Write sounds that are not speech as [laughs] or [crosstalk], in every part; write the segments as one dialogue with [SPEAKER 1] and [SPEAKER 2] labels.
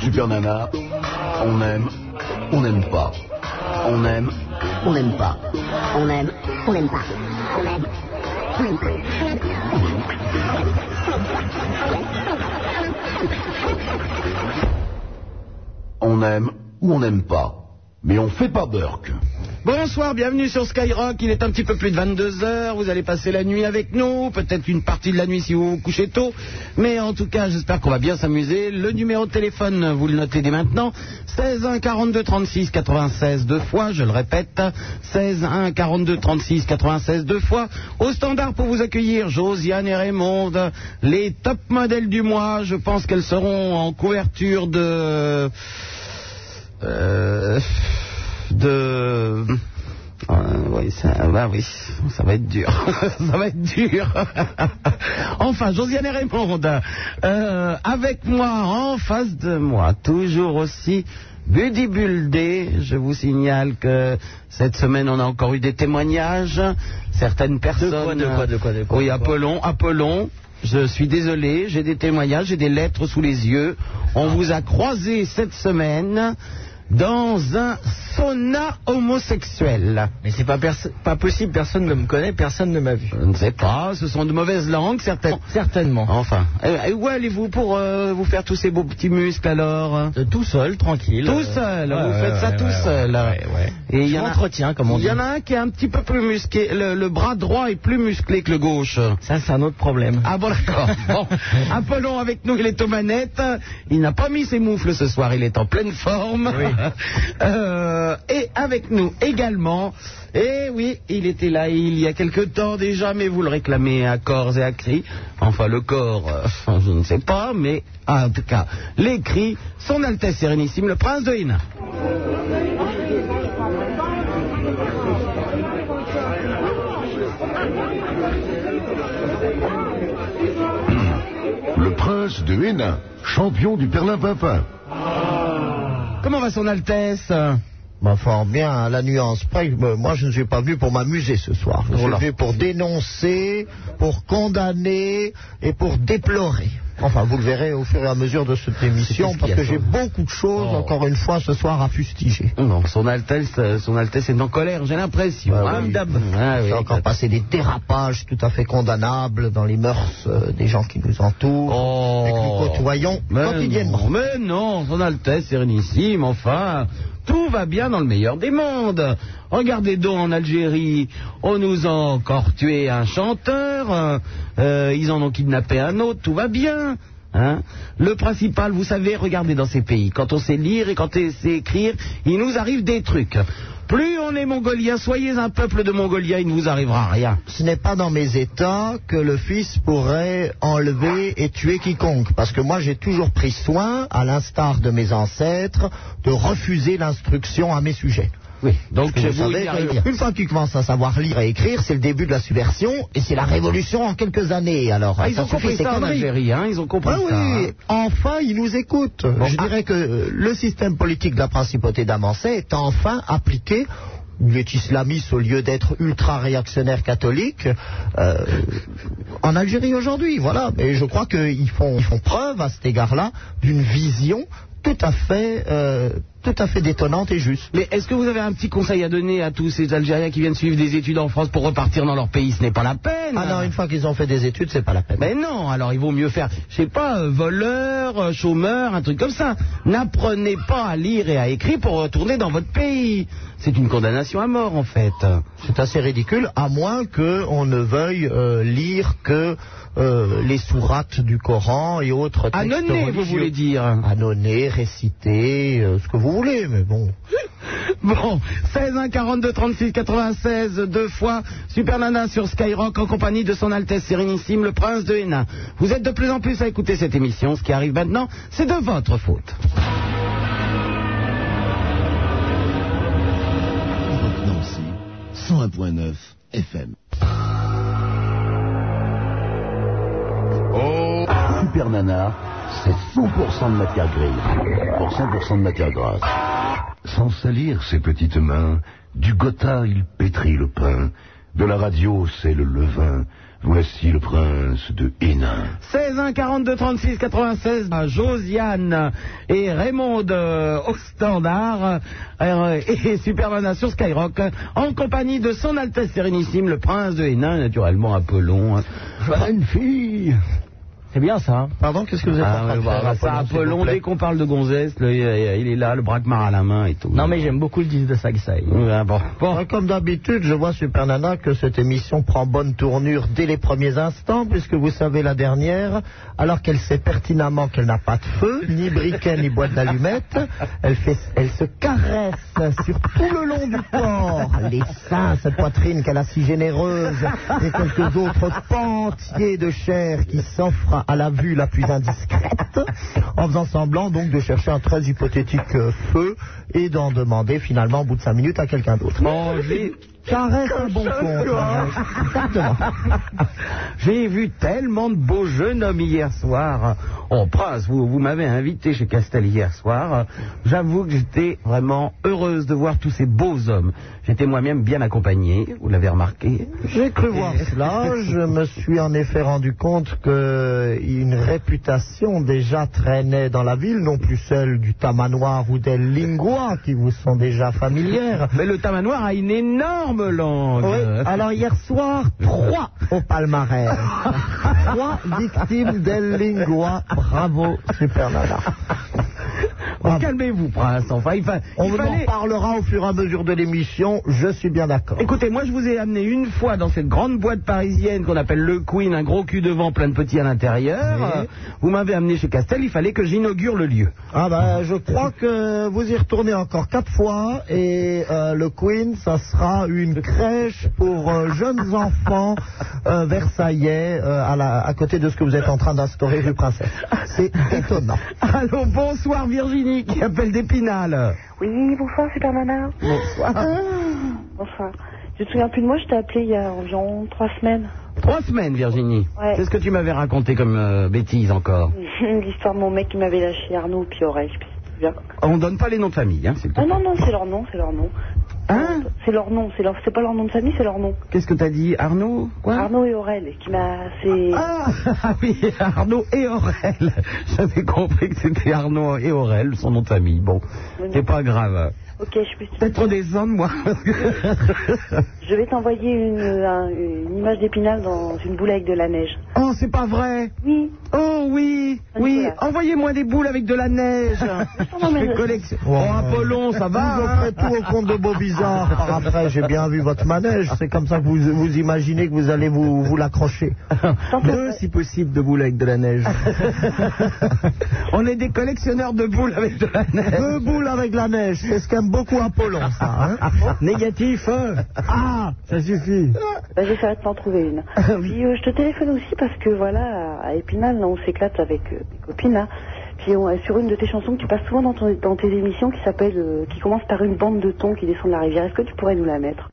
[SPEAKER 1] Super Nana, on aime, on n'aime pas. On aime,
[SPEAKER 2] On n'aime pas. On aime. On n'aime pas.
[SPEAKER 1] on aime ou on n'aime pas. Mais on fait pas Burke.
[SPEAKER 3] Bonsoir, bienvenue sur Skyrock. Il est un petit peu plus de 22 heures. Vous allez passer la nuit avec nous, peut-être une partie de la nuit si vous vous couchez tôt. Mais en tout cas, j'espère qu'on va bien s'amuser. Le numéro de téléphone, vous le notez dès maintenant 16 1 42 36 96 deux fois. Je le répète 16 1 42 36 96 deux fois. Au standard pour vous accueillir, Josiane et Raymond, les top modèles du mois. Je pense qu'elles seront en couverture de euh, de. Euh, oui, ça, bah oui, ça va être dur. [laughs] ça va être dur. [laughs] enfin, Josiane et Raymond, euh, avec moi, en face de moi, toujours aussi buldé Je vous signale que cette semaine, on a encore eu des témoignages. Certaines personnes.
[SPEAKER 4] de quoi, de quoi, de quoi,
[SPEAKER 3] Oui,
[SPEAKER 4] de quoi
[SPEAKER 3] Apollon, Apollon. Je suis désolé, j'ai des témoignages, j'ai des lettres sous les yeux. On
[SPEAKER 4] Ah.
[SPEAKER 3] vous a croisé cette semaine dans un sauna homosexuel.
[SPEAKER 4] Mais c'est pas, perso- pas possible, personne ne me connaît, personne ne m'a vu.
[SPEAKER 3] Je ne sais pas, ce sont de mauvaises langues, certaines.
[SPEAKER 4] Certainement.
[SPEAKER 3] Enfin, euh, et où allez-vous pour euh, vous faire tous ces beaux petits muscles alors hein
[SPEAKER 4] Euh, Tout seul, tranquille.
[SPEAKER 3] Tout
[SPEAKER 4] Euh,
[SPEAKER 3] seul,
[SPEAKER 4] ouais,
[SPEAKER 3] vous
[SPEAKER 4] ouais,
[SPEAKER 3] faites ça
[SPEAKER 4] ouais,
[SPEAKER 3] tout
[SPEAKER 4] ouais,
[SPEAKER 3] seul.
[SPEAKER 4] ouais, ouais.
[SPEAKER 3] Et
[SPEAKER 4] Je
[SPEAKER 3] y en a-
[SPEAKER 4] m'entretiens, comme on
[SPEAKER 3] Il y
[SPEAKER 4] dit.
[SPEAKER 3] en a un qui est un petit peu plus musclé, le, le bras droit est plus musclé que le gauche.
[SPEAKER 4] Ça, c'est un autre problème.
[SPEAKER 3] Ah bon,
[SPEAKER 4] [laughs]
[SPEAKER 3] d'accord. Bon, Apollon avec nous, il est aux manettes. Il n'a pas mis ses moufles ce soir, il est en pleine forme. [laughs] Euh, et avec nous également, et oui, il était là il y a quelque temps déjà, mais vous le réclamez à corps et à cri. Enfin, le corps, euh, [laughs] je ne sais pas, mais ah, en tout cas, les cris, son Altesse Sérénissime, le prince de Hénin.
[SPEAKER 1] Le prince de Hénin, champion du Perlin-Pimpin.
[SPEAKER 3] Comment va son Altesse
[SPEAKER 5] Bah, fort bien, à la nuance près, euh, moi je ne suis pas venu pour m'amuser ce soir. Je
[SPEAKER 3] Voilà.
[SPEAKER 5] suis venu pour dénoncer, pour condamner et pour déplorer. Enfin, vous le verrez au fur et à mesure de cette émission,
[SPEAKER 3] C'est ce qu'il
[SPEAKER 5] parce
[SPEAKER 3] y a,
[SPEAKER 5] que
[SPEAKER 3] ça.
[SPEAKER 5] j'ai beaucoup de choses,
[SPEAKER 3] Oh.
[SPEAKER 5] encore une fois, ce soir à fustiger.
[SPEAKER 3] Non, son Altesse, euh, son Altesse est en colère, j'ai l'impression.
[SPEAKER 5] Bah
[SPEAKER 3] hein,
[SPEAKER 5] oui.
[SPEAKER 3] madame Ah oui.
[SPEAKER 5] J'ai encore passé des dérapages tout à fait condamnables dans les mœurs euh, des gens qui nous entourent
[SPEAKER 3] Oh.
[SPEAKER 5] et que nous côtoyons
[SPEAKER 3] Mais non,
[SPEAKER 5] quotidiennement.
[SPEAKER 3] mais non, son Altesse Sérénissime, enfin, tout va bien dans le meilleur des mondes. Regardez donc en Algérie, on nous a encore tué un chanteur, euh, euh, ils en ont kidnappé un autre, tout va bien. hein. le principal, vous savez, regardez dans ces pays, quand on sait lire et quand on sait écrire, il nous arrive des trucs. Plus on est mongolien, soyez un peuple de mongolien, il ne vous arrivera rien.
[SPEAKER 5] ce n'est pas dans mes états que le fils pourrait enlever et tuer quiconque. Parce que moi, j'ai toujours pris soin, à l'instar de mes ancêtres, de refuser l'instruction à mes sujets.
[SPEAKER 3] Oui, donc
[SPEAKER 5] Parce que
[SPEAKER 3] chez vous,
[SPEAKER 5] vous
[SPEAKER 3] il n'y
[SPEAKER 5] savez que
[SPEAKER 3] arrive rien.
[SPEAKER 5] une fois que tu commences à savoir lire et écrire, c'est le début de la subversion et c'est la révolution en quelques années. Alors,
[SPEAKER 3] Ah, ils
[SPEAKER 5] ça
[SPEAKER 3] ont
[SPEAKER 5] suffit,
[SPEAKER 3] compris
[SPEAKER 5] ces
[SPEAKER 3] ça en
[SPEAKER 5] conneries.
[SPEAKER 3] Algérie, hein, ils ont compris
[SPEAKER 5] Ah oui,
[SPEAKER 3] ça. hein.
[SPEAKER 5] enfin, ils nous écoutent. Je
[SPEAKER 3] ah.
[SPEAKER 5] dirais que euh, le système politique de la principauté d'Amancé est enfin appliqué. Il est islamiste au lieu d'être ultra-réactionnaire catholique euh, en Algérie aujourd'hui, voilà. Et je crois qu'ils font, ils font preuve à cet égard-là d'une vision tout à fait, euh, tout à fait détonnante et juste.
[SPEAKER 3] Mais est-ce que vous avez un petit conseil à donner à tous ces Algériens qui viennent suivre des études en France pour repartir dans leur pays Ce n'est pas la peine.
[SPEAKER 5] Ah non, une fois qu'ils ont fait des études, c'est pas la peine.
[SPEAKER 3] Mais non, alors il vaut mieux faire, je sais pas, euh, voleur, euh, chômeur, un truc comme ça. N'apprenez pas à lire et à écrire pour retourner dans votre pays. C'est une condamnation à mort en fait.
[SPEAKER 5] C'est assez ridicule, à moins qu'on ne veuille euh, lire que euh, les sourates du Coran et autres textes
[SPEAKER 3] Annonné,
[SPEAKER 5] religieux.
[SPEAKER 3] vous voulez dire.
[SPEAKER 5] Annonner, réciter, euh, ce que vous voulez, mais bon.
[SPEAKER 3] [laughs] Bon, 16 1 42 36 96 deux fois Super Nana sur Skyrock en compagnie de son Altesse Sérénissime le Prince de Hénin. Vous êtes de plus en plus à écouter cette émission. Ce qui arrive maintenant, c'est de votre faute.
[SPEAKER 1] Nancy, 101.9 FM. Oh. Super Nana, c'est 100% de matière grise pour 100% de matière grasse. Sans salir ses petites mains, du gotha il pétrit le pain, De la radio, c'est le levain. Voici le prince de Hénin.
[SPEAKER 3] 16 1 42 36 96 à Josiane et Raymond euh, au standard euh, et Superman sur Skyrock en compagnie de son Altesse Sérénissime le prince de Hénin naturellement un peu long hein.
[SPEAKER 5] Jeune Bah, fille
[SPEAKER 6] C'est bien ça. hein.
[SPEAKER 5] Pardon, qu'est-ce que vous êtes
[SPEAKER 3] Ah,
[SPEAKER 5] en train
[SPEAKER 3] ouais,
[SPEAKER 5] de
[SPEAKER 3] bah,
[SPEAKER 5] faire
[SPEAKER 3] bah, ça,
[SPEAKER 5] Apollon, s'il vous
[SPEAKER 3] Apollon,
[SPEAKER 5] plaît
[SPEAKER 3] dès qu'on parle de Gonzès, le- euh, il est là, le braquemar à la main et tout.
[SPEAKER 6] Non, mais j'aime beaucoup le disque de Sagsai.
[SPEAKER 3] Ouais, bon. Bon.
[SPEAKER 5] Bon, Comme d'habitude, je vois, Super Nana, que cette émission prend bonne tournure dès les premiers instants, puisque vous savez, la dernière, alors qu'elle sait pertinemment qu'elle n'a pas de feu, ni briquet, ni boîte d'allumettes, elle, fait- elle se caresse sur tout le long du corps. Les seins, cette poitrine qu'elle a si généreuse, et quelques autres pentiers de chair qui s'offrent à la vue la plus indiscrète, en faisant semblant donc de chercher un très hypothétique euh, feu, et d'en demander finalement, au bout de cinq minutes, à quelqu'un d'autre.
[SPEAKER 3] Bon, j'ai-
[SPEAKER 5] Caresse un bon con. Exactement.
[SPEAKER 3] [laughs] J'ai vu tellement de beaux jeunes hommes hier soir. Oh, prince, vous, vous m'avez invité chez Castel hier soir. J'avoue que j'étais vraiment heureuse de voir tous ces beaux hommes. J'étais moi-même bien accompagné, vous l'avez remarqué.
[SPEAKER 5] J'ai cru voir cela. Je me suis en effet rendu compte qu'une réputation déjà traînait dans la ville, non plus celle du tamanoir ou del lingua qui vous sont déjà familières.
[SPEAKER 3] Mais le tamanoir a une énorme langue.
[SPEAKER 5] Oui, alors hier soir, trois au palmarès. trois victimes del lingua. Bravo, super nana.
[SPEAKER 3] Oh, calmez-vous, prince. Enfin, il, fa-
[SPEAKER 5] On
[SPEAKER 3] il
[SPEAKER 5] vous en
[SPEAKER 3] fallait...
[SPEAKER 5] parlera au fur et à mesure de l'émission, je suis bien d'accord.
[SPEAKER 3] Écoutez, moi je vous ai amené une fois dans cette grande boîte parisienne qu'on appelle le Queen, un gros cul devant, plein de petits à l'intérieur.
[SPEAKER 5] Oui.
[SPEAKER 3] Euh, Vous m'avez amené chez Castel, il fallait que j'inaugure le lieu.
[SPEAKER 5] Ah ben, je crois que vous y retournez encore quatre fois et euh, le Queen, ça sera une crèche pour euh, jeunes enfants euh, versaillais euh, à, la- à côté de ce que vous êtes en train d'instaurer rue Princesse. C'est étonnant.
[SPEAKER 3] Allô, bonsoir Virginie qui appelle d'Épinal.
[SPEAKER 7] Oui, bonsoir Super Nana. Ah,
[SPEAKER 3] Bonsoir.
[SPEAKER 7] Bonsoir. Tu te souviens plus de moi, je t'ai appelé il y a environ trois semaines. [laughs]
[SPEAKER 3] Trois semaines Virginie.
[SPEAKER 7] Ouais.
[SPEAKER 3] C'est ce que tu m'avais raconté comme euh, bêtise encore.
[SPEAKER 7] L'histoire de mon mec qui m'avait lâché Arnaud puis Oreille, je sais pas si tu te souviens.
[SPEAKER 3] On donne pas les noms de famille, hein, s'il te
[SPEAKER 7] Ah
[SPEAKER 3] plaît.
[SPEAKER 7] non, non, c'est leur nom, c'est leur nom.
[SPEAKER 3] Hein
[SPEAKER 7] C'est leur nom, c'est leur... c'est pas leur nom de famille, c'est leur nom.
[SPEAKER 3] Qu'est-ce que t'as dit Arnaud Quoi
[SPEAKER 7] Arnaud et Aurel, qui m'a. C'est.
[SPEAKER 3] Ah, [laughs] ah oui, Arnaud et Aurel. [laughs] J'avais compris que c'était Arnaud et Aurel, son nom de famille. Bon,
[SPEAKER 7] Oui, non.
[SPEAKER 3] c'est pas grave.
[SPEAKER 7] Ok, je sais plus si tu te
[SPEAKER 3] Peut-être Oh, des hommes, moi.
[SPEAKER 7] Je vais t'envoyer une, un- une image d'épinal dans une boule avec de la neige.
[SPEAKER 3] oh, c'est pas vrai.
[SPEAKER 7] Oui.
[SPEAKER 3] Oh oui, oui.
[SPEAKER 7] Nicolas.
[SPEAKER 3] Envoyez-moi des boules avec de la neige. [laughs] Je fais collection. Oh, Apollon, ça va.
[SPEAKER 5] Vous
[SPEAKER 3] hein
[SPEAKER 5] offrez tout au compte de Beau Bizarre par après, j'ai bien vu votre manège, c'est comme ça que vous, vous imaginez que vous allez vous, vous l'accrocher.
[SPEAKER 6] Deux, si possible, de boules avec de la neige.
[SPEAKER 3] [laughs] On est des collectionneurs de boules avec de la neige.
[SPEAKER 5] Deux boules avec la neige, c'est ce qu'aime beaucoup Apollon, ça. hein.
[SPEAKER 6] Négatif.
[SPEAKER 5] ah
[SPEAKER 6] Ça suffit.
[SPEAKER 7] Bah, j'essaierai de t'en trouver
[SPEAKER 3] [laughs]
[SPEAKER 7] une.
[SPEAKER 3] Ah
[SPEAKER 7] Puis euh, je te téléphone aussi parce que voilà, à à Épinal, là, on s'éclate avec euh, mes copines. là. Puis on est sur une de tes chansons qui passe souvent dans, ton- dans tes émissions qui s'appelle, euh, qui commence par une bande de thon qui descend de la rivière. Est-ce que tu pourrais nous la mettre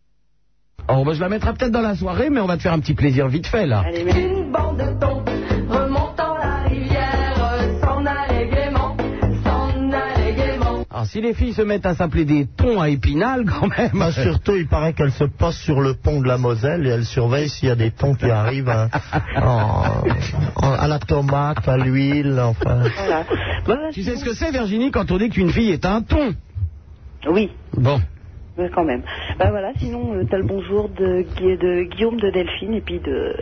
[SPEAKER 3] Oh, bah, je la mettrai peut-être dans la soirée, mais on va te faire un petit plaisir vite fait là.
[SPEAKER 7] Allez, mets.
[SPEAKER 8] Une bande de thon remontant la rivière s'en allait gaiement, s'en allait gaiement.
[SPEAKER 3] Alors, Ah, si les filles se mettent à s'appeler des tons à épinal, quand même.
[SPEAKER 5] Bah, surtout, il paraît qu'elle se passe sur le pont de la Moselle et elle surveille s'il y a des thons qui
[SPEAKER 3] [laughs]
[SPEAKER 5] arrivent hein, en- en- à la tomate, à l'huile, enfin.
[SPEAKER 7] Voilà. Voilà,
[SPEAKER 3] Tu sais ce que c'est, Virginie, quand on dit qu'une fille est un ton
[SPEAKER 7] Oui.
[SPEAKER 3] Bon.
[SPEAKER 7] Ouais, quand même. Bah voilà, sinon, euh, t'as le bonjour de, Gui- de Guillaume, de Delphine et puis de,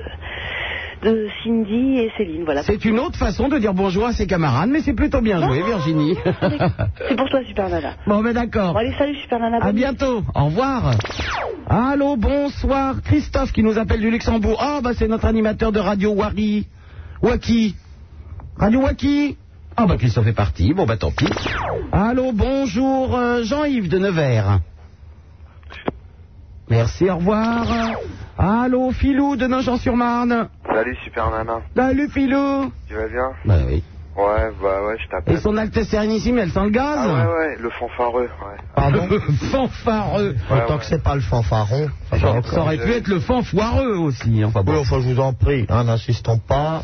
[SPEAKER 7] de Cindy et Céline. Voilà.
[SPEAKER 3] C'est une autre façon de dire bonjour à ses camarades, mais c'est plutôt bien
[SPEAKER 7] Ah,
[SPEAKER 3] joué, Virginie. [laughs]
[SPEAKER 7] C'est pour toi, Super Nana.
[SPEAKER 3] bon, ben d'accord.
[SPEAKER 7] Bon, allez, salut, Super Nana.
[SPEAKER 3] À
[SPEAKER 7] Bonne
[SPEAKER 3] bientôt. Au revoir. Allô, bonsoir. Christophe qui nous appelle du Luxembourg. Ah, bah c'est notre animateur de Radio Wari. Waki. Radio Waki. Ah, bah Christophe est parti. Bon, bah tant pis. Allô, bonjour. euh, Jean-Yves de Nevers. Merci, au revoir. Allô, Philou de Nogent-sur-Marne.
[SPEAKER 9] Salut Super Nana,
[SPEAKER 3] Salut, Philou.
[SPEAKER 9] tu vas bien
[SPEAKER 3] Bah oui.
[SPEAKER 9] Ouais, bah ouais, je
[SPEAKER 3] Et
[SPEAKER 9] t'appelle.
[SPEAKER 3] son Altesse Sérénissime, elle sent le gaz
[SPEAKER 9] Ah ouais, ouais, le fanfareux, ouais. [laughs]
[SPEAKER 5] Pardon
[SPEAKER 3] Fanfareux.
[SPEAKER 9] Ouais,
[SPEAKER 5] Tant
[SPEAKER 9] ouais.
[SPEAKER 5] que c'est pas le fanfaron. ça va
[SPEAKER 3] Ça,
[SPEAKER 5] encore.
[SPEAKER 3] aurait pu être le fanfoireux aussi. hein. Enfin
[SPEAKER 5] Oui,
[SPEAKER 3] bon.
[SPEAKER 5] enfin, je vous en prie, hein, n'insistons pas.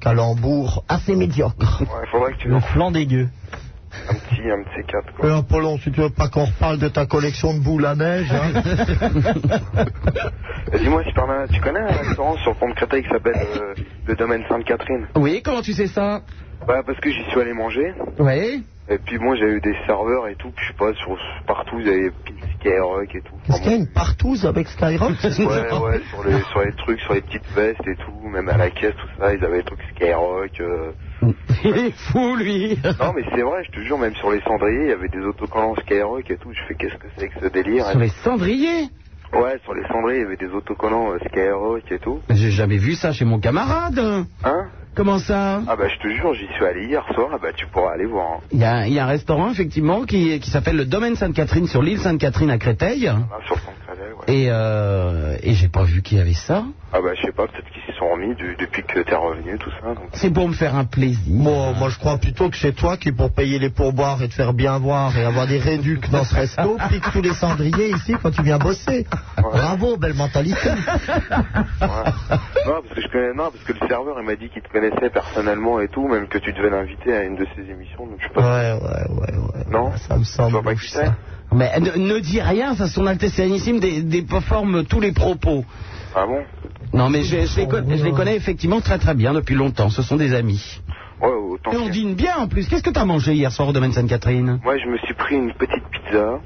[SPEAKER 5] Calembour assez médiocre.
[SPEAKER 9] Ouais, faudrait que tu...
[SPEAKER 6] Le flanc dégueu.
[SPEAKER 9] Un petit, un petit 4 quoi.
[SPEAKER 5] Euh, Apollon, si tu veux pas qu'on reparle de ta collection de boules à
[SPEAKER 9] [laughs]
[SPEAKER 5] neige, hein.
[SPEAKER 9] Euh, Dis-moi, Superman, tu connais un restaurant sur le pont de Créteil qui s'appelle euh, le domaine Sainte-Catherine
[SPEAKER 3] Oui, comment tu sais ça
[SPEAKER 9] Bah, parce que j'y suis allé manger.
[SPEAKER 3] Oui.
[SPEAKER 9] Et puis bon, j'ai eu des serveurs et tout, puis je sais pas, sur, partout, ils avaient Skyrock et tout.
[SPEAKER 5] Est-ce qu'il y a une partouze avec Skyrock
[SPEAKER 9] Ouais,
[SPEAKER 3] [laughs]
[SPEAKER 9] ouais, sur les, sur les trucs, sur les petites vestes et tout, même à la caisse, tout ça, ils avaient des trucs Skyrock. euh.
[SPEAKER 3] Il est fou, lui.
[SPEAKER 9] Non, mais c'est vrai, je te jure, même sur les cendriers, il y avait des autocollants Skyrock et tout. Je fais qu'est-ce que c'est que ce délire hein.
[SPEAKER 3] Sur les cendriers
[SPEAKER 9] Ouais, sur les cendriers, il y avait des autocollants euh, Skyrock et tout.
[SPEAKER 3] Mais J'ai jamais vu ça chez mon camarade.
[SPEAKER 9] Hein
[SPEAKER 3] Comment ça
[SPEAKER 9] Ah bah, je te jure, j'y suis allé hier soir, ah bah, tu pourras aller voir.
[SPEAKER 3] [laughs]
[SPEAKER 9] hein.
[SPEAKER 3] Il y, a, il y a un restaurant, effectivement, qui, qui s'appelle le Domaine Sainte-Catherine sur l'île Sainte-Catherine à Créteil.
[SPEAKER 5] Ah,
[SPEAKER 9] Là, sur le pont de Créteil, ouais.
[SPEAKER 3] Et, euh, et j'ai pas vu qu'il y avait ça.
[SPEAKER 9] Ah bah, je sais pas, peut-être qu'ils s'y sont remis du- depuis que t'es revenu, tout ça, donc.
[SPEAKER 3] C'est pour me faire un plaisir.
[SPEAKER 5] Moi, moi, je crois plutôt que c'est toi qui, pour payer les pourboires et te faire bien voir et avoir des réducs dans ce resto,
[SPEAKER 9] [laughs]
[SPEAKER 5] pique tous les cendriers ici quand tu viens bosser. Bravo, belle mentalité.
[SPEAKER 9] Ouais. non, parce que je connais, non, parce que le serveur, il m'a dit qu'il te connaissait personnellement et tout, même que tu devais l'inviter à une de ses émissions, donc je sais
[SPEAKER 5] Ouais,
[SPEAKER 9] pas.
[SPEAKER 5] ouais, ouais, ouais.
[SPEAKER 9] Non
[SPEAKER 5] Ça
[SPEAKER 9] Tu vois
[SPEAKER 5] me semble
[SPEAKER 9] pas
[SPEAKER 5] ouf,
[SPEAKER 9] qui c'est
[SPEAKER 5] ça.
[SPEAKER 3] Mais ne, ne dis rien, ça, son Altesse Sérénissime dé- déforme tous les propos.
[SPEAKER 9] Ah bon
[SPEAKER 3] Non, mais je, je les, con- je les connais effectivement très très bien depuis longtemps. Ce sont des amis.
[SPEAKER 9] Ouais, autant
[SPEAKER 3] Et on
[SPEAKER 9] que-
[SPEAKER 3] dîne bien en plus. Qu'est-ce que t'as mangé hier soir au Domaine Sainte-Catherine
[SPEAKER 9] Moi, je me suis pris une petite pizza,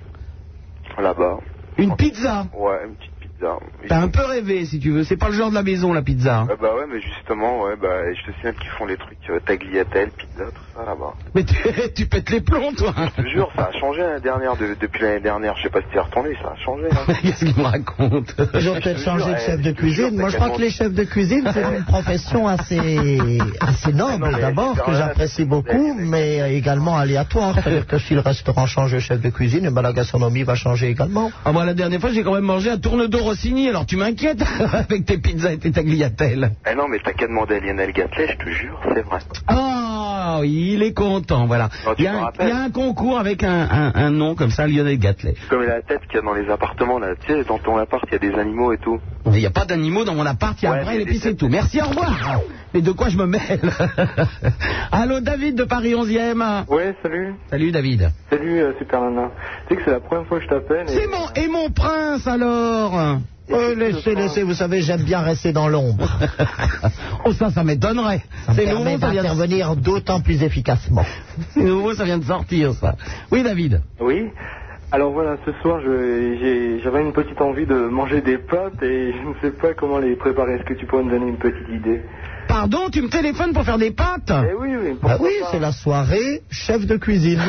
[SPEAKER 9] là-bas.
[SPEAKER 3] Une pizza. Hein
[SPEAKER 9] Ouais, une petite pizza. Et-
[SPEAKER 3] T'as un peu rêvé, si tu veux. C'est pas le genre de la maison, la pizza.
[SPEAKER 9] Ah bah ouais, mais justement, ouais, bah, je te signale qu'ils font les trucs euh, tagliatelle, pizza, tout ça, là-bas.
[SPEAKER 3] Mais tu, Eh, tu pètes les plombs, toi.
[SPEAKER 9] Je te jure, ça a changé l'année dernière, de- depuis l'année dernière, je sais pas si t'es retourné, ça a changé, hein.
[SPEAKER 3] [laughs] Qu'est-ce qu'il me raconte
[SPEAKER 5] Ils ont
[SPEAKER 9] Je te
[SPEAKER 5] peut-être changé
[SPEAKER 9] jure,
[SPEAKER 5] de chef
[SPEAKER 9] eh, je
[SPEAKER 5] de
[SPEAKER 9] te jure,
[SPEAKER 5] cuisine. Moi, je
[SPEAKER 9] t'as
[SPEAKER 5] crois
[SPEAKER 9] qu'à
[SPEAKER 5] que les chefs de cuisine, c'est une profession assez, assez
[SPEAKER 9] Non,
[SPEAKER 5] noble
[SPEAKER 9] mais
[SPEAKER 5] d'abord,
[SPEAKER 9] c'est
[SPEAKER 5] que
[SPEAKER 9] vrai,
[SPEAKER 5] j'apprécie
[SPEAKER 9] c'est-
[SPEAKER 5] beaucoup,
[SPEAKER 9] c'est-
[SPEAKER 5] mais également aléatoire. C'est-à-dire que si le restaurant change de chef de cuisine, eh ben, la gastronomie va changer également.
[SPEAKER 3] Ah, moi, la dernière fois, j'ai quand même mangé un tourne d'eau Rossini, alors tu m'inquiètes [laughs] avec tes pizzas et tes tagliatelles.
[SPEAKER 9] Eh non, mais t'as qu'à demander à Lionel Gatlet, je te jure, c'est vrai.
[SPEAKER 3] Ah, oui, il est content, voilà.
[SPEAKER 9] Non, tu
[SPEAKER 3] il, y a
[SPEAKER 9] me
[SPEAKER 3] un,
[SPEAKER 9] rappelles.
[SPEAKER 3] il y a un concours avec un, un- un nom comme ça, Lionel Gatlet.
[SPEAKER 9] Comme la tête qu'il y a dans les appartements, là, tu sais, dans ton appart, il y a des animaux et tout.
[SPEAKER 3] Il n'y a pas d'animaux dans mon appart, il y a
[SPEAKER 9] Ouais,
[SPEAKER 3] un vrai
[SPEAKER 9] mais
[SPEAKER 3] l'épice
[SPEAKER 9] des-
[SPEAKER 3] et tout. Merci, au revoir. Mais de quoi je me mêle [laughs] Allô, David de Paris 11e.
[SPEAKER 10] Ouais, salut.
[SPEAKER 3] Salut, David.
[SPEAKER 10] Salut, euh, Super Nana. Tu sais que c'est la première fois que je t'appelle. et-
[SPEAKER 3] C'est mon, et mon prince, alors
[SPEAKER 5] Euh,
[SPEAKER 10] [laughs]
[SPEAKER 5] laissez, laissez, vous savez, j'aime bien rester dans l'ombre.
[SPEAKER 3] Oh, ça, ça m'étonnerait.
[SPEAKER 5] Ça me
[SPEAKER 3] C'est nouveau,
[SPEAKER 5] permet
[SPEAKER 3] ça vient de-
[SPEAKER 5] d'intervenir d'autant plus efficacement.
[SPEAKER 3] C'est nouveau, ça vient de sortir, ça. Oui, David.
[SPEAKER 10] Oui. Alors voilà, ce soir, je- j'ai- j'avais une petite envie de manger des pâtes et je ne sais pas comment les préparer. Est-ce que tu pourrais me donner une petite idée
[SPEAKER 3] Pardon, tu me téléphones pour faire des pâtes
[SPEAKER 10] Eh oui, oui.
[SPEAKER 5] Bah
[SPEAKER 10] pourquoi
[SPEAKER 5] oui,
[SPEAKER 10] pas.
[SPEAKER 5] c'est la soirée chef de
[SPEAKER 10] [laughs]
[SPEAKER 5] cuisine.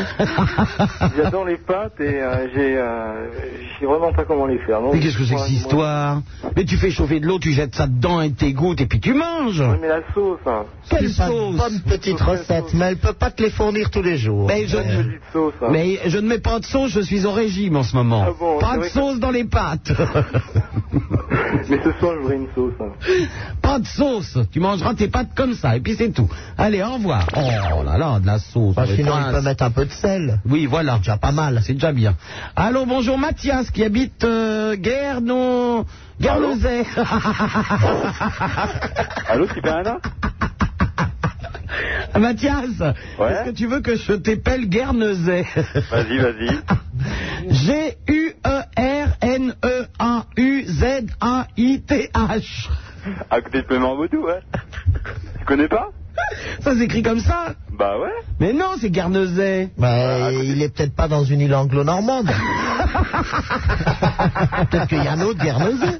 [SPEAKER 10] J'adore les pâtes et euh, j'ai, euh, je sais vraiment pas comment les faire. Donc,
[SPEAKER 3] Mais qu'est-ce que c'est que cette
[SPEAKER 10] moi- moi-
[SPEAKER 3] histoire Mais tu fais chauffer de l'eau, tu jettes ça dedans et t'égouttes et puis tu manges
[SPEAKER 10] Oui, mais la sauce, hein.
[SPEAKER 3] Quelle
[SPEAKER 5] C'est pas
[SPEAKER 3] sauce
[SPEAKER 5] une bonne petite recette, mais elle peut pas te les fournir tous les jours. Euh.
[SPEAKER 3] mais Ben, je,
[SPEAKER 10] Une petite sauce. hein.
[SPEAKER 3] mais je ne mets pas de sauce, je suis au régime en ce moment.
[SPEAKER 10] Ah bon,
[SPEAKER 3] pas
[SPEAKER 10] c'est
[SPEAKER 3] de
[SPEAKER 10] vrai que-
[SPEAKER 3] sauce dans les pâtes.
[SPEAKER 10] [laughs] Mais ce soir, je voudrais une sauce. hein.
[SPEAKER 3] pas de sauce. Tu mangeras tes pâtes comme ça et puis c'est tout. Allez, au revoir. Oh là là, de la sauce.
[SPEAKER 5] Bah,
[SPEAKER 3] on est
[SPEAKER 5] sinon,
[SPEAKER 3] prince.
[SPEAKER 5] il peut mettre un peu de sel.
[SPEAKER 3] Oui, voilà. Déjà pas mal, c'est déjà bien. Allô, bonjour Mathias qui habite euh, Guernon. Guernozay.
[SPEAKER 10] Allô, Super Nana
[SPEAKER 3] Mathias,
[SPEAKER 10] Ouais.
[SPEAKER 3] est-ce que tu veux que je t'épelle Guernezay
[SPEAKER 10] Vas-y, vas-y.
[SPEAKER 3] [laughs] G-U-E-R-N-E-A-U-Z-A-I-T-H.
[SPEAKER 10] À côté de Clément Baudou,
[SPEAKER 3] [laughs]
[SPEAKER 10] ouais. Tu connais pas
[SPEAKER 3] Ça s'écrit comme ça
[SPEAKER 10] Bah ouais.
[SPEAKER 3] Mais non, c'est Guernezay.
[SPEAKER 5] Bah, il est peut-être pas dans une île
[SPEAKER 3] [laughs]
[SPEAKER 5] anglo-normande. peut-être qu'il y a un autre Guernesey.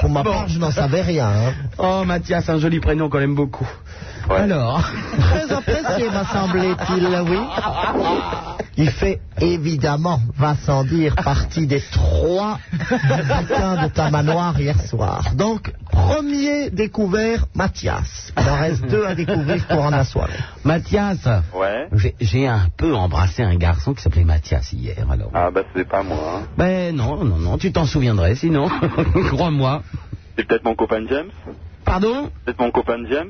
[SPEAKER 5] Pour ma part, je n'en savais rien. hein.
[SPEAKER 3] Oh, Mathias, un joli prénom qu'on aime beaucoup.
[SPEAKER 9] Ouais.
[SPEAKER 3] Alors,
[SPEAKER 5] Très apprécié, m'a semblé-il, oui. Il fait évidemment, va sans dire, partie des trois bouquins de ta manoir hier soir. Donc, premier découvert, Mathias. Il en reste deux à découvrir courant de la soirée.
[SPEAKER 3] Mathias,
[SPEAKER 9] Ouais.
[SPEAKER 3] j'ai- j'ai un peu embrassé un garçon qui s'appelait Mathias hier, alors.
[SPEAKER 9] Ah bah, c'est pas moi, hein.
[SPEAKER 3] Ben non, non, non, tu t'en souviendrais sinon, [laughs] crois-moi.
[SPEAKER 10] C'est peut-être mon copain James
[SPEAKER 3] Pardon
[SPEAKER 10] Peut-être mon copain James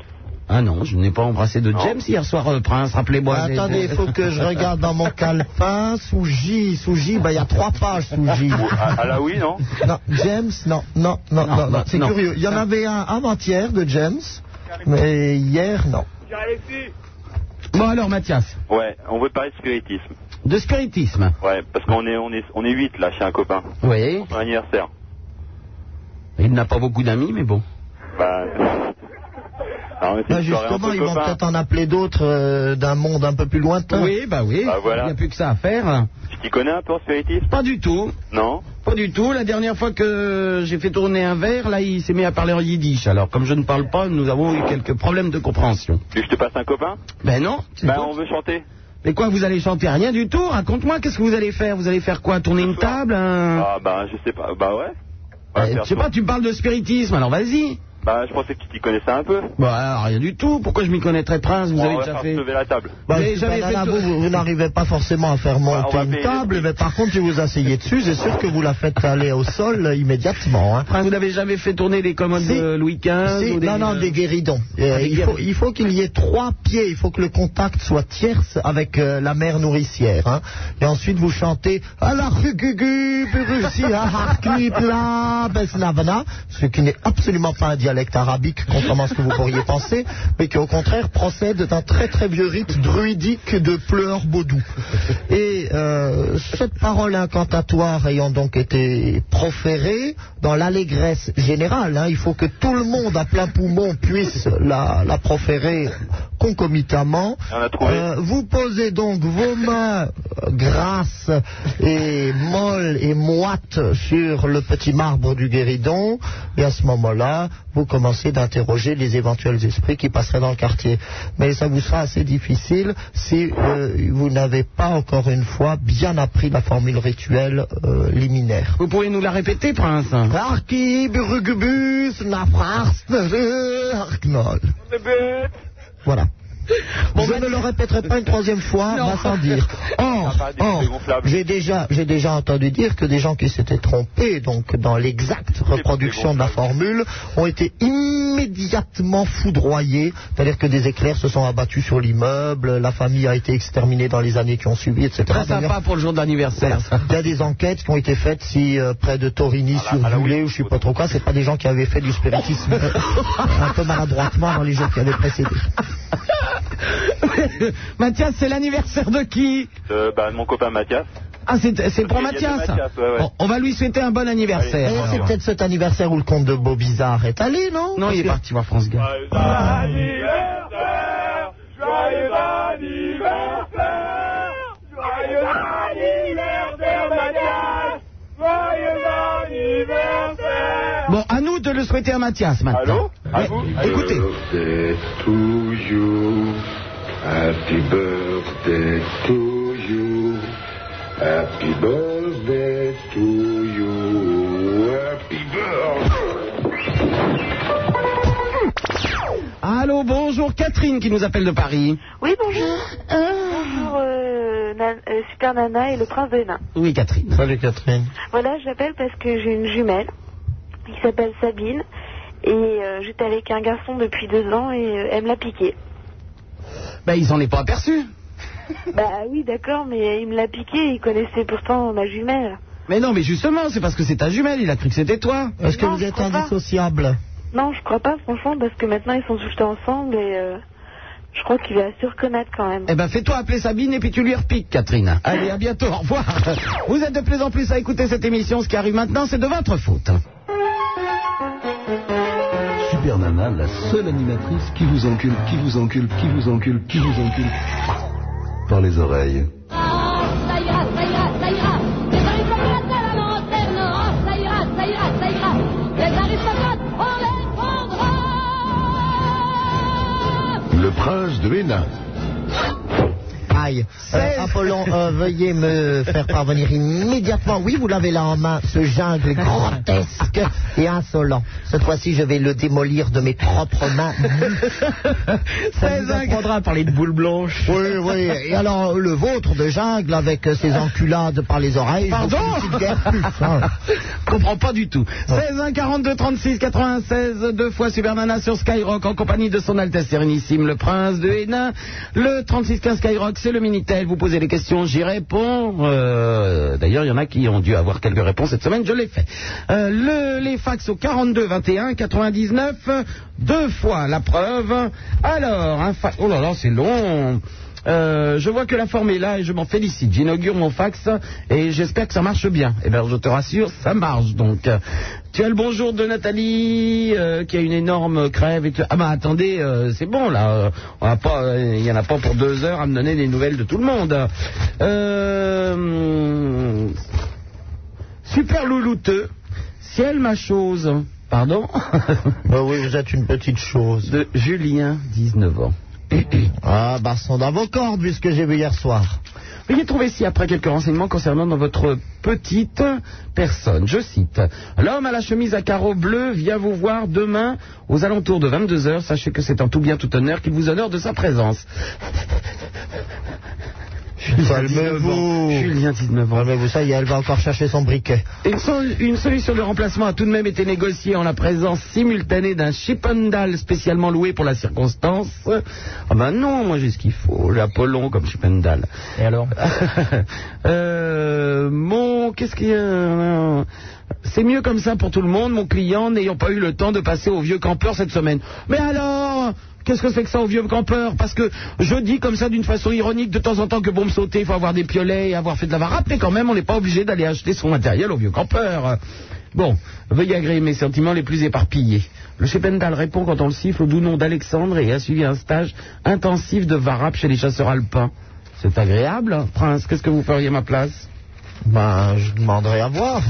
[SPEAKER 3] Ah non, je n'ai pas embrassé de James hier soir, euh, Prince, rappelez-moi. j'ai-
[SPEAKER 5] Attendez, il faut
[SPEAKER 3] [laughs]
[SPEAKER 5] que je regarde dans mon calepin. Sous J, sous J, ben, il y a trois pages sous J.
[SPEAKER 10] Ah là oui, non
[SPEAKER 5] Non, James, non, non,
[SPEAKER 3] Non,
[SPEAKER 5] non, non,
[SPEAKER 3] non,
[SPEAKER 5] non. c'est
[SPEAKER 3] non.
[SPEAKER 5] curieux. Il y en avait un avant-hier de James, mais hier, non.
[SPEAKER 3] Bon alors Mathias,
[SPEAKER 10] Ouais, on veut parler de spiritisme.
[SPEAKER 3] de spiritisme.
[SPEAKER 10] Ouais, parce qu'on est, on est, on est 8 là chez un copain.
[SPEAKER 3] Oui.
[SPEAKER 10] Pour son anniversaire.
[SPEAKER 3] Il n'a pas beaucoup d'amis, mais bon.
[SPEAKER 10] Bah. [laughs] Alors, mais c'est
[SPEAKER 5] Bah,
[SPEAKER 10] une soirée
[SPEAKER 5] justement,
[SPEAKER 10] entre
[SPEAKER 5] ils vont
[SPEAKER 10] copains.
[SPEAKER 5] peut-être en appeler d'autres euh, d'un monde un peu plus lointain. Bah,
[SPEAKER 3] Oui, bah oui.
[SPEAKER 10] Bah, voilà.
[SPEAKER 3] Il n'y a plus que ça à faire.
[SPEAKER 10] Tu t'y connais un peu en spiritisme
[SPEAKER 3] Pas du tout.
[SPEAKER 10] Non
[SPEAKER 3] Pas du tout. La dernière fois que j'ai fait tourner un verre, là, il s'est mis à parler en yiddish. Alors, comme je ne parle pas, nous avons eu quelques problèmes de compréhension.
[SPEAKER 10] Tu veux que je te passe un copain
[SPEAKER 3] Ben non.
[SPEAKER 10] Bah, on veut chanter.
[SPEAKER 3] Mais quoi, vous allez chanter Rien du tout. Raconte-moi, qu'est-ce que vous allez faire Vous allez faire quoi Tourner une table un-
[SPEAKER 10] Ah, bah, je sais pas. Bah, ouais.
[SPEAKER 3] Euh,
[SPEAKER 10] Ouais, faire
[SPEAKER 3] Je sais
[SPEAKER 10] tour-
[SPEAKER 3] pas, tu me parles de spiritisme, alors vas-y.
[SPEAKER 10] Bah, je pensais que tu t'y connaissais un peu.
[SPEAKER 3] Bah, alors, rien du tout. Pourquoi je m'y connaîtrais, Prince Vous
[SPEAKER 10] on
[SPEAKER 3] avez
[SPEAKER 10] va
[SPEAKER 3] déjà
[SPEAKER 10] faire
[SPEAKER 3] fait.
[SPEAKER 10] lever la table.
[SPEAKER 5] Bah,
[SPEAKER 3] Mais
[SPEAKER 5] je-
[SPEAKER 3] j'avais
[SPEAKER 5] bah,
[SPEAKER 3] fait
[SPEAKER 5] là,
[SPEAKER 3] tout-
[SPEAKER 5] vous, vous- vous n'arrivez pas forcément à faire monter
[SPEAKER 10] on va
[SPEAKER 5] une
[SPEAKER 10] payer
[SPEAKER 5] table,
[SPEAKER 10] les prix.
[SPEAKER 5] mais par contre, si vous asseyez dessus, c'est sûr que vous la faites aller au sol euh, immédiatement. hein.
[SPEAKER 3] Prince, vous n'avez jamais fait tourner des commandes
[SPEAKER 5] Si.
[SPEAKER 3] de Louis XV
[SPEAKER 5] Si,
[SPEAKER 3] ou des-
[SPEAKER 5] non, non, des guéridons. Euh,
[SPEAKER 3] des
[SPEAKER 5] il,
[SPEAKER 3] guéridons.
[SPEAKER 5] faut, il faut qu'il y ait trois pieds. Il faut que le contact soit tierce avec euh, la mère nourricière. hein. Et ensuite, vous chantez à la rugugu, burusi, aharkut, la, besnavana, ce qui n'est absolument pas un dialecte arabique, contrairement à ce que vous pourriez penser, mais qui au contraire procède d'un très très vieux rite druidique de pleurs baudou. Et euh, cette parole incantatoire ayant donc été proférée dans l'allégresse générale, hein, il faut que tout le monde à plein poumon puisse la, la proférer concomitamment.
[SPEAKER 10] On a trouvé.
[SPEAKER 5] Euh, vous posez donc vos mains euh, grasses et molles et moites sur le petit marbre du guéridon et à ce moment-là, vous commencez d'interroger les éventuels esprits qui passeraient dans le quartier. Mais ça vous sera assez difficile si euh, vous n'avez pas encore une fois bien appris la formule rituelle euh, liminaire.
[SPEAKER 3] Vous pourriez nous la répéter, Prince
[SPEAKER 5] Archib, rugubus, nafrast, arknol. Voilà. je ne le répéterai pas une troisième fois, va sans
[SPEAKER 10] [laughs]
[SPEAKER 5] dire. Or,
[SPEAKER 10] Ça va, des
[SPEAKER 5] or,
[SPEAKER 10] idées gonflables.
[SPEAKER 5] j'ai déjà, j'ai déjà entendu dire que des gens qui s'étaient trompés, donc dans l'exacte reproduction de la formule, ont été immédiatement foudroyés, c'est-à-dire que des éclairs se sont abattus sur l'immeuble, la famille a été exterminée dans les années qui ont suivi, etc.
[SPEAKER 10] Ah,
[SPEAKER 3] Très
[SPEAKER 5] D'ailleurs,
[SPEAKER 3] sympa pour le jour
[SPEAKER 5] [laughs]
[SPEAKER 3] d'anniversaire.
[SPEAKER 5] voilà. Il y a des enquêtes qui ont été faites si euh, près de Torigny,
[SPEAKER 10] Ah
[SPEAKER 5] sur
[SPEAKER 10] là, ah là,
[SPEAKER 5] Boulay
[SPEAKER 10] oui.
[SPEAKER 5] ou je sais pas trop quoi, c'est pas des gens qui avaient fait
[SPEAKER 10] [laughs]
[SPEAKER 5] du spiritisme euh, un peu maladroitement dans les jours qui avaient précédé.
[SPEAKER 3] Mathias, c'est l'anniversaire de qui
[SPEAKER 10] Euh, bah, mon copain Mathias.
[SPEAKER 3] Ah, c'est c'est pour
[SPEAKER 10] Il y a des
[SPEAKER 3] Mathias.
[SPEAKER 10] Mathias, ouais, ouais.
[SPEAKER 3] Bon, on va lui souhaiter un bon
[SPEAKER 5] Et
[SPEAKER 3] anniversaire.
[SPEAKER 5] Eh, c'est peut-être cet anniversaire où le comte de Beaubizarre est allé, non
[SPEAKER 3] Non,
[SPEAKER 5] Parce
[SPEAKER 3] il est
[SPEAKER 5] que-
[SPEAKER 3] parti voir France Gall.
[SPEAKER 11] Anniversaire Joyeux anniversaire Joyeux anniversaire, Mathias Joyeux anniversaire
[SPEAKER 3] Bon, à nous de le souhaiter à Mathias
[SPEAKER 10] Allô
[SPEAKER 3] maintenant.
[SPEAKER 10] À
[SPEAKER 3] Ouais.
[SPEAKER 10] vous
[SPEAKER 3] Écoutez.
[SPEAKER 12] Birthday to you. Happy birthday to you. Happy birthday to you. Happy birthday.
[SPEAKER 3] Allô, bonjour Catherine qui nous appelle de Paris.
[SPEAKER 13] Oui, bonjour.
[SPEAKER 14] Ah.
[SPEAKER 13] Bonjour, euh, Nan- euh, Super Nana et le prince de Hénin.
[SPEAKER 3] Oui, Catherine.
[SPEAKER 5] Salut Catherine.
[SPEAKER 13] Voilà, j'appelle parce que j'ai une jumelle qui s'appelle Sabine. Et euh, j'étais avec un garçon depuis deux ans et euh, elle me
[SPEAKER 14] [laughs]
[SPEAKER 13] l'a piqué.
[SPEAKER 3] Ben, il s'en est pas aperçu.
[SPEAKER 13] Bah oui, d'accord, mais il me l'a piqué, il connaissait pourtant ma jumelle.
[SPEAKER 3] Mais non, mais justement, c'est parce que c'est ta jumelle, il a cru que c'était toi.
[SPEAKER 5] Est-ce que
[SPEAKER 13] Non,
[SPEAKER 5] vous
[SPEAKER 13] je
[SPEAKER 5] êtes
[SPEAKER 13] crois pas.
[SPEAKER 5] indissociable
[SPEAKER 13] Non, je crois pas, franchement, parce que maintenant ils sont tout le temps ensemble et euh, je crois qu'il va se reconnaître quand même.
[SPEAKER 3] Eh ben, fais-toi appeler Sabine et puis tu lui repiques, Catherine. Allez, à bientôt, au revoir. [laughs] Vous êtes de plus en plus à écouter cette émission. Ce qui arrive maintenant, c'est de votre faute.
[SPEAKER 1] Super Nana, la seule animatrice qui vous encule, qui vous encule, qui vous encule, qui vous encule. Par les oreilles.
[SPEAKER 15] ça ira, ça ira, ça ira. Les aristocrates à la lanterne, oh, ça ira, ça ira, ça ira. Les aristocrates, on les prendra.
[SPEAKER 1] Le prince de Hénin.
[SPEAKER 5] Aïe. Euh, Apollon, euh, veuillez me faire parvenir immédiatement. Oui, vous l'avez là en main, ce jungle grotesque et insolent. Cette fois-ci, je vais le démolir de mes propres [laughs] mains.
[SPEAKER 3] Très
[SPEAKER 5] vous apprendra
[SPEAKER 3] à parler de boules blanches.
[SPEAKER 5] Oui, oui. Et alors, le vôtre de jungle avec euh, ses enculades par les oreilles. je
[SPEAKER 3] Pardon
[SPEAKER 5] vous félicite guère plus, hein.
[SPEAKER 3] [laughs] comprends pas du tout. 16 1 42 36 96 deux fois Supermana sur Skyrock en compagnie de son Altesse Sérénissime le Prince de Hénin. Le 36 15 Skyrock c'est le minitel. Vous posez les questions, j'y réponds. Euh, D'ailleurs il y en a qui ont dû avoir quelques réponses cette semaine, je l'ai fait. Euh, le- les fax au 42 21 99 deux fois la preuve. Alors un fa- oh là là c'est long. Euh, je vois que la forme est là et je m'en félicite. J'inaugure mon fax et j'espère que ça marche bien. Eh bien, je te rassure, ça marche donc. Tu as le bonjour de Nathalie euh, qui a une énorme crève et tout. Ah bah attendez, euh, c'est bon là, euh, on va pas, euh, il y en a pas pour deux heures à me donner des nouvelles de tout le monde. Euh, super loulouteux, ciel ma chose. [laughs] Pardon
[SPEAKER 5] Bah oui, vous êtes une petite chose.
[SPEAKER 3] De Julien, 19 ans.
[SPEAKER 5] [coughs] Ah, bah, sont dans vos cordes, vu ce que j'ai vu hier soir.
[SPEAKER 3] Veuillez trouver ici après quelques renseignements concernant dans votre petite personne. Je cite. L'homme à la chemise à carreaux bleus vient vous voir demain aux alentours de 22 heures. Sachez que c'est en tout bien tout honneur qu'il vous honore de sa présence. Julien, 19 ans.
[SPEAKER 5] Calmez-vous.
[SPEAKER 3] Julien, 19 ans.
[SPEAKER 5] Calmez-vous, Ah, ça y est, elle va encore chercher son briquet.
[SPEAKER 3] Une, sol- une solution de remplacement a tout de même été négociée en la présence simultanée d'un Chippendal spécialement loué pour la circonstance. Ah ben non, moi j'ai ce qu'il faut, j'ai Apollon comme Chippendal.
[SPEAKER 4] Et
[SPEAKER 5] [laughs]
[SPEAKER 4] alors
[SPEAKER 3] [laughs] Euh, mon, qu'est-ce qu'il y a euh, C'est mieux comme ça pour tout le monde, mon client n'ayant pas eu le temps de passer au vieux campeur cette semaine. Mais alors Qu'est-ce que c'est que ça au vieux campeur Parce que je dis comme ça d'une façon ironique de temps en temps que bon me sauter, il faut avoir des piolets et avoir fait de la varap, mais quand même on n'est pas obligé d'aller acheter son matériel au vieux campeur. Bon, veuillez agréer mes sentiments les plus éparpillés. Le Chependal répond quand on le siffle au doux nom d'Alexandre et a suivi un stage intensif de varap chez les chasseurs alpins. C'est agréable, hein. Prince. Qu'est-ce que vous feriez à ma place
[SPEAKER 5] Ben, je demanderai à [coughs] voir.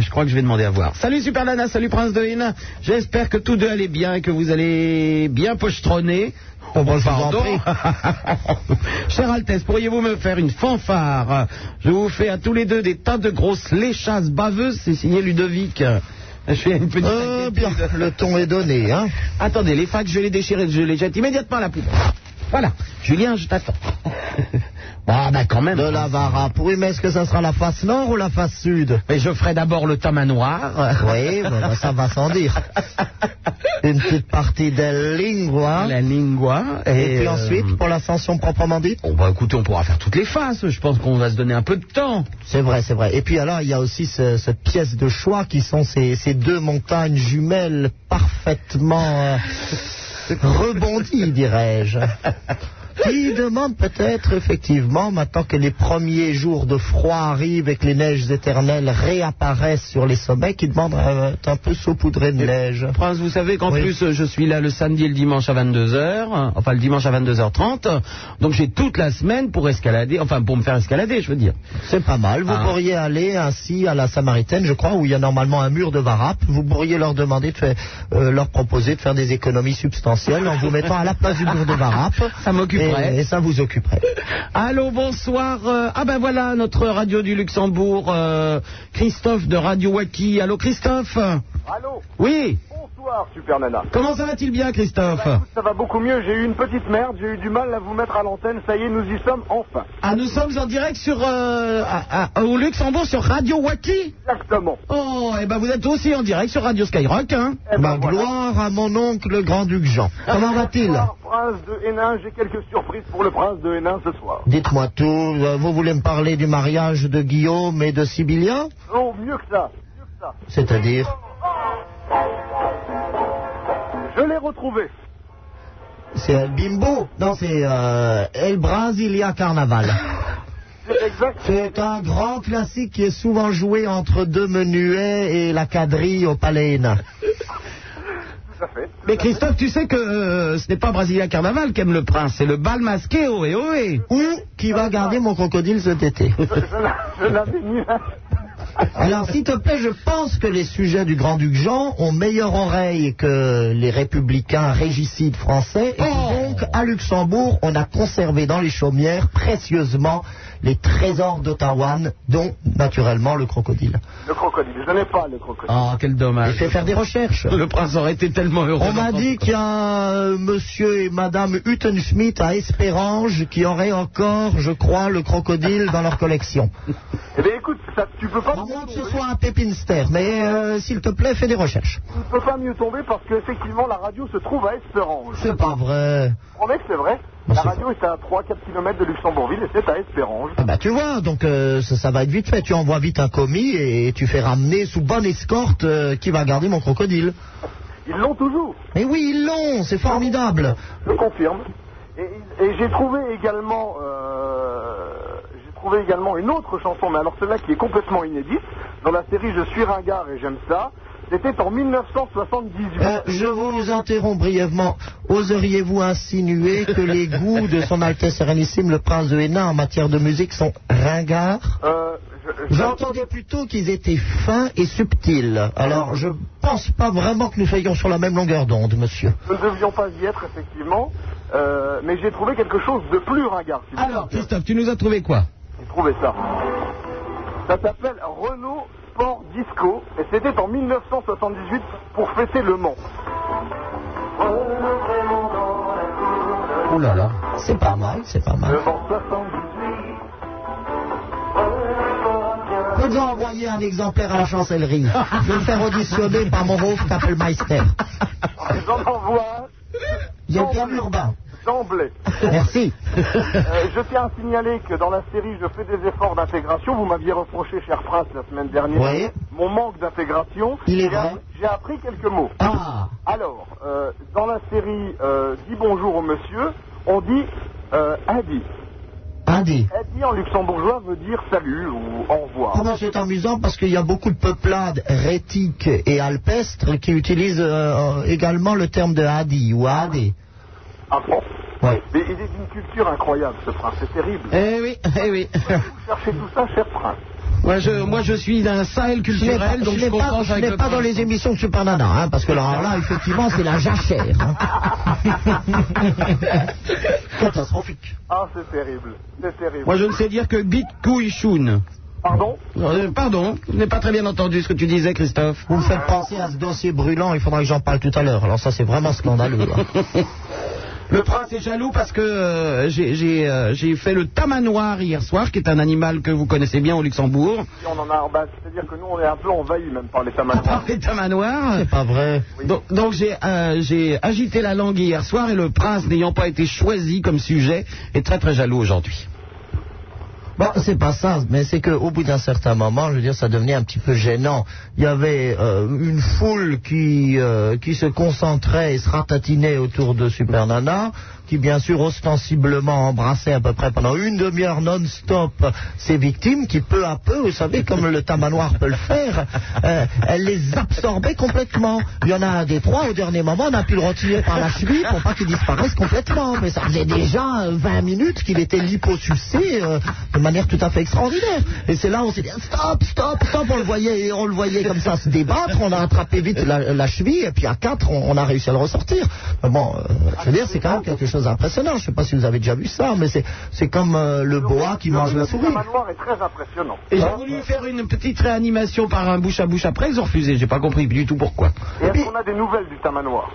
[SPEAKER 3] Je crois que je vais demander à voir. Salut Super Nana, salut Prince de Hénin. J'espère que tous deux allez bien et que vous allez bien pochetronner.
[SPEAKER 5] Oh, bah, je vous
[SPEAKER 3] [laughs]
[SPEAKER 5] en
[SPEAKER 3] Cher Altesse, pourriez-vous me faire une fanfare Je vous fais à tous les deux des tas de grosses léchasses baveuses. C'est signé Ludovic. Je fais une petite...
[SPEAKER 5] Euh, bien, le ton est donné, hein.
[SPEAKER 3] Attendez, les facs, je les déchire et je les jette immédiatement à la poubelle. Voilà. Julien, je t'attends. ah, bah quand même.
[SPEAKER 5] De la vara pourrie, mais est-ce que ça sera la face nord ou la face sud
[SPEAKER 3] Mais je ferai d'abord le tamanoir.
[SPEAKER 5] Oui, bon, bah, ça va
[SPEAKER 3] [laughs]
[SPEAKER 5] sans dire. Une petite partie del lingua.
[SPEAKER 3] La lingua.
[SPEAKER 5] Et puis
[SPEAKER 3] euh,
[SPEAKER 5] ensuite, pour l'ascension proprement dite
[SPEAKER 3] Bon, bah écoutez, on pourra faire toutes les faces. Je pense qu'on va se donner un peu de temps.
[SPEAKER 5] C'est vrai, c'est vrai. Et puis alors, il y a aussi ce- cette pièce de choix qui sont ces, ces deux montagnes jumelles parfaitement euh,
[SPEAKER 3] [laughs]
[SPEAKER 5] rebondies, dirais-je. Qui demande peut-être effectivement, maintenant que les premiers jours de froid arrivent et que les neiges éternelles réapparaissent sur les sommets, qui demande à être un peu saupoudré de neige.
[SPEAKER 3] Prince, vous savez qu'en
[SPEAKER 5] Oui.
[SPEAKER 3] plus, euh, je suis là le samedi et le dimanche à 22h. Enfin, le dimanche à 22h30. Donc j'ai toute la semaine pour escalader. Enfin, pour me faire escalader, je veux dire.
[SPEAKER 5] C'est pas mal. Vous
[SPEAKER 3] Ah.
[SPEAKER 5] pourriez aller ainsi à la Samaritaine, je crois, où il y a normalement un mur de varap. Vous pourriez leur demander de faire, euh, leur proposer de faire des économies substantielles en vous mettant à la place du mur de varap.
[SPEAKER 3] Ça m'occuperait.
[SPEAKER 5] Et, et ça vous occuperait.
[SPEAKER 3] Allô, bonsoir. Euh, ah ben voilà, notre radio du Luxembourg, euh, Christophe de Radio Waki. Allô, Christophe
[SPEAKER 11] Allô
[SPEAKER 3] Oui
[SPEAKER 10] Ah,
[SPEAKER 11] Bonsoir, Super Nana.
[SPEAKER 3] Comment ça va-t-il bien, Christophe
[SPEAKER 10] Bah,
[SPEAKER 11] Ça va beaucoup mieux, j'ai eu une petite merde, j'ai eu du mal à vous mettre à l'antenne, ça y est, nous y sommes enfin.
[SPEAKER 3] Ah, nous sommes en direct sur, euh, à- à- au Luxembourg sur Radio Waki
[SPEAKER 11] Exactement.
[SPEAKER 3] Oh, et ben vous êtes aussi en direct sur Radio Skyrock, hein
[SPEAKER 11] Eh ben,
[SPEAKER 5] Ma
[SPEAKER 11] voilà.
[SPEAKER 5] gloire à mon oncle le grand-duc Jean. Comment va-t-il
[SPEAKER 11] Bonsoir, prince de Hénin, j'ai quelques surprises pour le prince de Hénin ce soir.
[SPEAKER 5] Dites-moi tout. Euh, Vous voulez me parler du mariage de Guillaume et de Sibylla
[SPEAKER 11] Oh, mieux que ça, mieux que ça.
[SPEAKER 5] C'est-à-dire
[SPEAKER 11] Je l'ai retrouvé.
[SPEAKER 5] C'est El Bimbo Non, c'est euh, El Brasilia Carnaval.
[SPEAKER 11] C'est exact.
[SPEAKER 5] C'est un grand classique qui est souvent joué entre deux menuets et la quadrille au Palais Hénin.
[SPEAKER 11] Tout à fait.
[SPEAKER 3] Mais Christophe, tu sais que euh, ce n'est pas Brasilia Carnaval qu'aime le prince, c'est le bal masqué, oh, eh, ohé ohé
[SPEAKER 5] Ou qui va garder mon crocodile cet été.
[SPEAKER 11] Je l'a- je l'avais mis.
[SPEAKER 5] Alors, s'il te plaît, je pense que les sujets du Grand-Duc Jean ont meilleure oreille que les républicains régicides français. Et donc, à Luxembourg, on a conservé dans les chaumières précieusement les trésors d'Ottawa, dont, naturellement, le crocodile.
[SPEAKER 11] Le crocodile, je n'ai pas le crocodile.
[SPEAKER 3] Oh, quel
[SPEAKER 5] Je
[SPEAKER 3] dommage
[SPEAKER 5] fais faire des recherches.
[SPEAKER 3] Le prince Ah, aurait été tellement heureux
[SPEAKER 5] On m'a
[SPEAKER 3] d'entendre
[SPEAKER 5] dit
[SPEAKER 3] ça.
[SPEAKER 5] qu'il y a euh, monsieur et madame Huttenschmidt à Espérange qui auraient encore, je crois, le crocodile dans leur collection.
[SPEAKER 11] Eh bien écoute, ça, tu peux pas
[SPEAKER 5] À moins
[SPEAKER 11] mieux
[SPEAKER 5] que ce
[SPEAKER 11] tomber.
[SPEAKER 5] soit un pépinster, mais euh, s'il te plaît, fais des recherches.
[SPEAKER 11] Tu ne peux pas mieux tomber parce qu'effectivement la radio se trouve à Espérange.
[SPEAKER 5] C'est pas vrai.
[SPEAKER 11] Je promets que c'est vrai.
[SPEAKER 5] Non,
[SPEAKER 11] La
[SPEAKER 5] c'est
[SPEAKER 11] radio est à 3-4 km de Luxembourgville et c'est à Espérange.
[SPEAKER 5] Ah bah tu vois, donc euh, ça, ça va être vite fait. Tu envoies vite un commis et tu fais ramener sous bonne escorte euh, qui va garder mon crocodile.
[SPEAKER 11] Ils l'ont toujours,
[SPEAKER 5] Mais oui, ils l'ont, c'est formidable.
[SPEAKER 11] je confirme.
[SPEAKER 9] Et, et j'ai trouvé également, euh, j'ai trouvé également une autre chanson, mais alors celle-là qui est complètement inédite dans la série Je suis ringard et j'aime ça. C'était en 1978.
[SPEAKER 5] Euh, je vous interromps brièvement. Oseriez-vous insinuer que les goûts de son Altesse Sérénissime le Prince de Hénin en matière de musique sont ringards
[SPEAKER 9] Euh, je- je-
[SPEAKER 5] J'entendais plutôt qu'ils étaient fins et subtils. Alors, je pense pas vraiment que nous soyons sur la même longueur d'onde, monsieur.
[SPEAKER 9] Nous ne devions pas y être, effectivement, euh, mais j'ai trouvé quelque chose de plus ringard. si vous
[SPEAKER 3] Alors, Christophe, tu nous as trouvé quoi
[SPEAKER 9] J'ai trouvé ça. Ça s'appelle Renault Sport Disco et c'était en 1978 pour fêter Le Mans.
[SPEAKER 5] Oh là là, c'est pas mal, c'est pas mal.
[SPEAKER 9] Le Mans 78.
[SPEAKER 5] Peut-on envoyer un exemplaire à la chancellerie Je vais me faire auditionner par mon hof Kappelmeister.
[SPEAKER 9] J'en envoie
[SPEAKER 5] Il y a bien urbain. [laughs]
[SPEAKER 9] d'emblée.
[SPEAKER 5] Merci.
[SPEAKER 9] Euh, je tiens à signaler que dans la série Je fais des efforts d'intégration, vous m'aviez reproché, cher Prince, la semaine dernière,
[SPEAKER 5] Oui.
[SPEAKER 9] mon manque d'intégration.
[SPEAKER 5] Il est
[SPEAKER 9] J'ai
[SPEAKER 5] vrai.
[SPEAKER 9] app- J'ai appris quelques mots.
[SPEAKER 5] Ah,
[SPEAKER 9] Alors, euh, dans la série euh, Dis bonjour au monsieur, on dit euh, Adi.
[SPEAKER 5] Andy.
[SPEAKER 9] Adi en luxembourgeois veut dire salut ou au revoir.
[SPEAKER 5] Ah ben, c'est amusant parce qu'il y a beaucoup de peuplades rétiques et alpestres qui utilisent euh, euh, également le terme de hadi ou hadé.
[SPEAKER 9] Ah bon
[SPEAKER 5] Ouais.
[SPEAKER 9] Mais il est d'une culture incroyable, ce prince, c'est terrible.
[SPEAKER 3] Eh oui, eh oui.
[SPEAKER 9] Vous [laughs] cherchez tout ça, cher prince.
[SPEAKER 3] Moi, je, moi, je suis d'un Sahel
[SPEAKER 5] Je n'ai pas,
[SPEAKER 3] culturel, donc
[SPEAKER 5] Ah, je
[SPEAKER 3] je
[SPEAKER 5] n'ai pas,
[SPEAKER 3] comprends
[SPEAKER 5] je n'ai pas dans les émissions de Super Nana, hein, parce que alors là, effectivement, c'est la jachère. hein. Catastrophique.
[SPEAKER 9] Ah, c'est terrible, c'est terrible.
[SPEAKER 3] [laughs] Moi, je ne sais dire que bit couille choune.
[SPEAKER 9] Pardon
[SPEAKER 3] Euh, Pardon, je n'ai pas très bien entendu ce que tu disais, Christophe.
[SPEAKER 5] Vous me faites penser à ce dossier brûlant, il faudra que j'en parle tout à l'heure. Alors ça, c'est vraiment scandaleux. hein.
[SPEAKER 3] Le prince est jaloux parce que euh, j'ai- j'ai euh, j'ai fait le tamanoir hier soir, qui est un animal que vous connaissez bien au Luxembourg.
[SPEAKER 9] Si on en a en bas, c'est-à-dire que nous, on est un peu envahis même par les
[SPEAKER 3] Par
[SPEAKER 9] tamanoirs.
[SPEAKER 3] les tamanoirs.
[SPEAKER 5] C'est pas vrai.
[SPEAKER 3] Donc, donc j'ai euh, j'ai agité la langue hier soir et le prince, n'ayant pas été choisi comme sujet, est très très jaloux aujourd'hui.
[SPEAKER 5] Bon, c'est pas ça, mais c'est qu'au bout d'un certain moment, je veux dire, ça devenait un petit peu gênant. Il y avait euh, une foule qui, euh, qui se concentrait et se ratatinait autour de Super Nana, qui bien sûr ostensiblement embrassait à peu près pendant une demi-heure non-stop ses victimes, qui peu à peu, vous savez, comme le tamanoir peut le faire, euh, elle les absorbait complètement. Il y en a un des trois, au dernier moment, on a pu le retirer par la cheville pour pas qu'il disparaisse complètement. Mais ça faisait déjà euh, 20 minutes qu'il était liposucé euh, de manière tout à fait extraordinaire. Et c'est là où on s'est dit stop, stop, stop. On le voyait, on le voyait comme ça se débattre. On a attrapé vite la, la cheville et puis à quatre, on, on a réussi à le ressortir. Mais Bon, euh, je veux dire, c'est quand même quelque chose d'impressionnant. Je sais pas si vous avez déjà vu ça, mais c'est c'est comme euh, le boa qui mange la
[SPEAKER 9] Le
[SPEAKER 5] souris.
[SPEAKER 9] tamanoir est très impressionnant. Hein
[SPEAKER 3] Et
[SPEAKER 5] Ah.
[SPEAKER 3] j'ai voulu faire une petite réanimation par un bouche à bouche après, ils ont refusé. J'ai pas compris du tout pourquoi.
[SPEAKER 9] Et est-ce qu'on a des nouvelles du tamanoir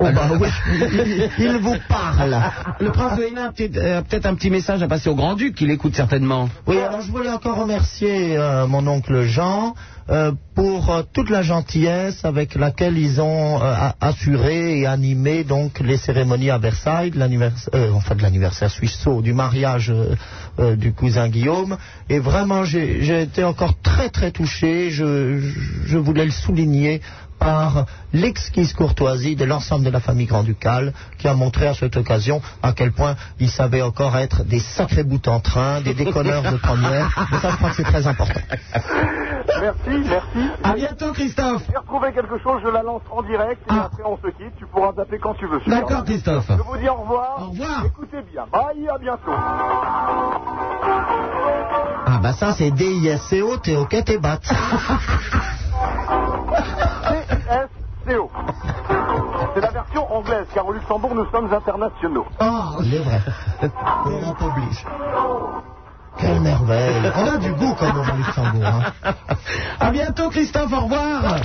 [SPEAKER 5] Oh, bah
[SPEAKER 3] [laughs]
[SPEAKER 5] oui, [laughs] il, il vous parle.
[SPEAKER 3] Le prince de Hénin a peut-être euh, peut-être un petit message à passer au grand-duc, qu'il écoute certainement.
[SPEAKER 5] Oui, alors je voulais encore remercier euh, mon oncle Jean euh, pour euh, toute la gentillesse avec laquelle ils ont euh, a- assuré et animé donc les cérémonies à Versailles, de l'anniversaire, euh, enfin de l'anniversaire suisseau, du mariage euh, euh, du cousin Guillaume. Et vraiment, j'ai j'ai été encore très très touché. Je, je- je voulais le souligner par l'exquise courtoisie de l'ensemble de la famille grand-ducale qui a montré à cette occasion à quel point ils savaient encore être des sacrés bouts en train, des déconneurs de première. Et ça, je crois que c'est très important.
[SPEAKER 9] Merci, merci.
[SPEAKER 3] À bientôt, Christophe.
[SPEAKER 9] J'ai retrouvé quelque chose, je la lance en direct et
[SPEAKER 3] Ah.
[SPEAKER 9] après on se quitte. Tu pourras taper quand tu veux. Super.
[SPEAKER 3] D'accord, Christophe.
[SPEAKER 9] Je vous dis au revoir.
[SPEAKER 3] Au revoir.
[SPEAKER 9] Écoutez bien. Bye, à bientôt.
[SPEAKER 5] Ah bah ça, c'est D-I-S-C-O, t'es ok, t'es bat.
[SPEAKER 9] C-S-C-O. C'est la version anglaise, car au Luxembourg, nous sommes internationaux.
[SPEAKER 3] Oh.
[SPEAKER 5] Ah, il est vrai. On en t'oblige. Quelle merveille. On a du goût quand même au Luxembourg. hein.
[SPEAKER 3] À bientôt, Christophe. Au revoir.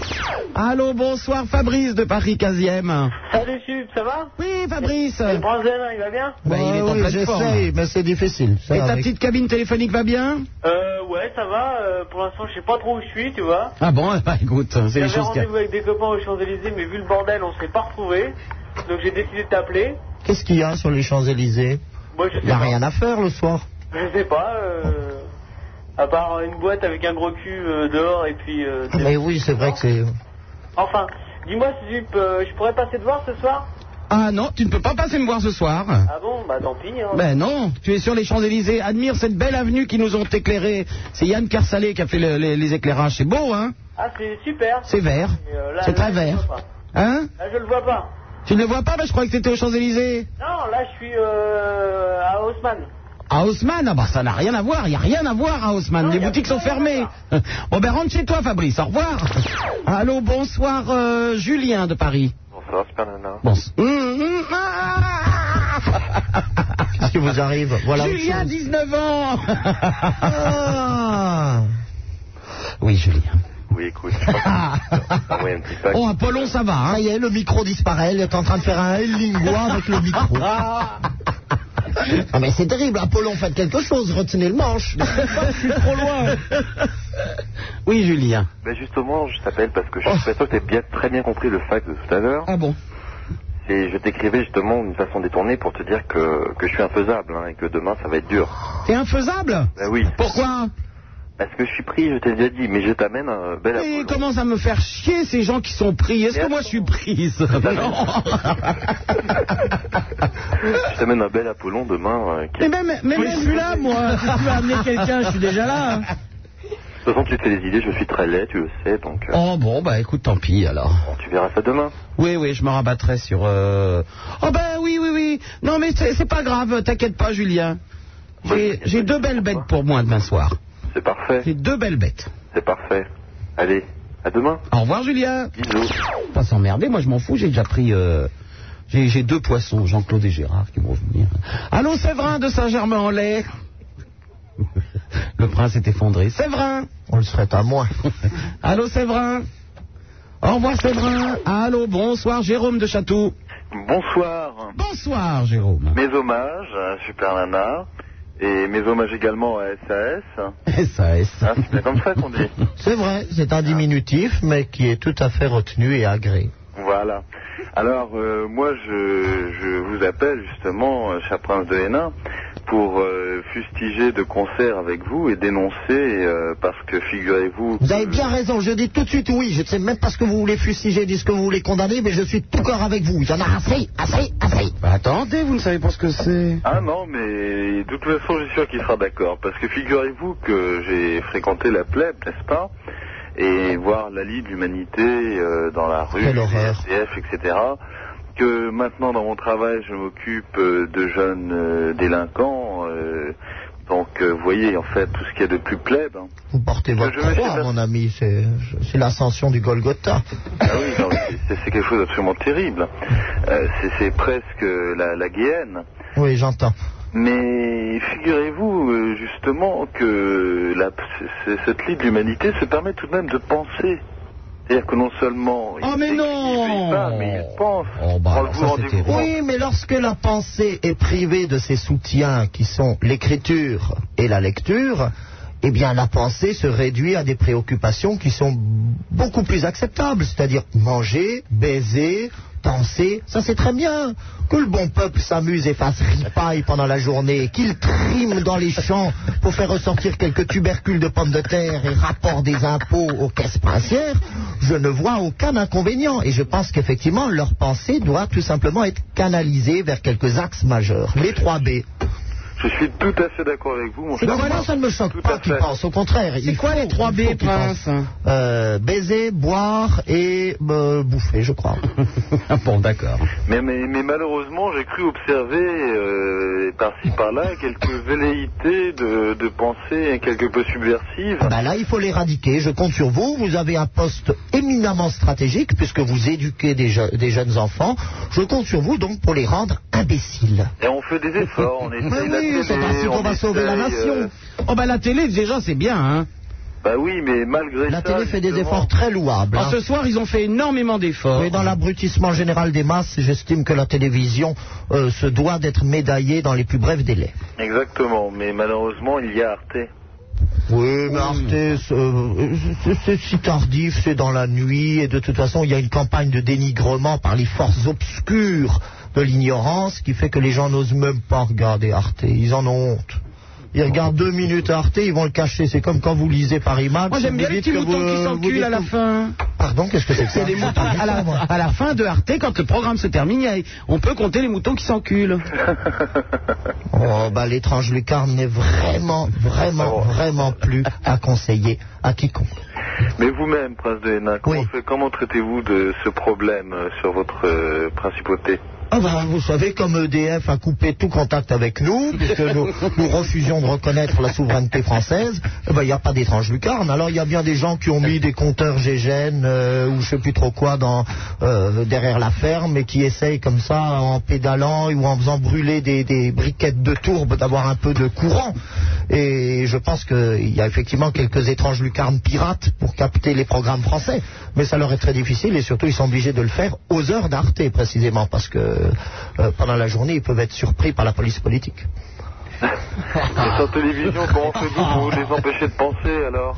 [SPEAKER 3] Allô, bonsoir, Fabrice de Paris 15e.
[SPEAKER 15] Salut Sub, ça va
[SPEAKER 3] Oui, Fabrice.
[SPEAKER 15] Le prince d'Hénin, il va bien
[SPEAKER 3] Bah, il est en
[SPEAKER 5] Ouais, oui,
[SPEAKER 3] pleine forme.
[SPEAKER 5] j'essaye, mais c'est difficile. ça,
[SPEAKER 3] Et ta
[SPEAKER 5] avec-
[SPEAKER 3] petite cabine téléphonique va bien
[SPEAKER 15] Euh, ouais, ça va. euh, pour l'instant, je sais pas trop où je suis, tu vois.
[SPEAKER 3] Ah bon, [laughs] eh ben, écoute, c'est les
[SPEAKER 15] J'avais
[SPEAKER 3] choses qui...
[SPEAKER 15] rendez-vous avec des copains aux Champs-Élysées, mais vu le bordel, on s'est pas retrouvés. Donc j'ai décidé de t'appeler.
[SPEAKER 5] Qu'est-ce qu'il y a sur les Champs-Élysées
[SPEAKER 15] Moi, je
[SPEAKER 5] Il
[SPEAKER 15] sais
[SPEAKER 5] n'y a
[SPEAKER 15] pas.
[SPEAKER 5] rien à faire le soir.
[SPEAKER 15] Je sais pas. Euh, à part une boîte avec un gros cul euh, dehors et puis. euh,
[SPEAKER 5] Mais oui, c'est vrai que c'est...
[SPEAKER 15] Enfin, dis-moi Sub, euh, je pourrais passer te voir ce soir
[SPEAKER 3] Ah non, tu ne peux pas passer me voir ce soir.
[SPEAKER 16] Ah bon, bah tant pis. Hein.
[SPEAKER 3] Ben non, tu es sur les Champs-Élysées. Admire cette belle avenue qui nous ont éclairés. C'est Yann Kersalé qui a fait le- les, les éclairages. C'est beau, hein
[SPEAKER 16] Ah, c'est super.
[SPEAKER 3] C'est vert.
[SPEAKER 16] Mais, euh, là,
[SPEAKER 3] C'est
[SPEAKER 16] là,
[SPEAKER 3] très
[SPEAKER 16] je le
[SPEAKER 3] vert.
[SPEAKER 16] vois pas.
[SPEAKER 3] Hein
[SPEAKER 16] Là, je le vois pas.
[SPEAKER 3] Tu ne le vois pas Ben, Je crois que tu étais aux Champs-Élysées.
[SPEAKER 16] Non, là, je suis euh, à Haussmann.
[SPEAKER 3] À Haussmann, ah bah ça n'a rien à voir, il n'y a rien à voir à Haussmann, les boutiques sont fermées. [laughs] Bon ben rentre chez toi Fabrice, au revoir. Allô, bonsoir euh, Julien de Paris.
[SPEAKER 12] Bonsoir, super nana.
[SPEAKER 3] Bon. [laughs] Qu'est-ce
[SPEAKER 5] qui vous arrive Voilà autre
[SPEAKER 3] Julien,
[SPEAKER 5] chose.
[SPEAKER 3] 19 ans
[SPEAKER 5] Ah. Oui, Julien.
[SPEAKER 12] Oui, écoute, je
[SPEAKER 5] [laughs]
[SPEAKER 12] pense un petit sac.
[SPEAKER 5] Oh, Apollon, ça va. Ça y est, le micro disparaît. Elle est en train de faire un El Lingua avec le [laughs] micro. ah, mais c'est terrible. Apollon, faites quelque chose. Retenez le manche. je suis trop loin.
[SPEAKER 3] Oui, Julien.
[SPEAKER 12] Ben justement, je t'appelle parce que je suis pas sûr que t'aies bien, très bien compris le fact de tout à l'heure.
[SPEAKER 3] Oh. Ah bon
[SPEAKER 12] Et je t'écrivais justement d'une façon détournée pour te dire que, que je suis infaisable hein, et que demain ça va être dur.
[SPEAKER 3] T'es infaisable
[SPEAKER 12] Ben oui.
[SPEAKER 3] Pourquoi
[SPEAKER 12] Parce que je suis pris, je t'ai déjà dit, mais je t'amène un bel
[SPEAKER 3] Et ils commencent à me faire chier ces gens qui sont pris. Est-ce que moi je suis prise [laughs] Non. [laughs]
[SPEAKER 12] Je t'amène un bel Apollon demain. euh, qui-
[SPEAKER 3] Mais même, mais
[SPEAKER 12] Oui.
[SPEAKER 3] même là, moi, si tu veux amener quelqu'un, je suis déjà là. hein.
[SPEAKER 12] De toute façon, tu te fais des idées, je suis très laid, tu le sais, donc euh,
[SPEAKER 3] Oh bon, bah écoute, tant pis alors.
[SPEAKER 12] tu verras ça demain.
[SPEAKER 3] Oui, oui, je me rabattrai sur. euh, Oh ben oui, oui, oui. Non, mais c'est c'est pas grave, t'inquiète pas, Julien. J'ai j'ai deux belles bêtes pour moi demain soir.
[SPEAKER 12] C'est parfait,
[SPEAKER 3] J'ai deux belles bêtes.
[SPEAKER 12] c'est parfait. Allez, à demain.
[SPEAKER 3] Au revoir, Julien.
[SPEAKER 12] Bisous.
[SPEAKER 3] Pas s'emmerder, moi je m'en fous, j'ai déjà pris. euh, J'ai j'ai deux poissons, Jean-Claude et Gérard, qui vont venir. Allô, Séverin de Saint-Germain-en-Laye. [laughs] Le prince est effondré. Séverin
[SPEAKER 5] On le serait à moi.
[SPEAKER 3] [laughs] Allô, Séverin Au revoir, Séverin. Allô, bonsoir, Jérôme de Château.
[SPEAKER 10] Bonsoir.
[SPEAKER 3] Bonsoir, Jérôme.
[SPEAKER 10] Mes hommages à Super Nana. Et mes hommages également à
[SPEAKER 3] [laughs]
[SPEAKER 10] SAS.
[SPEAKER 3] SAS.
[SPEAKER 10] Ah, c'est bien comme ça qu'on dit.
[SPEAKER 5] C'est vrai, c'est un diminutif, mais qui est tout à fait retenu et agréé.
[SPEAKER 10] Voilà. Alors, euh, moi, je, je vous appelle justement, euh, cher prince de Hénin, pour euh, fustiger de concert avec vous et dénoncer, euh, parce que figurez-vous...
[SPEAKER 5] Vous avez bien raison, je dis tout de suite oui. Je ne sais même pas ce que vous voulez fustiger, ni ce que vous voulez condamner, mais je suis tout corps avec vous. Il y en a assez, assez, assez.
[SPEAKER 3] Bah, attendez, vous ne savez pas ce que c'est.
[SPEAKER 10] Ah non, mais de toute façon, je suis sûr qu'il sera d'accord, parce que figurez-vous que j'ai fréquenté la plèbe, n'est-ce pas Et voir la Ligue de l'Humanité euh, dans la rue,
[SPEAKER 5] Quelle
[SPEAKER 10] les
[SPEAKER 5] horreur.
[SPEAKER 10] SDF, etc. Que maintenant, dans mon travail, je m'occupe euh, de jeunes euh, délinquants. euh, donc, euh, vous voyez, en fait, tout ce qu'il y a de plus plèbe. hein.
[SPEAKER 5] Vous portez votre
[SPEAKER 10] Je- je-
[SPEAKER 5] croix, mon ami. C'est c'est l'ascension du Golgotha.
[SPEAKER 10] Ah oui, non, c'est- c'est- c'est quelque chose d'absolument terrible. Euh, c'est- c'est presque la, la guéenne.
[SPEAKER 5] Oui, j'entends.
[SPEAKER 10] Mais figurez-vous euh, justement que la, c- c- cette libre humanité se permet tout de même de penser. C'est-à-dire que non seulement il
[SPEAKER 3] Oh, mais
[SPEAKER 10] écrit pas, mais il pense. Rendez-vous- rendez-vous compte.
[SPEAKER 5] Oui, mais lorsque la pensée est privée de ses soutiens qui sont l'écriture et la lecture, eh bien la pensée se réduit à des préoccupations qui sont beaucoup plus acceptables, c'est-à-dire manger, baiser, penser, ça c'est très bien. Que le bon peuple s'amuse et fasse ripaille pendant la journée, qu'il trime dans les champs pour faire ressortir quelques tubercules de pommes de terre et rapport des impôts aux caisses princières, je ne vois aucun inconvénient. Et je pense qu'effectivement, leur pensée doit tout simplement être canalisée vers quelques axes majeurs. Les 3 B.
[SPEAKER 10] Je suis tout à fait d'accord avec vous, mon
[SPEAKER 5] Donc
[SPEAKER 10] cher.
[SPEAKER 5] moi, ça ne me choque pas qu'ils pensent. Au contraire,
[SPEAKER 3] C'est quoi les 3 B, Prince
[SPEAKER 5] euh, baiser, boire et euh, bouffer, je crois.
[SPEAKER 3] [laughs] bon, d'accord.
[SPEAKER 10] Mais, mais, mais malheureusement, j'ai cru observer euh, par-ci par-là quelques
[SPEAKER 5] [laughs]
[SPEAKER 10] velléités de, de pensée quelque peu subversives.
[SPEAKER 5] Ah bah là, il faut l'éradiquer. Je compte sur vous. Vous avez un poste éminemment stratégique puisque vous éduquez des, je- des jeunes enfants. Je compte sur vous donc pour les rendre imbéciles.
[SPEAKER 10] Et on fait des efforts,
[SPEAKER 5] [laughs]
[SPEAKER 10] on essaye la
[SPEAKER 5] Mais oui,
[SPEAKER 10] télé,
[SPEAKER 5] c'est pas ainsi qu'on
[SPEAKER 10] on
[SPEAKER 5] va sauver la
[SPEAKER 10] essaye,
[SPEAKER 5] nation.
[SPEAKER 10] euh,
[SPEAKER 3] Oh, bah la télé, déjà, c'est bien, hein.
[SPEAKER 10] Bah oui, mais malgré
[SPEAKER 5] La
[SPEAKER 10] ça...
[SPEAKER 5] télé fait des
[SPEAKER 10] justement,
[SPEAKER 5] efforts très louables.
[SPEAKER 3] Oh,
[SPEAKER 5] hein.
[SPEAKER 3] ce soir, ils ont fait énormément d'efforts.
[SPEAKER 5] Mais dans l'abrutissement général des masses, j'estime que la télévision euh, se doit d'être médaillée dans les plus brefs délais.
[SPEAKER 10] Exactement, mais malheureusement, il y a Arte.
[SPEAKER 5] Oui,
[SPEAKER 3] Hmm.
[SPEAKER 5] mais Arte, c'est- euh, c'est- c'est si tardif, c'est dans la nuit, et de toute façon, il y a une campagne de dénigrement par les forces obscures de l'ignorance qui fait que les gens n'osent même pas regarder Arte. Ils en ont honte. Ils regardent deux minutes Arte, ils vont le cacher. C'est comme quand vous lisez Paris Match.
[SPEAKER 3] Moi, j'aime
[SPEAKER 5] vous
[SPEAKER 3] bien les
[SPEAKER 5] dites
[SPEAKER 3] petits
[SPEAKER 5] que
[SPEAKER 3] moutons
[SPEAKER 5] vous-
[SPEAKER 3] qui
[SPEAKER 5] vous
[SPEAKER 3] s'enculent
[SPEAKER 5] dites
[SPEAKER 3] à la
[SPEAKER 5] que-
[SPEAKER 3] fin.
[SPEAKER 5] Pardon, qu'est-ce que c'est que ça
[SPEAKER 3] C'est des moutons. À
[SPEAKER 5] [laughs]
[SPEAKER 3] la, à la fin de Arte, quand le programme se termine, il y a- on peut compter les moutons qui s'enculent.
[SPEAKER 5] [laughs] Oh, bah, l'étrange lucarne n'est vraiment, vraiment, vraiment plus à conseiller à quiconque.
[SPEAKER 10] Mais vous-même, prince de Hénin, comment, fait- comment traitez-vous de ce problème euh, sur votre euh,
[SPEAKER 5] [laughs]
[SPEAKER 10] principauté
[SPEAKER 5] Ah bah, vous savez, comme EDF a coupé tout contact avec nous, puisque nous, nous refusions de reconnaître la souveraineté française, eh ben, il n'y a pas d'étrange lucarne. Alors il y a bien des gens qui ont mis des compteurs GGN euh, ou je sais plus trop quoi dans, euh, derrière la ferme et qui essayent comme ça, en pédalant ou en faisant brûler des, des briquettes de tourbe, d'avoir un peu de courant. Et je pense qu'il y a effectivement quelques étranges lucarnes pirates pour capter les programmes français. Mais ça leur est très difficile et surtout ils sont obligés de le faire aux heures d'Arte précisément parce que euh, pendant la journée ils peuvent être surpris par la police politique.
[SPEAKER 10] Et sans télévision, comment faites-vous pour les empêcher de penser alors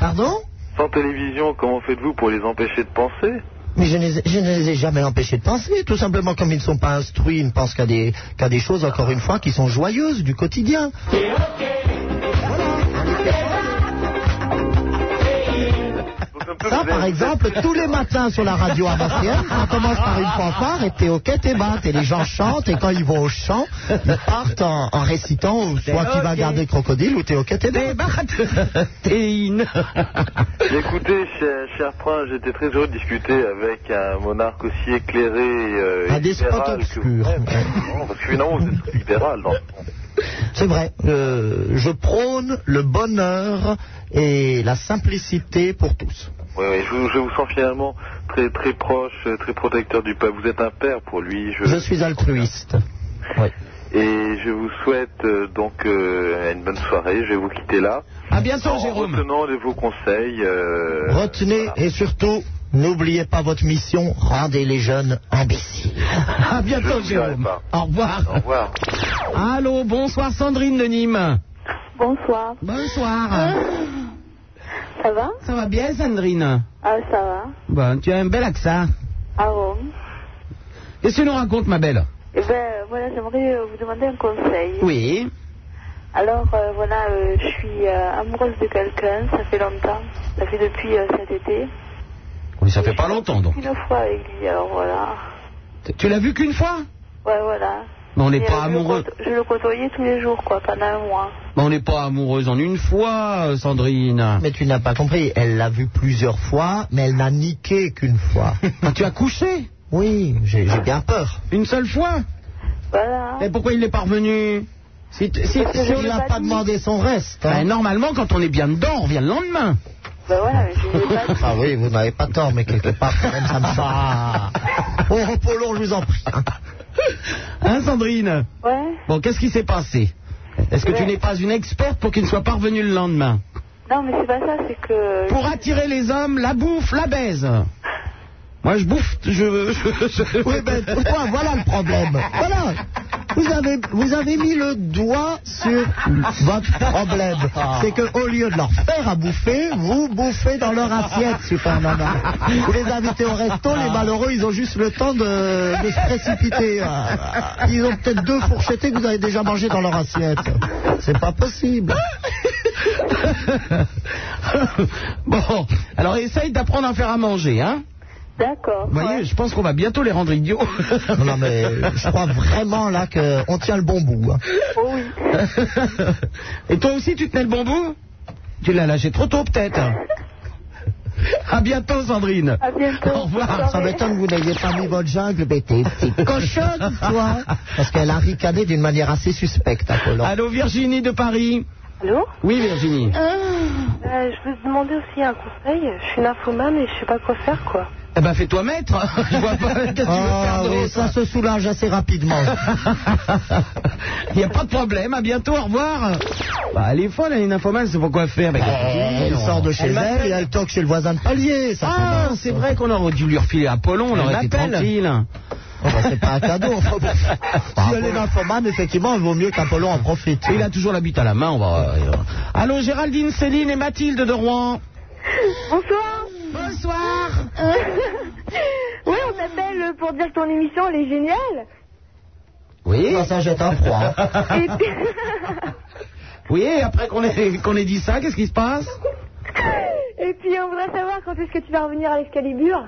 [SPEAKER 5] Pardon
[SPEAKER 10] Sans télévision, comment faites-vous pour les empêcher de penser
[SPEAKER 5] Mais je, les- je ne les ai jamais empêchés de penser. Tout simplement, comme ils ne sont pas instruits, ils ne pensent qu'à des, qu'à des choses, encore une fois, qui sont joyeuses du quotidien. Ça, par exemple, tous les matins sur la radio amatrienne, ça commence par une fanfare et t'es ok, t'es mat. Et les gens chantent et quand ils vont au chant, ils partent en, en récitant ou soit qui va garder le crocodile ou t'es ok, t'es mat.
[SPEAKER 10] Écoutez, cher, cher prince, j'étais très heureux de discuter avec un monarque aussi éclairé euh, et
[SPEAKER 5] Un despote
[SPEAKER 10] libéral que vous.
[SPEAKER 5] obscur.
[SPEAKER 10] Non, parce que finalement, vous êtes libéral. Dans...
[SPEAKER 5] C'est vrai. Euh, je prône le bonheur et la simplicité pour tous.
[SPEAKER 10] Oui, oui, je, vous- je vous sens finalement très, très proche, euh, très protecteur du peuple. Vous êtes un père pour lui. Je...
[SPEAKER 5] Je suis altruiste.
[SPEAKER 10] Et je vous souhaite euh, donc euh, une bonne soirée. Je vais vous quitter là.
[SPEAKER 3] À bientôt,
[SPEAKER 10] en
[SPEAKER 3] Jérôme.
[SPEAKER 10] retenant de vos conseils. euh,
[SPEAKER 5] Retenez et surtout, n'oubliez pas votre mission, rendez les jeunes imbéciles.
[SPEAKER 3] À bientôt, Jérôme. Au revoir. Au
[SPEAKER 10] revoir.
[SPEAKER 3] Allô, bonsoir Sandrine de Nîmes.
[SPEAKER 14] Bonsoir. Ah,
[SPEAKER 3] Bonsoir.
[SPEAKER 14] Ça va
[SPEAKER 3] Ça va bien, Sandrine
[SPEAKER 14] Ah, ça va.
[SPEAKER 3] Bon, tu as un bel accent.
[SPEAKER 14] À Rome.
[SPEAKER 3] Qu'est-ce que tu nous racontes, ma belle
[SPEAKER 14] Eh ben, voilà, j'aimerais euh, vous demander un conseil.
[SPEAKER 3] Oui.
[SPEAKER 14] Alors, euh, voilà, euh, je suis euh, amoureuse de quelqu'un, ça fait longtemps. Ça fait depuis euh, cet été.
[SPEAKER 3] Oui, ça fait pas longtemps, donc.
[SPEAKER 14] Une fois avec lui, alors voilà.
[SPEAKER 3] Tu l'as vu qu'une fois
[SPEAKER 14] Ouais, voilà.
[SPEAKER 3] Mais on n'est
[SPEAKER 14] Et,
[SPEAKER 3] pas
[SPEAKER 14] euh, je le
[SPEAKER 3] amoureux.
[SPEAKER 14] côto- Je le côtoyais tous les jours, quoi, pendant un mois.
[SPEAKER 3] Mais on n'est pas amoureuse en une fois, euh, Sandrine.
[SPEAKER 5] Mais tu n'as pas compris, elle l'a vu plusieurs fois, mais elle n'a niqué qu'une
[SPEAKER 3] [laughs]
[SPEAKER 5] fois.
[SPEAKER 3] Ah, tu as couché
[SPEAKER 5] Oui, j'ai j'ai bien peur.
[SPEAKER 3] Une seule fois
[SPEAKER 14] Voilà.
[SPEAKER 3] Et pourquoi il n'est pas revenu Si, t- si,
[SPEAKER 5] Parce que
[SPEAKER 3] si
[SPEAKER 5] je
[SPEAKER 3] on
[SPEAKER 5] lui ai
[SPEAKER 3] n'a
[SPEAKER 5] pas
[SPEAKER 3] pas
[SPEAKER 5] dit.
[SPEAKER 3] demandé son reste. Ben, normalement, quand on est bien dedans, on revient le lendemain.
[SPEAKER 14] Ben voilà, mais je lui ai
[SPEAKER 5] [laughs]
[SPEAKER 14] pas dit.
[SPEAKER 5] Ah oui, vous n'avez pas tort, mais quelque part, quand même, ça me
[SPEAKER 3] [laughs]
[SPEAKER 5] sent. Au repos long, je vous en prie.
[SPEAKER 3] Hein, Sandrine
[SPEAKER 14] Ouais.
[SPEAKER 3] Bon, qu'est-ce qui s'est passé Est-ce que tu
[SPEAKER 14] Ouais.
[SPEAKER 3] n'es pas une experte pour qu'il ne soit pas revenu le lendemain
[SPEAKER 14] Non, mais c'est pas ça, c'est que.
[SPEAKER 3] Pour attirer les hommes, la bouffe, la baise. Moi, je bouffe, je... je, je-
[SPEAKER 5] Oui, ben, voilà, voilà le problème. Voilà. Vous avez, vous avez mis le doigt sur votre problème. C'est que au lieu de leur faire à bouffer, vous bouffez dans leur assiette, super nana. Vous les invitez au resto, les malheureux, ils ont juste le temps de, de se précipiter. Euh, Ils ont peut-être deux fourchettées que vous avez déjà mangées dans leur assiette. C'est pas possible.
[SPEAKER 3] [laughs] bon, alors essaye d'apprendre à faire à manger, hein
[SPEAKER 14] D'accord.
[SPEAKER 3] Vous voyez, je pense qu'on va bientôt les rendre idiots.
[SPEAKER 5] Non, non, mais je crois vraiment là qu'on tient le bon bout. hein.
[SPEAKER 14] Oh oui.
[SPEAKER 3] [laughs] Et toi aussi, tu tenais le bon bout Tu l'as lâché trop tôt, peut-être. Ah À bientôt, Sandrine.
[SPEAKER 14] À bientôt.
[SPEAKER 3] Au revoir.
[SPEAKER 5] Ça m'étonne que vous n'ayez pas mis votre jungle, mais t'es petite cochonne, toi Parce qu'elle a ricané d'une manière assez suspecte à Colomb.
[SPEAKER 3] Allô, Virginie de Paris.
[SPEAKER 14] Allô
[SPEAKER 3] Oui, Virginie.
[SPEAKER 7] Ah.
[SPEAKER 14] Euh, je veux demander aussi un conseil. Je suis nymphomane et je sais pas quoi faire, quoi.
[SPEAKER 3] Eh ben, fais-toi maître. Je vois pas [laughs] ce que tu veux faire
[SPEAKER 5] Ah oui,
[SPEAKER 3] d'autre.
[SPEAKER 5] ça se soulage assez rapidement.
[SPEAKER 3] [laughs] Il n'y a pas de problème. À bientôt. Au revoir. Bah, elle est folle, elle est nymphomane, c'est pas quoi faire. avec Virginie,
[SPEAKER 5] Euh, Eh, Elle
[SPEAKER 3] non.
[SPEAKER 5] sort de chez elle,
[SPEAKER 3] m'appelle.
[SPEAKER 5] et elle toque chez le voisin de palier. Ça
[SPEAKER 3] Ah, c'est vrai qu'on aurait dû lui refiler Apollon, on
[SPEAKER 5] Elle
[SPEAKER 3] aurait été
[SPEAKER 5] m'appelle.
[SPEAKER 3] tranquille.
[SPEAKER 5] Oh, bah, c'est pas
[SPEAKER 3] [laughs]
[SPEAKER 5] un cadeau. enfin, bon. si elle est nymphomane, effectivement, il vaut mieux qu'Apollon en profite.
[SPEAKER 3] Il a toujours la bite à la main, on va. euh, Allô, Géraldine, Céline et Mathilde de Rouen.
[SPEAKER 7] [laughs] Bonsoir. [laughs]
[SPEAKER 3] Bonsoir.
[SPEAKER 7] oui, on t'appelle pour dire que ton émission elle est géniale.
[SPEAKER 3] Oui.
[SPEAKER 5] Ah, hein. Ça jette un froid.
[SPEAKER 7] Et puis,
[SPEAKER 3] Oui, et après qu'on ait, [laughs] qu'on ait dit ça, qu'est-ce qui se passe
[SPEAKER 7] Et puis on voudrait savoir quand est-ce que tu vas revenir à l'Excalibur,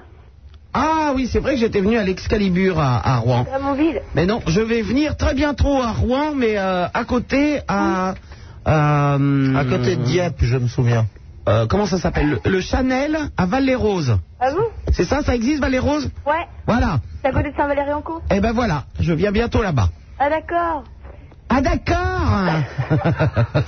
[SPEAKER 3] Ah oui, c'est vrai que j'étais venu à l'Excalibur à, à Rouen.
[SPEAKER 7] à Montville.
[SPEAKER 3] Mais non, je vais venir très bientôt à Rouen, mais euh, à côté, à... euh,
[SPEAKER 5] À côté de Dieppe, je me souviens.
[SPEAKER 3] euh, comment ça s'appelle le, le Chanel à Val-les-Roses.
[SPEAKER 7] Ah bon
[SPEAKER 3] C'est ça, ça existe Val-les-Roses
[SPEAKER 7] Ouais.
[SPEAKER 3] Voilà.
[SPEAKER 7] C'est à côté de Saint-Valéry-en-Caux.
[SPEAKER 3] Eh ben voilà, je viens bientôt là-bas.
[SPEAKER 7] Ah d'accord.
[SPEAKER 3] Ah d'accord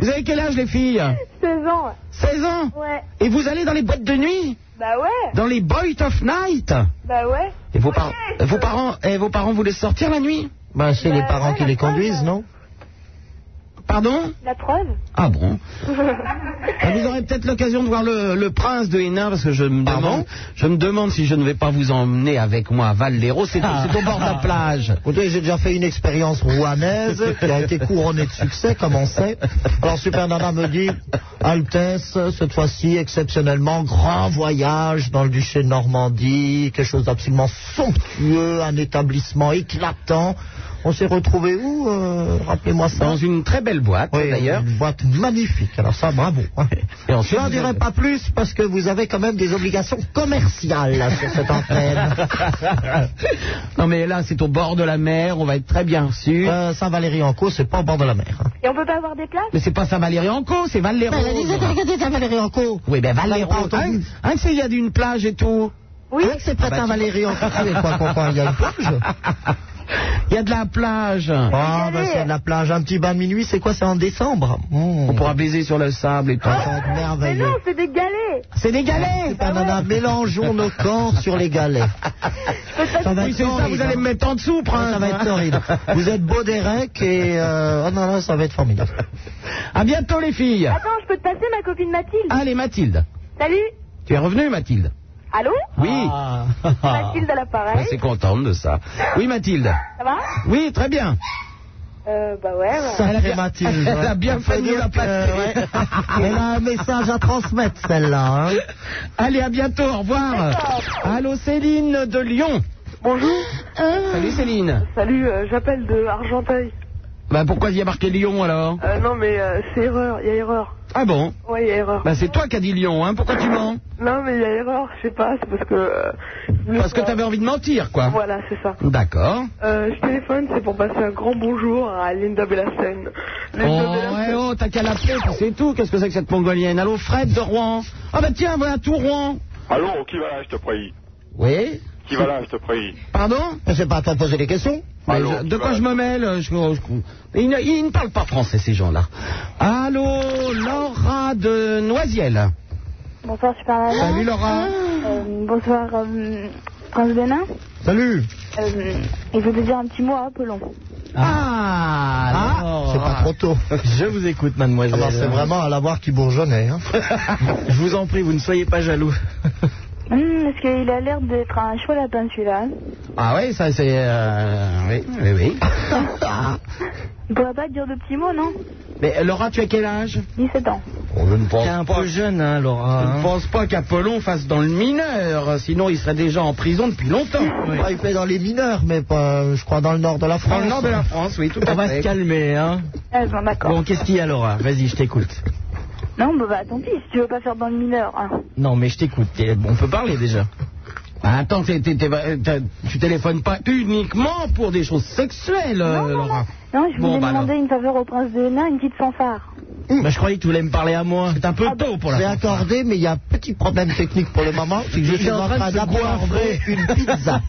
[SPEAKER 3] Vous avez quel âge les filles
[SPEAKER 7] 16 ans.
[SPEAKER 3] 16 ans
[SPEAKER 7] Ouais.
[SPEAKER 3] Et vous allez dans les boîtes de nuit
[SPEAKER 7] Bah ouais.
[SPEAKER 3] Dans les Boys of Night
[SPEAKER 7] Bah ouais.
[SPEAKER 3] Et vos, par- vos parents et vos parents vous laissent sortir la nuit
[SPEAKER 5] Bah, c'est les parents qui les conduisent, non
[SPEAKER 3] Pardon
[SPEAKER 7] La preuve
[SPEAKER 3] Ah
[SPEAKER 7] [laughs]
[SPEAKER 3] bon Ah, Vous aurez peut-être l'occasion de voir le, le prince de Hénin parce que je me demande, je me demande si je ne vais pas vous emmener avec moi à Val-l'Hérault. C'est c'est au bord de la plage.
[SPEAKER 5] Écoutez, j'ai déjà fait une expérience rouanaise qui a été couronnée de succès, comme on sait. Alors Super Nana me dit, Altesse, cette fois-ci, exceptionnellement, grand voyage dans le duché de Normandie, quelque chose d'absolument somptueux, un établissement éclatant. On s'est retrouvé où euh, Rappelez-moi ça.
[SPEAKER 3] Dans une très belle boîte,
[SPEAKER 5] Oui,
[SPEAKER 3] d'ailleurs.
[SPEAKER 5] Une boîte magnifique. Alors ça, bravo. hein.
[SPEAKER 3] Et ensuite,
[SPEAKER 5] Je n'en
[SPEAKER 3] vous
[SPEAKER 5] dirai
[SPEAKER 3] avez-
[SPEAKER 5] pas plus parce que vous avez quand même des obligations commerciales là, sur cette antenne.
[SPEAKER 3] [laughs] Non mais là c'est au bord de la mer, on va être très bien reçus.
[SPEAKER 5] Euh, Saint-Valéry-en-Caux, c'est pas au bord de la mer. hein.
[SPEAKER 7] Et on peut pas avoir des places
[SPEAKER 3] Mais c'est pas Saint-Valéry-en-Caux, c'est Val-l'Hérault. Oui ben Val-l'Hérault.
[SPEAKER 5] T'as pas
[SPEAKER 3] Hein,
[SPEAKER 5] entendu
[SPEAKER 3] hein, qu'il y a d'une plage et tout.
[SPEAKER 7] Oui.
[SPEAKER 5] Hein, c'est pas
[SPEAKER 3] bah,
[SPEAKER 5] Saint-Valéry en Caux,
[SPEAKER 3] [laughs]
[SPEAKER 5] quoi, quoi, quoi, il y a une
[SPEAKER 7] [laughs]
[SPEAKER 5] plage.
[SPEAKER 3] Il y a de la [laughs] plage.
[SPEAKER 5] Ah,
[SPEAKER 7] Allez.
[SPEAKER 5] bah, c'est de la plage. Un petit bain de minuit, c'est quoi, c'est en décembre Hmm. Ah,
[SPEAKER 3] On pourra baiser sur le sable et tout.
[SPEAKER 5] Ça va être
[SPEAKER 7] Mais non,
[SPEAKER 5] merveilleux.
[SPEAKER 7] c'est des galets.
[SPEAKER 3] C'est des galets.
[SPEAKER 5] Super Nana, mélangeons nos corps sur
[SPEAKER 3] [laughs]
[SPEAKER 5] les galets. Ça va
[SPEAKER 3] Oui,
[SPEAKER 5] être
[SPEAKER 3] c'est ça,
[SPEAKER 5] horrible,
[SPEAKER 3] vous allez
[SPEAKER 5] hein.
[SPEAKER 3] me mettre en dessous, prince.
[SPEAKER 5] Ça va être horrible. Vous êtes beau des recs et... euh, Oh non, non, ça va être formidable.
[SPEAKER 3] À bientôt, les filles.
[SPEAKER 7] Attends, je peux te passer ma copine Mathilde.
[SPEAKER 3] Allez, Mathilde.
[SPEAKER 7] Salut.
[SPEAKER 3] Tu es revenue, Mathilde
[SPEAKER 7] Allô
[SPEAKER 3] Oui. [laughs]
[SPEAKER 5] Ah.
[SPEAKER 7] Mathilde à
[SPEAKER 3] Je
[SPEAKER 7] l'appareil.
[SPEAKER 3] suis contente de ça. Oui, Mathilde.
[SPEAKER 7] Ça va
[SPEAKER 3] Oui, très bien.
[SPEAKER 7] Euh, bah ouais, ouais.
[SPEAKER 5] Sacré
[SPEAKER 3] [laughs]
[SPEAKER 5] Mathilde.
[SPEAKER 3] Elle a bien hein, euh,
[SPEAKER 5] On peut
[SPEAKER 3] fait de nous
[SPEAKER 5] dire
[SPEAKER 3] la
[SPEAKER 5] que,
[SPEAKER 3] passer. [laughs]
[SPEAKER 5] ouais. [laughs] Elle a un message à transmettre, celle-là. hein.
[SPEAKER 3] Allez, à bientôt, au revoir. Allô, Céline de Lyon. Euh.
[SPEAKER 13] Bonjour,
[SPEAKER 3] Salut, Céline.
[SPEAKER 13] salut, euh, j'appelle de Argenteuil.
[SPEAKER 3] Bah, pourquoi il y a marqué Lyon, alors
[SPEAKER 13] Euh, non mais euh, c'est erreur, il y a erreur.
[SPEAKER 3] Ah bon
[SPEAKER 13] Ouais, il y a erreur.
[SPEAKER 3] Bah, c'est toi qui as dit Lyon, hein Pourquoi tu mens
[SPEAKER 13] Non mais il y a erreur, je sais pas, c'est parce que... euh, je
[SPEAKER 3] Parce que
[SPEAKER 13] voulais-
[SPEAKER 3] t'avais envie de mentir, quoi.
[SPEAKER 13] Voilà, c'est ça.
[SPEAKER 3] D'accord.
[SPEAKER 13] Euh, je téléphone, c'est pour passer un grand bonjour à Linda Bellassen.
[SPEAKER 3] Oh, ouais, oh, t'as qu'à l'appeler, puis c'est tout. Qu'est-ce que c'est que cette mongolienne Allô, Fred de Rouen. Ah, bah tiens, voilà tout Rouen.
[SPEAKER 17] Allô, qui va là, je te prie
[SPEAKER 3] Oui
[SPEAKER 17] Qui va là, je te prie
[SPEAKER 3] Pardon
[SPEAKER 5] Mais C'est pas à toi de poser des questions.
[SPEAKER 3] Mais
[SPEAKER 17] Allô,
[SPEAKER 3] je- de
[SPEAKER 17] tu
[SPEAKER 3] quoi
[SPEAKER 17] vas-
[SPEAKER 3] je me mêle euh, je- je- ils, ne, ils ne parlent pas français, ces gens-là. Allô, Laura de Noisiel.
[SPEAKER 7] Bonsoir, Super Nana.
[SPEAKER 3] Salut, Laura.
[SPEAKER 7] Euh, bonsoir, euh, Prince Bénin.
[SPEAKER 5] Salut.
[SPEAKER 7] Euh, il veut te dire un petit mot à Apollon.
[SPEAKER 3] Ah,
[SPEAKER 5] C'est
[SPEAKER 3] Laura.
[SPEAKER 5] pas trop tôt.
[SPEAKER 4] Je vous écoute, mademoiselle.
[SPEAKER 5] Alors, c'est vraiment à l'avoir qui
[SPEAKER 3] [laughs]
[SPEAKER 5] bourgeonnait. hein.
[SPEAKER 4] Je vous en prie, vous ne soyez pas jaloux.
[SPEAKER 7] Hum, parce qu'il a l'air d'être un chaud lapin
[SPEAKER 3] [laughs]
[SPEAKER 7] celui-là.
[SPEAKER 3] Ah ouais, ça c'est... euh, oui, oui, oui.
[SPEAKER 7] Il pourrait pas te dire de petits mots, non
[SPEAKER 3] Mais euh, Laura, tu as quel âge
[SPEAKER 7] 17 ans.
[SPEAKER 3] Je ne pense
[SPEAKER 4] T'es un peu jeune, hein, Laura.
[SPEAKER 3] Je ne
[SPEAKER 4] hein.
[SPEAKER 3] pense pas qu'Apollon fasse dans le mineur, sinon il serait déjà en prison depuis longtemps.
[SPEAKER 5] Bah, il fait dans les mineurs, mais pas, euh, je crois dans le nord de la France.
[SPEAKER 3] Dans le nord de la France, oui, tout à
[SPEAKER 4] On va
[SPEAKER 3] fait.
[SPEAKER 4] se calmer, hein.
[SPEAKER 7] Ah, ben d'accord.
[SPEAKER 4] Bon, qu'est-ce qu'il y a, Laura Vas-y, je t'écoute.
[SPEAKER 7] Non, bah, bah tant pis, si tu veux pas faire dans le mineur. Hein.
[SPEAKER 4] Non, mais je t'écoute. T'es- On peut parler déjà.
[SPEAKER 3] Ah, Attends, t'es- t'es- t'es- t'es- tu téléphones pas uniquement pour des choses sexuelles,
[SPEAKER 7] non,
[SPEAKER 3] euh,
[SPEAKER 7] non,
[SPEAKER 3] Laura.
[SPEAKER 7] non. Non, je
[SPEAKER 3] Bon,
[SPEAKER 7] voulais
[SPEAKER 3] bah,
[SPEAKER 7] demander une faveur au prince de Hénin, une petite fanfare.
[SPEAKER 4] Bah, je croyais que tu voulais me parler à moi.
[SPEAKER 3] C'est un peu tôt pour
[SPEAKER 5] C'est
[SPEAKER 3] la
[SPEAKER 5] accordé, mais il y a un petit problème technique pour le moment. C'est que je
[SPEAKER 4] Il
[SPEAKER 5] suis
[SPEAKER 4] est en
[SPEAKER 5] en
[SPEAKER 4] train
[SPEAKER 5] train
[SPEAKER 4] de se
[SPEAKER 5] d'appoindrer
[SPEAKER 4] goinfrer.
[SPEAKER 5] une
[SPEAKER 4] [laughs]
[SPEAKER 5] pizza.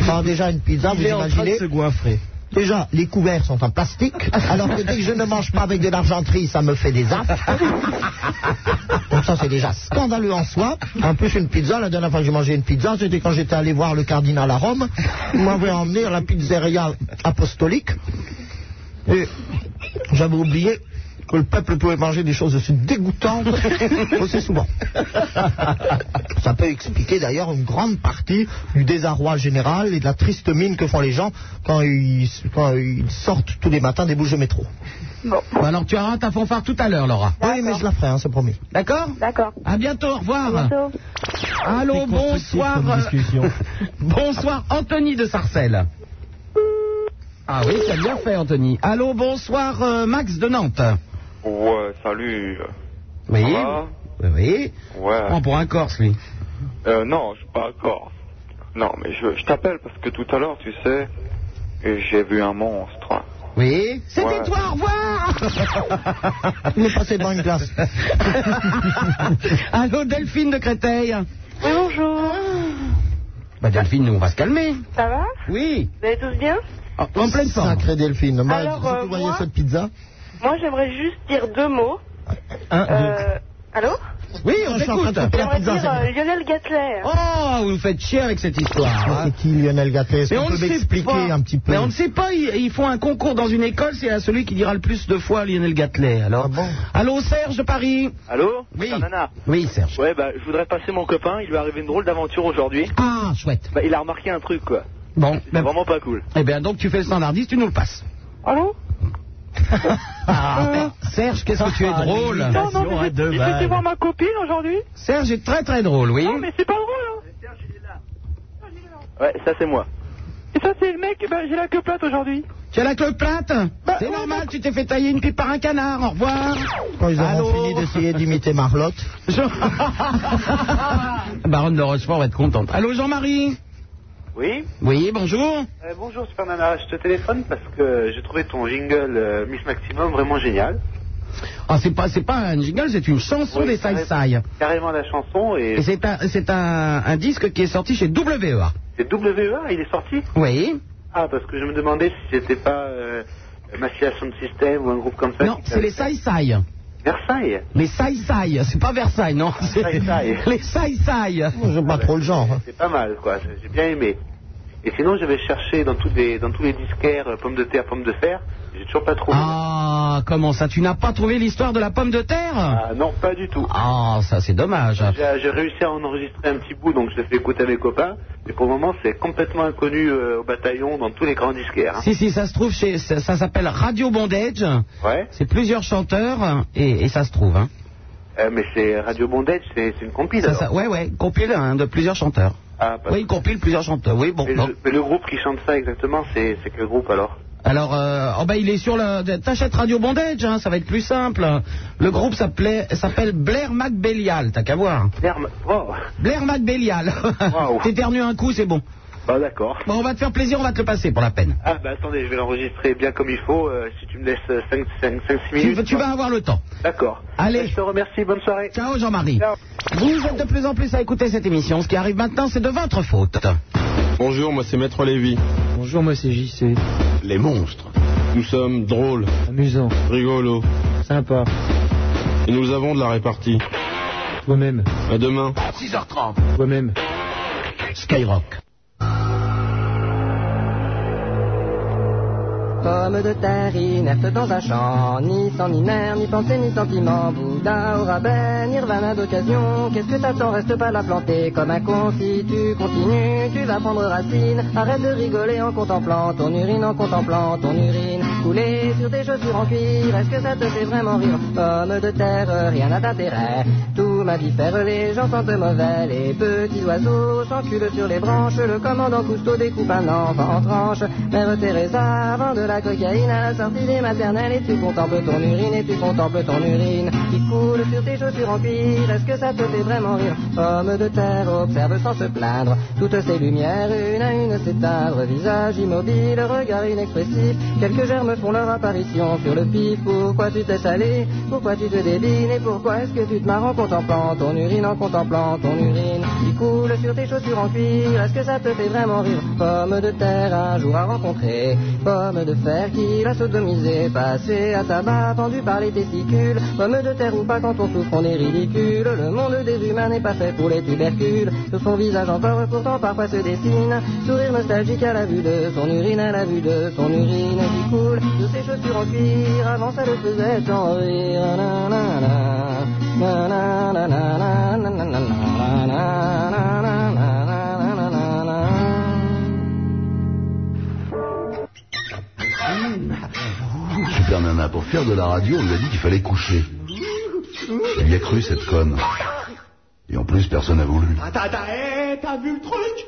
[SPEAKER 5] Enfin, déjà une pizza, vous
[SPEAKER 4] Il est en train de
[SPEAKER 5] imaginez.
[SPEAKER 4] se goinfrer.
[SPEAKER 5] Déjà, les couverts sont en plastique, alors que dès que je ne mange pas avec de l'argenterie, ça me fait des affres. Donc Ah, ça, c'est déjà scandaleux en soi. En plus, une pizza, la dernière fois que j'ai mangé une pizza, c'était quand j'étais allé voir le cardinal à Rome. Il m'avait emmené à la pizzeria apostolique. Et j'avais oublié que le peuple pouvait manger des choses aussi dégoûtantes aussi souvent. Ça peut expliquer d'ailleurs une grande partie du désarroi général et de la triste mine que font les gens quand ils, quand ils sortent tous les matins des bouches de métro.
[SPEAKER 3] Bon, Bah, alors tu auras ta fanfare tout à l'heure, Laura.
[SPEAKER 5] Oui, mais je la ferai, hein, c'est promis.
[SPEAKER 3] D'accord
[SPEAKER 7] D'accord.
[SPEAKER 3] À bientôt, au revoir.
[SPEAKER 7] À bientôt.
[SPEAKER 3] Allô,
[SPEAKER 4] C'est constructif
[SPEAKER 3] [laughs] bonsoir.
[SPEAKER 4] comme
[SPEAKER 3] euh,
[SPEAKER 4] discussion.
[SPEAKER 3] bonsoir, Anthony de Sarcelles. Ah oui, t'as bien fait, Anthony. Allô, bonsoir, euh, Max de Nantes.
[SPEAKER 18] Ouais, salut.
[SPEAKER 3] Oui.
[SPEAKER 18] Ça va
[SPEAKER 3] Oui.
[SPEAKER 18] Ouais.
[SPEAKER 3] Prends Ah, pour un Corse, [laughs] lui.
[SPEAKER 18] Euh, non, je suis pas encore. Non, mais je, je t'appelle parce que tout à l'heure, tu sais, j'ai vu un monstre.
[SPEAKER 5] Oui
[SPEAKER 18] C'était toi,
[SPEAKER 3] au revoir
[SPEAKER 5] Il est passé devant
[SPEAKER 3] [laughs]
[SPEAKER 5] une glace.
[SPEAKER 3] Allô, Delphine de Créteil.
[SPEAKER 15] Oui, bonjour.
[SPEAKER 3] Bah, Delphine, nous, on va se calmer.
[SPEAKER 15] Ça va
[SPEAKER 3] Oui.
[SPEAKER 15] Vous allez tous bien
[SPEAKER 3] En, en pleine forme.
[SPEAKER 5] Sacré Delphine. Bah,
[SPEAKER 15] Alors,
[SPEAKER 5] si
[SPEAKER 15] euh,
[SPEAKER 5] tu voyais
[SPEAKER 15] moi-
[SPEAKER 5] cette pizza
[SPEAKER 15] Moi, j'aimerais juste dire deux mots.
[SPEAKER 5] Hein,
[SPEAKER 15] Euh, allô
[SPEAKER 3] Ah, Oui, on t'écoute.
[SPEAKER 15] J'aimerais dire euh, Lionel Gatler.
[SPEAKER 3] Oh, vous faites chier avec cette histoire. hein.
[SPEAKER 5] C'est qui Lionel Gatlet Est-ce
[SPEAKER 3] Mais
[SPEAKER 5] qu'on
[SPEAKER 3] on ne
[SPEAKER 5] peut
[SPEAKER 3] sait
[SPEAKER 5] m'expliquer
[SPEAKER 3] pas.
[SPEAKER 5] un petit peu
[SPEAKER 3] Mais on ne sait pas, ils, ils font un concours dans une école, c'est à celui qui dira le plus de fois Lionel Gatlet.
[SPEAKER 5] Ah
[SPEAKER 3] Alors, Ah. Allô, Serge de Paris
[SPEAKER 9] Allô
[SPEAKER 3] Oui.
[SPEAKER 9] C'est un nana.
[SPEAKER 3] Oui, Serge.
[SPEAKER 9] Ouais, bah, je voudrais passer mon copain. Il lui est arrivé une drôle d'aventure aujourd'hui.
[SPEAKER 3] Ah, chouette.
[SPEAKER 9] Bah, il a remarqué un truc, quoi.
[SPEAKER 3] Bon,
[SPEAKER 9] C'est vraiment pas cool.
[SPEAKER 3] eh bien, donc tu fais le standardiste, tu nous le passes.
[SPEAKER 15] Allô
[SPEAKER 3] [laughs] Ah, Serge, qu'est-ce que tu
[SPEAKER 15] Ah,
[SPEAKER 3] es drôle
[SPEAKER 15] Non, non, mais j'ai- j'ai été voir ma copine aujourd'hui.
[SPEAKER 3] Serge est très très drôle, oui.
[SPEAKER 15] Non, mais c'est pas drôle. hein.
[SPEAKER 9] Ouais, ça c'est moi.
[SPEAKER 15] Et ça, c'est le mec, ben, j'ai la queue plate aujourd'hui.
[SPEAKER 3] Tu as la queue plate
[SPEAKER 5] Bah,
[SPEAKER 3] C'est normal, tu t'es fait tailler une pipe par un canard, au revoir.
[SPEAKER 5] Quand ils
[SPEAKER 3] Allô
[SPEAKER 5] auront fini d'essayer d'imiter Marlotte.
[SPEAKER 9] [laughs]
[SPEAKER 3] Baronne de Rochefort va être contente. Allô, Jean-Marie
[SPEAKER 10] Oui
[SPEAKER 3] Oui, bonjour.
[SPEAKER 10] Euh, Bonjour Super Nana, je te téléphone parce que j'ai trouvé ton jingle euh, Miss Maximum vraiment génial.
[SPEAKER 3] Ah, c'est pas, c'est pas un jingle, c'est une chanson
[SPEAKER 10] Oui,
[SPEAKER 3] des
[SPEAKER 10] carré-
[SPEAKER 3] Saïsaï.
[SPEAKER 10] Carrément la chanson et,
[SPEAKER 3] Et c'est un, c'est un, un disque qui est sorti chez WEA.
[SPEAKER 10] c'est WEA, il est sorti
[SPEAKER 3] Oui.
[SPEAKER 10] Ah, parce que je me demandais si c'était pas euh, Massilia Sound System ou un groupe comme ça.
[SPEAKER 3] Non,
[SPEAKER 10] qui
[SPEAKER 3] c'est
[SPEAKER 10] l'avait
[SPEAKER 3] les
[SPEAKER 10] fait.
[SPEAKER 3] Saïsaï.
[SPEAKER 10] Versailles
[SPEAKER 3] Les Saïsaï, c'est pas Versailles, non. c'est-
[SPEAKER 10] Saïsaï.
[SPEAKER 3] [laughs] Les Saïsaï.
[SPEAKER 5] J'aime pas trop le genre.
[SPEAKER 10] C'est pas mal quoi, j'ai- j'ai bien aimé. Et sinon j'avais cherché dans tous les, dans tous les disquaires euh, pommes de terre, pommes de fer, j'ai toujours pas trouvé.
[SPEAKER 3] Ah, comment ça Tu n'as pas trouvé l'histoire de la pomme de terre
[SPEAKER 10] Ah, non, pas du tout.
[SPEAKER 3] Ah, ça c'est dommage.
[SPEAKER 10] J'ai j'ai réussi à en enregistrer un petit bout, donc je l'ai fait écouter à mes copains. Mais pour le moment, c'est complètement inconnu euh, au bataillon, dans tous les grands disquaires. hein.
[SPEAKER 3] Si, si, ça se trouve chez. Ça, ça s'appelle Radio Bondage.
[SPEAKER 10] Ouais.
[SPEAKER 3] C'est plusieurs chanteurs et, et ça se trouve. Hein.
[SPEAKER 10] Euh, mais c'est Radio Bondage, c'est c'est une compile.
[SPEAKER 3] Ça,
[SPEAKER 10] alors.
[SPEAKER 3] ça- ouais, ouais, compile hein, de plusieurs chanteurs.
[SPEAKER 10] Ah, pas-
[SPEAKER 3] Oui, il compile plusieurs chanteurs. Oui, bon.
[SPEAKER 10] mais,
[SPEAKER 3] bon.
[SPEAKER 10] le, mais le groupe qui chante ça exactement, c'est c'est quel groupe alors
[SPEAKER 3] Alors, euh, oh, bah, il est sur le. T'achètes Radio Bondage, hein, ça va être plus simple. Le groupe s'appelait- s'appelle Blair MacBellial, t'as qu'à voir.
[SPEAKER 10] Blair, Ma- oh.
[SPEAKER 3] Blair MacBellial. [laughs] T'éternues un coup, c'est bon.
[SPEAKER 10] Bah d'accord.
[SPEAKER 3] Bon, on va te faire plaisir, on va te le passer pour la peine.
[SPEAKER 10] Ah bah attendez, je vais l'enregistrer bien comme il faut, euh, si tu me laisses 5-6
[SPEAKER 3] Tu,
[SPEAKER 10] minutes.
[SPEAKER 3] tu vas avoir le temps.
[SPEAKER 10] D'accord.
[SPEAKER 3] Allez.
[SPEAKER 10] Je te remercie, bonne soirée.
[SPEAKER 3] Ciao Jean-Marie. Vous êtes de plus en plus à écouter cette émission. Ce qui arrive maintenant, c'est de votre faute.
[SPEAKER 19] Bonjour, moi c'est Maître Lévy. Bonjour, moi c'est JC. Les monstres. Nous sommes drôles. Amusants. Rigolos. Sympas. Et nous avons de la répartie. Toi-même. À demain.
[SPEAKER 3] 6h30.
[SPEAKER 19] Toi-même.
[SPEAKER 3] Skyrock.
[SPEAKER 7] Pomme de terre inerte dans un champ, ni sang, ni nerf, ni pensée, ni sentiment. Bouddha au rabais, Nirvana d'occasion. Qu'est-ce que t'attends Reste pas la planter comme un con. Si tu continues, tu vas prendre racine. Arrête de rigoler en contemplant ton urine, en contemplant ton urine. Couler sur tes chaussures en cuir, est-ce que ça te fait vraiment rire Pomme de terre, rien n'a d'intérêt. Tout mammifère, les gens sentent mauvais. Les petits oiseaux s'enculent sur les branches. Le commandant Cousteau découpe un enfant en tranches. Mère Teresa vend de la cocaïne à la sortie des maternelles. Et tu contemples ton urine, et tu contemples ton urine qui coule sur tes chaussures en cuir. Est-ce que ça te fait vraiment rire Pomme de terre, observe sans se plaindre. Toutes ces lumières, une à une s'éteindre. Visage immobile, regard inexpressif. Quelques germes font leur apparition sur le pif. Pourquoi tu t'es salé Pourquoi tu te débines Et pourquoi est-ce que tu te marres en contemplant ton urine, en contemplant ton urine qui coule sur tes chaussures en cuir Est-ce que ça te fait vraiment rire Pomme de terre, un jour à rencontrer. Pomme de fer qui l'a sodomisé. Passé à tabac, pendu par les testicules. Pomme de terre ou pas, quand on souffre, on est ridicule. Le monde des humains n'est pas fait pour les tubercules. Sur son visage encore, pourtant parfois se dessine. Sourire nostalgique à la vue de son urine, à la vue de son urine qui coule de ses chaussures en cuir. Avant ça le faisait sans rire. Nanana, nanana, nanana, nanana, nanana, nanana, nanana.
[SPEAKER 3] Mmh.
[SPEAKER 1] Super Nana, pour faire de la radio, on lui a dit qu'il fallait coucher. Il y a cru, cette conne. Et en plus, personne n'a voulu.
[SPEAKER 20] Attends, attends,
[SPEAKER 3] eh,
[SPEAKER 20] hé, t'as vu le truc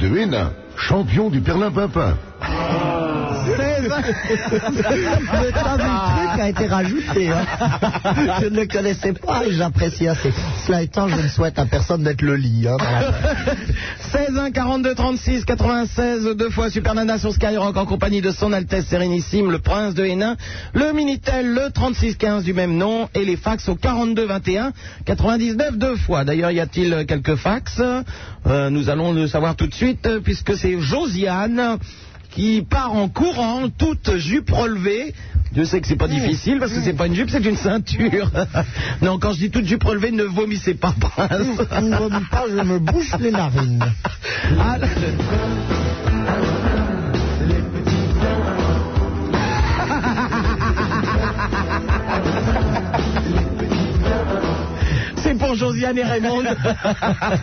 [SPEAKER 1] de Hénin, champion du Perlin-Pimpin.
[SPEAKER 3] [laughs]
[SPEAKER 5] Le tas du truc a
[SPEAKER 3] [laughs]
[SPEAKER 5] été rajouté. hein. Je ne le connaissais pas et j'apprécie assez. Cela étant, je ne souhaite à personne d'être le lit. hein, dans la-
[SPEAKER 3] [laughs] 16 1 42 36 96 deux fois Super Nana sur Skyrock en compagnie de son Altesse Sérénissime, le Prince de Hénin, le Minitel, le 36 15 du même nom et les fax au 42 21 99 deux fois. D'ailleurs, y a-t-il quelques fax Euh, Nous allons le savoir tout de suite euh, puisque c'est Josiane qui part en courant, toute jupe relevée. Je sais que c'est pas
[SPEAKER 5] Mmh.
[SPEAKER 3] difficile parce que c'est pas une jupe, c'est une ceinture. [laughs] non, quand je dis toute jupe relevée, ne vomissez pas, prince.
[SPEAKER 5] Mmh. ne vomis pas, je me bouche les narines.
[SPEAKER 3] Ah, là, C'est pour Josiane et Raymond.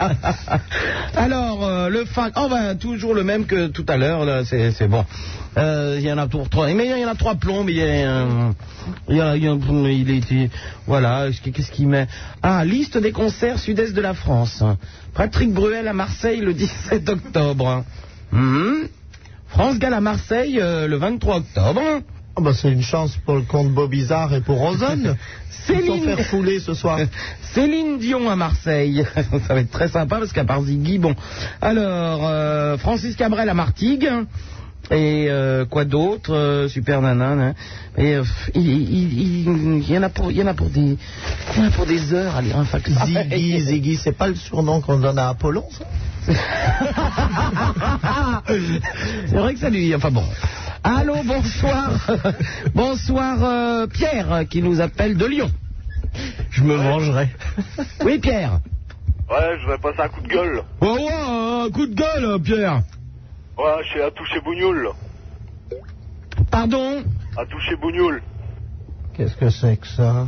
[SPEAKER 3] [laughs] Alors, euh, le fax. Oh, ben, toujours le même que tout à l'heure, là, c'est c'est bon. Euh, Il y en a pour trois. Mais il y en a trois plombs, mais il y a un- il y a- il y a un- il est- il- Voilà, est-ce que- qu'est-ce qu'il met Ah, liste des concerts sud-est de la France. Patrick Bruel à Marseille le 17 octobre. Hein. Hum. France Gall à Marseille euh, le 23 octobre.
[SPEAKER 5] Ah bah, c'est une chance pour le compte Bobizard et pour Ozone.
[SPEAKER 3] [laughs] Céline.
[SPEAKER 5] Ils sont faire fouler ce soir.
[SPEAKER 3] [laughs] Céline Dion à Marseille. [laughs] Ça va être très sympa parce qu'à part Ziggy, bon. Alors, euh, Francis Cabrel à Martigues. Et euh, quoi d'autre Euh, Super Nana. nan. Et euh, pff, il, il- il- il y en a pour, il y en a pour des, il y en a pour des heures à lire un fax. [laughs]
[SPEAKER 5] Ziggy, Ziggy, c'est pas le surnom qu'on donne à Apollon, ça
[SPEAKER 3] Ah, C'est vrai que ça lui. Enfin bon. Allô, [laughs] bonsoir. bonsoir euh, Pierre qui nous appelle de Lyon. Je me vengerai. Oui Pierre.
[SPEAKER 21] Ouais, je vais passer un coup de gueule.
[SPEAKER 3] Oh, oh, oh, coup de gueule, euh, Pierre.
[SPEAKER 21] Ouais, chez à toucher Bougnoul.
[SPEAKER 3] Pardon
[SPEAKER 21] À toucher Bougnoul.
[SPEAKER 5] Qu'est-ce que c'est que ça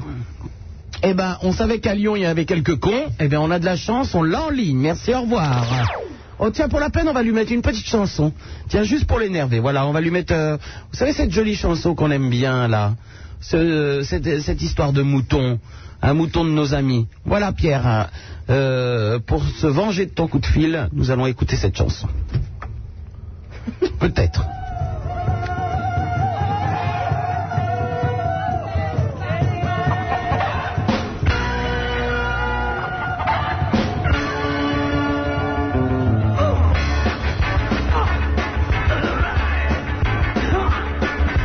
[SPEAKER 3] Eh ben, on savait qu'à Lyon, il y avait quelques cons. Eh ben, on a de la chance, on l'a en ligne. Merci, au revoir. Oh, tiens, pour la peine, on va lui mettre une petite chanson. Tiens, juste pour l'énerver. Voilà, on va lui mettre... euh, vous savez, cette jolie chanson qu'on aime bien, là Ce, euh, cette, cette histoire de mouton. Un mouton de nos amis. Voilà, Pierre. hein. Euh, pour se venger de ton coup de fil, nous allons écouter cette chanson. Peut-être.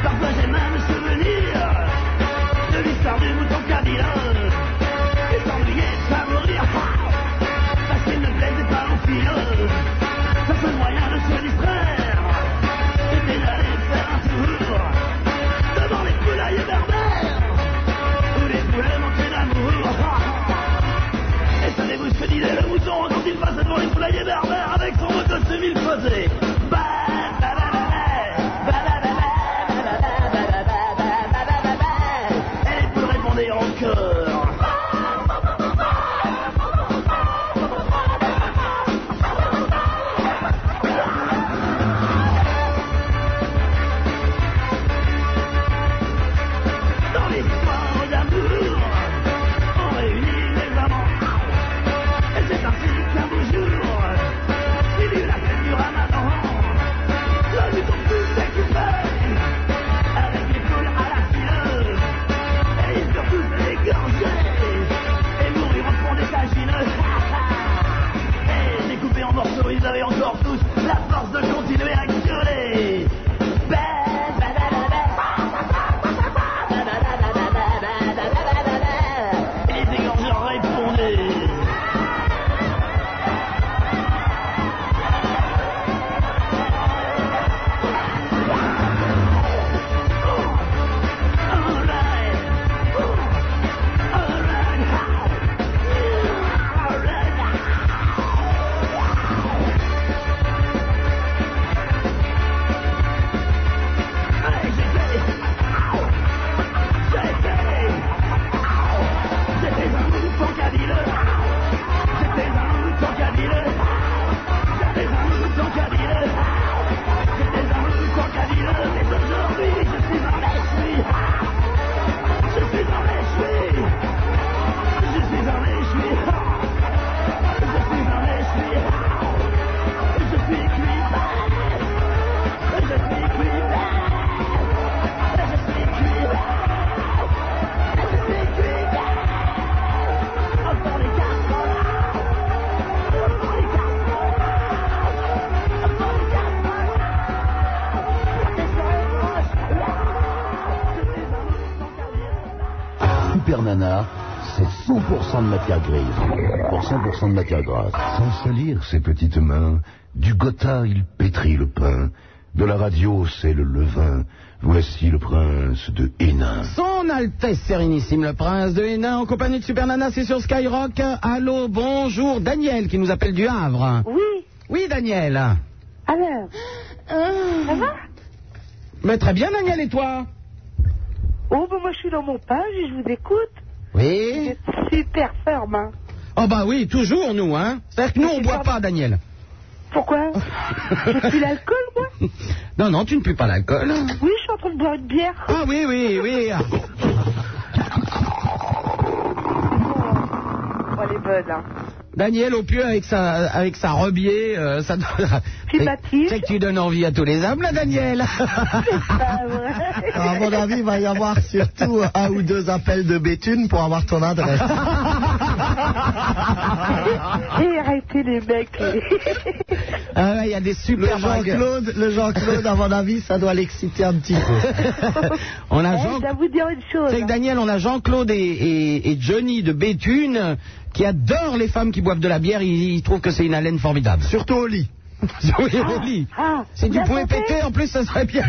[SPEAKER 15] Parfois j'ai même souvenir de l'histoire du mouton Cadillac. Et s'ennuyer, ça mourir. ah, Parce qu'il ne plaisait pas aux filles. Son seul moyen de se distraire était d'aller faire un tour devant les poulaillers berbères où les poulets manquaient d'amour. Et savez-vous ce que disait le mouton quand il passait devant les poulaillers berbères avec son moto de mille posés vous répondez encore. Dans les soirs d'amour, on réunit les amants. Et c'est ainsi qu'un beau jour, il y eut la fête du ramadan.
[SPEAKER 1] nana, c'est 100% de matière grise. Pour 100% de matière grasse. Sans salir ses petites mains, du gotha il pétrit le pain. De la radio, c'est le levain. Voici le prince de Hénin.
[SPEAKER 3] Son Altesse Sérénissime, le prince de Hénin, en compagnie de Super Nana, c'est sur Skyrock. Allô, bonjour, Daniel qui nous appelle du Havre.
[SPEAKER 7] Oui.
[SPEAKER 3] Oui, Daniel.
[SPEAKER 7] Alors Ça va
[SPEAKER 3] Mais très bien, Daniel, et toi
[SPEAKER 7] Oh, ben moi je suis dans mon page et je vous écoute.
[SPEAKER 3] Oui.
[SPEAKER 7] Super ferme, hein.
[SPEAKER 3] Oh bah oui, toujours nous, hein. C'est-à-dire que nous, on boit pas, Daniel. [laughs]
[SPEAKER 7] Pourquoi Je suis l'alcool, moi
[SPEAKER 3] Non, non, tu ne pues pas l'alcool.
[SPEAKER 7] Oui, je suis en train de boire une bière.
[SPEAKER 3] Ah oui, oui, oui. [laughs]
[SPEAKER 7] Oh, elle est bonne, hein.
[SPEAKER 3] Daniel au pieu avec sa avec sa rebier, euh, ça donne. C'est que tu donnes envie à tous les hommes là, Daniel.
[SPEAKER 5] À mon avis, il va y avoir surtout un ou deux appels de Béthune pour avoir ton adresse.
[SPEAKER 7] [laughs] Et arrêtez les
[SPEAKER 3] [laughs]
[SPEAKER 7] mecs.
[SPEAKER 3] Ah ouais, il y a des
[SPEAKER 5] Le
[SPEAKER 3] super blagues.
[SPEAKER 5] Jean-Claude, le Jean-Claude, à mon avis, ça doit l'exciter un
[SPEAKER 3] [laughs]
[SPEAKER 5] petit peu.
[SPEAKER 3] On a
[SPEAKER 5] Eh,
[SPEAKER 3] Jean.
[SPEAKER 5] je dois
[SPEAKER 7] vous dire une chose.
[SPEAKER 3] C'est que Daniel, on a Jean-Claude et, et- et Johnny de Béthune qui adorent les femmes qui boivent de la bière. Ils, ils trouvent que c'est une haleine formidable.
[SPEAKER 5] Surtout au lit.
[SPEAKER 3] [laughs] oui, au lit.
[SPEAKER 7] Ah,
[SPEAKER 3] si
[SPEAKER 7] vous
[SPEAKER 3] tu pouvais
[SPEAKER 7] attendez
[SPEAKER 3] péter, en plus, ça serait bien.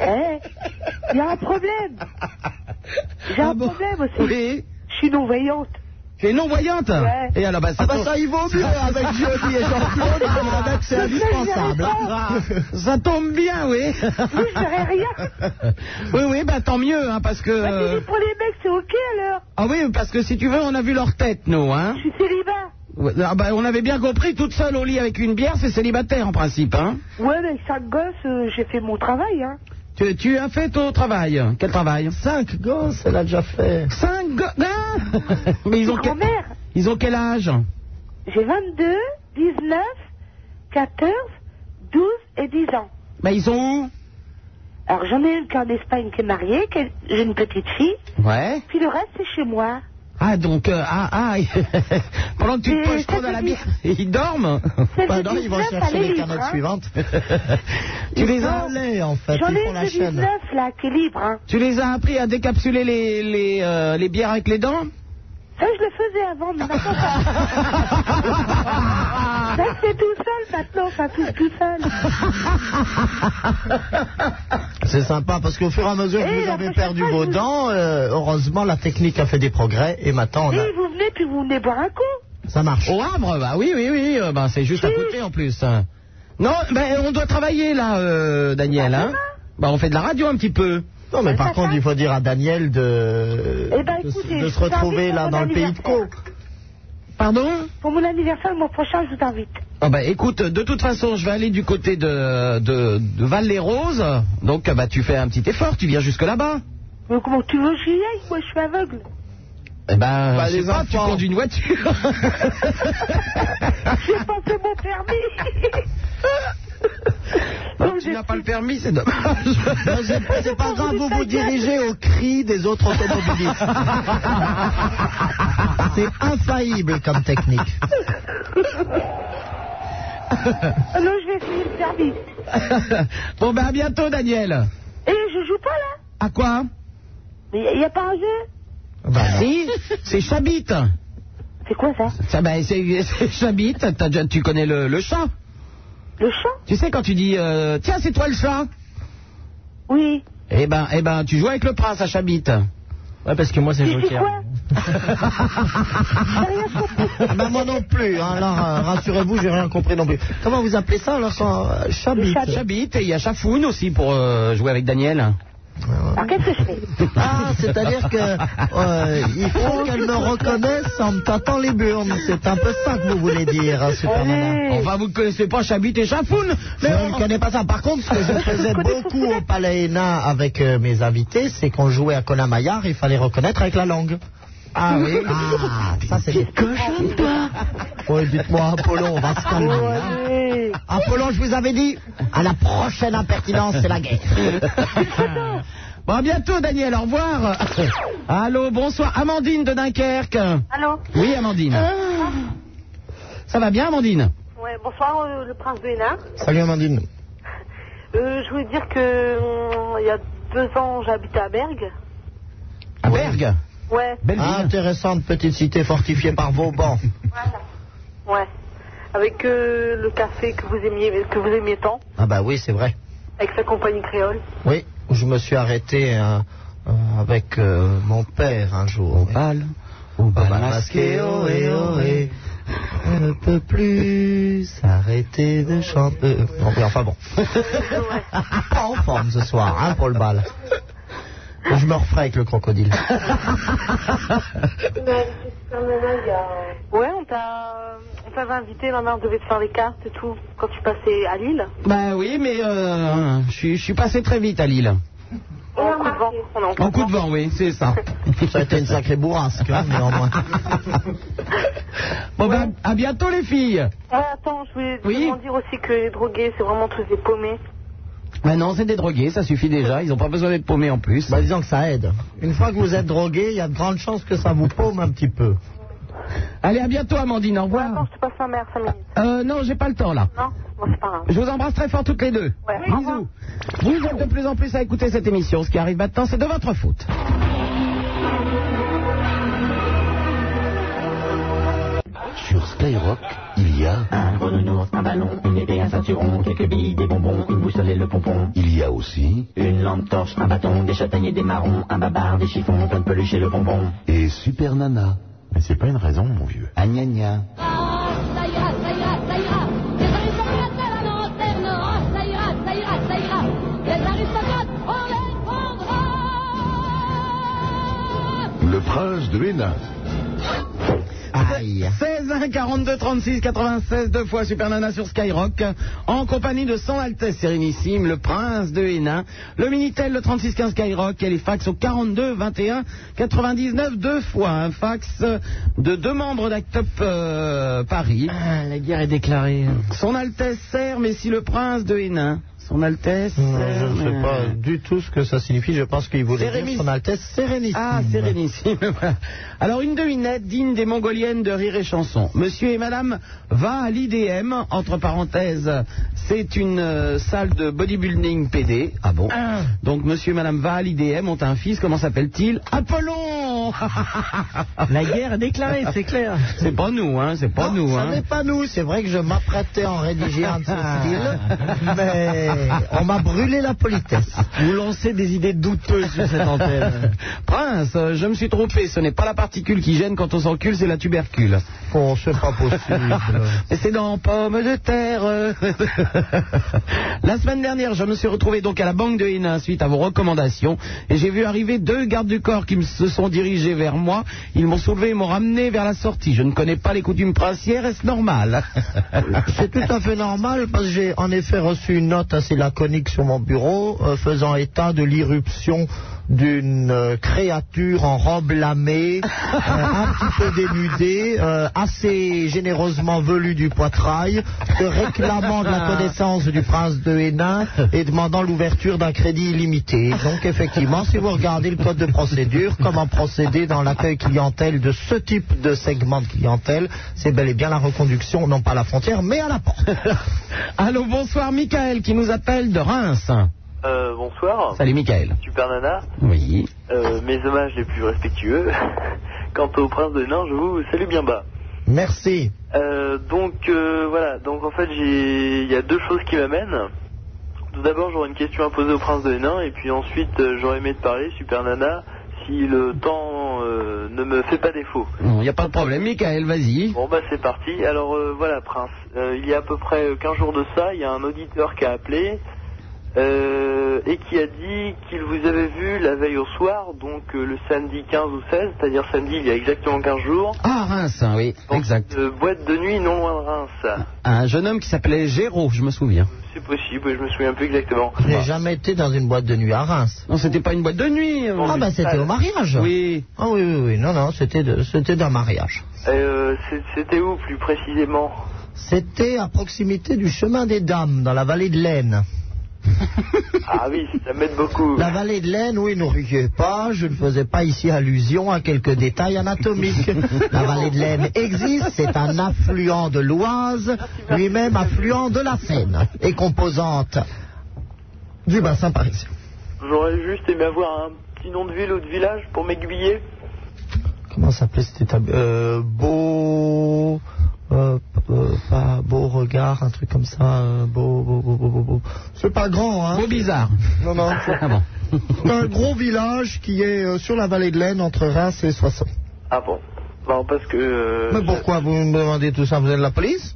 [SPEAKER 7] Eh, il y a
[SPEAKER 3] [laughs]
[SPEAKER 7] un problème. J'ai un problème aussi.
[SPEAKER 3] Ah Oui.
[SPEAKER 7] Je suis non-voyante.
[SPEAKER 3] Tu es non-voyante
[SPEAKER 7] Ouais.
[SPEAKER 3] Et alors, bah, ça,
[SPEAKER 7] Ah bah,
[SPEAKER 3] tombe-
[SPEAKER 7] ça, il vaut
[SPEAKER 3] [laughs]
[SPEAKER 7] mieux avec Johnny et Jean-Claude,
[SPEAKER 5] parce que c'est
[SPEAKER 3] Ça tombe
[SPEAKER 5] indispensable.
[SPEAKER 7] Ah.
[SPEAKER 3] [laughs] bien. Ça tombe bien, oui.
[SPEAKER 7] Vous, je verrai rien.
[SPEAKER 3] Oui, oui, bah tant mieux, hein, parce que...
[SPEAKER 7] Mais
[SPEAKER 3] euh,
[SPEAKER 7] pour les mecs, c'est OK alors.
[SPEAKER 3] Ah oui, parce que si tu veux, on a vu leur tête, nous, hein.
[SPEAKER 7] Je suis célibat.
[SPEAKER 3] Ouais, ah bah, on avait bien compris, toute seule au lit avec une bière, c'est célibataire en principe, hein.
[SPEAKER 7] Ouais, mais cinq gosses, euh, j'ai fait mon travail, hein.
[SPEAKER 3] Tu, tu as fait ton travail. Quel travail
[SPEAKER 5] Cinq gosses, elle a déjà fait.
[SPEAKER 3] Cinq go- Ah Mais ils ont, quel... ils ont quel âge
[SPEAKER 7] J'ai 22, 19, 14, 12 et 10 ans.
[SPEAKER 3] Bah, ils sont où
[SPEAKER 7] Alors, j'en ai une qui est en Espagne qui est mariée, qui est- j'ai une petite fille.
[SPEAKER 3] Ouais.
[SPEAKER 7] Puis le reste, c'est chez moi.
[SPEAKER 3] Ah, donc, euh, ah, [laughs] ah, pendant que tu te
[SPEAKER 7] Et
[SPEAKER 3] poches trop
[SPEAKER 7] ça
[SPEAKER 3] dans la
[SPEAKER 7] te dit-
[SPEAKER 3] bière, [laughs] ils dorment
[SPEAKER 7] Ça te dit neuf, allez, libre, hein.
[SPEAKER 3] [laughs] tu, les as,
[SPEAKER 5] Ils sont- en fait,
[SPEAKER 7] J'en
[SPEAKER 5] ils
[SPEAKER 7] ai
[SPEAKER 5] font
[SPEAKER 7] une
[SPEAKER 5] la
[SPEAKER 7] de
[SPEAKER 5] chaîne.
[SPEAKER 7] 19, là, qui est libre, hein.
[SPEAKER 3] tu les as appris à décapsuler les, les, euh, les bières avec les dents
[SPEAKER 7] Ça, je le faisais avant, mais maintenant,
[SPEAKER 3] [laughs]
[SPEAKER 7] ça... ça, c'est tout seul, maintenant, ça pousse tout
[SPEAKER 3] [laughs]
[SPEAKER 7] seul.
[SPEAKER 5] C'est sympa parce qu'au fur et à mesure que
[SPEAKER 7] Et
[SPEAKER 5] vous
[SPEAKER 7] la
[SPEAKER 5] avez
[SPEAKER 7] prochaine
[SPEAKER 5] perdu
[SPEAKER 7] fois,
[SPEAKER 5] vos
[SPEAKER 7] je-
[SPEAKER 5] dents, euh, heureusement la technique a fait des progrès et maintenant on a-
[SPEAKER 7] Et vous venez, puis vous venez boire un coup.
[SPEAKER 5] ça marche.
[SPEAKER 3] Au Havre, bah oui, oui, oui, euh, bah, c'est juste à côté en plus. Non, ben on doit travailler là, euh, Daniel. Hein. Bah, on fait de la radio un petit peu.
[SPEAKER 5] Non mais par contre il faut dire à Daniel de,
[SPEAKER 7] Ben, Eh ben,
[SPEAKER 5] de se-
[SPEAKER 7] écoutez,
[SPEAKER 5] de
[SPEAKER 7] je
[SPEAKER 5] se
[SPEAKER 7] vous
[SPEAKER 5] retrouver
[SPEAKER 7] invite
[SPEAKER 5] là
[SPEAKER 7] pour
[SPEAKER 5] dans
[SPEAKER 7] mon
[SPEAKER 5] le pays de Caux.
[SPEAKER 7] anniversaire.
[SPEAKER 3] Pardon
[SPEAKER 7] Pour mon anniversaire, le mois prochain, je vous invite.
[SPEAKER 3] Ah bah écoute, de toute façon, je vais aller du côté de, de, de Val-les-Roses. Donc, bah, tu fais un petit effort, tu viens jusque là-bas.
[SPEAKER 7] Mais comment tu veux que j'y aille Moi, je suis
[SPEAKER 3] [laughs]
[SPEAKER 7] aveugle.
[SPEAKER 3] Eh ben,
[SPEAKER 5] Bah,
[SPEAKER 3] je sais
[SPEAKER 5] les
[SPEAKER 3] pas, tu
[SPEAKER 5] enfants.
[SPEAKER 3] conduis une voiture.
[SPEAKER 7] J'ai pas fait mon
[SPEAKER 3] [laughs]
[SPEAKER 7] permis.
[SPEAKER 3] Non, Bah, tu n'as pas le permis, c'est dommage.
[SPEAKER 5] Non, C'est c'est pas grave, vous vous dirigez [laughs] au cri des autres automobilistes. C'est infaillible comme
[SPEAKER 7] [laughs]
[SPEAKER 5] technique.
[SPEAKER 7] Ah non, je vais essayer le permis.
[SPEAKER 3] [laughs] bon, ben à bientôt, Daniel.
[SPEAKER 7] Et je joue pas, là
[SPEAKER 3] À quoi
[SPEAKER 7] Mais il n'y a pas un jeu
[SPEAKER 3] Si, c'est Chabit.
[SPEAKER 7] C'est quoi ça
[SPEAKER 3] Ça, ben, c'est c'est Chabit. T'as déjà- tu connais le, le chat
[SPEAKER 7] Le chat
[SPEAKER 3] Tu sais, quand tu dis euh, Tiens, c'est toi le chat
[SPEAKER 7] Oui.
[SPEAKER 3] Eh ben, eh ben, tu joues avec le prince à Chabit.
[SPEAKER 4] Ouais, parce que moi, c'est
[SPEAKER 7] Tu sais
[SPEAKER 4] Joker.
[SPEAKER 7] quoi
[SPEAKER 5] Ah bah, moi non plus, hein, alors euh, rassurez-vous, j'ai rien compris non plus. Comment vous appelez ça alors sans euh, Chabit
[SPEAKER 3] Chabit, et il y a Chafoun aussi pour euh, jouer avec Daniel.
[SPEAKER 7] Alors, qu'est-ce que je fais
[SPEAKER 5] Ah, c'est-à-dire que euh, il faut qu'elle me reconnaisse en me tâtant les burnes. C'est un peu ça que vous voulez dire,
[SPEAKER 7] Eh.
[SPEAKER 5] hein, Super Nana.
[SPEAKER 4] Ah,
[SPEAKER 3] Enfin, vous ne connaissez pas Chabit et Chafoun
[SPEAKER 5] Je
[SPEAKER 3] mais
[SPEAKER 5] ne connais pas ça. Par contre, ce que je faisais beaucoup au Palais Hénin avec euh, mes invités, c'est qu'on jouait à Colin Maillard, il fallait reconnaître avec la langue.
[SPEAKER 3] Ah
[SPEAKER 1] [laughs]
[SPEAKER 3] oui
[SPEAKER 5] Ah, ça c'est des cochons, toi Oui, dites-moi, Apollon, on va se calmer. hein.
[SPEAKER 7] Allez.
[SPEAKER 5] Apollon, je vous avais dit, à la prochaine impertinence, c'est la guerre.
[SPEAKER 3] [laughs] Bon, à bientôt, Daniel, au revoir. Allô, bonsoir. Amandine de Dunkerque.
[SPEAKER 7] Allô Hein
[SPEAKER 3] Oui, Amandine.
[SPEAKER 7] Ah.
[SPEAKER 3] Ça va bien, Amandine
[SPEAKER 7] Ouais, bonsoir, euh, le prince de Hénin.
[SPEAKER 5] Salut Amandine.
[SPEAKER 7] Euh, je voulais dire que hum, il y a deux ans, j'habitais à Berg.
[SPEAKER 3] À Berg
[SPEAKER 14] Ouais,
[SPEAKER 5] Ah, Intéressante petite cité fortifiée par Vauban.
[SPEAKER 14] ouais. Avec euh, le café que vous aimiez, que vous aimiez tant,
[SPEAKER 5] Ah bah oui, c'est vrai.
[SPEAKER 14] avec sa compagnie
[SPEAKER 7] [laughs]
[SPEAKER 14] créole.
[SPEAKER 5] Oui, je me suis arrêté hein, euh, avec euh, mon père un jour. Au bal, au bal masqué, oh, ohé, ohé. Elle ne peut plus s'arrêter de chanter. Bon, oui, [laughs] enfin bon. Pas en forme ce soir, hein, pour le bal. Je me referai avec le crocodile.
[SPEAKER 14] Ouais, on t'a, on t'avait invité, maman, on devait te faire les cartes et tout, quand tu passais à Lille.
[SPEAKER 3] Bah oui, mais euh, je suis- je suis passé très vite à Lille.
[SPEAKER 14] En coup de vent, on est en
[SPEAKER 3] En coup de vent, oui, c'est ça.
[SPEAKER 5] Ça a été une sacrée bourrasque, hein, néanmoins.
[SPEAKER 3] [laughs] Bon, ben, à bientôt, les filles.
[SPEAKER 14] Ouais, attends, je voulais vraiment dire aussi que les drogués, c'est vraiment tous des paumés.
[SPEAKER 3] Ah non, c'est des drogués, ça suffit déjà. Ils n'ont pas besoin d'être paumés en plus.
[SPEAKER 5] Bah, disons que ça aide. Une fois que vous êtes drogué, il y a de grandes chances que ça vous paume un petit peu.
[SPEAKER 3] Allez, à bientôt, Amandine. Au revoir. Attends,
[SPEAKER 14] je te passe ma mère, 5 minutes.
[SPEAKER 3] Euh, non, j'ai pas le temps, là.
[SPEAKER 14] Non, bon, c'est pas grave.
[SPEAKER 3] Je vous embrasse très fort toutes les deux. Bisous. Vous êtes de plus en plus à écouter cette émission. Ce qui arrive maintenant, c'est de votre faute.
[SPEAKER 1] [laughs] Sur Skyrock, il y a un gros nounours, un ballon, une épée, un ceinturon, quelques billes, des bonbons, une boussole et le pompon. Il y a aussi une lampe torche, un bâton, des châtaigniers, des marrons, un babar, des chiffons, plein de peluches et le bonbon. Et Super Nana. Mais c'est pas une raison, mon vieux. Ah gna gna.
[SPEAKER 15] Ça ira, ça ira, ça ira. Les aristocrates à la lanterne. Oh, ça ira, ça ira, ça ira. Les aristocrates, on les prendra.
[SPEAKER 1] Le prince de Hénin.
[SPEAKER 3] Aïe. 16 1 42 36 96 deux fois Super Nana sur Skyrock en compagnie de son Altesse Sérénissime le Prince de Hénin le Minitel le 36 15 Skyrock et les fax au 42 21 99 deux fois un fax de deux membres d'Actop Paris Ah, la guerre est déclarée son Altesse sert mais si le Prince de Hénin son Altesse
[SPEAKER 5] Je
[SPEAKER 3] sert,
[SPEAKER 5] ne sais
[SPEAKER 3] mais-
[SPEAKER 5] pas du tout ce que ça signifie. Je pense qu'il voulait dire son Altesse Sérénissime.
[SPEAKER 3] ah, sérénissime. [laughs] voilà. Alors, une devinette digne des Mongoliennes de rire et chanson. Monsieur et madame va à l'IDM, entre parenthèses, c'est une euh, salle de bodybuilding PD. Ah bon Donc, monsieur et madame va à l'IDM, ont un fils, comment s'appelle-t-il Apollon [laughs] La guerre est déclarée, c'est clair. C'est pas nous, hein, c'est pas nous,
[SPEAKER 5] Ce
[SPEAKER 3] hein.
[SPEAKER 5] n'est pas nous, c'est vrai que je m'apprêtais à en rédiger un de
[SPEAKER 3] [laughs]
[SPEAKER 5] ce style, mais on m'a brûlé la politesse.
[SPEAKER 3] Vous lancez des idées douteuses sur cette antenne. [laughs] Prince, euh, je me suis trompé. Ce n'est pas la particule qui gêne quand on s'encule, c'est la tubercule. Oh,
[SPEAKER 5] Bon, c'est pas possible.
[SPEAKER 3] Mais [laughs] c'est dans Pomme de terre. la semaine dernière, je me suis retrouvé donc à la banque de Hénin suite à vos recommandations et j'ai vu arriver deux gardes du corps qui me se sont dirigés vers moi. Ils m'ont soulevé et m'ont ramené vers la sortie. Je ne connais pas les coutumes princières, est-ce normal [laughs]
[SPEAKER 5] C'est tout à fait normal parce que j'ai en effet reçu une note assez laconique sur mon bureau euh, faisant état de l'irruption d'une euh, créature en robe lamée, euh, un petit peu dénudée, euh, assez généreusement velue du poitrail, te réclamant de la
[SPEAKER 3] Ah.
[SPEAKER 5] connaissance du prince de Hénin et demandant l'ouverture d'un crédit illimité. Donc effectivement, si vous regardez le code de procédure, comment procéder dans l'accueil clientèle de ce type de segment de clientèle, c'est bel et bien la reconduction, non pas à la frontière, mais à la porte.
[SPEAKER 3] [laughs] Allô, bonsoir, Michael qui nous appelle de Reims.
[SPEAKER 9] Euh, bonsoir.
[SPEAKER 3] Salut, Michael.
[SPEAKER 9] Super Nana.
[SPEAKER 3] Oui.
[SPEAKER 9] Euh, mes hommages les plus respectueux. [laughs] Quant au prince de Hénin, je vous salue bien bas.
[SPEAKER 5] Merci.
[SPEAKER 9] Euh, donc euh, voilà, donc en fait j'ai il y a deux choses qui m'amènent. Tout d'abord j'aurais une question à poser au prince de Hénin et puis ensuite euh, j'aurais aimé te parler, Super Nana, si le temps euh, ne me fait pas défaut.
[SPEAKER 3] Il n'y a pas de problème, Michael, vas-y.
[SPEAKER 9] Bon bah c'est parti. Alors euh, voilà Prince, Euh, il y a à peu près euh, 15 jours de ça, il y a un auditeur qui a appelé euh, et qui a dit qu'il vous avait vu la veille au soir, donc euh, le samedi 15 ou 16, c'est-à-dire samedi il y a exactement 15 jours,
[SPEAKER 3] Ah, Reims, hein, oui, exact.
[SPEAKER 9] euh, boîte de nuit non loin de Reims.
[SPEAKER 3] Un jeune homme qui s'appelait Géraud, je me souviens.
[SPEAKER 9] C'est possible, je me souviens plus exactement.
[SPEAKER 5] Je n'ai jamais été dans une boîte de nuit hein. à Reims.
[SPEAKER 3] Non, c'était pas une boîte de nuit. hein.
[SPEAKER 5] Ah ben c'était au mariage.
[SPEAKER 3] Oui.
[SPEAKER 5] Ah oui, oui, oui. Non, non, c'était de- c'était d'un mariage.
[SPEAKER 9] Euh, c'est- C'était où plus précisément
[SPEAKER 5] C'était à proximité du chemin des dames, dans la vallée de l'Aisne.
[SPEAKER 9] Ah oui, ça m'aide beaucoup.
[SPEAKER 5] La vallée de l'Aisne, oui, n'oubliez pas, je ne faisais pas ici allusion à quelques détails anatomiques. La vallée de l'Aisne existe, c'est un affluent de l'Oise, lui-même affluent de la Seine, et composante du bassin parisien.
[SPEAKER 9] J'aurais juste aimé avoir un petit nom de ville ou de village pour m'aiguiller.
[SPEAKER 5] Comment s'appelait cet établissement euh, Beau. Euh, euh, pas beau regard, un truc comme ça. euh, beau, beau, beau, beau, beau, beau. C'est pas grand, hein
[SPEAKER 3] Beau bizarre.
[SPEAKER 5] Non, non.
[SPEAKER 3] Ah bon.
[SPEAKER 5] C'est un gros village qui est euh, sur la vallée de l'Aisne entre Reims et Soissons.
[SPEAKER 9] Ah bon Non, parce que. euh,
[SPEAKER 5] Mais pourquoi vous me demandez tout ça Vous êtes de la police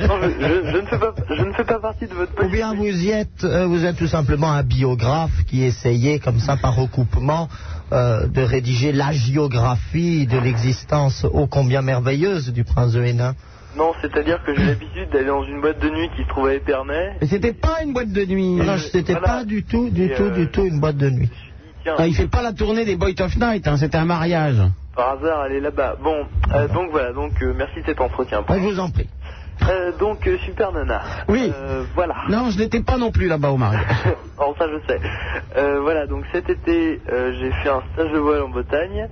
[SPEAKER 9] non, je, je- je ne fais pas, je ne fais pas partie de votre
[SPEAKER 5] Ou bien vous y êtes, euh, vous êtes tout simplement un biographe qui essayait, comme ça, par recoupement, euh, de rédiger la géographie de l'existence ô combien merveilleuse du prince de Hénin.
[SPEAKER 9] Non, c'est-à-dire que j'ai l'habitude d'aller dans une boîte de nuit qui se trouve à Épernay.
[SPEAKER 3] Mais c'était pas une boîte de nuit.
[SPEAKER 5] Non, c'était pas du tout, du
[SPEAKER 9] [laughs] Et,
[SPEAKER 5] tout,
[SPEAKER 9] euh,
[SPEAKER 5] du tout une boîte de nuit.
[SPEAKER 9] Tiens,
[SPEAKER 3] Ah, il fait pas la tournée des Boys of Night, hein, c'était un mariage.
[SPEAKER 9] par hasard, elle est là-bas. Bon, euh, donc voilà, donc euh, merci de cet entretien.
[SPEAKER 5] Ah, Je vous en prie.
[SPEAKER 9] Euh, donc, euh, Super Nana.
[SPEAKER 3] Oui.
[SPEAKER 9] Euh, voilà.
[SPEAKER 3] Non, je n'étais pas non plus là-bas au mariage.
[SPEAKER 9] [laughs] Alors ça je sais. Euh, voilà, donc cet été euh, j'ai fait un stage de voile en Bretagne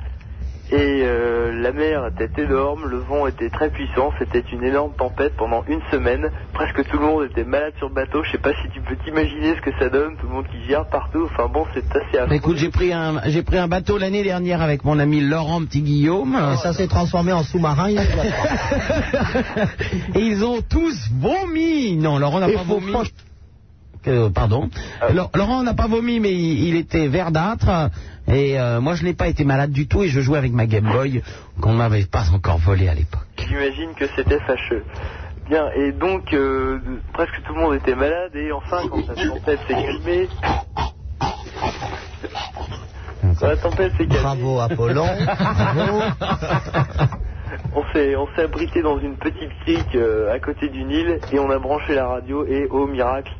[SPEAKER 9] et euh, la mer était énorme, le vent était très puissant, c'était une énorme tempête pendant une semaine. Presque tout le monde était malade sur le bateau, je sais pas si tu peux t'imaginer ce que ça donne, tout le monde qui vire partout, enfin bon c'est assez affreux.
[SPEAKER 3] Écoute, j'ai pris un, j'ai pris un bateau l'année dernière avec mon ami Laurent Petit Guillaume.
[SPEAKER 5] Et Oh, ça s'est transformé en sous-marin. il y a-
[SPEAKER 3] [laughs] Et ils ont tous vomi. Non, Laurent n'a
[SPEAKER 5] Et
[SPEAKER 3] pas
[SPEAKER 5] faut
[SPEAKER 3] vomi.
[SPEAKER 5] pas-
[SPEAKER 3] Euh, pardon. Laur- Laurent n'a pas vomi, mais il, il était verdâtre. Et euh, moi, je n'ai pas été malade du tout. Et je jouais avec ma Game Boy qu'on m'avait pas encore volée à l'époque.
[SPEAKER 9] J'imagine que c'était fâcheux. Bien, et donc euh, presque tout le monde était malade et enfin quand la tempête s'est calmée... Quand la tempête s'est calmée...
[SPEAKER 5] Bravo Apollon. Bravo.
[SPEAKER 9] On s'est, on s'est abrité dans une petite crique euh, à côté d'une île et on a branché la radio et au miracle,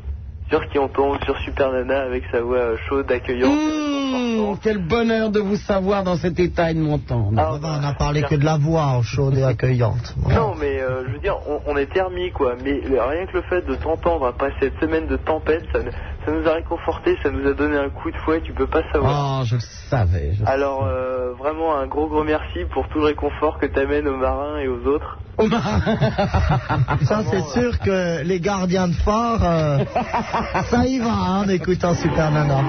[SPEAKER 9] sur qui on tombe, sur Super Nana avec sa voix euh, chaude, accueillante.
[SPEAKER 3] Mmh, quel bonheur de vous savoir dans cet état de mon temps.
[SPEAKER 5] Ah, ben, on n'a parlé que de la voix chaude et accueillante.
[SPEAKER 9] Non mais euh, je veux dire, on, on est thermique quoi, mais le- rien que le fait de t'entendre après cette semaine de tempête, ça, ne- ça nous a réconforté, ça nous a donné un coup de fouet, tu peux pas savoir.
[SPEAKER 5] Ah,
[SPEAKER 3] Oh, je le savais. je-
[SPEAKER 9] Alors euh, vraiment un gros gros merci pour tout le réconfort que t'amènes aux marins et aux autres.
[SPEAKER 5] [laughs] Ça, c'est sûr que les gardiens de phare, euh, [laughs] ça y va hein, en écoutant Super Nana.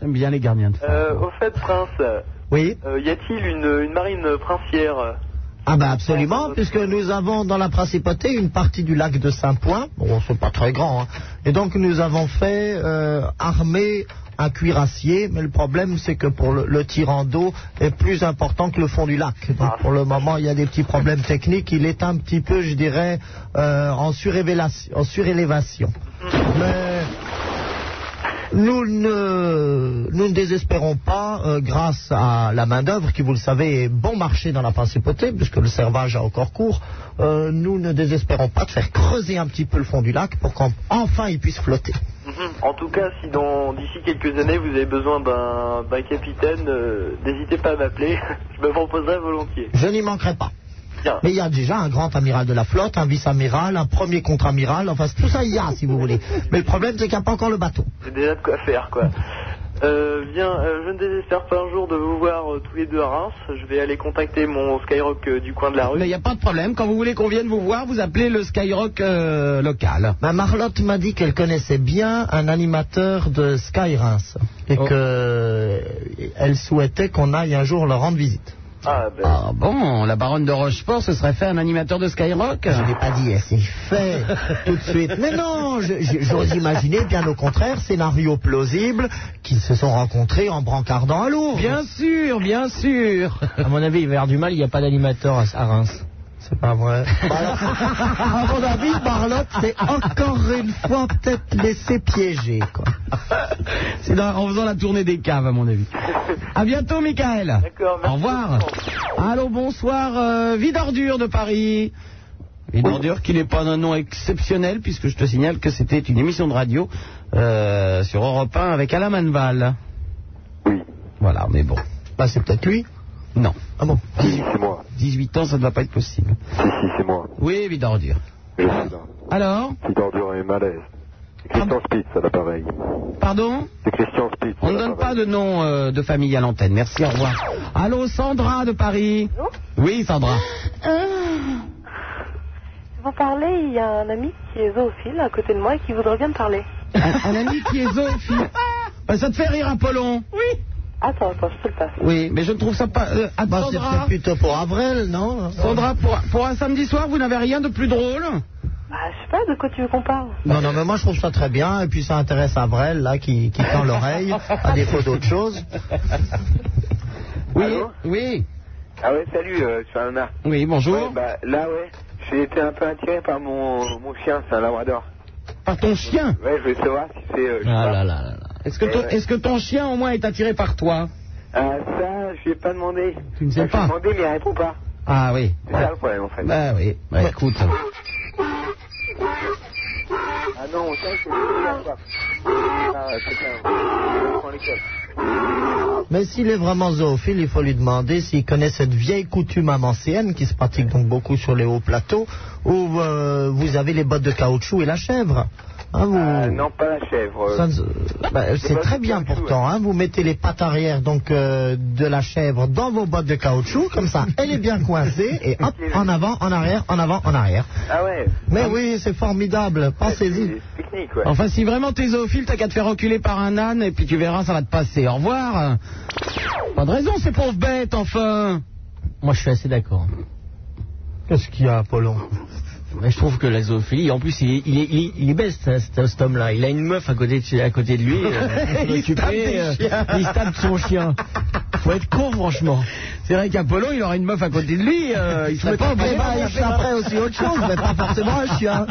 [SPEAKER 3] J'aime bien les gardiens de phare.
[SPEAKER 9] Euh, au fait Prince,
[SPEAKER 5] Oui
[SPEAKER 9] euh, y a-t-il une, une marine princière
[SPEAKER 5] Ah ben absolument, puisque nous avons dans la principauté une partie du lac de Saint-Point, bon c'est pas très grand, hein. et donc nous avons fait euh, armer un cuirassier, mais le problème c'est que pour le, le tirant d'eau est plus important que le fond du lac. Donc pour le moment il y a des petits problèmes techniques, il est un petit peu je dirais euh, en, surélévation- en surélévation. Mais nous ne, nous ne désespérons pas euh, grâce à la main-d'œuvre qui, vous le savez, est bon marché dans la principauté, puisque le servage a encore cours. Euh, nous ne désespérons pas de faire creuser un petit peu le fond du lac pour qu'enfin il puisse flotter.
[SPEAKER 9] Mhm. En tout cas, si dans d'ici quelques années vous avez besoin d'un d'un capitaine, euh, n'hésitez pas à m'appeler. [laughs] Je me proposerai volontiers.
[SPEAKER 5] Je n'y manquerai pas.
[SPEAKER 9] Bien.
[SPEAKER 5] Mais il y a déjà un grand amiral de la flotte, un vice-amiral, un premier contre-amiral, enfin tout ça il y a si vous voulez. Mais le problème c'est qu'il n'y a pas encore le bateau.
[SPEAKER 9] J'ai déjà de quoi faire, quoi. Euh, bien, euh, je ne désespère pas un jour de vous voir euh, tous les deux à Reims. Je vais aller contacter mon Skyrock euh, du coin de la rue.
[SPEAKER 3] Mais il n'y a pas de problème. Quand vous voulez qu'on vienne vous voir, vous appelez le Skyrock euh, local.
[SPEAKER 5] Ma Marlotte m'a dit qu'elle connaissait bien un animateur de Sky Reims et qu'elle souhaitait Euh, qu'on aille un jour leur rendre visite.
[SPEAKER 9] Ah, ben,
[SPEAKER 3] Ah bon, la baronne de Rochefort se serait fait un animateur de Skyrock
[SPEAKER 5] Je n'ai pas dit, eh,
[SPEAKER 3] [laughs]
[SPEAKER 5] c'est fait tout de suite. Mais non, je- je- j'ose imaginer, bien au contraire, scénario plausible, qu'ils se sont rencontrés en brancardant à Lourdes.
[SPEAKER 3] Bien sûr, bien sûr.
[SPEAKER 4] À mon avis, il va y avoir du mal, il n'y a pas d'animateur à, à Reims.
[SPEAKER 5] C'est pas vrai. [laughs] à mon avis, Marlotte s'est encore une fois peut-être laissé piéger. quoi.
[SPEAKER 3] C'est dans- en faisant la tournée des caves, à mon avis. À bientôt, Michael.
[SPEAKER 9] D'accord,
[SPEAKER 3] Au
[SPEAKER 9] merci
[SPEAKER 3] revoir. Allô, bonsoir. euh, Vide Ordure de Paris. Vide Ordure qui n'est pas un nom exceptionnel, puisque je te signale que c'était une émission de radio euh, sur Europe 1 avec Alain Manval. Oui. Voilà, mais bon.
[SPEAKER 5] Bah, c'est peut-être lui.
[SPEAKER 3] Non.
[SPEAKER 5] Ah bon
[SPEAKER 3] 18 ans, ça ne va pas être possible.
[SPEAKER 12] Si, c'est moi.
[SPEAKER 3] Oui, Vide Ordure.
[SPEAKER 12] Je suis là.
[SPEAKER 3] Alors
[SPEAKER 12] Petite ordure et malaise. C'est
[SPEAKER 19] Ah
[SPEAKER 12] Christian Spitz à l'appareil.
[SPEAKER 3] Pardon
[SPEAKER 12] C'est Christian Spitz.
[SPEAKER 3] On ne donne pas de nom euh, de famille à l'antenne. Merci, au revoir. Allô, Sandra de Paris Oui, Sandra.
[SPEAKER 7] Ah. Vous parlez, il y a un ami qui est zoophile à côté de moi et qui voudrait bien me parler.
[SPEAKER 3] Un, un ami qui est
[SPEAKER 7] [laughs]
[SPEAKER 3] zoophile. Ben, ça te fait rire, Apollon
[SPEAKER 7] Oui. Attends, attends, je te le passe.
[SPEAKER 3] Oui, mais je ne trouve ça pas. euh,
[SPEAKER 5] Bah, c'est
[SPEAKER 3] Sandra,
[SPEAKER 5] peut-être plutôt pour Avril, non
[SPEAKER 3] Sandra, pour, pour un samedi soir, vous n'avez rien de plus drôle
[SPEAKER 7] Bah, je sais pas de quoi tu veux qu'on parle.
[SPEAKER 5] Non, non, mais moi je trouve ça très bien, et puis ça intéresse Avril, là, qui, qui tend l'oreille, à défaut d'autre chose.
[SPEAKER 3] Oui, oui.
[SPEAKER 10] Ah ouais, salut, euh, tu un
[SPEAKER 3] Oui, bonjour.
[SPEAKER 10] Ouais, bah, là, ouais, j'ai été un peu attiré par mon, mon chien, c'est un labrador.
[SPEAKER 3] Par ton chien
[SPEAKER 10] Ouais, je voulais savoir si c'est. euh, je sais
[SPEAKER 3] Ah
[SPEAKER 10] pas.
[SPEAKER 3] là là là là. Est-ce que,
[SPEAKER 10] Eh
[SPEAKER 3] ton-
[SPEAKER 10] ouais.
[SPEAKER 3] est-ce que ton chien au moins est attiré par toi
[SPEAKER 10] Ah, ça, je lui ai pas demandé.
[SPEAKER 3] Tu ne sais
[SPEAKER 10] Je lui ai
[SPEAKER 3] pas.
[SPEAKER 10] demandé, mais il répond pas.
[SPEAKER 3] Ah oui.
[SPEAKER 10] C'est ça le problème, en fait.
[SPEAKER 3] Bah oui. Bah, écoute.
[SPEAKER 10] Ah non, ça, c'est pas. Ah, putain, je prends l'école.
[SPEAKER 5] [laughs] Mais s'il est vraiment zoophile, il faut lui demander s'il connaît cette vieille coutume amancienne qui se pratique donc beaucoup sur les hauts plateaux, où euh, vous avez les bottes de caoutchouc et la chèvre. Hein, vous-
[SPEAKER 10] Ah, non, pas la chèvre.
[SPEAKER 5] Ça ne se- Bah, c'est très bien pourtant. hein. Vous mettez les pattes arrière donc euh, de la chèvre dans vos bottes de caoutchouc, comme ça, elle est bien coincée et
[SPEAKER 10] [laughs]
[SPEAKER 5] hop, en avant, en arrière, en avant, en arrière.
[SPEAKER 10] Ah ouais, Ah,
[SPEAKER 5] Mais oui, c'est formidable. Pensez-y. Ah,
[SPEAKER 10] technique, ouais.
[SPEAKER 3] Ah, Enfin, si vraiment t'es zoophile, t'as qu'à te faire reculer par un âne et puis tu verras, ça va te passer. Au revoir. Pas de raison, ces pauvres bêtes, enfin.
[SPEAKER 5] Moi, je suis assez d'accord. Qu'est-ce qu'il y a, Apollon
[SPEAKER 4] Mais je trouve que la zoophilie, en plus, il est, il est, il est- il est bête, hein, cet, cet homme-là. Il a une meuf à côté de, à côté de lui.
[SPEAKER 3] [laughs]
[SPEAKER 4] euh,
[SPEAKER 3] Il se tape
[SPEAKER 4] occupée,
[SPEAKER 3] des
[SPEAKER 4] euh,
[SPEAKER 3] chiens.
[SPEAKER 4] il se tape son chien. Faut être con, franchement.
[SPEAKER 3] C'est vrai qu'Apollo, il aurait une meuf à côté de lui. euh, il serait pas
[SPEAKER 5] Mais bah, je après aussi autre chose, mais pas forcément un
[SPEAKER 4] [laughs]
[SPEAKER 5] chien.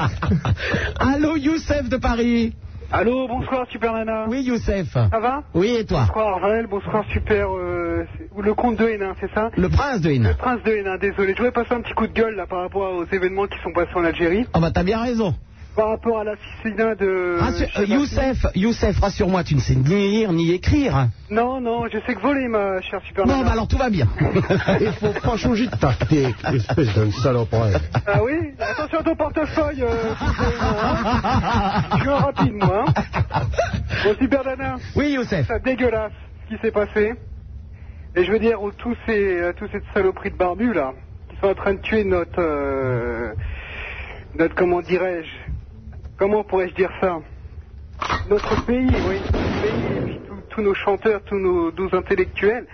[SPEAKER 3] Allô, Youssef de Paris.
[SPEAKER 22] Allô, bonsoir Super Nana.
[SPEAKER 3] Oui, Youssef.
[SPEAKER 22] Ça va
[SPEAKER 3] Oui, et toi
[SPEAKER 22] Bonsoir Arvel, bonsoir Super. euh, c'est- ou le comte de Hénin, c'est ça
[SPEAKER 3] Le prince de Hénin.
[SPEAKER 22] Le prince de Hénin, désolé. Je voulais passer un petit coup de gueule là par rapport aux événements qui sont passés en Algérie.
[SPEAKER 3] Ah bah, t'as bien raison.
[SPEAKER 22] Par rapport à l'assassinat de. je
[SPEAKER 3] Rassure-
[SPEAKER 22] sais
[SPEAKER 3] euh,
[SPEAKER 22] pas
[SPEAKER 3] Youssef, Youssef, rassure-moi, tu ne sais ni lire ni écrire.
[SPEAKER 22] qui. Non, non, je sais que voler, ma chère Super
[SPEAKER 3] Non,
[SPEAKER 22] Nana.
[SPEAKER 3] bah alors tout va bien.
[SPEAKER 23] [laughs] Il faut pas changer de tactique, espèce d'un saloperie.
[SPEAKER 22] Ah oui Attention à ton portefeuille. euh, hein.
[SPEAKER 3] [laughs]
[SPEAKER 22] je suis un rapide, moi. hein. Bon, Super Nana.
[SPEAKER 3] Oui, Youssef.
[SPEAKER 22] Ça dégueulasse ce qui s'est passé. Et je veux dire, oh, tous ces, euh, tous ces saloperies de barbus, là, qui sont en train de tuer notre. euh, notre, comment dirais-je Comment pourrais-je dire ça Notre pays, oui. Notre pays, et puis tous- tous nos chanteurs, tous nos douze intellectuels,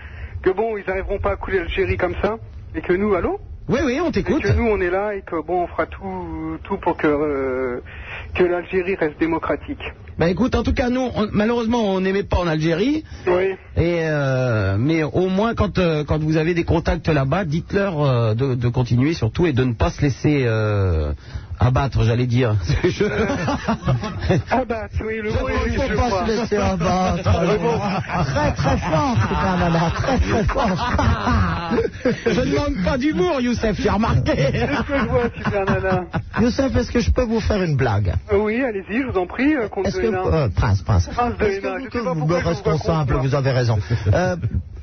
[SPEAKER 22] que bon, ils n'arriveront pas à couler l'Algérie comme ça, et que nous, allô
[SPEAKER 3] Oui, oui, on t'écoute.
[SPEAKER 22] Et que nous, on est là, et que bon, on fera tout, tout pour que, euh, que l'Algérie reste démocratique.
[SPEAKER 3] Bah écoute, en tout cas, nous, on- malheureusement, on n'aimait pas en Algérie.
[SPEAKER 22] Oui.
[SPEAKER 3] Et euh, mais au moins, quand euh, quand vous avez des contacts là-bas, dites-leur euh, de, de continuer surtout et de ne pas se laisser euh, abattre, j'allais
[SPEAKER 23] [laughs]
[SPEAKER 3] dire. Je-
[SPEAKER 22] Ah bah, oui, le mot est juste, je
[SPEAKER 5] Faut pas
[SPEAKER 22] crois. Ah
[SPEAKER 5] se
[SPEAKER 22] [laughs]
[SPEAKER 5] laisser abattre. alors. Très très fort, super nana,
[SPEAKER 10] [laughs]
[SPEAKER 5] très très fort.
[SPEAKER 3] Je ne manque pas d'humour, Youssef, j'ai remarqué.
[SPEAKER 22] Qu'est-ce que je vois, Super Nana
[SPEAKER 5] Youssef, est-ce que je peux vous faire une blague
[SPEAKER 22] Euh, Oui, allez-y, je vous en prie, euh, comte
[SPEAKER 5] Est-ce
[SPEAKER 22] de
[SPEAKER 5] que,
[SPEAKER 22] Hénin.
[SPEAKER 5] euh, prince, prince.
[SPEAKER 22] Prince de
[SPEAKER 5] Est-ce que
[SPEAKER 22] Hénin,
[SPEAKER 5] vous-
[SPEAKER 22] je sais pas
[SPEAKER 5] vous
[SPEAKER 22] pourquoi
[SPEAKER 5] me
[SPEAKER 22] je vous raconte,
[SPEAKER 5] responsable,
[SPEAKER 22] là.
[SPEAKER 5] vous avez raison. Euh,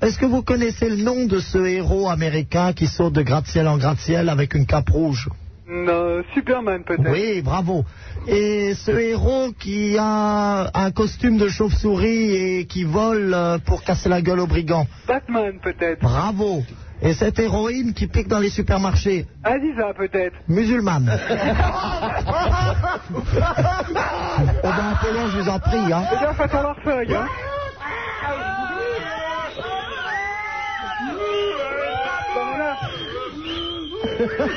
[SPEAKER 5] Est-ce que vous connaissez le nom de ce héros américain qui saute de gratte-ciel en gratte-ciel avec une cape rouge
[SPEAKER 22] Non, Superman, peut-être.
[SPEAKER 5] Oui, bravo. Et ce héros qui a un costume de chauve-souris et qui vole euh, pour casser la gueule aux brigands.
[SPEAKER 22] Batman, peut-être.
[SPEAKER 5] Bravo. Et cette héroïne qui pique dans les supermarchés.
[SPEAKER 22] Aziza, peut-être. [laughs]
[SPEAKER 5] Musulmane. Eh ben, Apollon, je vous en prie. Hein.
[SPEAKER 22] Eh bien, faites à leur feuille, hein. Super Nana.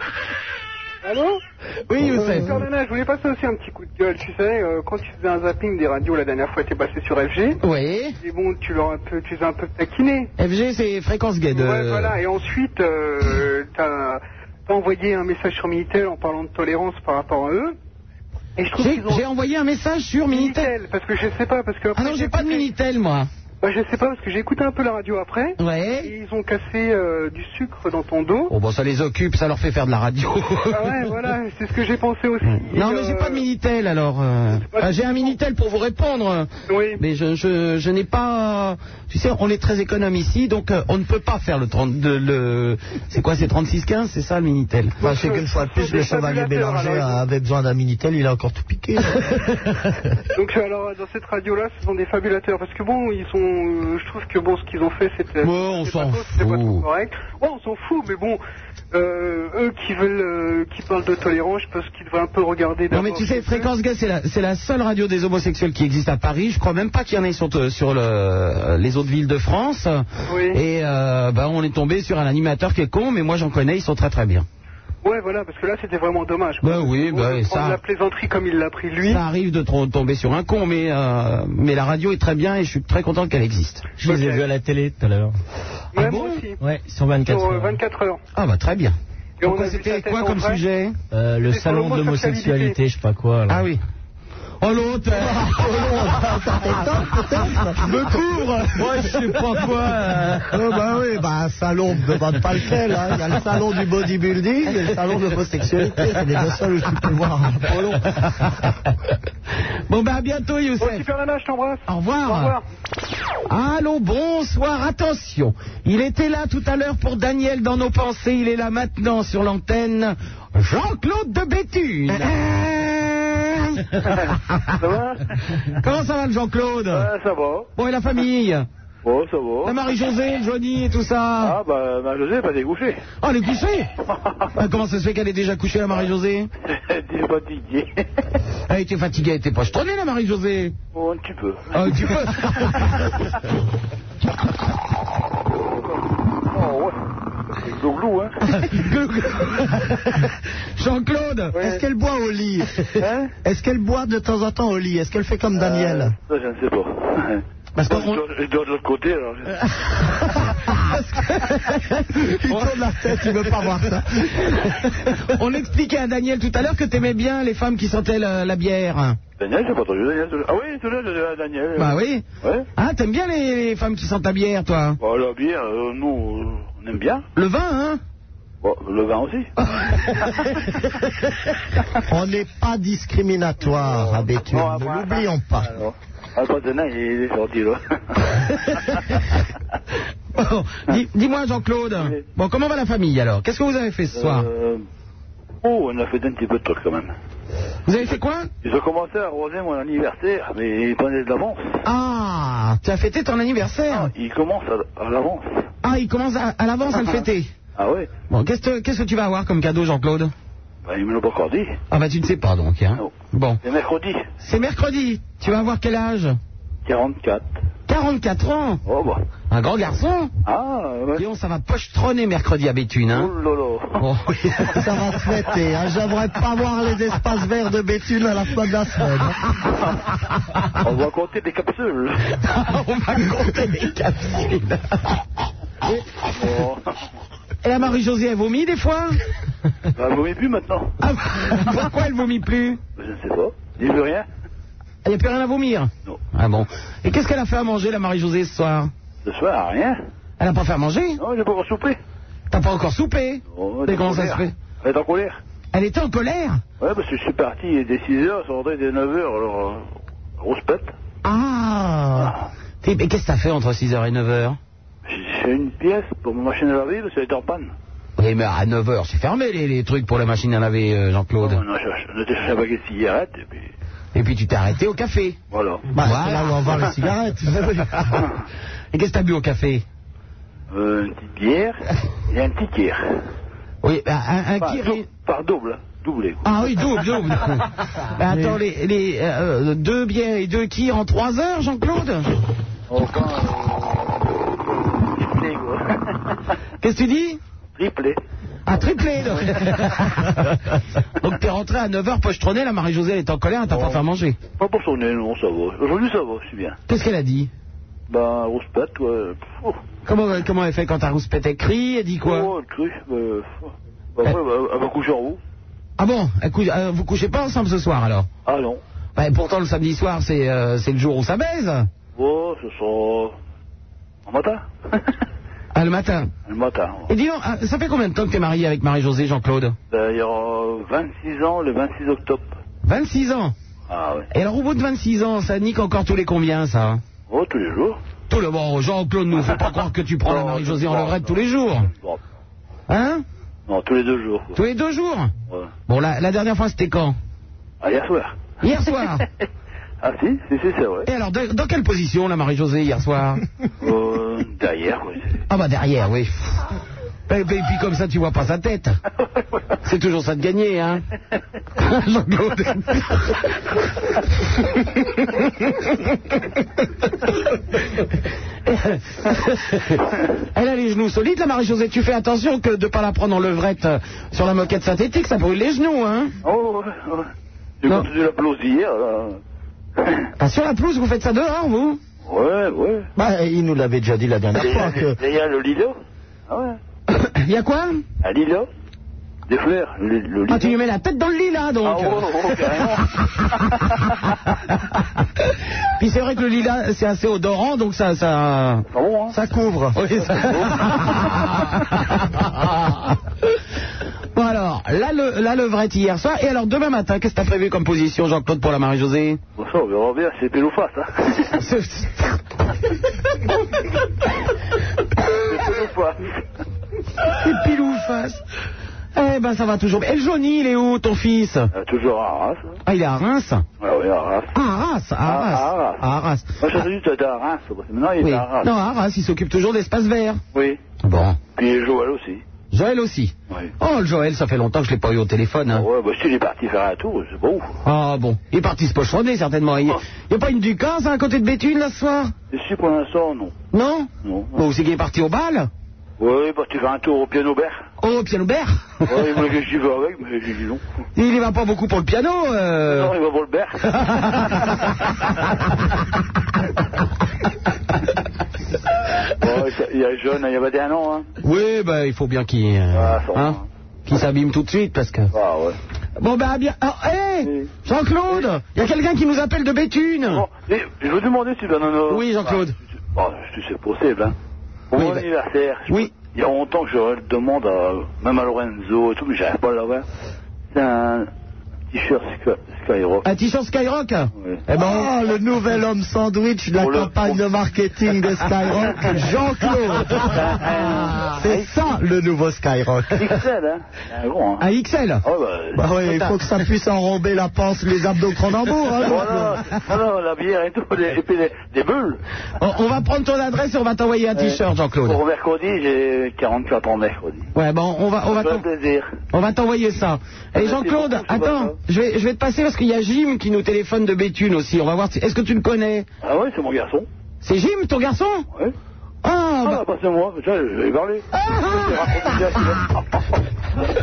[SPEAKER 22] [laughs] Allô
[SPEAKER 3] Oui, Youssef.
[SPEAKER 22] Super Nana, je voulais passer aussi un petit coup de gueule. Tu sais, euh, quand tu faisais un zapping des radios la dernière fois, t'es passé sur FG.
[SPEAKER 3] Oui.
[SPEAKER 22] Et bon, tu leur as un peu, tu les as un peu taquinés.
[SPEAKER 3] FG, c'est fréquence gay de.
[SPEAKER 22] Ouais, voilà. Et ensuite, euh, t'as t'as envoyé un message sur Minitel en parlant de tolérance par rapport à eux. Et je trouve
[SPEAKER 3] J'ai
[SPEAKER 22] qu'ils ont
[SPEAKER 3] j'ai envoyé un message sur Minitel.
[SPEAKER 22] parce que je sais pas, parce que
[SPEAKER 3] Ah
[SPEAKER 22] après,
[SPEAKER 3] non,
[SPEAKER 22] j'ai
[SPEAKER 3] j'ai pas de
[SPEAKER 22] écouté-
[SPEAKER 3] Minitel, moi.
[SPEAKER 22] Bah, je sais pas, parce que j'ai écouté un peu la radio après.
[SPEAKER 3] Ouais.
[SPEAKER 22] Et ils ont cassé euh, du sucre dans ton dos.
[SPEAKER 3] Oh, bon, ça les occupe, ça leur fait faire de la radio.
[SPEAKER 22] ah ouais,
[SPEAKER 3] [laughs] Oh.
[SPEAKER 22] voilà, c'est ce que j'ai pensé aussi.
[SPEAKER 3] Non,
[SPEAKER 22] Et,
[SPEAKER 3] mais j'ai
[SPEAKER 22] euh,
[SPEAKER 3] pas de Minitel alors. euh. Enfin, j'ai un Minitel pour vous répondre.
[SPEAKER 22] Oui.
[SPEAKER 3] Mais je, je, je n'ai pas. Tu sais, on est très économe ici, donc euh, on ne peut pas faire le 30. de- le... C'est quoi, c'est 3615 C'est ça le Minitel
[SPEAKER 5] Bah, c'est qu'une fois de plus, le chevalier Bélanger
[SPEAKER 22] hein.
[SPEAKER 5] avait besoin d'un Minitel, il
[SPEAKER 22] [laughs]
[SPEAKER 5] a encore tout piqué.
[SPEAKER 22] Donc alors dans cette radio là, ce sont des fabulateurs parce que bon, ils sont ont, euh, je trouve que bon, ce qu'ils ont fait, c'était.
[SPEAKER 3] on
[SPEAKER 22] s'en
[SPEAKER 3] fout.
[SPEAKER 22] correct. Ouais, on s'en fout, mais bon, euh, eux qui veulent, euh, qui parlent de tolérance, je pense qu'ils devraient un peu regarder.
[SPEAKER 3] Non mais
[SPEAKER 22] d'abord
[SPEAKER 3] tu
[SPEAKER 22] chez
[SPEAKER 3] sais,
[SPEAKER 22] eux.
[SPEAKER 3] Fréquence Gay, c'est la, c'est la seule radio des homosexuels qui existe à Paris. Je crois même pas qu'il y en ait sur, te- sur le- euh, les autres villes de France. Et euh, bah, on est tombé sur un animateur qui est con, mais moi j'en connais, ils sont très très bien.
[SPEAKER 22] Ouais, voilà, parce que là, c'était vraiment dommage. quoi.
[SPEAKER 3] Bah oui, bah,
[SPEAKER 22] Prendre
[SPEAKER 3] ça-
[SPEAKER 22] la plaisanterie comme il l'a pris lui.
[SPEAKER 3] Ça arrive de trop- tomber sur un con, mais, euh, mais la radio est très bien et je suis très content qu'elle existe.
[SPEAKER 24] Je les ai vus à la télé tout à l'heure.
[SPEAKER 22] Ouais, moi aussi.
[SPEAKER 24] Ouais, sur 24
[SPEAKER 22] Sur, euh,
[SPEAKER 24] heures.
[SPEAKER 22] 24 heures.
[SPEAKER 3] Ah bah très bien.
[SPEAKER 22] Et on
[SPEAKER 3] Pourquoi
[SPEAKER 22] a vu
[SPEAKER 3] c'était
[SPEAKER 22] ça tellement
[SPEAKER 3] quoi comme
[SPEAKER 22] vrai.
[SPEAKER 3] sujet
[SPEAKER 24] Euh, le
[SPEAKER 22] C'était sur
[SPEAKER 24] salon de l'homosexualité, je sais pas quoi. là.
[SPEAKER 3] Ah oui. Oh l'autre
[SPEAKER 15] Me
[SPEAKER 3] couvre
[SPEAKER 15] Moi, je sais pas quoi.
[SPEAKER 3] Oh,
[SPEAKER 5] Euh, bah oui, bah un salon, ne demande pas lequel. hein. Il y a le salon du bodybuilding et le salon de l'homosexualité. C'est les deux seuls où tu peux voir un Apollon.
[SPEAKER 3] hein. Bon bah à bientôt Youssef. super
[SPEAKER 22] je t'embrasse.
[SPEAKER 3] Au revoir. Allô, bonsoir, attention. Il était là tout à l'heure pour Daniel dans nos pensées, il est là maintenant sur l'antenne. Jean-Claude de Béthune. Comment ça va le Jean-Claude
[SPEAKER 10] Ça va.
[SPEAKER 3] Bon et la famille
[SPEAKER 10] Bon, Oh, ça va.
[SPEAKER 3] La Marie-Josée, le Johnny et tout ça
[SPEAKER 10] Ah, bah, Marie-Josée n'est pas découchée.
[SPEAKER 3] Oh, elle
[SPEAKER 10] [laughs]
[SPEAKER 3] est couchée Ah, Comment ça se fait qu'elle est déjà couchée la Marie-Josée
[SPEAKER 10] Elle était fatiguée.
[SPEAKER 3] Elle était fatiguée, elle était pas stronnée la Marie-Josée
[SPEAKER 10] Bon, Oh, un petit peu.
[SPEAKER 3] Ah, tu [laughs] peux
[SPEAKER 10] Oh, ouais. C'est glouglou, hein.
[SPEAKER 3] Jean-Claude,
[SPEAKER 5] est-ce qu'elle boit au lit Est-ce qu'elle boit de temps en temps au lit Est-ce qu'elle fait comme Daniel
[SPEAKER 10] Ça, je ne sais pas.
[SPEAKER 3] Parce
[SPEAKER 10] que je, dors, je dors de l'autre côté, alors.
[SPEAKER 5] Il tourne la tête, il veut pas voir ça.
[SPEAKER 3] On expliquait à Daniel tout à l'heure que t'aimais bien les femmes qui sentaient la, la
[SPEAKER 10] Euh,
[SPEAKER 3] bière.
[SPEAKER 10] Daniel, j'ai pas entendu. Daniel, c'est- ah oui, c'est là, c'est là, Daniel.
[SPEAKER 3] Bah oui.
[SPEAKER 10] Ouais.
[SPEAKER 3] Ah, t'aimes bien les, les femmes qui sentent la bière, toi
[SPEAKER 10] Bon, la bière, euh, nous, euh, on aime bien.
[SPEAKER 3] Le vin, hein
[SPEAKER 10] Bon, le vin aussi.
[SPEAKER 5] On n'est pas discriminatoire à Béthune, ne l'oublions pas.
[SPEAKER 10] Alors, attends, Dana, Ah, bah, il est sorti,
[SPEAKER 3] [laughs]
[SPEAKER 10] là.
[SPEAKER 3] Bon, Oh, dis- Dis-moi, Jean-Claude. Bon, comment va la famille alors Qu'est-ce que vous avez fait [laughs] ce soir
[SPEAKER 10] Euh, Oh, on a fait un petit peu de trucs quand même.
[SPEAKER 3] Vous avez fait quoi
[SPEAKER 10] Ils ont commencé à arroser mon anniversaire, Ah, mais ils prenaient de l'avance.
[SPEAKER 3] Ah, tu as fêté ton anniversaire
[SPEAKER 10] Ils commencent à, à l'avance.
[SPEAKER 3] Ah, il commence à, à l'avance à le fêter.
[SPEAKER 10] Ah ouais
[SPEAKER 3] Bon, qu'est-ce que- qu'est-ce que tu vas avoir comme cadeau, Jean-Claude
[SPEAKER 10] bah, Ils me l'ont pas encore dit.
[SPEAKER 3] Ah bah tu ne sais pas donc, hein Bon.
[SPEAKER 10] C'est mercredi,
[SPEAKER 3] C'est mercredi. Tu vas avoir quel âge
[SPEAKER 10] 44.
[SPEAKER 3] 44 ans
[SPEAKER 10] Oh bah.
[SPEAKER 3] Un grand garçon
[SPEAKER 10] Ah, ouais.
[SPEAKER 3] Dis donc, ça va pochetronner mercredi à Béthune, hein
[SPEAKER 10] Oh lolo.
[SPEAKER 3] Bon, oui. [laughs]
[SPEAKER 5] Ça va se fêter. hein. J'aimerais pas voir les espaces verts de Béthune à la fin de la semaine.
[SPEAKER 10] On va compter des capsules.
[SPEAKER 3] On va compter des capsules.
[SPEAKER 10] [laughs] Oh.
[SPEAKER 3] Et la Marie-Josée, elle vomit des fois
[SPEAKER 10] Bah, vous m'avez plus maintenant
[SPEAKER 3] Ah, [laughs] Pourquoi elle vomit plus
[SPEAKER 10] Bah, Je ne sais pas. Dis plus rien.
[SPEAKER 3] Il n'y Ah, a plus rien à vomir
[SPEAKER 10] Non.
[SPEAKER 3] Ah bon. Et qu'est-ce qu'elle a fait à manger, la Marie-Josée, ce soir
[SPEAKER 10] Ce soir, rien.
[SPEAKER 3] Elle n'a pas fait à manger
[SPEAKER 10] Non, j'ai pas encore soupé.
[SPEAKER 3] T'as pas encore soupé
[SPEAKER 10] Oh,
[SPEAKER 3] Mais
[SPEAKER 10] elle est en
[SPEAKER 3] comment ça
[SPEAKER 10] colère.
[SPEAKER 3] se fait
[SPEAKER 10] Elle est en colère.
[SPEAKER 3] Elle était en colère
[SPEAKER 10] Ouais, parce que je suis parti dès 6h, sont rentrés dès 9h, alors. euh, grosse pète.
[SPEAKER 3] Ah T'es- Mais qu'est-ce que t'as fait entre 6h et 9h
[SPEAKER 10] J'ai fait une pièce pour ma machine à laver parce qu'elle était en panne.
[SPEAKER 3] Oui, mais à 9h, c'est fermé les, les trucs pour la machine à laver, euh, Jean-Claude.
[SPEAKER 10] On a cherché- on était cherché un paquet de cigarettes et puis
[SPEAKER 3] Et puis tu t'es arrêté au café.
[SPEAKER 10] voilà.
[SPEAKER 5] Bah, C'est là où on vend les
[SPEAKER 10] [laughs]
[SPEAKER 5] cigarettes.
[SPEAKER 3] [laughs] Et qu'est-ce que t'as bu au café
[SPEAKER 10] Euh, une petite bière et un petit kir.
[SPEAKER 3] Oui, bah, un, un
[SPEAKER 10] Par,
[SPEAKER 3] kir-
[SPEAKER 10] dou- par double, hein. doublé. quoi.
[SPEAKER 3] Ah oui, double,
[SPEAKER 10] [laughs]
[SPEAKER 3] double. Mais attends, les, les, euh, deux bières et deux kirs en 3 heures, Jean-Claude
[SPEAKER 10] Enfin, euh, triplé quoi.
[SPEAKER 3] [laughs] Qu'est-ce que tu dis
[SPEAKER 10] triplé.
[SPEAKER 3] Ah, triplé
[SPEAKER 10] [laughs]
[SPEAKER 3] donc. donc t'es rentré à 9h pochetronné, la Marie-Josée elle est en colère, elle t'a pas fait à manger.
[SPEAKER 10] Oh. Pas pour son nez, non, ça va. Aujourd'hui, ça va, c'est bien.
[SPEAKER 3] Qu'est-ce qu'elle a dit
[SPEAKER 10] Ben, grosse pète, ouais. Oh,
[SPEAKER 3] Comment, euh, comment elle fait quand ta rouspette elle crie Elle dit quoi
[SPEAKER 10] oh, le truc, ben, pff. Ben, après, ben, elle va coucher en haut.
[SPEAKER 3] Ah bon elle cou- euh, Vous couchez pas ensemble ce soir alors
[SPEAKER 10] Ah non.
[SPEAKER 3] Bah, et pourtant, le samedi soir, c'est euh, c'est le jour où ça baise.
[SPEAKER 10] Oh, ce sera. En matin
[SPEAKER 3] Ah, le matin.
[SPEAKER 10] Le matin. ouais.
[SPEAKER 3] Et dis donc, ah, ça fait combien de temps que t'es marié avec Marie-Josée, Jean-Claude
[SPEAKER 10] Ben, il y aura 26 ans le 26 octobre.
[SPEAKER 3] 26 ans.
[SPEAKER 10] Ah ouais.
[SPEAKER 3] Et alors, au bout de 26 ans, ça nique encore tous les combien, ça hein
[SPEAKER 10] Oh, tous les jours.
[SPEAKER 3] Tout le bon, Jean-Claude, nous faut pas croire que tu prends la
[SPEAKER 10] Non,
[SPEAKER 3] Marie-Josée en
[SPEAKER 10] non,
[SPEAKER 3] levrette
[SPEAKER 10] non.
[SPEAKER 3] tous les jours.
[SPEAKER 10] Bon.
[SPEAKER 3] Hein
[SPEAKER 10] Non, tous les deux jours. quoi.
[SPEAKER 3] Tous les deux jours
[SPEAKER 10] Ouais.
[SPEAKER 3] Bon, la, la dernière fois, c'était quand
[SPEAKER 10] Ah, hier soir.
[SPEAKER 3] Hier soir
[SPEAKER 10] Ah si, si, si, c'est vrai.
[SPEAKER 3] Et alors, de- dans quelle position, la Marie-Josée, hier
[SPEAKER 10] [laughs]
[SPEAKER 3] soir
[SPEAKER 10] [laughs] Euh, derrière, oui.
[SPEAKER 3] Ah bah derrière, [laughs] oui. Et, et puis comme ça, tu vois pas sa tête. C'est toujours ça de gagner, hein Jean-Claude. [laughs] Elle a les genoux solides, la Marie-Josée. Tu fais attention que de pas la prendre en levrette euh, sur la moquette synthétique, ça brûle les genoux, hein
[SPEAKER 10] Oh, ouais, ouais. J'ai continué la pelouse hier, là.
[SPEAKER 3] Ah, Sur la pelouse, vous faites ça dehors, vous
[SPEAKER 10] Ouais, ouais.
[SPEAKER 5] Bah, il nous l'avait déjà dit
[SPEAKER 3] Eh
[SPEAKER 5] la
[SPEAKER 3] ben,
[SPEAKER 5] dernière fois que.
[SPEAKER 10] Derrière le lido Ah ouais.
[SPEAKER 3] Il y a quoi
[SPEAKER 10] Un lido Des fleurs, le, le lido.
[SPEAKER 3] Ah, tu lui mets la tête dans le lilas, donc.
[SPEAKER 10] hein. Ah, oh,
[SPEAKER 3] [laughs]
[SPEAKER 10] oh, [laughs] carrément.
[SPEAKER 3] Puis c'est vrai que le lilas, c'est assez odorant, donc ça.
[SPEAKER 10] Ah
[SPEAKER 3] Ça,
[SPEAKER 10] hein.
[SPEAKER 3] ça couvre. Oui, ça- [laughs] bon, alors, la, le- la levrette hier soir. Et alors, demain matin, qu'est-ce que t'as prévu comme position, Jean-Claude, pour
[SPEAKER 10] [laughs]
[SPEAKER 3] la Marie-Josée
[SPEAKER 10] Bonsoir, on verra bien, c'est pile ou face, hein.
[SPEAKER 3] C'est- C'est pile ou face. Eh ben, ça va toujours. Et le Johnny, il est où, ton fils
[SPEAKER 10] Ah, toujours à Arras.
[SPEAKER 3] Ah, il est à Reims
[SPEAKER 10] Ah oui, à Arras.
[SPEAKER 3] Ah, Arras, à Arras.
[SPEAKER 10] Ah, à Arras.
[SPEAKER 3] À Arras.
[SPEAKER 10] Moi, j'ai entendu que t'étais à Reims. parce que Maintenant, il
[SPEAKER 3] Oui.
[SPEAKER 10] est à Arras.
[SPEAKER 3] Non, à Arras, il s'occupe toujours d'espace vert.
[SPEAKER 10] Oui.
[SPEAKER 3] Bon.
[SPEAKER 10] Puis Joël aussi.
[SPEAKER 3] Joël aussi. Oh, le Joël, ça fait longtemps que je l'ai pas eu au téléphone. hein.
[SPEAKER 10] Ouais, bah, si, il est parti faire un tour, c'est bon.
[SPEAKER 3] Ah bon, il est parti se pochonner certainement. Il n'y
[SPEAKER 10] Ah.
[SPEAKER 3] a pas une Ducasse hein, à côté de Béthune là ce soir
[SPEAKER 10] Et si, pour l'instant, non.
[SPEAKER 3] Non
[SPEAKER 10] Non.
[SPEAKER 3] Bon, c'est qu'il est parti au bal
[SPEAKER 10] Ouais, il est parti faire un tour au piano Bert.
[SPEAKER 3] Oh,
[SPEAKER 10] [laughs]
[SPEAKER 3] piano Bert
[SPEAKER 10] Ouais, il voulait que j'y vais avec, mais j'ai dit non.
[SPEAKER 3] Il y va pas beaucoup pour le piano euh.
[SPEAKER 10] Non, il va pour le Bert. Bon, il y a jeune, il y a 21 ans, hein.
[SPEAKER 3] [laughs] Oui, bah il faut bien qu'il euh, hein, qu'il s'abîme tout de suite parce que.
[SPEAKER 10] Ah ouais.
[SPEAKER 3] Bon bah bien. Ah, hé Jean-Claude, il y a quelqu'un qui nous appelle de Béthune.
[SPEAKER 10] Et je veux demander si Bernard.
[SPEAKER 3] Oui, Jean-Claude. ben-
[SPEAKER 10] Bon, Ah, si c'est possible, hein. Pour mon anniversaire. Oui. Il y a longtemps que je le demande, à, même à Lorenzo et tout, mais j'arrive pas à l'avoir. C'est un t-shirt Sky- Skyrock.
[SPEAKER 3] Un t-shirt Ah, Skyrock
[SPEAKER 5] Eh ben, oh, le nouvel homme sandwich de la campagne de marketing de Skyrock,
[SPEAKER 10] [laughs]
[SPEAKER 5] Jean-Claude. C'est ça le nouveau Skyrock.
[SPEAKER 10] XL, Ah, hein. Un grand, hein.
[SPEAKER 5] Un XL
[SPEAKER 10] Ah ouais, bah,
[SPEAKER 5] Bah oui, il faut que ça puisse enrober la panse, les abdos
[SPEAKER 10] Oh,
[SPEAKER 5] Cronenbourg. hein,
[SPEAKER 10] Voilà, voilà, la bière et tout, les- et puis les, les bulles.
[SPEAKER 3] Oh, On, on va prendre ton adresse et on va t'envoyer un t-shirt, Jean-Claude.
[SPEAKER 10] Pour mercredi, j'ai 44 ans mercredi.
[SPEAKER 3] Ouais, bon, on va, on va,
[SPEAKER 10] Ça fait
[SPEAKER 3] t'en-
[SPEAKER 10] plaisir.
[SPEAKER 3] on va t'envoyer ça. Et
[SPEAKER 10] Merci
[SPEAKER 3] Jean-Claude,
[SPEAKER 10] beaucoup, c'est pas
[SPEAKER 3] attends,
[SPEAKER 10] grave.
[SPEAKER 3] je vais, je vais te passer parce qu'il y a Jim qui nous téléphone de Béthune aussi. On va voir. si- Est-ce que tu le connais
[SPEAKER 10] Ah ouais, c'est mon garçon.
[SPEAKER 3] C'est Jim, ton garçon
[SPEAKER 10] Oui.
[SPEAKER 3] Ah,
[SPEAKER 10] bah, passez-moi, Tiens, je vais lui parler. Je vais raconter la suite.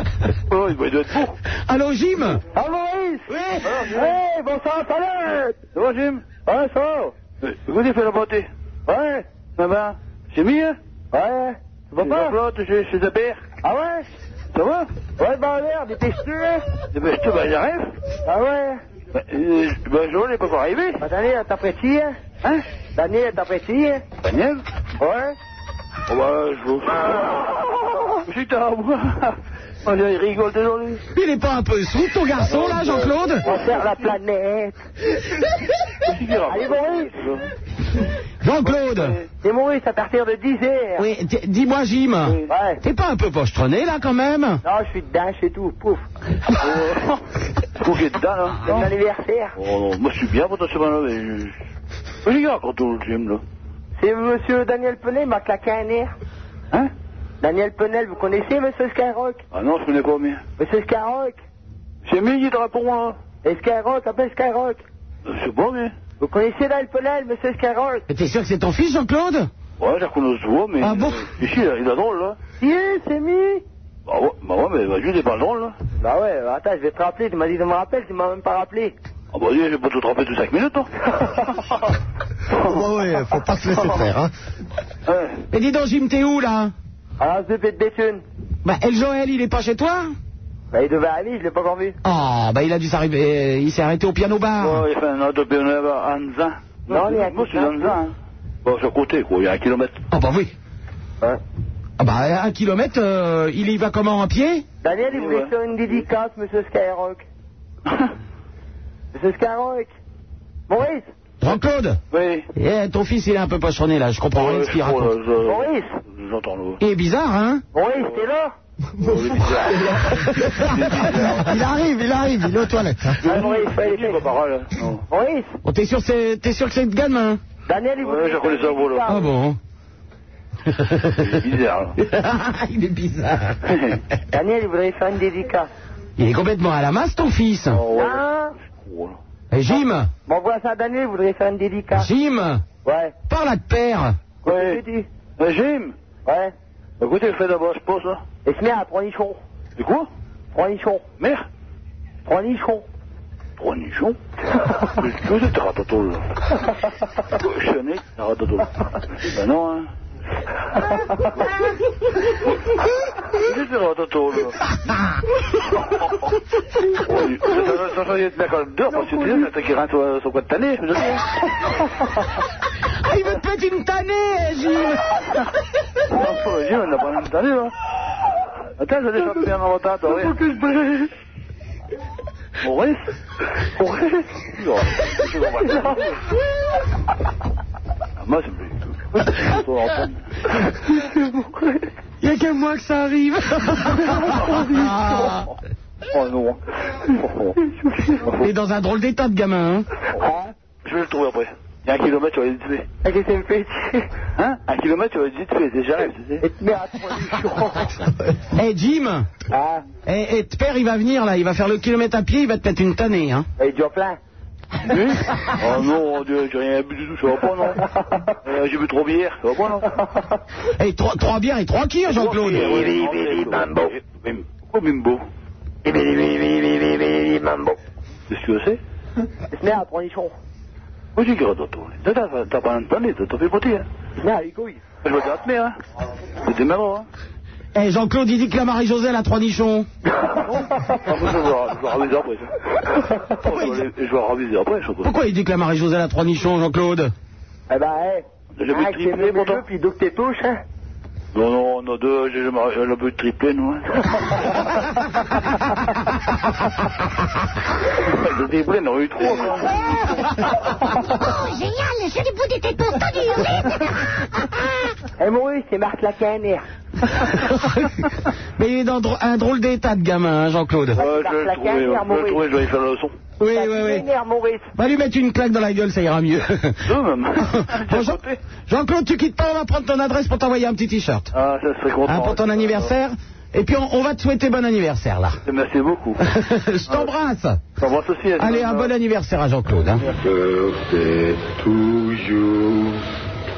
[SPEAKER 10] Oh, il doit il doit être fou.
[SPEAKER 3] Allô, Jim
[SPEAKER 10] Allô, Aïs Oui Hey, Eh, bonsoir, salut C'est bon, Jim Ouais, ça va Vous avez fait la beauté Ouais Ça va J'ai mis, hein Ouais C'est bon, pas flotte, je suis de père. Ah ouais Ça va Ouais, bah, l'air, dépêche-tu, hein Dépêche-tu, bah, j'arrive Ah ouais Bah, euh, bah Joël, il peut pas arriver Bah, Daniel, t'apprécies, hein Hein Daniel, t'apprécies, hein Daniel Ouais Oh, bah, je vous... Putain, moi Oh, là, il rigole toujours, lui
[SPEAKER 3] Il est pas un peu sous ton garçon là, Jean-Claude
[SPEAKER 15] On sert la planète. Allez, Maurice.
[SPEAKER 3] Jean-Claude
[SPEAKER 15] C'est Maurice à partir de 10h.
[SPEAKER 3] Oui, t- dis-moi, Jim.
[SPEAKER 15] Ouais.
[SPEAKER 3] T'es pas un peu pochetronné là quand même
[SPEAKER 15] Non, je suis dedans, c'est tout. Pouf.
[SPEAKER 10] Faut qu'il y ait dedans, Oh. là. hein,
[SPEAKER 15] C'est mon anniversaire.
[SPEAKER 10] Oh, non, moi je suis bien potentiellement là, mais je... Moi j'y vais quand on le gym, là.
[SPEAKER 15] C'est monsieur Daniel Penel, il m'a claqué un air.
[SPEAKER 10] Hein
[SPEAKER 15] Daniel Penel, vous connaissez monsieur Skyrock
[SPEAKER 10] Ah non, je connais pas bien.
[SPEAKER 15] Monsieur Skyrock
[SPEAKER 10] J'ai mis il pour moi. Euh,
[SPEAKER 15] Et Skyrock, appelle Skyrock.
[SPEAKER 10] C'est bon, mais...
[SPEAKER 15] Vous connaissez Daniel Penel, monsieur Skyrock
[SPEAKER 3] Mais T'es sûr que c'est ton fils, Jean-Claude
[SPEAKER 10] Ouais, je la connais, je vois, mais...
[SPEAKER 3] Ah bon
[SPEAKER 10] Euh, Ici, là, il est drôle, là.
[SPEAKER 15] Si, c'est mis
[SPEAKER 10] Bah ouais, bah ouais mais bah, lui, il est pas drôle, là.
[SPEAKER 15] Bah ouais, attends, je vais te rappeler. Tu m'as dit de me rappeler, tu m'as même pas rappelé.
[SPEAKER 10] Ah bah lui, j'ai pas tout trempé de
[SPEAKER 15] [laughs]
[SPEAKER 10] 5 minutes, hein.
[SPEAKER 5] bah ouais, faut pas se laisser faire. Hein.
[SPEAKER 3] Mais dis donc, Jim, t'es où là
[SPEAKER 15] Alors, je vais te détune.
[SPEAKER 3] Bah, El Joël, il est pas chez toi
[SPEAKER 15] Bah, il devait aller, je l'ai pas encore vu.
[SPEAKER 3] Ah, bah il a dû s'arriver. euh, Il s'est arrêté au piano bar.
[SPEAKER 10] Ouais, il fait un autre pionnier à Anzin.
[SPEAKER 15] Non, il est à
[SPEAKER 10] Moi, je suis
[SPEAKER 15] Anzin.
[SPEAKER 10] Anzin, hein. Bah, c'est à côté, quoi, il y a
[SPEAKER 15] [laughs]
[SPEAKER 10] un kilomètre.
[SPEAKER 3] Ah, bah oui.
[SPEAKER 10] Hein
[SPEAKER 3] Ah, bah à un kilomètre, euh, il y va comment à pied
[SPEAKER 15] Daniel, il voulait
[SPEAKER 10] Ouais.
[SPEAKER 15] faire une dédicace, monsieur
[SPEAKER 10] [laughs]
[SPEAKER 15] Skyrock. monsieur Skyrock. Maurice
[SPEAKER 3] Jean-Claude
[SPEAKER 10] Oui.
[SPEAKER 3] Eh, ton fils, il est un peu pochetronné là, je comprends rien de ce qu'il raconte.
[SPEAKER 10] Oh, là,
[SPEAKER 15] Maurice
[SPEAKER 10] je- J'entends, là.
[SPEAKER 3] Il est bizarre, hein [laughs]
[SPEAKER 15] Maurice, t'es là
[SPEAKER 5] [laughs] Il arrive, il arrive, il est aux toilettes. hein.
[SPEAKER 10] hein.
[SPEAKER 3] Maurice oh, T'es sûr, c'est- t'es sûr que c'est le gamin
[SPEAKER 15] Daniel, il voulait-
[SPEAKER 3] Ah bon
[SPEAKER 15] bizarre.
[SPEAKER 3] [laughs] Il est bizarre.
[SPEAKER 15] Daniel, il voudrait faire une dédicace.
[SPEAKER 3] Il est complètement à la masse, ton fils.
[SPEAKER 15] Hein
[SPEAKER 3] Et Jim
[SPEAKER 15] M'envoie ça à Daniel, il voudrait faire une dédicace.
[SPEAKER 3] Jim
[SPEAKER 15] Ouais.
[SPEAKER 3] Parle à te père
[SPEAKER 15] Ouais. Euh, Jim Ouais. Écoutez, fais d'abord, je pose là. Et ce merde, trois nichons. C'est quoi Trois nichons. Merde Trois nichons. Trois [laughs] nichons
[SPEAKER 10] Qu'est-ce que t'as ratatoule Cochonné, t'as ratatoule. Ben
[SPEAKER 15] [laughs]
[SPEAKER 10] non, hein. Qu'est-ce que t'as ratatoule Ça change d'être la colle d'or, parce que tu sais, t'as qui rentre euh, sur quoi de tanner, je veux dire.
[SPEAKER 15] [laughs]
[SPEAKER 3] Ah, il veut te péter une tannée, hein, Jim
[SPEAKER 10] Non, sur le jeu, on n'a pas même tanné, là. hein. Attends, j'allais chanter un retard, toi, ouais. Maurice Maurice
[SPEAKER 15] [laughs]
[SPEAKER 10] Non, je comprends pas. Ah, Moi, ça me plaît. Toi, en fait.
[SPEAKER 3] Il n'y a qu'à moi que ça arrive.
[SPEAKER 10] Oh non.
[SPEAKER 3] Il est dans un drôle d'état de gamin. Hein
[SPEAKER 10] Je vais le trouver après. Il y a un kilomètre, tu vas vite fait.
[SPEAKER 15] Ah, qu'est-ce que me fait
[SPEAKER 10] Hein Un kilomètre, tu vas vite fait. Déjà, rêve, tu sais. [laughs]
[SPEAKER 3] Eh Jim
[SPEAKER 15] Ah
[SPEAKER 3] Eh, eh, ton père, il va venir là, il va faire le kilomètre à pied, il va te péter une tannée. Hein
[SPEAKER 15] Et du plein
[SPEAKER 10] Oui [laughs] Oh non, oh Dieu, j'ai rien bu du tout, ça va pas,
[SPEAKER 3] [laughs]
[SPEAKER 10] non Euh, J'ai bu trop bière, ça va pas, non
[SPEAKER 3] Eh, trois, trois bières et trois kilos, Jean-Claude
[SPEAKER 10] Pourquoi Bimbo Qu'est-ce que c'est
[SPEAKER 3] [laughs]
[SPEAKER 15] Merde, trois nichons.
[SPEAKER 10] Où j'ai gardé ton T'as t'as- t'as pas entendu, t'as t'as fait poter, hein
[SPEAKER 15] Merde, les couilles.
[SPEAKER 10] Je vais te hein C'était marrant,
[SPEAKER 3] [laughs]
[SPEAKER 10] hein
[SPEAKER 3] Eh, Jean-Claude, il dit que la Marie-Josée, elle a trois nichons.
[SPEAKER 10] Ah, moi, je vais voir- je vais reviser après, ça.
[SPEAKER 3] [laughs]
[SPEAKER 10] Je vais reviser après, je crois.
[SPEAKER 3] Pourquoi il dit que la Marie-Josée, elle a trois nichons, Jean-Claude
[SPEAKER 15] Eh ben, hé.
[SPEAKER 10] J'ai bu triplé, pourtant.
[SPEAKER 15] Puis deux que t'es touches, hein.
[SPEAKER 10] Non, non, on a deux, j'ai jamais on a bu triplé,
[SPEAKER 15] [laughs]
[SPEAKER 10] nous, hein Le triplé, on en a eu trois, quoi.
[SPEAKER 15] Oh, génial, j'ai du bout des têtes pour du Eh, Maurice, c'est Marc Lacan, hein.
[SPEAKER 3] Mais il est dans dro- un drôle d'état de gamin, hein, Jean-Claude.
[SPEAKER 10] Ouais, je vais le
[SPEAKER 15] Marc Lacan,
[SPEAKER 10] trouver, ouais, je vais le
[SPEAKER 15] Maurice.
[SPEAKER 10] trouver, je vais lui faire la leçon.
[SPEAKER 3] Oui, oui, oui.
[SPEAKER 15] Vénère, Maurice.
[SPEAKER 3] Va lui mettre une claque dans la gueule, ça ira mieux.
[SPEAKER 10] Deux,
[SPEAKER 3] [laughs]
[SPEAKER 10] même.
[SPEAKER 3] Bon, Jean- Jean-Claude, tu quittes pas, on va prendre ton adresse pour t'envoyer un petit t-shirt.
[SPEAKER 10] Ah, ça serait content.
[SPEAKER 3] Hein, pour ton anniversaire. Et puis on, on va te souhaiter bon anniversaire là.
[SPEAKER 10] Merci beaucoup.
[SPEAKER 3] Je t'embrasse.
[SPEAKER 10] T'embrasse aussi. Edmond.
[SPEAKER 3] Allez, un bon anniversaire à Jean-Claude. hein.
[SPEAKER 11] Birthday to you.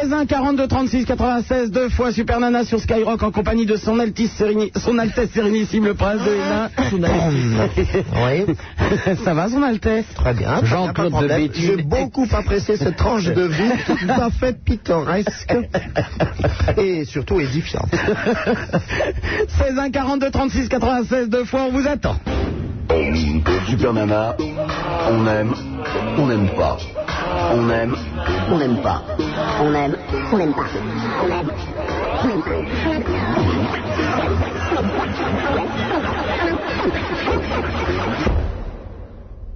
[SPEAKER 3] 16 1 42 36 96 deux fois Super Nana sur Skyrock en compagnie de son Altesse, Séréni- son Altesse Sérénissime le Prince de Hénin. oui. [laughs] Ça va son Ah, Altesse Très bien.
[SPEAKER 5] Pas de
[SPEAKER 3] Jean-Claude de
[SPEAKER 5] problème. J'ai
[SPEAKER 3] Béthune.
[SPEAKER 5] beaucoup apprécié cette
[SPEAKER 3] [laughs]
[SPEAKER 5] tranche de vie tout à fait pittoresque et
[SPEAKER 3] [laughs]
[SPEAKER 5] surtout édifiante.
[SPEAKER 3] 16 1 42 36 96 deux fois on vous attend.
[SPEAKER 1] Super Nana, on aime, on n'aime pas. On aime, on n'aime pas. On aime, on n'aime pas.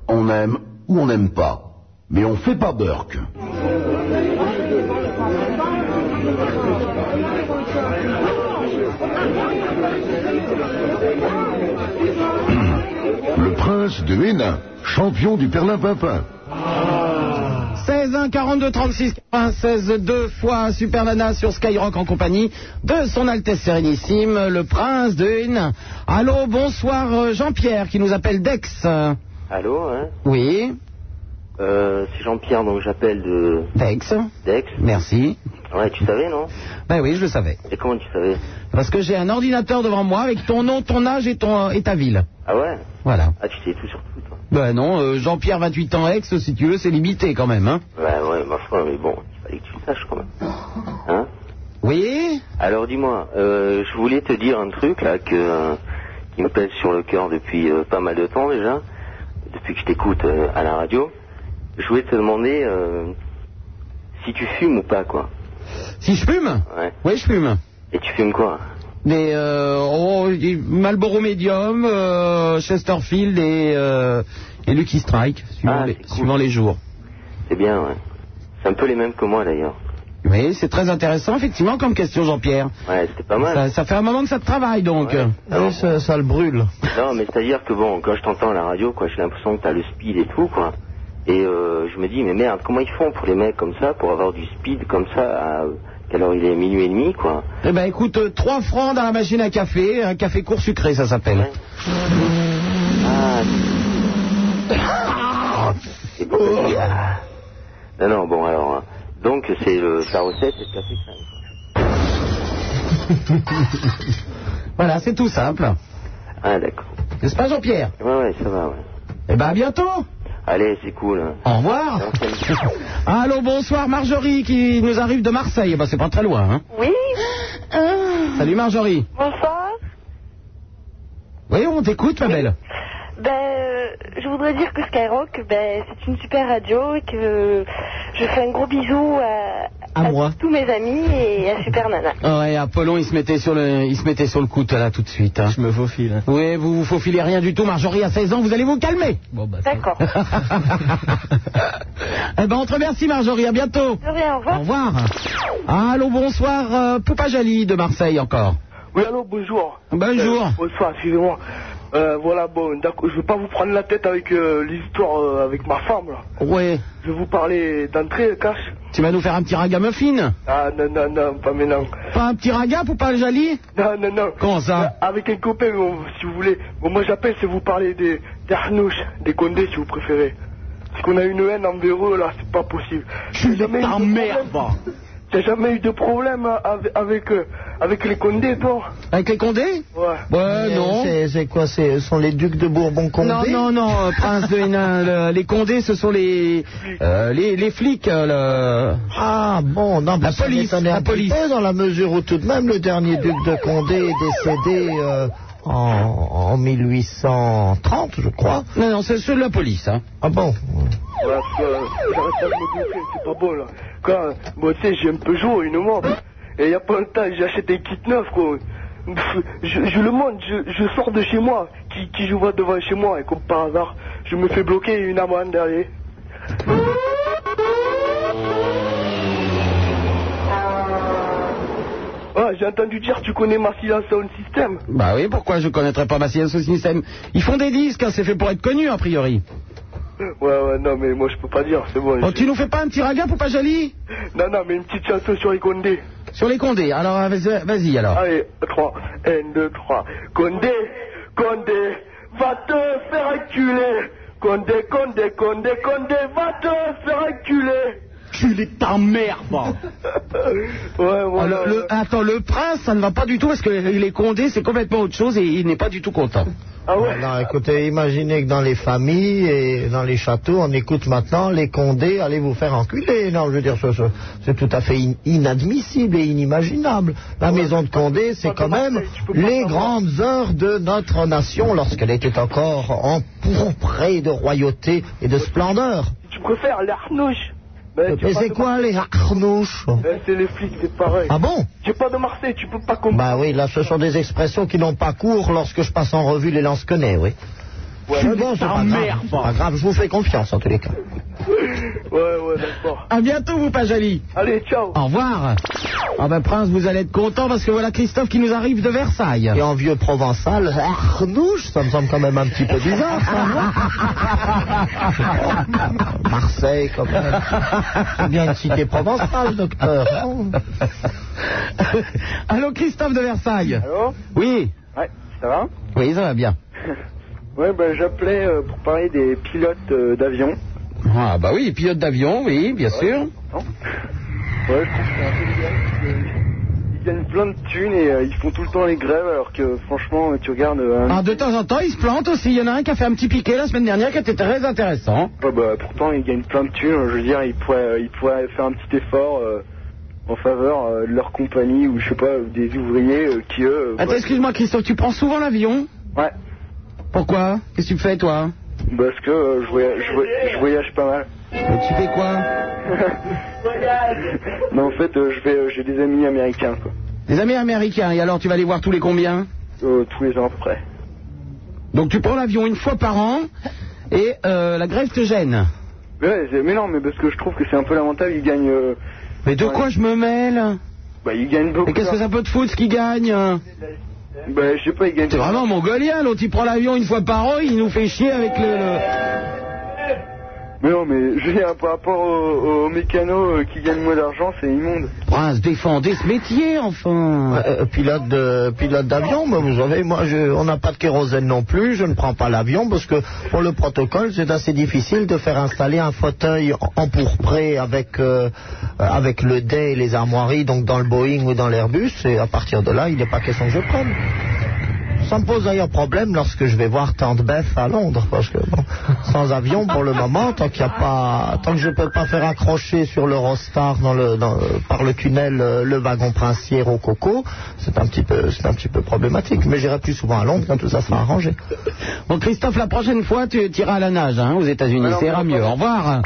[SPEAKER 1] On aime ou on n'aime pas. Mais on fait pas Burke.
[SPEAKER 11] Le prince de Hénin, champion du Perlin-Pimpin.
[SPEAKER 3] 16 1 42 36 96 deux fois Super Nana sur Skyrock en compagnie de son Altesse Sérénissime le Prince de Hénin. Allô, bonsoir euh, Jean-Pierre qui nous appelle Dex.
[SPEAKER 17] Allô, hein
[SPEAKER 3] Oui,
[SPEAKER 17] euh, C'est Jean-Pierre, donc j'appelle de
[SPEAKER 3] Dex.
[SPEAKER 17] Dex.
[SPEAKER 3] Merci.
[SPEAKER 17] Ouais, tu savais, non
[SPEAKER 3] Ben oui, je le savais.
[SPEAKER 17] Et comment tu savais
[SPEAKER 3] Parce que j'ai un ordinateur devant moi avec ton nom, ton âge et ton euh, et ta ville.
[SPEAKER 17] Ah ouais
[SPEAKER 3] Voilà.
[SPEAKER 17] Ah, tu sais tout sur tout.
[SPEAKER 3] Ben non, euh, Jean-Pierre 28 ans Ex, si tu veux, c'est limité quand même. Hein.
[SPEAKER 17] Ouais, ouais, ma foi, mais bon, il fallait que tu le saches quand même. Hein
[SPEAKER 3] Oui
[SPEAKER 17] Alors dis-moi, euh, je voulais te dire un truc là que, euh, qui me pèse sur le cœur depuis euh, pas mal de temps déjà, depuis que je t'écoute euh, à la radio. Je voulais te demander euh, si tu fumes ou pas quoi.
[SPEAKER 3] Si je fume
[SPEAKER 17] Ouais.
[SPEAKER 3] Oui, je fume.
[SPEAKER 17] Et tu fumes quoi
[SPEAKER 3] des euh, oh, des Marlboro Medium, euh, Chesterfield et, euh, et Lucky Strike, suivant, les, suivant les jours.
[SPEAKER 17] C'est bien, ouais. C'est un peu les mêmes que moi d'ailleurs.
[SPEAKER 3] Oui, c'est très intéressant, effectivement, comme question, Jean-Pierre.
[SPEAKER 17] Ouais, c'était pas mal.
[SPEAKER 3] Ça, ça fait un moment que ça te travaille, donc.
[SPEAKER 5] Oui, ça, ça le brûle.
[SPEAKER 17] Non, mais c'est-à-dire que bon, quand je t'entends à la radio, quoi, j'ai l'impression que t'as le speed et tout, quoi. Et euh, je me dis, mais merde, comment ils font pour les mecs comme ça, pour avoir du speed comme ça à... Quelle heure il est Minuit et demi, quoi.
[SPEAKER 3] Eh ben, écoute, euh, 3 francs dans la machine à café, un café court sucré, ça s'appelle.
[SPEAKER 17] Ah, c'est pour ça que- ah. Non, non, bon, alors... hein. Donc, c'est le sa recette, c'est le café crème.
[SPEAKER 3] Voilà, c'est tout simple.
[SPEAKER 17] Ah, d'accord.
[SPEAKER 3] N'est-ce pas, Jean-Pierre
[SPEAKER 17] Ouais, ouais, ça va, ouais.
[SPEAKER 3] Eh ben, à bientôt
[SPEAKER 17] Allez, c'est cool. hein.
[SPEAKER 3] Au revoir Allô, bonsoir, Marjorie, qui nous arrive de Marseille. Eh ben, c'est pas très loin, hein.
[SPEAKER 7] Oui
[SPEAKER 3] Salut, Marjorie.
[SPEAKER 7] Bonsoir.
[SPEAKER 3] Oui, on t'écoute, ma belle.
[SPEAKER 7] Ben, euh, je voudrais dire que Skyrock, ben, c'est une super radio et que je fais un gros bisou à,
[SPEAKER 3] À moi.
[SPEAKER 7] tous mes amis et à Super Nana.
[SPEAKER 3] Ah Ouais, Apollon, il se mettait sur le, il se mettait sur le coup, toi, là, tout de suite. Je me faufile.
[SPEAKER 5] hein.
[SPEAKER 3] Oui, vous vous faufilez rien du tout, Marjorie, à 16 ans, vous allez vous calmer.
[SPEAKER 5] bah.
[SPEAKER 7] D'accord.
[SPEAKER 3] [laughs] eh ben, on te remercie, Marjorie, à bientôt.
[SPEAKER 7] au revoir.
[SPEAKER 3] Au revoir. Allô, bonsoir, euh, Poupa Jali de Marseille, encore.
[SPEAKER 9] Oui, allô, bonjour.
[SPEAKER 3] Bonjour.
[SPEAKER 9] Euh, bonsoir, excusez-moi. Euh, voilà, bon, d'accord, je veux pas vous prendre la tête avec euh, l'histoire euh, avec ma femme, là.
[SPEAKER 3] Ouais.
[SPEAKER 9] Je vais vous parler d'entrée, cash.
[SPEAKER 3] Tu vas nous faire un petit ragamuffin
[SPEAKER 9] Ah, non, non, non, pas maintenant.
[SPEAKER 3] Pas un petit raga, Poupa Jali
[SPEAKER 9] Non, non, non.
[SPEAKER 3] Comment ça
[SPEAKER 9] Euh, Avec un copain, on- si vous voulez. Bon, moi, j'appelle si vous parlez des, des Arnouches, des Condés, si vous préférez. Parce qu'on a une haine envers eux, là, c'est pas possible. Tu les
[SPEAKER 3] t'emmerdes
[SPEAKER 9] T'as jamais eu de problème euh, avec, avec, euh, avec les Condés, toi
[SPEAKER 3] Avec les Condés
[SPEAKER 9] Ouais.
[SPEAKER 5] Mais c'est- C'est quoi c'est- Ce sont les ducs de Bourbon-Condé
[SPEAKER 3] Non, non, non, euh, prince de Hénin, le- les Condés, ce sont les, euh, les, les flics, euh, le-
[SPEAKER 5] Ah bon, non,
[SPEAKER 3] La
[SPEAKER 5] parce que ça
[SPEAKER 3] police,
[SPEAKER 5] m'étonnait un
[SPEAKER 3] la
[SPEAKER 5] petit
[SPEAKER 3] police.
[SPEAKER 5] peu, dans la mesure où tout de même le dernier duc de Condé est décédé euh, en, en 1830, je crois.
[SPEAKER 3] Non, non, c'est ceux de la police. Hein.
[SPEAKER 5] Ah bon
[SPEAKER 9] Voilà, parce que euh, j'arrête pas de me gonfler, c'est pas bon là. Quand, euh, moi tu sais, j'ai un Peugeot, une mort. Et il y a pas longtemps, j'ai acheté un kit neuf quoi. Pff, Je, je le monte, je, je sors de chez moi, qui, qui je vois devant chez moi, et comme par hasard, je me fais bloquer une amende derrière. Ah, j'ai entendu dire, tu connais Marcilla Sound System
[SPEAKER 3] Bah oui, pourquoi je connaîtrais pas ma science au système Ils font des disques, hein, c'est fait pour être connu, a priori.
[SPEAKER 9] Ouais, ouais, non, mais moi je peux pas dire, c'est bon.
[SPEAKER 3] Oh,
[SPEAKER 9] je-
[SPEAKER 3] tu nous fais pas un petit raga pour pas joli
[SPEAKER 9] Non, non, mais une petite chanson sur les Condés.
[SPEAKER 3] Sur les Condés, alors euh, vas-y, vas-y,
[SPEAKER 5] [laughs]
[SPEAKER 25] Ah
[SPEAKER 3] alors.
[SPEAKER 9] Allez, 3, 1, 2, 3. Condé, Condé, va te faire reculer. Condé, Condé, Condé, Condé, va te faire reculer.
[SPEAKER 3] Culé ta merde
[SPEAKER 9] voilà.
[SPEAKER 3] le, le- Attends, le prince, ça ne va pas du tout, parce que les Condés, c'est complètement autre chose et il n'est pas du
[SPEAKER 9] [laughs]
[SPEAKER 3] tout content.
[SPEAKER 9] Ah ouais
[SPEAKER 5] Non, écoutez, imaginez que dans les familles et dans les châteaux, on écoute maintenant les Condés, allez vous faire enculer. Non, je veux dire, ce- ce- c'est tout à fait in- inadmissible et inimaginable. La maison de Condé, c'est quand même les grandes heures de notre nation lorsqu'elle était encore en pourprée de royauté et de splendeur.
[SPEAKER 9] Tu préfères les harnouches ben, tu
[SPEAKER 5] Mais
[SPEAKER 9] parles
[SPEAKER 5] c'est
[SPEAKER 9] de
[SPEAKER 5] quoi les harnouches
[SPEAKER 9] Marseille. Eh, C'est les flics, c'est pareil.
[SPEAKER 5] Ah bon
[SPEAKER 9] Tu es pas de Marseille, tu peux pas comprendre.
[SPEAKER 5] Bah oui, là, ce sont des expressions qui n'ont pas cours lorsque je passe en revue les lance-connais, oui.
[SPEAKER 9] Ouais,
[SPEAKER 5] Mais bon, c'est pas grave,
[SPEAKER 9] merde.
[SPEAKER 5] c'est pas grave, je vous fais confiance en tous les cas.
[SPEAKER 9] Ouais, ouais, d'accord.
[SPEAKER 3] À bientôt, vous, Pajali.
[SPEAKER 9] Allez, ciao.
[SPEAKER 3] Au revoir. Ah ben, Prince, vous allez être content parce que voilà Christophe qui nous arrive de Versailles.
[SPEAKER 5] Et en vieux provençal, Arnouche, ça me semble
[SPEAKER 3] [laughs]
[SPEAKER 5] quand même un petit peu bizarre, ça, non [laughs] Marseille, quand même. [laughs] C'est bien une cité provençale, docteur. hein. non
[SPEAKER 3] [laughs] Allô, Christophe de Versailles.
[SPEAKER 25] Allô [laughs]
[SPEAKER 3] Oui.
[SPEAKER 25] Ouais, ça va
[SPEAKER 3] Oui, ça va bien.
[SPEAKER 25] Ouais, ben j'appelais euh, pour parler des pilotes euh, d'avion.
[SPEAKER 3] Ah bah oui, pilote d'avion, oui, bien sûr. [laughs]
[SPEAKER 25] Ouais, je trouve que c'est un peu légal, parce que Ils gagnent plein de thunes et euh, ils font tout le temps les grèves alors que franchement tu regardes euh,
[SPEAKER 3] Ah, de temps en temps, il se plante aussi. Il y en a un qui a fait un petit piqué la semaine dernière qui était très intéressant.
[SPEAKER 25] ouais, bah, pourtant ils gagnent plein de thunes, je veux dire ils pourraient euh, ils pourraient faire un petit effort euh, en faveur euh, de leur compagnie ou je sais pas ou des ouvriers euh, qui eux euh,
[SPEAKER 3] Attends,
[SPEAKER 25] bah,
[SPEAKER 3] excuse-moi, Christophe, tu prends souvent l'avion
[SPEAKER 25] Ouais.
[SPEAKER 3] Pourquoi Qu'est-ce que tu fais, toi
[SPEAKER 25] parce que euh, je, voyage, je, voy- je voyage pas mal.
[SPEAKER 3] Tu fais quoi hein
[SPEAKER 25] Mais en fait euh, je vais euh, j'ai des amis américains quoi.
[SPEAKER 3] Les amis américains, et alors tu vas les voir tous les combien
[SPEAKER 16] Euh, tous les ans à peu près.
[SPEAKER 3] Donc tu prends l'avion une fois par an et euh, la grève te gêne.
[SPEAKER 16] Mais, ouais, c'est- mais non, mais parce que je trouve que c'est un peu lamentable, ils gagnent. euh,
[SPEAKER 3] Mais de quoi je me mêle
[SPEAKER 16] Bah, ils gagnent beaucoup.
[SPEAKER 3] Mais qu'est-ce que ça peut te foutre ce qu'ils gagnent hein
[SPEAKER 16] Bah, je sais pas, ils gagnent.
[SPEAKER 3] C'est vraiment mongolien, l'autre il prend l'avion une fois par an, il nous fait chier avec le. le-
[SPEAKER 16] Mais non, mais je veux dire, par rapport aux, aux mécanos euh, qui gagnent moins d'argent, c'est immonde.
[SPEAKER 3] Prince, défendez [laughs] ce métier, enfin
[SPEAKER 5] Euh, euh, pilote de- pilote d'avion, mais vous savez, moi, je- on n'a pas de kérosène non plus, je ne prends pas l'avion parce que pour le protocole, c'est assez difficile de faire installer un fauteuil en- empourpré avec, euh, avec le dais et les armoiries, donc dans le Boeing ou dans l'Airbus, et à partir de là, il n'est pas question que je prenne. Ça me pose d'ailleurs problème lorsque je vais voir Tante Beth à Londres, parce que bon, sans avion pour le moment, tant qu'il y a pas, tant que je peux pas faire accrocher sur l'Eurostar dans le, dans- par le tunnel euh, le wagon princier au coco, c'est un petit peu, c'est un petit peu problématique. Mais j'irai plus souvent à Londres quand tout ça sera arrangé.
[SPEAKER 3] Bon, Christophe, la prochaine fois, tu tireras à la nage hein, aux États-Unis. Ça ira mieux. Au revoir.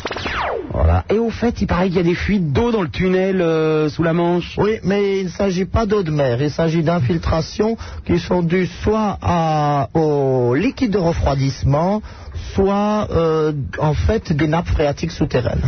[SPEAKER 3] Voilà. Et au fait, il paraît qu'il y a des fuites d'eau dans le tunnel euh, sous la Manche.
[SPEAKER 5] Oui, mais il ne s'agit pas d'eau de mer, il s'agit d'infiltrations qui sont dues soit à- au liquide de refroidissement, soit euh, en fait des nappes phréatiques souterraines.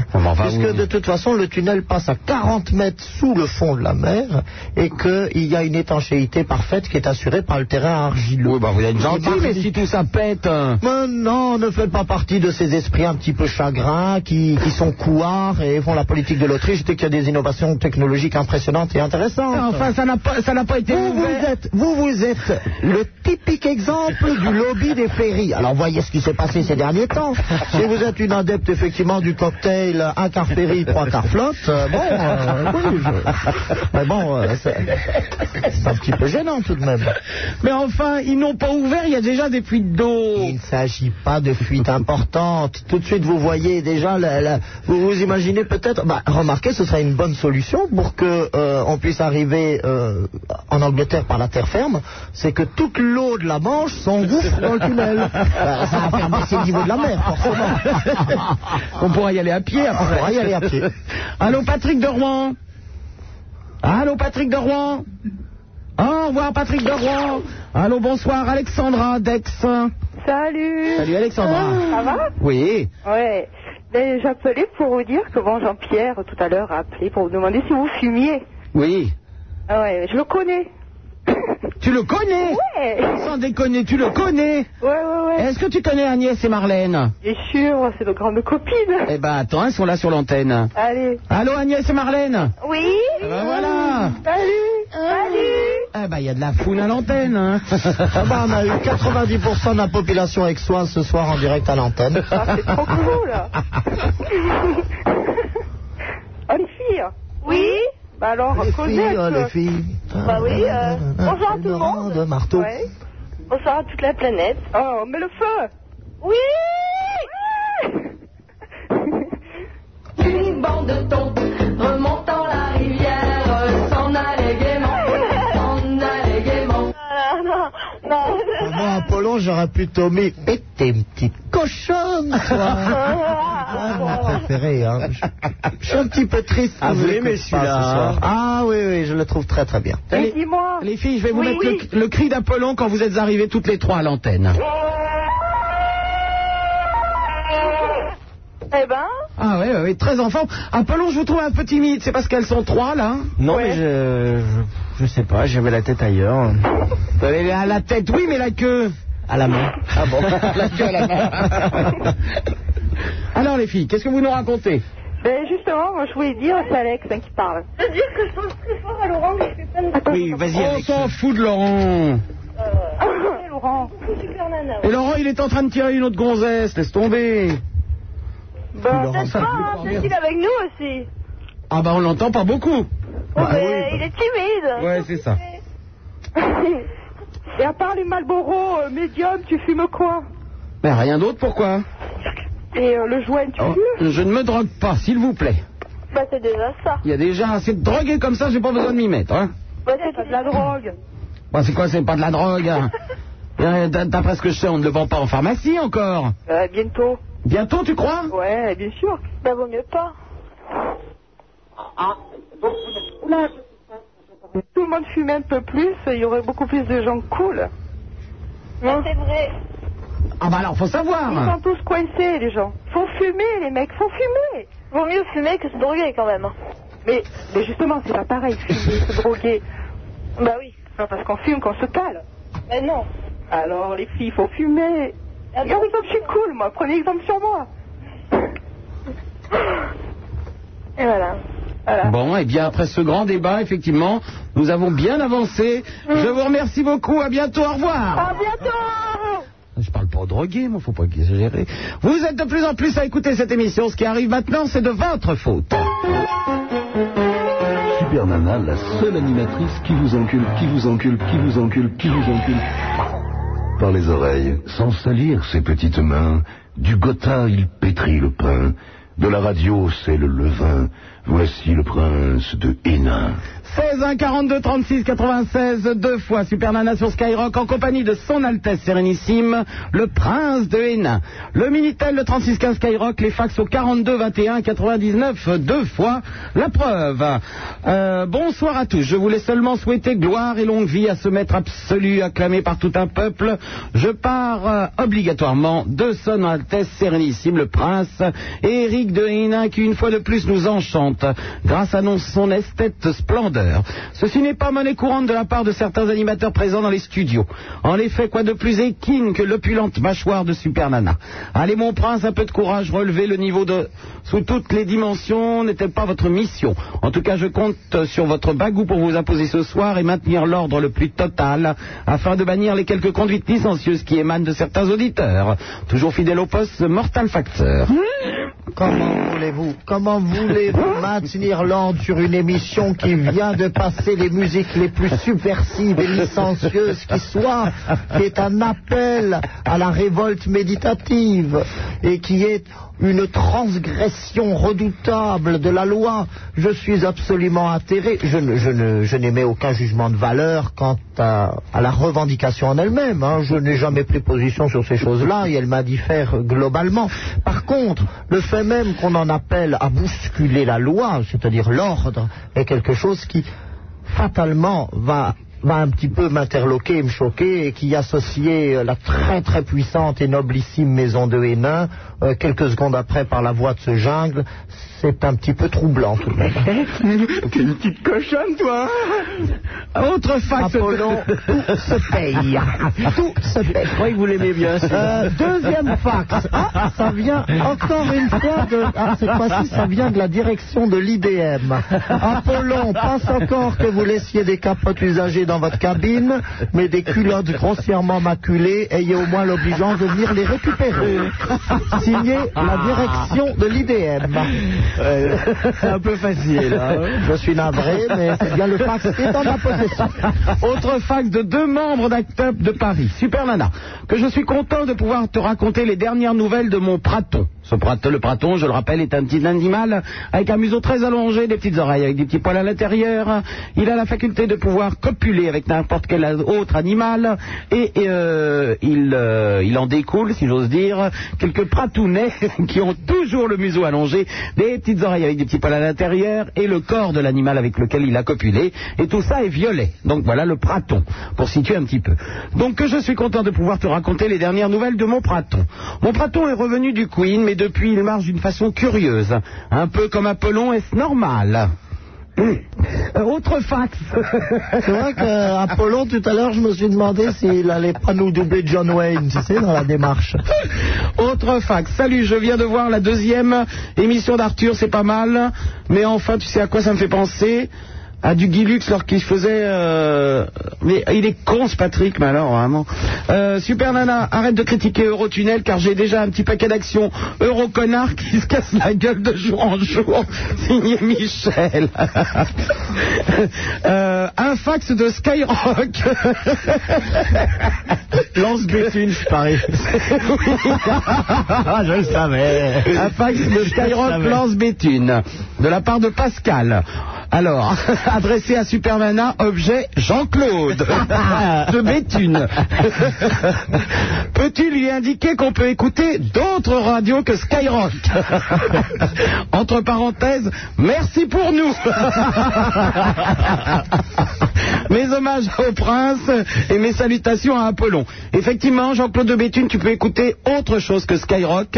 [SPEAKER 5] Puisque de toute façon, le tunnel passe à 40 mètres sous le fond de la mer et qu'il y a une étanchéité parfaite qui est assurée par le terrain argileux. Oui,
[SPEAKER 3] bah, vous êtes gentil, mais si tout ça pète. hein.
[SPEAKER 5] mais non, ne faites pas partie de ces esprits un petit peu chagrins qui, qui sont couards et font la politique de l'Autriche dès qu'il y a des innovations technologiques impressionnantes et intéressantes.
[SPEAKER 3] Ah, Enfin, ça n'a pas, ça n'a pas été.
[SPEAKER 5] Vous, vous êtes, vous, vous êtes le typique exemple du lobby des ferries. Alors, voyez ce qui s'est passé ces derniers temps. Si vous êtes une adepte, effectivement, du cocktail un quart ferry, trois quarts flotte, euh, bon, euh, oui, je- Mais bon, euh, c'est [laughs] c'est un petit peu gênant tout de même.
[SPEAKER 3] Mais enfin, ils n'ont pas ouvert, il y a déjà des fuites d'eau.
[SPEAKER 5] Il ne s'agit pas de fuites importantes. Tout de suite, vous voyez déjà, la- la- vous vous imaginez peut-être, bah, remarquez, ce serait une bonne solution pour que euh, on puisse arriver euh, en Angleterre par la terre ferme, c'est que toute l'eau de la Manche s'engouffre dans
[SPEAKER 3] [laughs]
[SPEAKER 5] le tunnel. Bah, ça va faire baisser le niveau de la mer, forcément.
[SPEAKER 3] [laughs] On pourra y aller à pied. après.
[SPEAKER 5] On pourra y aller à pied.
[SPEAKER 3] Allô, Patrick de Rouen. Allô, Patrick de Rouen. Au revoir, Patrick de Rouen. Allô, bonsoir, Alexandra Dex.
[SPEAKER 7] Salut
[SPEAKER 3] Salut, Alexandra.
[SPEAKER 7] Ça va
[SPEAKER 3] Oui.
[SPEAKER 7] Ouais. Ben, J'appelais pour vous dire que bon, Jean-Pierre, tout à l'heure, a appelé pour vous demander si vous fumiez.
[SPEAKER 3] Oui.
[SPEAKER 7] Ah ouais, je le connais.
[SPEAKER 3] Tu le connais
[SPEAKER 7] Ouais.
[SPEAKER 3] Sans déconner, tu le connais
[SPEAKER 7] Ouais, ouais,
[SPEAKER 5] Eh.
[SPEAKER 7] ouais.
[SPEAKER 3] Est-ce que tu connais Agnès et Marlène
[SPEAKER 7] Bien sûr, c'est nos grandes copines. Ah.
[SPEAKER 3] Eh ben attends, elles sont là sur l'antenne.
[SPEAKER 7] Allez.
[SPEAKER 3] Allô Agnès et Marlène
[SPEAKER 7] Oui
[SPEAKER 5] Ah
[SPEAKER 3] Eh ben voilà
[SPEAKER 7] Salut Salut
[SPEAKER 3] Ah bah il y a de la foule à l'antenne hein.
[SPEAKER 5] [laughs] Ah bah, on a eu 90% de la population aixoise ce soir en direct à l'antenne.
[SPEAKER 7] Ah, Trop cool Oh, les filles Oui Bah alors,
[SPEAKER 5] Les
[SPEAKER 7] Cosette.
[SPEAKER 5] filles,
[SPEAKER 15] hein,
[SPEAKER 5] euh, les filles.
[SPEAKER 7] Bah oui, euh, bonjour à tout le monde.
[SPEAKER 5] De marteau.
[SPEAKER 7] Ouais. Bonsoir à toute la planète. Oh, on met le feu Oui
[SPEAKER 15] Une bande de tons remontant la rivière s'en allait gaiement, s'en allait gaiement.
[SPEAKER 7] Non, non, Ah non.
[SPEAKER 5] Moi, Apollon, j'aurais plutôt mis. Mais t'es une petite cochonne,
[SPEAKER 4] [laughs]
[SPEAKER 5] toi Ah, ma préférée, hein. Je, je suis un petit peu triste.
[SPEAKER 4] Ah,
[SPEAKER 5] que
[SPEAKER 4] vous
[SPEAKER 5] l'écoutez
[SPEAKER 4] l'aimez,
[SPEAKER 5] pas
[SPEAKER 4] celui-là,
[SPEAKER 5] ce soir.
[SPEAKER 4] hein.
[SPEAKER 5] Ah, oui, oui, je le trouve très, très bien.
[SPEAKER 7] Mais Eh, dis-moi
[SPEAKER 3] Les filles, je vais vous
[SPEAKER 7] Oui,
[SPEAKER 3] mettre
[SPEAKER 7] oui.
[SPEAKER 3] Le, le cri d'Apollon quand vous êtes arrivées toutes les trois à l'antenne.
[SPEAKER 7] Eh ben
[SPEAKER 3] Ah ouais, ouais, ouais, très en forme. Apollon, je vous trouve un peu timide, c'est parce qu'elles sont trois là
[SPEAKER 4] Non, mais je, je, je sais pas, j'avais la tête ailleurs.
[SPEAKER 3] Vous avez la, la tête, oui, mais la queue
[SPEAKER 4] À la main.
[SPEAKER 3] Ah
[SPEAKER 7] [laughs]
[SPEAKER 3] bon La queue à la main. Alors les filles, qu'est-ce que vous nous racontez
[SPEAKER 7] Ben justement, moi je voulais dire, c'est Alex hein, qui parle.
[SPEAKER 14] Je veux dire que je pense très fort à Laurent, mais je fais pas de
[SPEAKER 3] Oui, vas-y. On s'en fout de Laurent.
[SPEAKER 7] [laughs]
[SPEAKER 14] Laurent. Super nana.
[SPEAKER 3] Et Laurent, il est en train de tirer une autre gonzesse, laisse tomber.
[SPEAKER 7] Ben,
[SPEAKER 3] Laurent,
[SPEAKER 14] Peut-être
[SPEAKER 3] ça
[SPEAKER 14] pas,
[SPEAKER 3] me
[SPEAKER 14] hein,
[SPEAKER 3] parle bien.
[SPEAKER 14] Cécile avec nous
[SPEAKER 3] [laughs]
[SPEAKER 14] aussi.
[SPEAKER 3] Ah bah on l'entend pas beaucoup. Bah
[SPEAKER 14] Oh,
[SPEAKER 7] Euh,
[SPEAKER 14] mais il est timide.
[SPEAKER 3] Ouais, c'est ça.
[SPEAKER 7] Et à part les Malboro, euh, médium, tu fumes quoi
[SPEAKER 3] Mais rien d'autre, pourquoi
[SPEAKER 7] Et euh, le joint, tu
[SPEAKER 3] Oh,
[SPEAKER 7] fumes
[SPEAKER 3] Je ne me drogue pas, s'il vous plaît.
[SPEAKER 14] Bah, c'est déjà ça.
[SPEAKER 3] Il y a déjà assez de drogués comme ça, j'ai pas besoin de m'y mettre. Hein.
[SPEAKER 14] Bah, c'est pas de la drogue.
[SPEAKER 3] Bah, c'est quoi, c'est pas de la drogue hein. Euh, d'a- D'après ce que je sais, on ne le vend pas en pharmacie encore.
[SPEAKER 7] Euh, Bientôt.
[SPEAKER 3] Bientôt, tu crois
[SPEAKER 7] Ouais, bien sûr.
[SPEAKER 14] Bah, vaut mieux pas.
[SPEAKER 15] Ah, donc, oula, je sais pas, je sais pas.
[SPEAKER 7] tout le monde fumait un peu plus, il y aurait beaucoup plus de gens cool. c'est vrai.
[SPEAKER 3] Ah bah alors, faut
[SPEAKER 7] Ils
[SPEAKER 3] savoir
[SPEAKER 7] sont tous coincés, les gens. Faut fumer, les mecs, faut fumer. Vaut mieux fumer que se droguer, quand même. Mais, mais justement, c'est pas pareil, fumer,
[SPEAKER 3] [laughs]
[SPEAKER 7] se droguer. Bah oui. Pas parce qu'on fume qu'on se cale. Mais non. Ah Alors, les filles, faut fumer. Regardez comme je suis cool, moi. Prenez exemple sur moi. Et voilà.
[SPEAKER 3] Bon, et bien après ce grand débat, effectivement, nous avons bien avancé. Je vous remercie beaucoup, à bientôt, au revoir.
[SPEAKER 7] À Ah, bientôt
[SPEAKER 3] Je parle pas aux drogués, moi, faut pas exagérer. Vous êtes de plus en plus à écouter cette émission. Ce qui arrive maintenant, c'est de votre faute.
[SPEAKER 1] Super Nana, la seule animatrice qui vous encule, qui vous encule, qui vous encule, qui vous encule. Par les oreilles, sans salir ses petites mains, du gotha il pétrit le pain, de la radio c'est le levain, voici le prince de Hénin.
[SPEAKER 3] 16 1 42 36 96 deux fois Super Nana sur Skyrock en compagnie de son Altesse Sérénissime, le Prince de Hénin. Le Minitel, le 36 15 Skyrock, les fax au 42 21 99 deux fois la preuve. Euh, bonsoir à tous. Je voulais seulement souhaiter gloire et longue vie à ce maître absolu acclamé par tout un peuple. Je pars euh, obligatoirement de son Altesse Sérénissime, le Prince Éric de Hénin qui une fois de plus nous enchante grâce à non- son esthète splendeur. Ceci n'est pas monnaie courante de la part de certains animateurs présents dans les studios. En effet, quoi de plus équine que l'opulente mâchoire de Super Nana Allez mon prince, un peu de courage, relever le niveau de... sous toutes les dimensions n'était pas votre mission. En tout cas, je compte sur votre bagou pour vous imposer ce soir et maintenir l'ordre le plus total afin de bannir les quelques conduites licencieuses qui émanent de certains auditeurs. Toujours fidèle au poste, Mortal Factor.
[SPEAKER 5] Comment voulez-vous Comment
[SPEAKER 4] [laughs]
[SPEAKER 5] voulez-vous maintenir l'ordre sur une émission qui vient de passer les musiques les plus subversives et licencieuses qui soient, qui est un appel à la révolte méditative et qui est une transgression redoutable de la loi. Je suis absolument atterré. Je, ne- je ne- je n'émets aucun jugement de valeur quant à, à la revendication en elle-même. hein. Je n'ai jamais pris position sur ces choses-là et elles m'indiffèrent globalement. Par contre, le fait même qu'on en appelle à bousculer la loi, c'est-à-dire l'ordre, est quelque chose qui fatalement va va un petit peu m'interloquer et me choquer et qui associait euh, la très très puissante et noblissime maison de Hénin euh, quelques secondes après par la voix de ce jungle, c'est un petit peu troublant tout de même.
[SPEAKER 15] T'es une petite cochonne, toi
[SPEAKER 3] Autre fact.
[SPEAKER 5] Apollon, tout se paye. Tout se paye. Je croyais que vous l'aimez bien.
[SPEAKER 3] Euh,
[SPEAKER 15] Euh,
[SPEAKER 5] [laughs] deuxième fax. Ah, ça vient encore une fois de. Ah, cette fois-ci, ça vient de la direction de l'IBM. Apollon, pense encore que vous laissiez des capotes usagées dans votre cabine, mais des culottes grossièrement maculées, ayez au moins l'obligeance de venir les récupérer. Signé la direction de l'IBM.
[SPEAKER 4] c'est un peu facile, hein.
[SPEAKER 5] Je
[SPEAKER 3] [laughs]
[SPEAKER 5] suis navré, mais c'est bien le fax qui est en ma possession.
[SPEAKER 3] Autre fax de deux membres d'Act Up de Paris. Super Nana, que je suis content de pouvoir te raconter les dernières nouvelles de mon praton. Ce praton, le praton, je le rappelle, est un petit animal avec un museau très allongé, des petites oreilles avec des petits poils à l'intérieur. Il a la faculté de pouvoir copuler avec n'importe quel autre animal et, et, euh, il, euh, il en découle, si j'ose dire, quelques pratounets [laughs] qui ont toujours le museau allongé, des petites oreilles avec des petits poils à l'intérieur et le corps de l'animal avec lequel il a copulé. Et tout ça est violet. Donc voilà le praton, pour situer un petit peu. Donc que je suis content de pouvoir te raconter les dernières nouvelles de mon praton. Mon praton est revenu du Queen, mais depuis il marche d'une façon curieuse. Un peu comme Apollon, est-ce normal [clears throat] Hum. Euh, Autre fax.
[SPEAKER 5] C'est vrai qu'Apollon, tout à l'heure, je me suis demandé s'il allait pas nous doubler John Wayne, tu sais, dans la démarche.
[SPEAKER 3] Autre fax. Salut, je viens de voir la deuxième émission d'Arthur, c'est pas mal. Mais enfin, tu sais à quoi ça me fait penser à du Guilux lorsqu'il faisait... euh, Mais il est con ce Patrick, mais alors vraiment. Euh, Super Nana, arrête de critiquer Eurotunnel car j'ai déjà un petit paquet d'actions Euroconnard qui se casse la gueule de jour en jour. [laughs] Signé Michel. [laughs] Euh, un fax de Skyrock. Lance Béthune, je parie. [laughs] je le savais. [laughs] Un fax de
[SPEAKER 15] Je le
[SPEAKER 3] Skyrock
[SPEAKER 15] savais.
[SPEAKER 3] Lance Béthune, de la part de Pascal. Alors, [laughs] adressé à Supermana, objet Jean-Claude de Béthune. Peux-tu lui indiquer qu'on peut écouter d'autres radios que Skyrock Entre parenthèses, merci pour nous. [laughs] mes hommages au prince et mes salutations à Apollon. Effectivement, Jean-Claude de Béthune, tu peux écouter autre chose que Skyrock.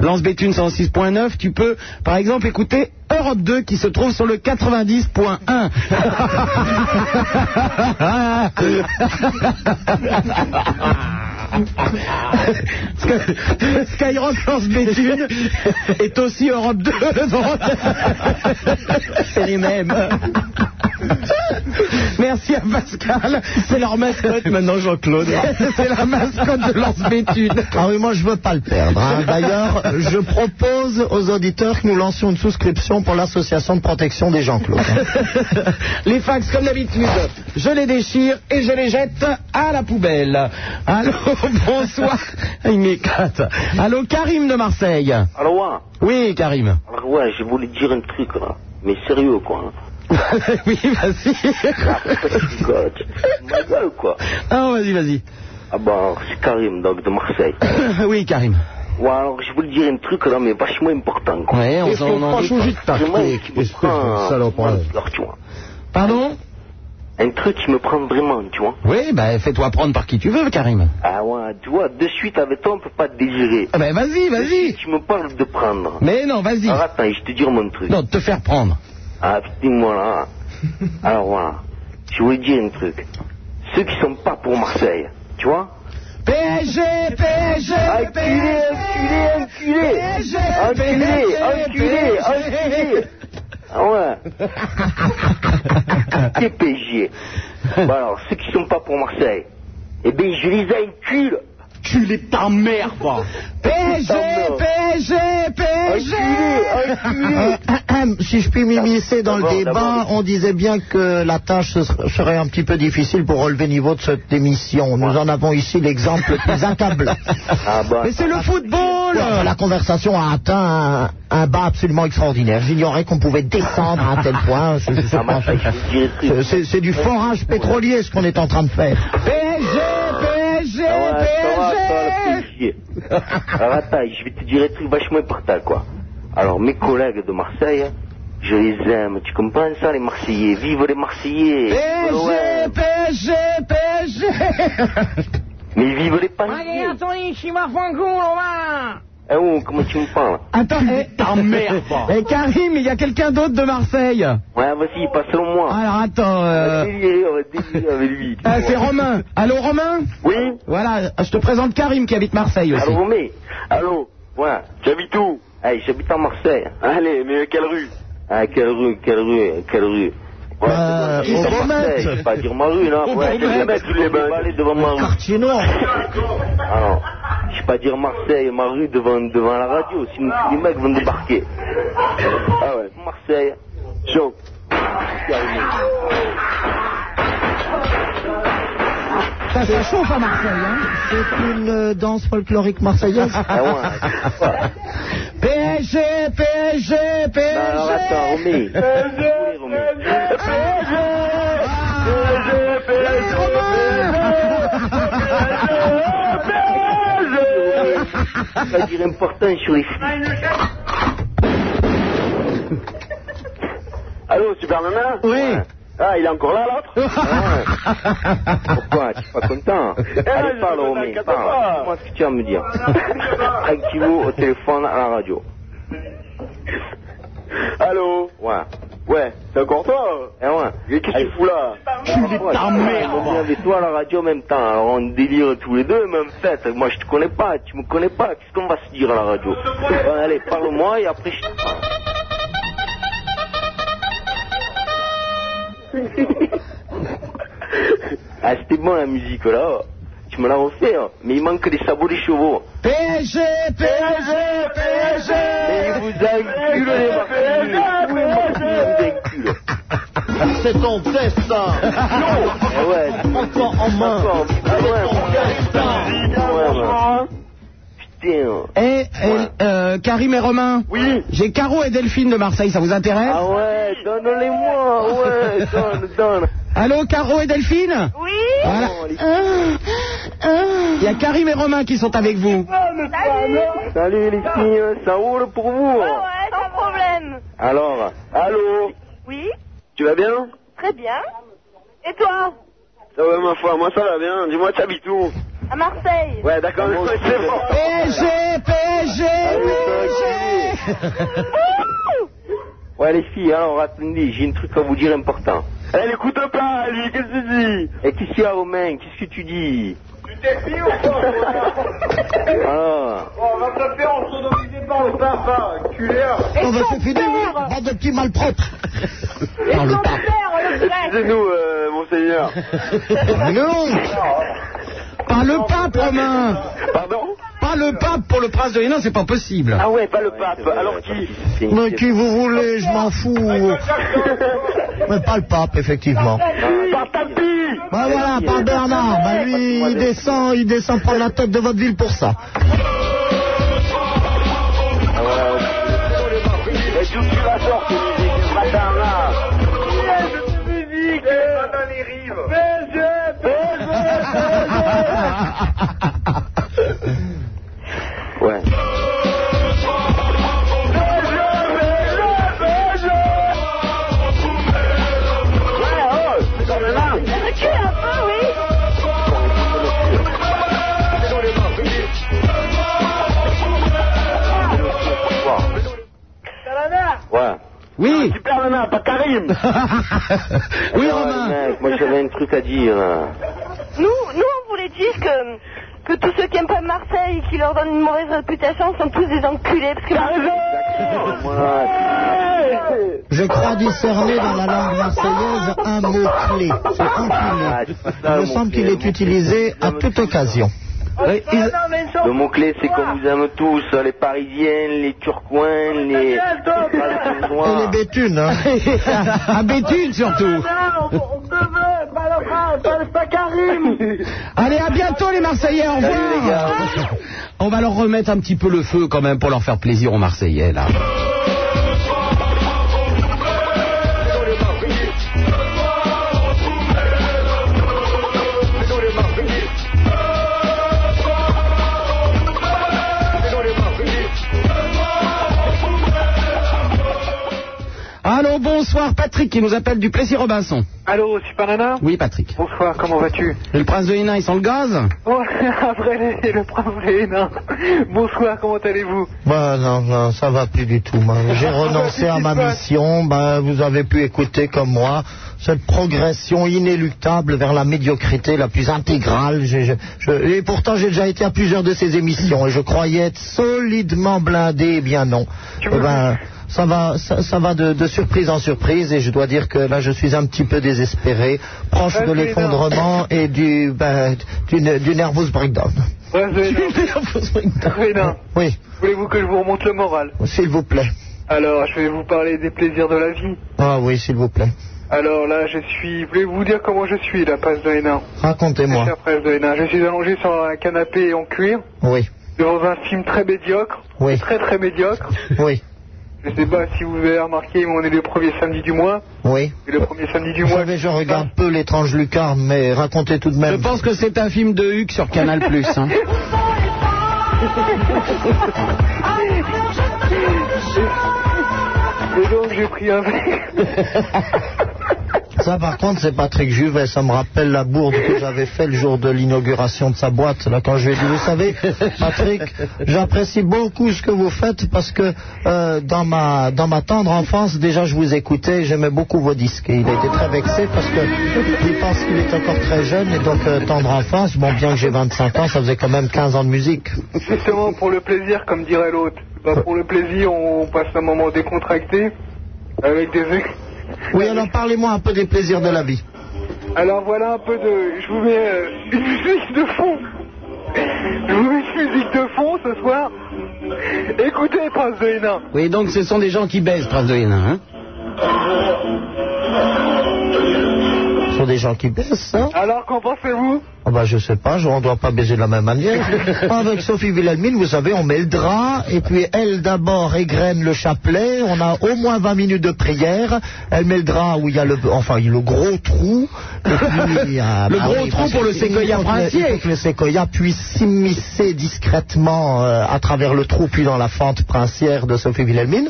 [SPEAKER 3] Lance Béthune 106.9, tu peux par exemple écouter Europe 2 qui se trouve sur le 90.1. Ah, Sky- [laughs] Skyrock lance Béthune est aussi Europe 2. C'est les mêmes. Merci à Pascal. C'est leur mascotte maintenant, Jean-Claude. C'est la mascotte de Lance Béthune.
[SPEAKER 5] Ah oui, moi je veux pas le perdre. hein. D'ailleurs, je propose aux auditeurs que nous lancions une souscription pour l'association de protection des Jean-Claude.
[SPEAKER 3] [laughs] Les fax, comme d'habitude, [laughs] je les déchire et je les jette à la poubelle. Allô, [laughs] bonsoir. Ah, Il m'éclate. Allô, Karim de Marseille.
[SPEAKER 17] Alors ouais,
[SPEAKER 3] Oui, Karim.
[SPEAKER 17] alors ouais, je voulais dire un truc là, mais sérieux quoi. hein.
[SPEAKER 3] [laughs] oui, vas-y.
[SPEAKER 17] Ma gueule quoi.
[SPEAKER 3] Ah vas-y, vas-y.
[SPEAKER 17] Ah bah c'est Karim donc de Marseille.
[SPEAKER 3] [coughs] oui, Karim.
[SPEAKER 17] Ouais, alors je voulais dire un truc là, mais vachement important quoi.
[SPEAKER 3] Ouais, on Est-ce s'en- qu'on on en pas doute changer pas. de tactique,
[SPEAKER 17] Vraiment, qui me
[SPEAKER 23] espèce de
[SPEAKER 17] prend-
[SPEAKER 23] salopard.
[SPEAKER 17] Alors, tu vois.
[SPEAKER 3] Pardon
[SPEAKER 17] Un truc qui me prend vraiment, tu vois.
[SPEAKER 3] Oui, bah fais-toi prendre par qui tu veux, Karim.
[SPEAKER 17] Ah ouais, tu vois, de suite avec toi on peut pas te désirer.
[SPEAKER 3] Ah bah vas-y, vas-y.
[SPEAKER 17] Tu me parles de prendre.
[SPEAKER 3] Mais non, vas-y.
[SPEAKER 17] Alors attends, je te dire mon truc.
[SPEAKER 3] Non, te faire prendre.
[SPEAKER 17] Ah putain, voilà.
[SPEAKER 3] [laughs]
[SPEAKER 17] Alors voilà, je voulais dire un truc. Ceux qui sont pas pour Marseille, tu vois
[SPEAKER 3] PSG, PSG,
[SPEAKER 15] Enculé, enculé, Ah, enculé Enculé, enculé, enculé
[SPEAKER 17] Ah
[SPEAKER 3] [laughs]
[SPEAKER 17] ouais TPJ. Bon alors, ceux qui sont pas pour Marseille, eh ben je les encule
[SPEAKER 3] Culé ta mère, va
[SPEAKER 15] PSG,
[SPEAKER 3] PSG, PSG
[SPEAKER 5] Ah, si je puis m'immiscer dans le débat, on disait bien que la tâche se- serait un petit peu difficile pour relever le niveau de cette émission. Nous en avons ici l'exemple le plus accablant.
[SPEAKER 17] Ah, bah,
[SPEAKER 3] Mais c'est le football
[SPEAKER 5] Ouais, La conversation a atteint un, un bas absolument extraordinaire. J'ignorais qu'on pouvait descendre à un tel
[SPEAKER 3] [laughs]
[SPEAKER 5] point. Je- je sais pas. C'est- c'est- C'est du forage pétrolier ce qu'on est en train de faire.
[SPEAKER 3] PSG, PSG, PSG
[SPEAKER 17] chier. [laughs] Alors attends, je vais te dire un truc vachement important, quoi. Alors, mes collègues de Marseille, hein, je les aime, tu comprends ça, les Marseillais Vive les Marseillais
[SPEAKER 15] PSG,
[SPEAKER 3] PSG, PSG
[SPEAKER 17] Mais vive les Parisiens
[SPEAKER 15] Allez, attendez, je suis ma franco, on va
[SPEAKER 17] Eh oh, comment tu me parles
[SPEAKER 3] Attends, eh,
[SPEAKER 17] Ta mère, va.
[SPEAKER 3] eh, Karim, il y a quelqu'un d'autre de Marseille.
[SPEAKER 17] Ouais, vas-y, passe-le-moi
[SPEAKER 3] Alors attends, euh,
[SPEAKER 17] Délire, on va délirer avec lui. tu
[SPEAKER 3] ah,
[SPEAKER 17] vois.
[SPEAKER 3] c'est Romain. Allô Romain
[SPEAKER 17] Oui
[SPEAKER 3] Voilà, je te présente Karim qui habite Marseille aussi.
[SPEAKER 17] Allô, Romé Allô Ouais, j'habite où Eh, j'habite en Marseille. Allez, mais quelle rue Ah, quelle rue, quelle rue, quelle rue Ouais,
[SPEAKER 3] Euh,
[SPEAKER 17] c'est bon, j'habite en Marseille, je vais pas dire ma rue, là. Ouais, je vais mettre les bains. devant ma rue.
[SPEAKER 5] Quartier noir.
[SPEAKER 17] Alors, je vais pas dire Marseille, ma rue devant, devant la radio, sinon tous les mecs vont débarquer. Ah ouais, Marseille, chaud.
[SPEAKER 5] Ça, chauffe à Marseille. hein. C'est une euh, danse folklorique marseillaise.
[SPEAKER 17] Ah,
[SPEAKER 3] Ah PSG, PSG, PSG.
[SPEAKER 17] Bah, Alors attends, Romé. Je vais dire important sur les filles. Allô, Superman
[SPEAKER 3] Oui.
[SPEAKER 17] Ah, il est encore là, l'autre Ah. Pourquoi Tu es pas content Allez, parle, Romain, parle. Moi, ce que tu as à me dire. Active-vous au téléphone à la radio. Allô Ouais. Ouais, c'est encore toi Eh ouais. Mais qu'est-ce que tu fous là Culé de ta mère On est avec toi à la radio en même temps, alors on délire tous les deux, même fête. Moi je te connais pas, tu me connais pas, qu'est-ce qu'on va se dire à la radio Bon, Allez, parle-moi et après je te parle. Ah, c'était bon la musique là. Tu me l'as refait, hein. mais il manque les sabots des chevaux.
[SPEAKER 3] PSG, PSG, PSG.
[SPEAKER 17] Mais il vous encule les Marseillais. Vous, les Marseillais, vous encule.
[SPEAKER 5] C'est ton destin.
[SPEAKER 17] Eh ouais. Ah
[SPEAKER 5] Encore en main.
[SPEAKER 17] Ouais, ouais. Putain.
[SPEAKER 3] Et, et, euh, euh, Karim et Romain. Oui. J'ai Caro et Delphine de Marseille, ça vous intéresse
[SPEAKER 17] Ah ouais, donne-les-moi, ouais, donne, donne.
[SPEAKER 3] Allô, Caro et Delphine Oui. Voilà.
[SPEAKER 17] Oh,
[SPEAKER 3] Il y a Karim et Romain qui sont avec vous.
[SPEAKER 17] Salut les filles, euh, ça roule pour vous
[SPEAKER 7] ouais, sans problème.
[SPEAKER 17] Alors, allô
[SPEAKER 7] Oui,
[SPEAKER 17] Tu vas bien
[SPEAKER 7] très bien. Et toi
[SPEAKER 17] Ça va ma foi, moi ça va Ah, bien, dis-moi t'habites où
[SPEAKER 7] À Marseille
[SPEAKER 17] Ouais
[SPEAKER 5] Ah
[SPEAKER 17] d'accord, c'est bon
[SPEAKER 3] PSG, PSG,
[SPEAKER 17] Ouais les filles, hein, alors attendez, j'ai un truc à vous dire important. Elle écoute pas lui, qu'est-ce que tu dis Et qu'est-ce qu'il y a Romain, qu'est-ce que tu dis
[SPEAKER 21] Tu t'es fini ou pas
[SPEAKER 17] [laughs] Alors,
[SPEAKER 21] On va te faire autonomiser par le papa, culeur
[SPEAKER 5] On va se finir, bande de petits malpropres.
[SPEAKER 21] Dans le tas.
[SPEAKER 17] excusez-nous euh, monseigneur.
[SPEAKER 3] Pas le pape, Romain Pardon Pas le pape pour le prince de Hénin, c'est pas possible.
[SPEAKER 17] Ah ouais, pas le pape, alors qui
[SPEAKER 5] Mais qui vous voulez, je m'en fous. Mais pas le pape, effectivement.
[SPEAKER 17] Par tapis
[SPEAKER 5] Bah voilà, par Bernard. Bah lui, il descend, il descend prendre la tête de votre ville pour ça.
[SPEAKER 17] Mais d'où tu la sors cette musique ce matin là
[SPEAKER 21] musique est dans les rives PSG
[SPEAKER 17] Ouais.
[SPEAKER 7] Recule un peu, oui
[SPEAKER 17] Ouais.
[SPEAKER 3] Oui.
[SPEAKER 17] Super nana, pas
[SPEAKER 5] [laughs]
[SPEAKER 17] Karim. oui, Romain. Ah, moi j'avais un truc à dire.
[SPEAKER 7] Nous, nous, on voulait dire que, que tous ceux qui n'aiment pas Marseille et qui leur donnent une mauvaise réputation sont tous des enculés. Parce que
[SPEAKER 5] Je crois discerner dans la langue marseillaise un mot-clé. C'est un mot. Il me semble qu'il est utilisé à toute occasion.
[SPEAKER 17] Ah. Le mot-clé, c'est qu'on vous aime tous, les Parisiennes, les Turcoins, les...
[SPEAKER 5] Et les bétunes, hein.
[SPEAKER 3] À Béthune surtout.
[SPEAKER 21] on te veut, pas le bras, pas le pas Karim
[SPEAKER 3] Allez, à bientôt les Marseillais, au revoir. On va leur remettre un petit peu le feu quand même pour leur faire plaisir aux Marseillais là. Allô, bonsoir Patrick qui nous appelle du Plessis Robinson.
[SPEAKER 22] [laughs] Allô, Super Nana
[SPEAKER 3] Oui Patrick.
[SPEAKER 22] Bonsoir, comment vas-tu
[SPEAKER 3] Le prince de Hénin, il sent le gaz
[SPEAKER 22] Oh, [laughs] après les- le prince des nains. Bonsoir, comment allez-vous
[SPEAKER 5] Bah non, non, ça va plus du tout. moi. J'ai renoncé à ma mission. Bah, vous avez pu écouter comme moi cette progression inéluctable vers la médiocrité la plus intégrale. J'ai- je- je- et pourtant, j'ai déjà été à plusieurs de ces émissions et je croyais être solidement blindé. Eh bien non. Eh ben, ça va, ça, ça va de, de surprise en surprise et je dois dire que là, je suis un petit peu désespéré, proche de l'effondrement et du, ben, d'une- du nervous breakdown.
[SPEAKER 22] Prince
[SPEAKER 3] [laughs]
[SPEAKER 22] des nains. Des nains.
[SPEAKER 5] Oui,
[SPEAKER 22] Voulez-vous que je vous remonte le moral
[SPEAKER 5] s'il vous plaît.
[SPEAKER 22] Alors, je vais vous parler des plaisirs de la vie.
[SPEAKER 5] Ah oui, s'il vous plaît.
[SPEAKER 22] Alors là, je suis. Voulez-vous dire comment je suis, la prince de Hénin
[SPEAKER 5] Racontez-moi.
[SPEAKER 22] Cher prince de Hénin, je suis allongé sur un canapé en cuir,
[SPEAKER 5] Oui,
[SPEAKER 22] devant un film très médiocre,
[SPEAKER 5] oui,
[SPEAKER 22] très très médiocre.
[SPEAKER 5] oui,
[SPEAKER 22] Je sais pas si vous avez remarqué, mais on est le premier samedi du mois.
[SPEAKER 5] oui.
[SPEAKER 22] Et le premier samedi du
[SPEAKER 5] Vous
[SPEAKER 22] mois.
[SPEAKER 5] savez, je regarde peu l'étrange lucarne, mais racontez tout de même.
[SPEAKER 3] Je pense que c'est un film de Hugues sur Canal Plus. hein.
[SPEAKER 22] Et donc, j'ai pris un verre.
[SPEAKER 5] [laughs] Ça, par contre, c'est Patrick Juvet. Ça me rappelle la bourde que j'avais fait le jour de l'inauguration de sa boîte. Là, quand je lui ai dit, vous savez, Patrick, j'apprécie beaucoup ce que vous faites parce que euh, dans ma dans ma tendre enfance, déjà, je vous écoutais, et j'aimais beaucoup vos disques. Et il a été très vexé parce que il pense qu'il est encore très jeune et donc euh, tendre enfance. Bon, bien que j'ai 25 ans, ça faisait quand même 15 ans de musique.
[SPEAKER 22] Justement, pour le plaisir, comme dirait l'autre. Bah, pour le plaisir, on passe un moment décontracté, avec des ex-
[SPEAKER 5] Oui, alors parlez-moi un peu des plaisirs de la vie.
[SPEAKER 22] Alors voilà un peu de. Je vous mets euh, une musique de fond. Je vous mets une musique de fond ce soir. Écoutez, Prince de Hénin.
[SPEAKER 3] Oui, donc ce sont des gens qui baissent, prince de Hénin. Hein
[SPEAKER 5] sont des gens qui baissent, ça
[SPEAKER 15] Alors, qu'en pensez-vous
[SPEAKER 5] Ah bah je sais pas, je- on doit pas baiser de la même [laughs] manière. Avec Sophie Wilhelmine, vous savez, on met le drap et puis elle d'abord égrène le chapelet. On a au moins 20 minutes de prière. Elle met le drap où il y a le, enfin le gros trou. Et [laughs] puis, ah,
[SPEAKER 3] Le
[SPEAKER 5] bah
[SPEAKER 3] gros
[SPEAKER 5] oui,
[SPEAKER 3] trou
[SPEAKER 5] parce
[SPEAKER 3] pour
[SPEAKER 5] que
[SPEAKER 3] le
[SPEAKER 5] il faut
[SPEAKER 3] séquoia
[SPEAKER 5] que le-
[SPEAKER 3] princier.
[SPEAKER 5] il faut que le séquoia puisse s'immiscer discrètement euh, à travers le trou puis dans la fente princière de Sophie Wilhelmine.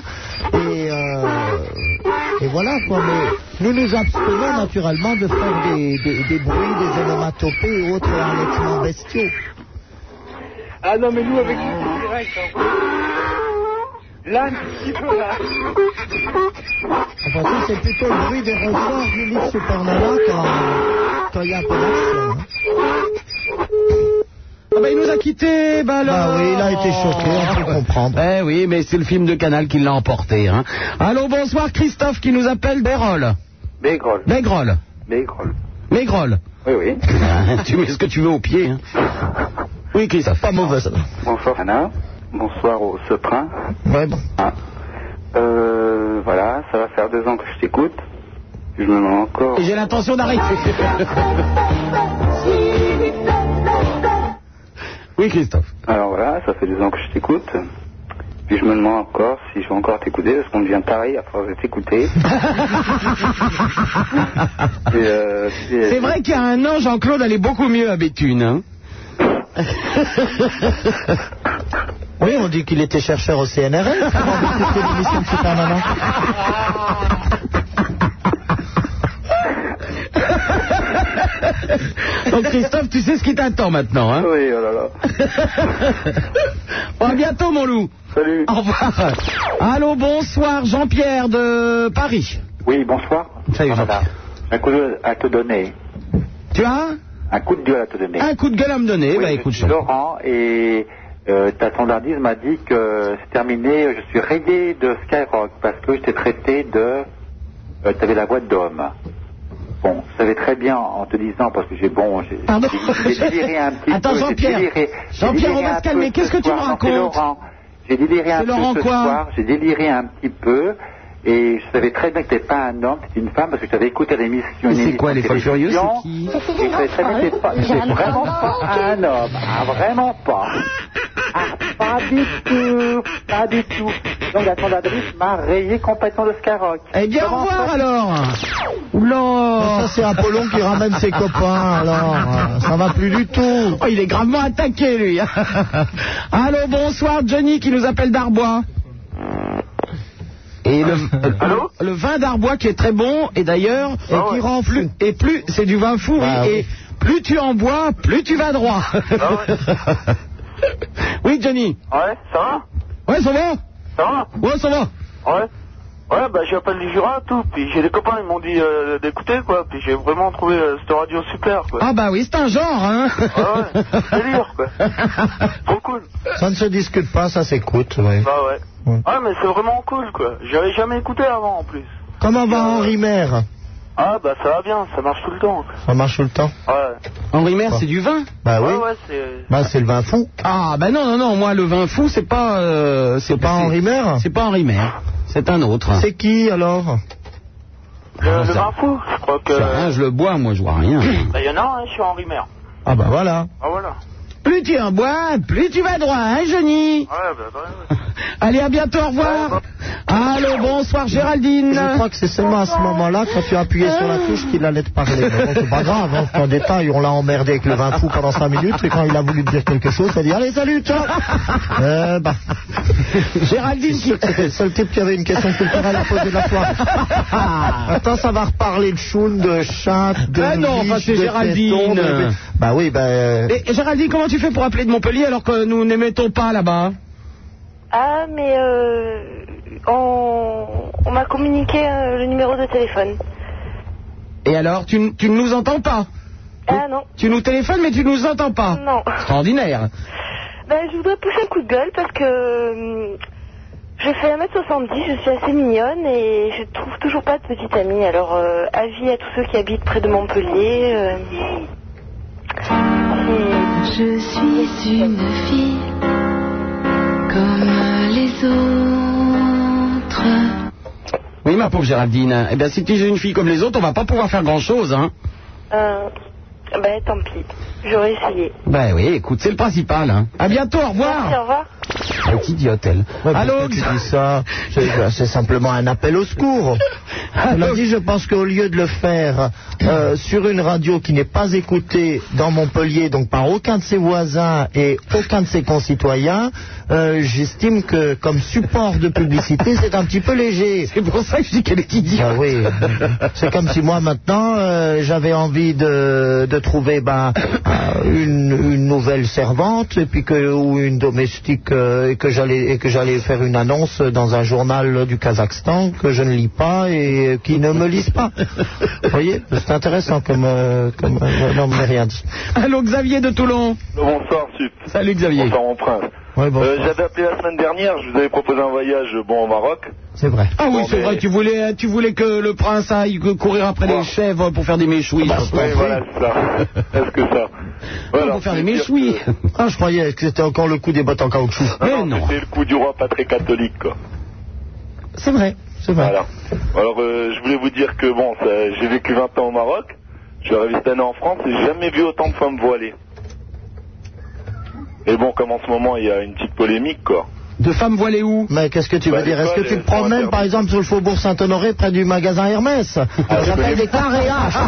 [SPEAKER 5] Et, euh, et voilà quoi. Mais nous nous abstenons naturellement de faire des, des- des bruits, des onomatopées et autres allaitements bestiaux.
[SPEAKER 15] Ah non, mais nous, avec vous, c'est direct. hein. Là, un petit peu, là.
[SPEAKER 5] Enfin, ça, c'est plutôt le bruit des ressorts du lit de Supernana quand quand il y a un peu d'action. hein.
[SPEAKER 3] Ah bah il nous a quittés, bah alors.
[SPEAKER 5] Bah oui, il a été choqué, on peut comprendre.
[SPEAKER 3] Eh oui, mais c'est le film de Canal qui l'a emporté. Hein. Allô, bonsoir Christophe qui nous appelle Bérol.
[SPEAKER 10] Bégrol.
[SPEAKER 3] Bégrol.
[SPEAKER 10] Bégrol.
[SPEAKER 3] Mégrol.
[SPEAKER 10] Oui, oui.
[SPEAKER 3] [laughs] tu mets ce que tu veux au pied. hein. Oui, Christophe. Pas mauvais ça.
[SPEAKER 10] Bonsoir Anna. Bonsoir au Seprin.
[SPEAKER 5] Ouais, bon.
[SPEAKER 10] Ah. Euh, voilà, ça va faire deux ans que je t'écoute. Je me demande encore.
[SPEAKER 3] Et j'ai l'intention d'arrêter. oui, Christophe.
[SPEAKER 10] Alors voilà, ça fait deux ans que je t'écoute. Puis je me demande encore si je vais encore t'écouter parce qu'on devient taré à force de t'écouter. Et, euh, et-
[SPEAKER 3] C'est vrai qu'il y a un an, Jean-Claude allait beaucoup mieux à Béthune. hein.
[SPEAKER 5] [laughs] Oui, on dit qu'il était chercheur au CNRS avant de quitter l'émission de Supernana.
[SPEAKER 3] [laughs] Donc Christophe, tu sais ce qui t'attend maintenant, hein
[SPEAKER 10] Oui, oh là là.
[SPEAKER 3] [laughs] bon, à bientôt, mon loup.
[SPEAKER 10] Salut.
[SPEAKER 3] Au revoir. Allô, bonsoir, Jean-Pierre de Paris.
[SPEAKER 10] Oui, bonsoir. Ah,
[SPEAKER 3] Salut,
[SPEAKER 10] Voilà. Un coup de gueule à te donner.
[SPEAKER 3] Tu as
[SPEAKER 10] Un coup de gueule à te donner.
[SPEAKER 3] un coup de gueule à me donner
[SPEAKER 10] Oui,
[SPEAKER 3] Bah
[SPEAKER 10] je
[SPEAKER 3] écoute,
[SPEAKER 10] suis Laurent et euh, ta standardise m'a dit que c'est terminé, je suis rayé de Skyrock parce que je t'ai traité de... Euh, T'avais la voix d'homme. Bon, je savais très bien en te disant, parce que j'ai bon... j'ai-
[SPEAKER 3] Pardon
[SPEAKER 10] J'ai j'ai déliré un petit
[SPEAKER 3] Attends,
[SPEAKER 10] peu, j'ai
[SPEAKER 3] Jean-Pierre.
[SPEAKER 10] déliré. J'ai
[SPEAKER 3] Jean-Pierre,
[SPEAKER 10] déliré
[SPEAKER 3] on va
[SPEAKER 10] un
[SPEAKER 3] se calmer.
[SPEAKER 10] peu
[SPEAKER 3] Qu'est-ce
[SPEAKER 10] ce
[SPEAKER 3] que tu
[SPEAKER 10] soir.
[SPEAKER 3] me
[SPEAKER 10] Non, c'est
[SPEAKER 3] racontes
[SPEAKER 10] Laurent. J'ai déliré un
[SPEAKER 3] C'est
[SPEAKER 10] peu
[SPEAKER 3] Laurent
[SPEAKER 10] ce
[SPEAKER 3] quoi
[SPEAKER 10] soir, j'ai déliré un petit peu, et je savais très bien que t'étais pas un homme, t'étais une femme, parce que tu avais écouté à l'émission... une
[SPEAKER 3] c'est quoi,
[SPEAKER 10] émission
[SPEAKER 3] les folles furieuses,
[SPEAKER 10] télévision,
[SPEAKER 3] c'est qui
[SPEAKER 10] et je savais très bien que t'étais pas- t'étais vraiment pas un homme, ah, vraiment pas. Ah, Pas du tout, pas du tout. Donc la fondatrice m'a rayé complètement de Skyrock.
[SPEAKER 3] Eh bien, au revoir alors. Oula.
[SPEAKER 5] Ça, Oh, c'est Apollon qui ramène
[SPEAKER 3] [laughs]
[SPEAKER 5] ses copains, alors. euh, Ça va plus du tout.
[SPEAKER 3] Oh, il est gravement attaqué, lui. [laughs] Allô, bonsoir, Johnny qui nous appelle d'Arbois. Et le, [laughs] le vin d'Arbois qui est très bon, et d'ailleurs, et qui rend plus, et plus, c'est du vin fou, oui, Ah et plus tu en bois, plus tu vas droit. oui, [laughs] Johnny.
[SPEAKER 9] Ouais, ça va
[SPEAKER 3] Ouais, ça va
[SPEAKER 9] Ça va
[SPEAKER 3] Ouais, ça va.
[SPEAKER 9] Ouais. Ouais, bah j'appelle du Jura, tout. Puis j'ai des copains, ils m'ont dit euh, d'écouter, quoi. Puis j'ai vraiment trouvé euh, cette radio super, quoi.
[SPEAKER 3] Ah bah oui, c'est un genre, hein.
[SPEAKER 9] Ah Ouais, ouais, c'est dur,
[SPEAKER 5] [laughs]
[SPEAKER 9] quoi. Trop cool.
[SPEAKER 5] Ça ne se discute pas, ça s'écoute, oui.
[SPEAKER 9] Bah ouais. Ouais, mais c'est vraiment cool, quoi. J'avais jamais écouté avant, en plus.
[SPEAKER 5] Comment va Henri Maire
[SPEAKER 9] Ah bah ça va bien, ça marche tout le temps.
[SPEAKER 5] Ça marche tout le temps
[SPEAKER 9] Ouais.
[SPEAKER 3] Henri Maire, c'est du vin
[SPEAKER 5] Bah oui.
[SPEAKER 9] Ouais, ouais, c'est... euh,
[SPEAKER 5] Bah c'est le vin fou.
[SPEAKER 3] Ah ben non non non moi le vin fou c'est pas euh, c'est pas Henri
[SPEAKER 5] Maire
[SPEAKER 3] c'est pas Henri Maire c'est un autre
[SPEAKER 5] C'est qui alors
[SPEAKER 9] Le, le vin fou, je crois que...
[SPEAKER 3] Ça, je le bois moi je vois rien
[SPEAKER 9] Bah y'en a un, hein, [clears throat] je suis Henri Maire.
[SPEAKER 5] Ah bah voilà
[SPEAKER 9] Ah voilà.
[SPEAKER 3] plus tu en bois plus tu vas droit hein Johnny
[SPEAKER 9] Ouais, bah bah, ouais.
[SPEAKER 3] allez à bientôt au revoir
[SPEAKER 9] Ah, bah.
[SPEAKER 3] allô bonsoir Géraldine
[SPEAKER 5] Je crois que c'est seulement à ce moment-là, quand tu as appuyé sur la touche, qu'il allait te parler. Mais bon, c'est pas grave, hein, c'est un détail. On l'a emmerdé avec le vin fou pendant 5 minutes, et quand il a voulu te dire quelque chose, il a dit Allez, salut,
[SPEAKER 3] [laughs]
[SPEAKER 5] ciao euh, bah.
[SPEAKER 3] Géraldine, qui...
[SPEAKER 5] c'est le seul type qui avait une question culturelle à poser de la soirée. Attends, ça va reparler de choune, de chat, de.
[SPEAKER 3] Ah non,
[SPEAKER 5] niche,
[SPEAKER 3] enfin, c'est
[SPEAKER 5] de
[SPEAKER 3] Géraldine.
[SPEAKER 5] téton, de- Bah oui, bah. euh,
[SPEAKER 3] Et Eh, Géraldine comment tu fais pour appeler de Montpellier alors que nous n'émettons pas là-bas
[SPEAKER 7] Ah, mais euh, on, on m'a communiqué euh, le numéro de téléphone.
[SPEAKER 3] et alors tu, n- tu ne nous entends pas
[SPEAKER 7] Ah non.
[SPEAKER 3] tu nous téléphones mais tu ne nous entends pas
[SPEAKER 7] Non.
[SPEAKER 3] extraordinaire
[SPEAKER 7] Ben, je voudrais pousser un coup de gueule parce que euh, je fais 1m70, je suis assez mignonne et je trouve toujours pas de petite amie. Alors, euh, avis à tous ceux qui habitent près de Montpellier. euh,
[SPEAKER 26] Je suis une fille comme les autres.
[SPEAKER 3] oui ma pauvre Géraldine eh bien si tu es une fille comme les autres on va pas pouvoir faire grand chose hein
[SPEAKER 7] Euh, ben tant pis, j'aurais essayé.
[SPEAKER 3] Ben oui, écoute, c'est le principal. Hein. À bientôt, au revoir.
[SPEAKER 7] Merci, au revoir.
[SPEAKER 3] Petite idiote, elle.
[SPEAKER 5] Allô, tu dis ça C'est c'est simplement un appel au secours. Cela dit, je pense qu'au lieu de le faire euh, sur une radio qui n'est pas écoutée dans Montpellier, donc par aucun de ses voisins et aucun de ses concitoyens, euh, j'estime que comme support de publicité, c'est un petit peu léger. Ah
[SPEAKER 3] C'est pour ça que je dis qu'elle est idiote.
[SPEAKER 5] oui. C'est comme si moi maintenant euh, j'avais envie de, de trouver ben, euh, une, une nouvelle servante et puis que ou une domestique euh, et que j'allais et que j'allais faire une annonce dans un journal du Kazakhstan que je ne lis pas et euh, qui ne me lise pas. Vous voyez, c'est intéressant comme, euh, comme euh, non mais rien dit.
[SPEAKER 3] Allô, Xavier de Toulon.
[SPEAKER 10] Bonsoir, Sup.
[SPEAKER 3] Salut, Xavier.
[SPEAKER 10] Bonsoir, mon prince.
[SPEAKER 5] Ouais,
[SPEAKER 10] Euh, J'avais appelé la semaine dernière, je vous avais proposé un voyage euh, bon au Maroc.
[SPEAKER 5] C'est vrai.
[SPEAKER 3] Ah oui, c'est vrai, tu voulais, tu voulais que le prince aille courir après les chèvres pour faire des méchouilles.
[SPEAKER 10] Oui,
[SPEAKER 3] [laughs]
[SPEAKER 10] voilà, Ah bah, c'est ça. Est-ce que ça
[SPEAKER 3] pour faire des méchouilles.
[SPEAKER 5] Ah, je croyais que c'était encore le coup des bottes en caoutchouc.
[SPEAKER 10] Non, non, C'était le coup du roi pas très catholique, quoi.
[SPEAKER 5] C'est vrai, c'est vrai.
[SPEAKER 10] Voilà. Alors, euh, je voulais vous dire que, bon, ça- j'ai vécu 20 ans au Maroc, je suis arrivé cette année en France et j'ai jamais vu autant de femmes voilées. Et bon, comme en ce moment, il y a une petite polémique, quoi.
[SPEAKER 3] De femmes voilées où
[SPEAKER 5] Mais qu'est-ce que tu
[SPEAKER 10] Bah,
[SPEAKER 5] veux dire Est-ce que
[SPEAKER 10] l'école,
[SPEAKER 5] tu
[SPEAKER 10] elle
[SPEAKER 5] te promènes par exemple sur le faubourg Saint-Honoré près du magasin Hermès
[SPEAKER 10] Ah, je connais
[SPEAKER 5] J'appelle des Ah, carréages. ah.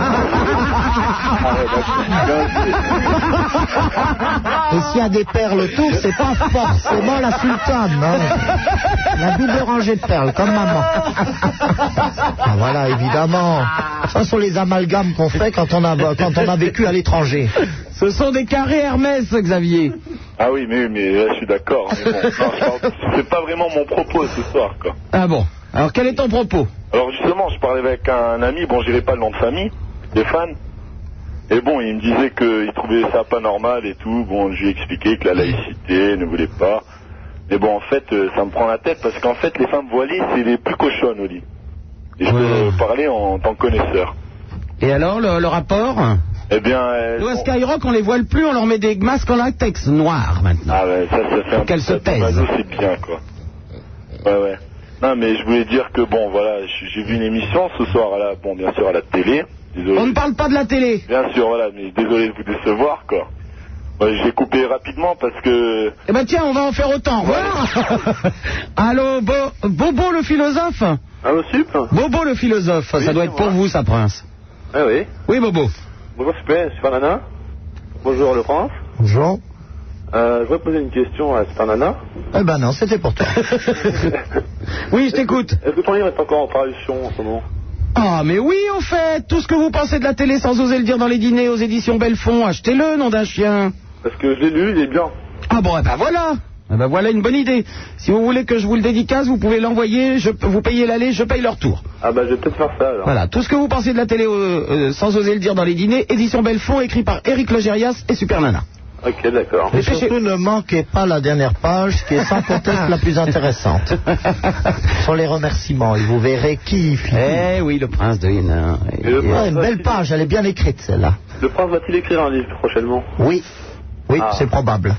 [SPEAKER 5] Et s'il y a des perles autour, c'est pas forcément la sultane. hein. La double rangée de perles, comme maman. Ah, voilà, évidemment. Ça sont les amalgames qu'on fait quand on a, quand on a vécu à l'étranger.
[SPEAKER 3] Ce sont des carrés Hermès, Xavier.
[SPEAKER 10] Ah oui, mais, mais là, je suis d'accord. Mais bon, non, je parle- c'est pas vraiment mon propos ce soir, quoi.
[SPEAKER 3] Ah bon. Alors, quel est ton propos
[SPEAKER 10] Alors justement, je parlais avec un ami, bon, j'irai pas le nom de famille, Stéphane. Et bon, il me disait qu'il trouvait ça pas normal et tout. Bon, je lui ai expliqué que la laïcité ne voulait pas. Mais bon, en fait, euh, ça me prend la tête parce qu'en fait, les femmes voilées, c'est les plus cochonnes au lit. Et je peux euh, parler en tant que connaisseur.
[SPEAKER 3] Et alors, le, le rapport
[SPEAKER 10] Eh bien, elles
[SPEAKER 3] Nous, à
[SPEAKER 10] ont-
[SPEAKER 3] Skyrock, on les voile plus, on leur met des masques en latex noirs maintenant.
[SPEAKER 10] Ah ouais, ça, ça fait un
[SPEAKER 3] Pour qu'elle
[SPEAKER 10] petit
[SPEAKER 3] se
[SPEAKER 10] tatou
[SPEAKER 3] taise.
[SPEAKER 10] maso, C'est bien, quoi. Ouais, ouais. Non, mais je voulais dire que, bon, voilà, j- j'ai vu une émission ce soir, là, bon, bien sûr, à la télé. Désolé.
[SPEAKER 3] On ne parle pas de la télé.
[SPEAKER 10] Bien sûr, voilà, mais désolé de vous décevoir, quoi. Ouais, j'ai coupé rapidement parce que...
[SPEAKER 3] Eh ben tiens, on va en faire autant. Voilà. [laughs] Allô, Bo- Bobo le philosophe
[SPEAKER 15] Allô, Ah, Sup
[SPEAKER 3] Bobo le philosophe, ça doit être pour vous, ça, Prince.
[SPEAKER 15] Ah oui.
[SPEAKER 3] Oui, Bobo.
[SPEAKER 15] Bonjour, Super, Super Nana. Bonjour, le prince.
[SPEAKER 5] Bonjour.
[SPEAKER 15] Euh, je voudrais poser une question à Super Nana.
[SPEAKER 5] Eh ben non, c'était pour toi.
[SPEAKER 3] oui, je t'écoute.
[SPEAKER 15] Est-ce que ton livre est encore en parution en ce moment
[SPEAKER 3] Ah, mais oui, au fait, tout ce que vous pensez de la télé sans oser le dire dans les dîners aux éditions Belfond, achetez-le, nom d'un chien.
[SPEAKER 15] Parce que je l'ai lu, il est bien.
[SPEAKER 3] Ah bon, eh ben voilà. Eh ben voilà une bonne idée. Si vous voulez que je vous le dédicace, vous pouvez l'envoyer, je, vous payez l'aller, je paye leur tour.
[SPEAKER 15] Ah bah, je vais peut-être faire ça alors.
[SPEAKER 3] Voilà, tout ce que vous pensez de la télé euh, euh, sans oser le dire dans les dîners, édition Belfond, écrit par Eric Logérias et Super Nana.
[SPEAKER 15] Ok, d'accord.
[SPEAKER 5] Et surtout, ne manquez pas la dernière page, qui est sans conteste la plus intéressante. Ce sont les remerciements, et vous verrez qui y finit.
[SPEAKER 3] Eh oui, le prince de Hénin.
[SPEAKER 15] le prince
[SPEAKER 5] Ouais, une belle page, elle est bien écrite, celle-là.
[SPEAKER 15] Le prince va-t-il écrire un livre prochainement
[SPEAKER 5] Oui, oui,
[SPEAKER 15] Ah.
[SPEAKER 5] c'est probable.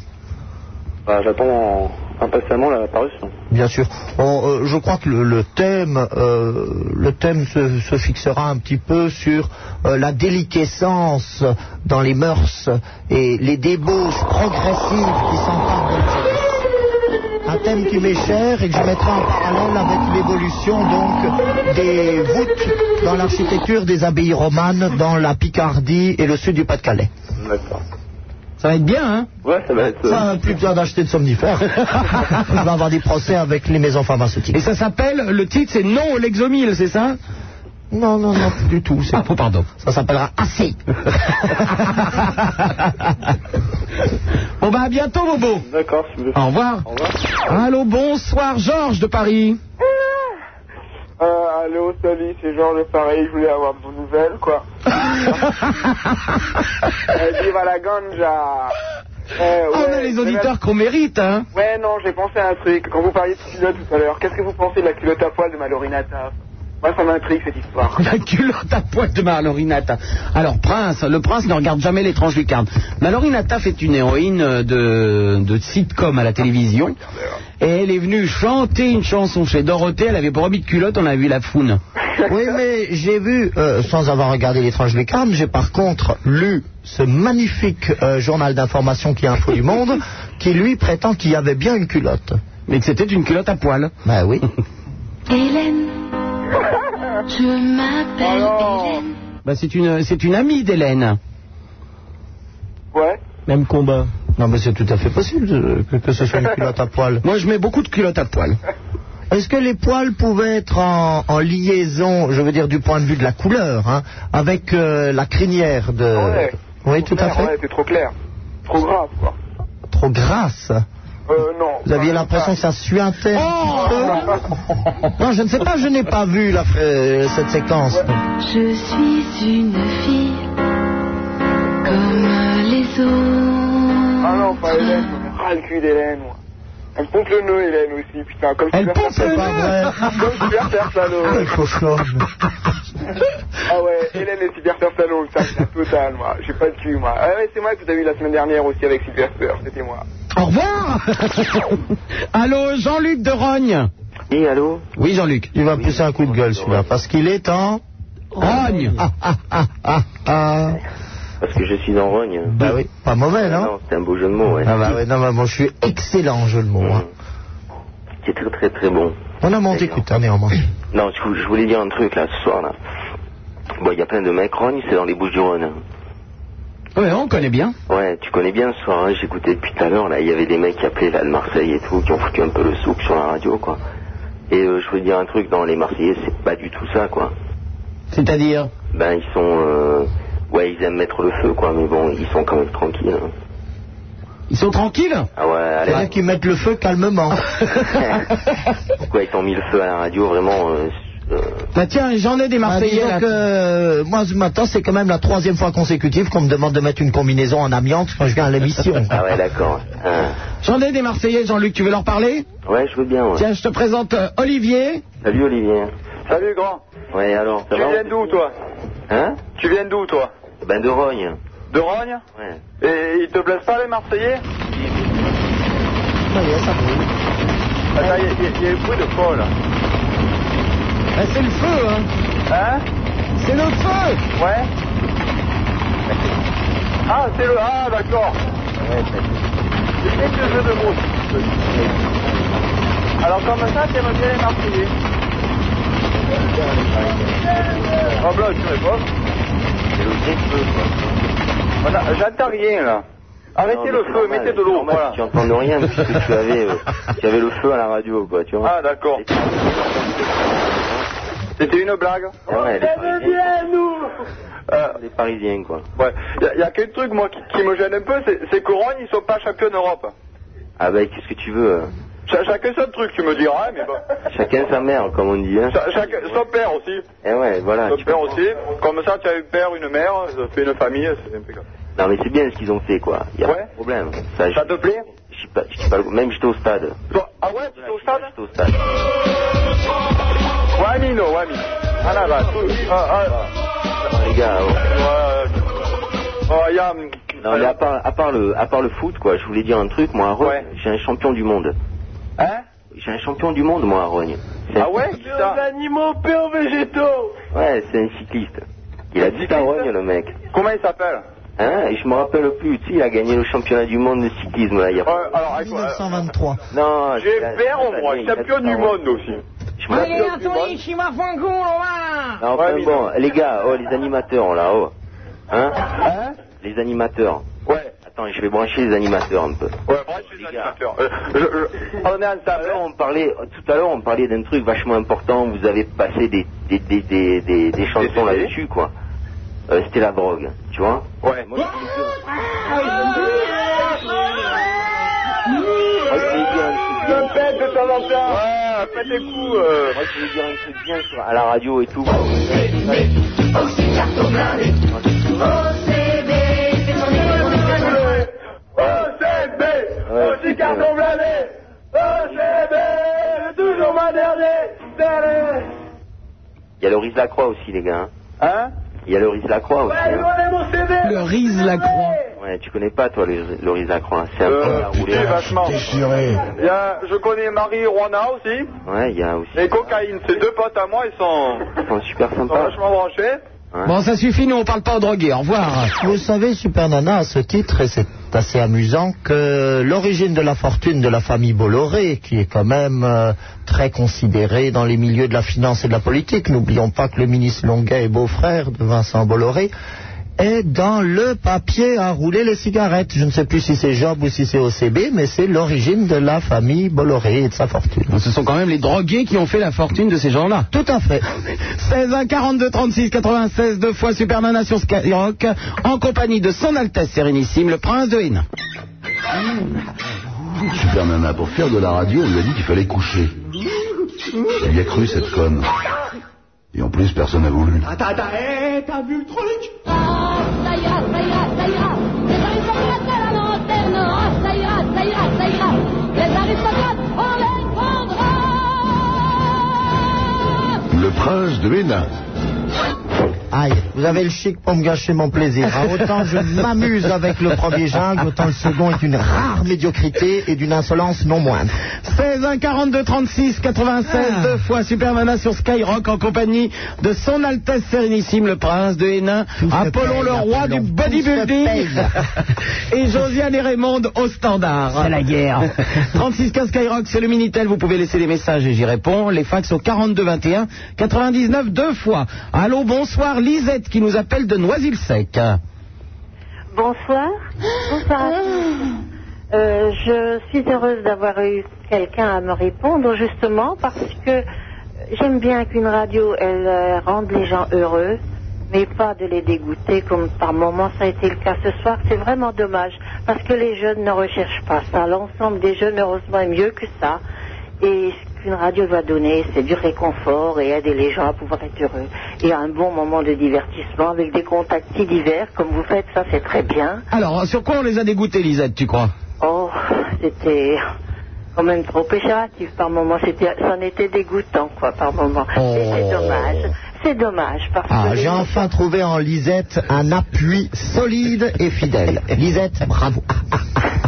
[SPEAKER 15] Bah, j'attends impatiemment la parution.
[SPEAKER 5] Bien sûr. On, euh, je crois que le, le thème, euh, le thème se, se fixera un petit peu sur euh, la déliquescence dans les mœurs et les débauches progressives qui s'emparent de la jeunesse. Un thème qui m'est cher et que je mettrai en parallèle avec l'évolution donc des voûtes dans l'architecture des abbayes romanes dans la Picardie et le sud du Pas-de-Calais.
[SPEAKER 15] D'accord.
[SPEAKER 3] Ça va être bien, hein
[SPEAKER 15] Ouais, ça va être.
[SPEAKER 5] Ça, on n'a plus besoin d'acheter de somnifères. [laughs] Il va avoir des procès avec les maisons pharmaceutiques.
[SPEAKER 3] Et ça s'appelle, le titre c'est Non au Lexomil, c'est ça
[SPEAKER 5] Non, non, non, du tout.
[SPEAKER 3] Ah, oh, pardon.
[SPEAKER 5] Ça s'appellera [laughs] Assez.
[SPEAKER 3] Bon bah à bientôt, Bobo.
[SPEAKER 15] D'accord, si tu veux.
[SPEAKER 3] Au revoir.
[SPEAKER 15] Au revoir.
[SPEAKER 3] Allô, bonsoir, Georges de Paris.
[SPEAKER 9] Euh, allô, salut, c'est Jean de Paris, je voulais avoir de vos nouvelles,
[SPEAKER 5] [laughs]
[SPEAKER 9] quoi. euh, vive à la ganja Euh,
[SPEAKER 3] Ah, on a
[SPEAKER 9] ouais,
[SPEAKER 3] les auditeurs qu'on mérite, hein
[SPEAKER 9] Ouais, non, j'ai pensé à un truc. Quand vous parliez de culotte tout à l'heure, qu'est-ce que vous pensez de la culotte à poil de Mallory Nataf
[SPEAKER 15] Moi, ça m'intrigue cette histoire.
[SPEAKER 3] La culotte à poil de Malorinata. Alors, Prince, le prince ne regarde jamais l'étrange lucarne. Malorinata est une héroïne euh, de, de sitcom à la télévision. Et elle est venue chanter une chanson chez Dorothée. Elle avait promis de culotte, on a vu la foune.
[SPEAKER 5] [laughs] Oui, mais j'ai vu, euh, sans avoir regardé l'étrange lucarne, j'ai par contre lu ce magnifique euh, journal d'information qui est Info
[SPEAKER 3] [laughs]
[SPEAKER 5] du Monde, qui lui prétend qu'il y avait bien une culotte.
[SPEAKER 3] Mais que c'était une culotte à poil.
[SPEAKER 5] Bah
[SPEAKER 3] [laughs]
[SPEAKER 5] oui.
[SPEAKER 7] Hélène, je m'appelle Hélène.
[SPEAKER 3] Bah, c'est une, c'est une amie d'Hélène.
[SPEAKER 15] Ouais.
[SPEAKER 5] Même combat. Non, mais c'est tout à fait possible euh, que, que ce soit une culotte à poil.
[SPEAKER 3] Moi, je mets beaucoup de culottes à poil.
[SPEAKER 5] Est-ce que les poils pouvaient être en, en liaison, je veux dire du point de vue de la couleur, hein, avec euh, la crinière de...
[SPEAKER 15] Ah Ouais.
[SPEAKER 5] Oui, tout à
[SPEAKER 15] Clair,
[SPEAKER 5] fait.
[SPEAKER 15] Ouais, c'est trop clair. Trop grave, quoi.
[SPEAKER 5] Trop grasse.
[SPEAKER 15] Euh, non. Oh
[SPEAKER 5] Vous aviez l'impression que ça suintait un petit
[SPEAKER 15] [laughs]
[SPEAKER 5] peu Non, je ne sais pas, je n'ai pas vu la- euh, cette séquence.
[SPEAKER 7] Je suis une fille comme les autres.
[SPEAKER 15] Ah non, pas Hélène. j'en ai ras le cul d'Hélène, moi. Elle me pompe le nœud, Hélène aussi, putain. Comme Elle pompe le nœud Comme Super Terre Salo. Ah ouais, Hélène et Sylvester Stallone, ça c'est total, moi. J'ai pas de cul, moi. Ah ouais, c'est moi que t'as vu la semaine dernière aussi avec Sylvester, c'était moi.
[SPEAKER 3] Au revoir [laughs] Allô, Jean-Luc de Rogne
[SPEAKER 5] Oui, allô Oui, Jean-Luc. Il va pousser un coup de gueule, celui-là, parce qu'il est en...
[SPEAKER 3] Rogne
[SPEAKER 5] Ah, ah, ah, ah, ah.
[SPEAKER 17] Parce que je suis dans Rogne.
[SPEAKER 5] Bah oui, pas mauvais, non
[SPEAKER 17] Non, c'est un beau jeu de mots, ouais.
[SPEAKER 5] Ah bah ouais, non, bah, moi, je suis excellent en jeu de mots. hein.
[SPEAKER 17] C'est très très très bon.
[SPEAKER 5] On a monté putain, néanmoins.
[SPEAKER 17] Non, je, vou- je voulais dire un truc là ce soir là. Bon, il y a plein de mecs rognes, c'est dans les Bouches-du-Rhône.
[SPEAKER 3] Ouais, on connaît bien.
[SPEAKER 17] Ouais, tu connais bien ce soir, hein, j'écoutais depuis tout à l'heure là, il y avait des mecs qui appelaient là de Marseille et tout, qui ont foutu un peu le souk sur la radio quoi. Et euh, je voulais dire un truc, dans les Marseillais, c'est pas du tout ça quoi.
[SPEAKER 3] C'est-à-dire
[SPEAKER 17] Ben ils sont, euh, ouais, ils aiment mettre le feu quoi, mais bon, ils sont quand même tranquilles. hein.
[SPEAKER 3] Ils sont tranquilles
[SPEAKER 17] Ah ouais, allez.
[SPEAKER 5] C'est-à-dire qu'ils mettent le feu calmement.
[SPEAKER 17] Pourquoi ils t'ont mis le feu à la radio vraiment euh, euh,
[SPEAKER 3] [laughs] Bah tiens, j'en ai des
[SPEAKER 5] Marseillais. que euh, moi ce matin, c'est quand même la troisième fois consécutive qu'on me demande de mettre une combinaison en amiante quand je viens à l'émission.
[SPEAKER 17] [laughs] Ah ouais, d'accord. Hein.
[SPEAKER 3] J'en ai des Marseillais, Jean-Luc, tu veux leur parler
[SPEAKER 17] Ouais, je veux bien. Ouais.
[SPEAKER 3] Tiens, je te présente euh, Olivier.
[SPEAKER 17] Salut Olivier.
[SPEAKER 15] Salut, grand.
[SPEAKER 17] Ouais, alors, ça
[SPEAKER 15] Tu
[SPEAKER 17] va
[SPEAKER 15] viens d'où, toi
[SPEAKER 17] Hein
[SPEAKER 15] Tu viens d'où, toi
[SPEAKER 17] Ben de Rogne.
[SPEAKER 15] De Rogne
[SPEAKER 17] Ouais.
[SPEAKER 15] Et ils te plaisent pas, les Marseillais
[SPEAKER 10] Ah,
[SPEAKER 15] Attends, il y a- il y, a- il y a eu le bruit de quoi, là
[SPEAKER 5] Eh,
[SPEAKER 3] Ah, c'est le feu, hein
[SPEAKER 15] Hein
[SPEAKER 3] C'est le feu
[SPEAKER 15] Ouais Ah, c'est le... Ah, d'accord C'est bien que le jeu de mots. Alors, comme ça, t'aimes bien les Marseillais Oh, là, tu réponds
[SPEAKER 17] C'est le vrai feu, quoi.
[SPEAKER 15] Voilà, J'entends rien, là. Arrêtez
[SPEAKER 17] Non,
[SPEAKER 15] le
[SPEAKER 17] mais
[SPEAKER 15] feu,
[SPEAKER 17] c'est normal,
[SPEAKER 15] mettez de
[SPEAKER 17] c'est
[SPEAKER 15] l'eau,
[SPEAKER 17] normal,
[SPEAKER 15] voilà.
[SPEAKER 17] Tu entends de rien puisque tu avais,
[SPEAKER 15] [laughs]
[SPEAKER 17] euh, tu avais le feu à la radio, quoi, tu vois.
[SPEAKER 15] Ah, d'accord. C'était une blague
[SPEAKER 17] Ah ouais, les Parisiens,
[SPEAKER 15] Euh,
[SPEAKER 17] les Parisiens, quoi.
[SPEAKER 15] Ouais. Il y, a- y a qu'un truc, moi, qui, qui me gêne un peu, c'est- c'est qu'au Rhône, ils sont pas champions d'Europe.
[SPEAKER 17] Ah ben, qu'est-ce que tu veux euh,
[SPEAKER 15] Cha- chacun son truc, tu me diras, hein, mais bon.
[SPEAKER 17] Chacun sa mère, comme on dit, hein.
[SPEAKER 15] Cha- Euh, chacun, son père aussi.
[SPEAKER 17] Eh ouais, voilà.
[SPEAKER 15] Son
[SPEAKER 17] tu-
[SPEAKER 15] père aussi. Comme ça, tu as un père, une mère, ça fait une famille, c'est impeccable.
[SPEAKER 17] Non, mais c'est bien ce qu'ils ont fait, quoi. Y a
[SPEAKER 15] Ouais.
[SPEAKER 17] pas de problème. Ça,
[SPEAKER 15] Ça te plaît
[SPEAKER 17] je suis pas, je suis pas le- Même j'étais au stade.
[SPEAKER 15] Toi- Ah ouais, tu es au stade
[SPEAKER 17] J'étais au stade.
[SPEAKER 15] Wami, non, Wami. Ah là, là, tout. Ah, ah.
[SPEAKER 17] Ah, les gars, oh.
[SPEAKER 15] Ouais. Oh, y a...
[SPEAKER 17] Non, mais à part, à part le, à part le foot, quoi, je voulais dire un truc, moi, à Rogne, j'ai un champion du monde.
[SPEAKER 15] Hein
[SPEAKER 17] J'ai un champion du monde, moi, à Rogne. C'est un-
[SPEAKER 15] Ah ouais putain.
[SPEAKER 27] animaux peu végétaux
[SPEAKER 17] Ouais, c'est un cycliste. Il a dit à Rogne, le mec.
[SPEAKER 15] Comment il s'appelle
[SPEAKER 17] Hein Et je me rappelle plus, tu sais, il a gagné le championnat du monde de cyclisme, là, il y a
[SPEAKER 15] Ouais, Euh, alors, avec-
[SPEAKER 5] 1923.
[SPEAKER 17] Non,
[SPEAKER 15] J'ai
[SPEAKER 17] c'est-
[SPEAKER 15] père,
[SPEAKER 17] c'est-
[SPEAKER 15] moi,
[SPEAKER 17] il a-
[SPEAKER 15] champion du monde aussi.
[SPEAKER 17] Je me rappelle- Non, Ah, enfin,
[SPEAKER 15] mais-
[SPEAKER 17] bon, les gars, oh, les animateurs, là, oh. Hein
[SPEAKER 15] Hein
[SPEAKER 17] Les animateurs.
[SPEAKER 15] Ouais.
[SPEAKER 17] Attends, je vais brancher les animateurs un peu.
[SPEAKER 15] Ouais, bref, je suis animateur. Euh, je- je- On est
[SPEAKER 17] Tout à l'heure, on parlait,
[SPEAKER 9] euh,
[SPEAKER 17] tout à l'heure, on parlait d'un truc vachement important. Vous avez passé des, des, des, des, des, des chansons
[SPEAKER 15] Des- des-
[SPEAKER 17] là-dessus, quoi. Euh, c'était la drogue, tu vois.
[SPEAKER 15] Ouais.
[SPEAKER 17] Moi, je voulais dire un truc bien.
[SPEAKER 15] Je pète de temps en temps. Ouais, fais des coups. euh.
[SPEAKER 17] Moi, je voulais dire un truc bien sur, à la radio et tout.
[SPEAKER 15] OCB, aussi carton blindé. OCB, toujours ma dernière.
[SPEAKER 17] Il y a Loris Lacroix aussi, les gars.
[SPEAKER 10] Hein
[SPEAKER 17] Il y a Loris Lacroix aussi. hein.
[SPEAKER 3] Le Riz Lacroix.
[SPEAKER 17] Ouais, Euh, tu connais pas, toi, le- Loris Lacroix. C'est un peu hein. la roulée.
[SPEAKER 10] Putain, vachement.
[SPEAKER 17] Déchiré.
[SPEAKER 10] Il y a- je connais Marie-Rwana aussi.
[SPEAKER 17] Ouais, il y a aussi.
[SPEAKER 10] Et Cocaïne, ces deux potes à moi, ils sont,
[SPEAKER 17] Ils sont super
[SPEAKER 10] ils sont
[SPEAKER 17] sympas.
[SPEAKER 10] vachement branchés.
[SPEAKER 3] Bon, ça suffit, nous on parle pas aux drogués. Au revoir.
[SPEAKER 5] Vous savez, Super Nana, à ce titre, et c'est assez amusant, que l'origine de la fortune de la famille Bolloré, qui est quand même euh, très considérée dans les milieux de la finance et de la politique, n'oublions pas que le ministre Longuet est beau-frère de Vincent Bolloré, est dans le papier à rouler les cigarettes. Je ne sais plus si c'est Job ou si c'est OCB, mais c'est l'origine de la famille Bolloré et de sa fortune.
[SPEAKER 3] Ce sont quand même les drogués qui ont fait la fortune de ces gens-là.
[SPEAKER 5] Tout à fait.
[SPEAKER 3] 16 1 42 36 96 deux fois Super Nana sur Skyrock en compagnie de son Altesse Sérénissime, le Prince de Hénin.
[SPEAKER 1] Super Nana, pour faire de la radio, on lui a dit qu'il fallait coucher. Il y a cru, cette conne. Et en plus, personne n'a voulu.
[SPEAKER 28] Attends, attends, hé, Ah, t'as vu le truc
[SPEAKER 15] Ah, Ça ira, ça ira, ça ira. Les aristocrates à la lanterne. Ah, ça ira, ça ira, ça ira. Les aristocrates, on les prendra.
[SPEAKER 1] Le prince de Hénin.
[SPEAKER 5] Aïe, vous avez le chic pour me gâcher mon plaisir. hein. Autant je m'amuse avec le premier jungle, autant le second est une rare médiocrité et d'une insolence non moindre.
[SPEAKER 3] 16 1 42 36 96 deux fois Super Nana sur Skyrock en compagnie de son Altesse Sérénissime, le Prince de Hénin, Apollon le roi du bodybuilding [laughs] et Josiane et Raymond au standard. C'est la [laughs] guerre. 36 15 Skyrock, c'est le Minitel, vous pouvez laisser des messages et j'y réponds. Les fax au 42 21 99 deux fois. Allô, bonsoir Lisette qui nous appelle de Noisy-le-Sec.
[SPEAKER 7] Bonsoir. Bonsoir à tous. Euh, je suis heureuse d'avoir eu quelqu'un à me répondre justement parce que j'aime bien qu'une radio elle euh, rende les gens heureux, mais pas de les dégoûter comme par moments ça a été le cas ce soir. C'est vraiment dommage parce que les jeunes ne recherchent pas ça. L'ensemble des jeunes heureusement est mieux que ça. Et ce qu'une radio doit donner, c'est du réconfort et aider les gens à pouvoir être heureux. Et un bon moment de divertissement avec des contacts si divers, comme vous faites, ça c'est très bien.
[SPEAKER 3] Alors, sur quoi on les a dégoûtés, Lisette, tu crois
[SPEAKER 7] Oh, c'était quand même trop péjoratif par moment. C'était, c'en était dégoûtant, quoi, par moment. Et c'est dommage. C'est dommage parce
[SPEAKER 5] Ah,
[SPEAKER 7] que.
[SPEAKER 5] j'ai enfin trouvé en Lisette un appui solide et fidèle. Lisette, bravo. [laughs]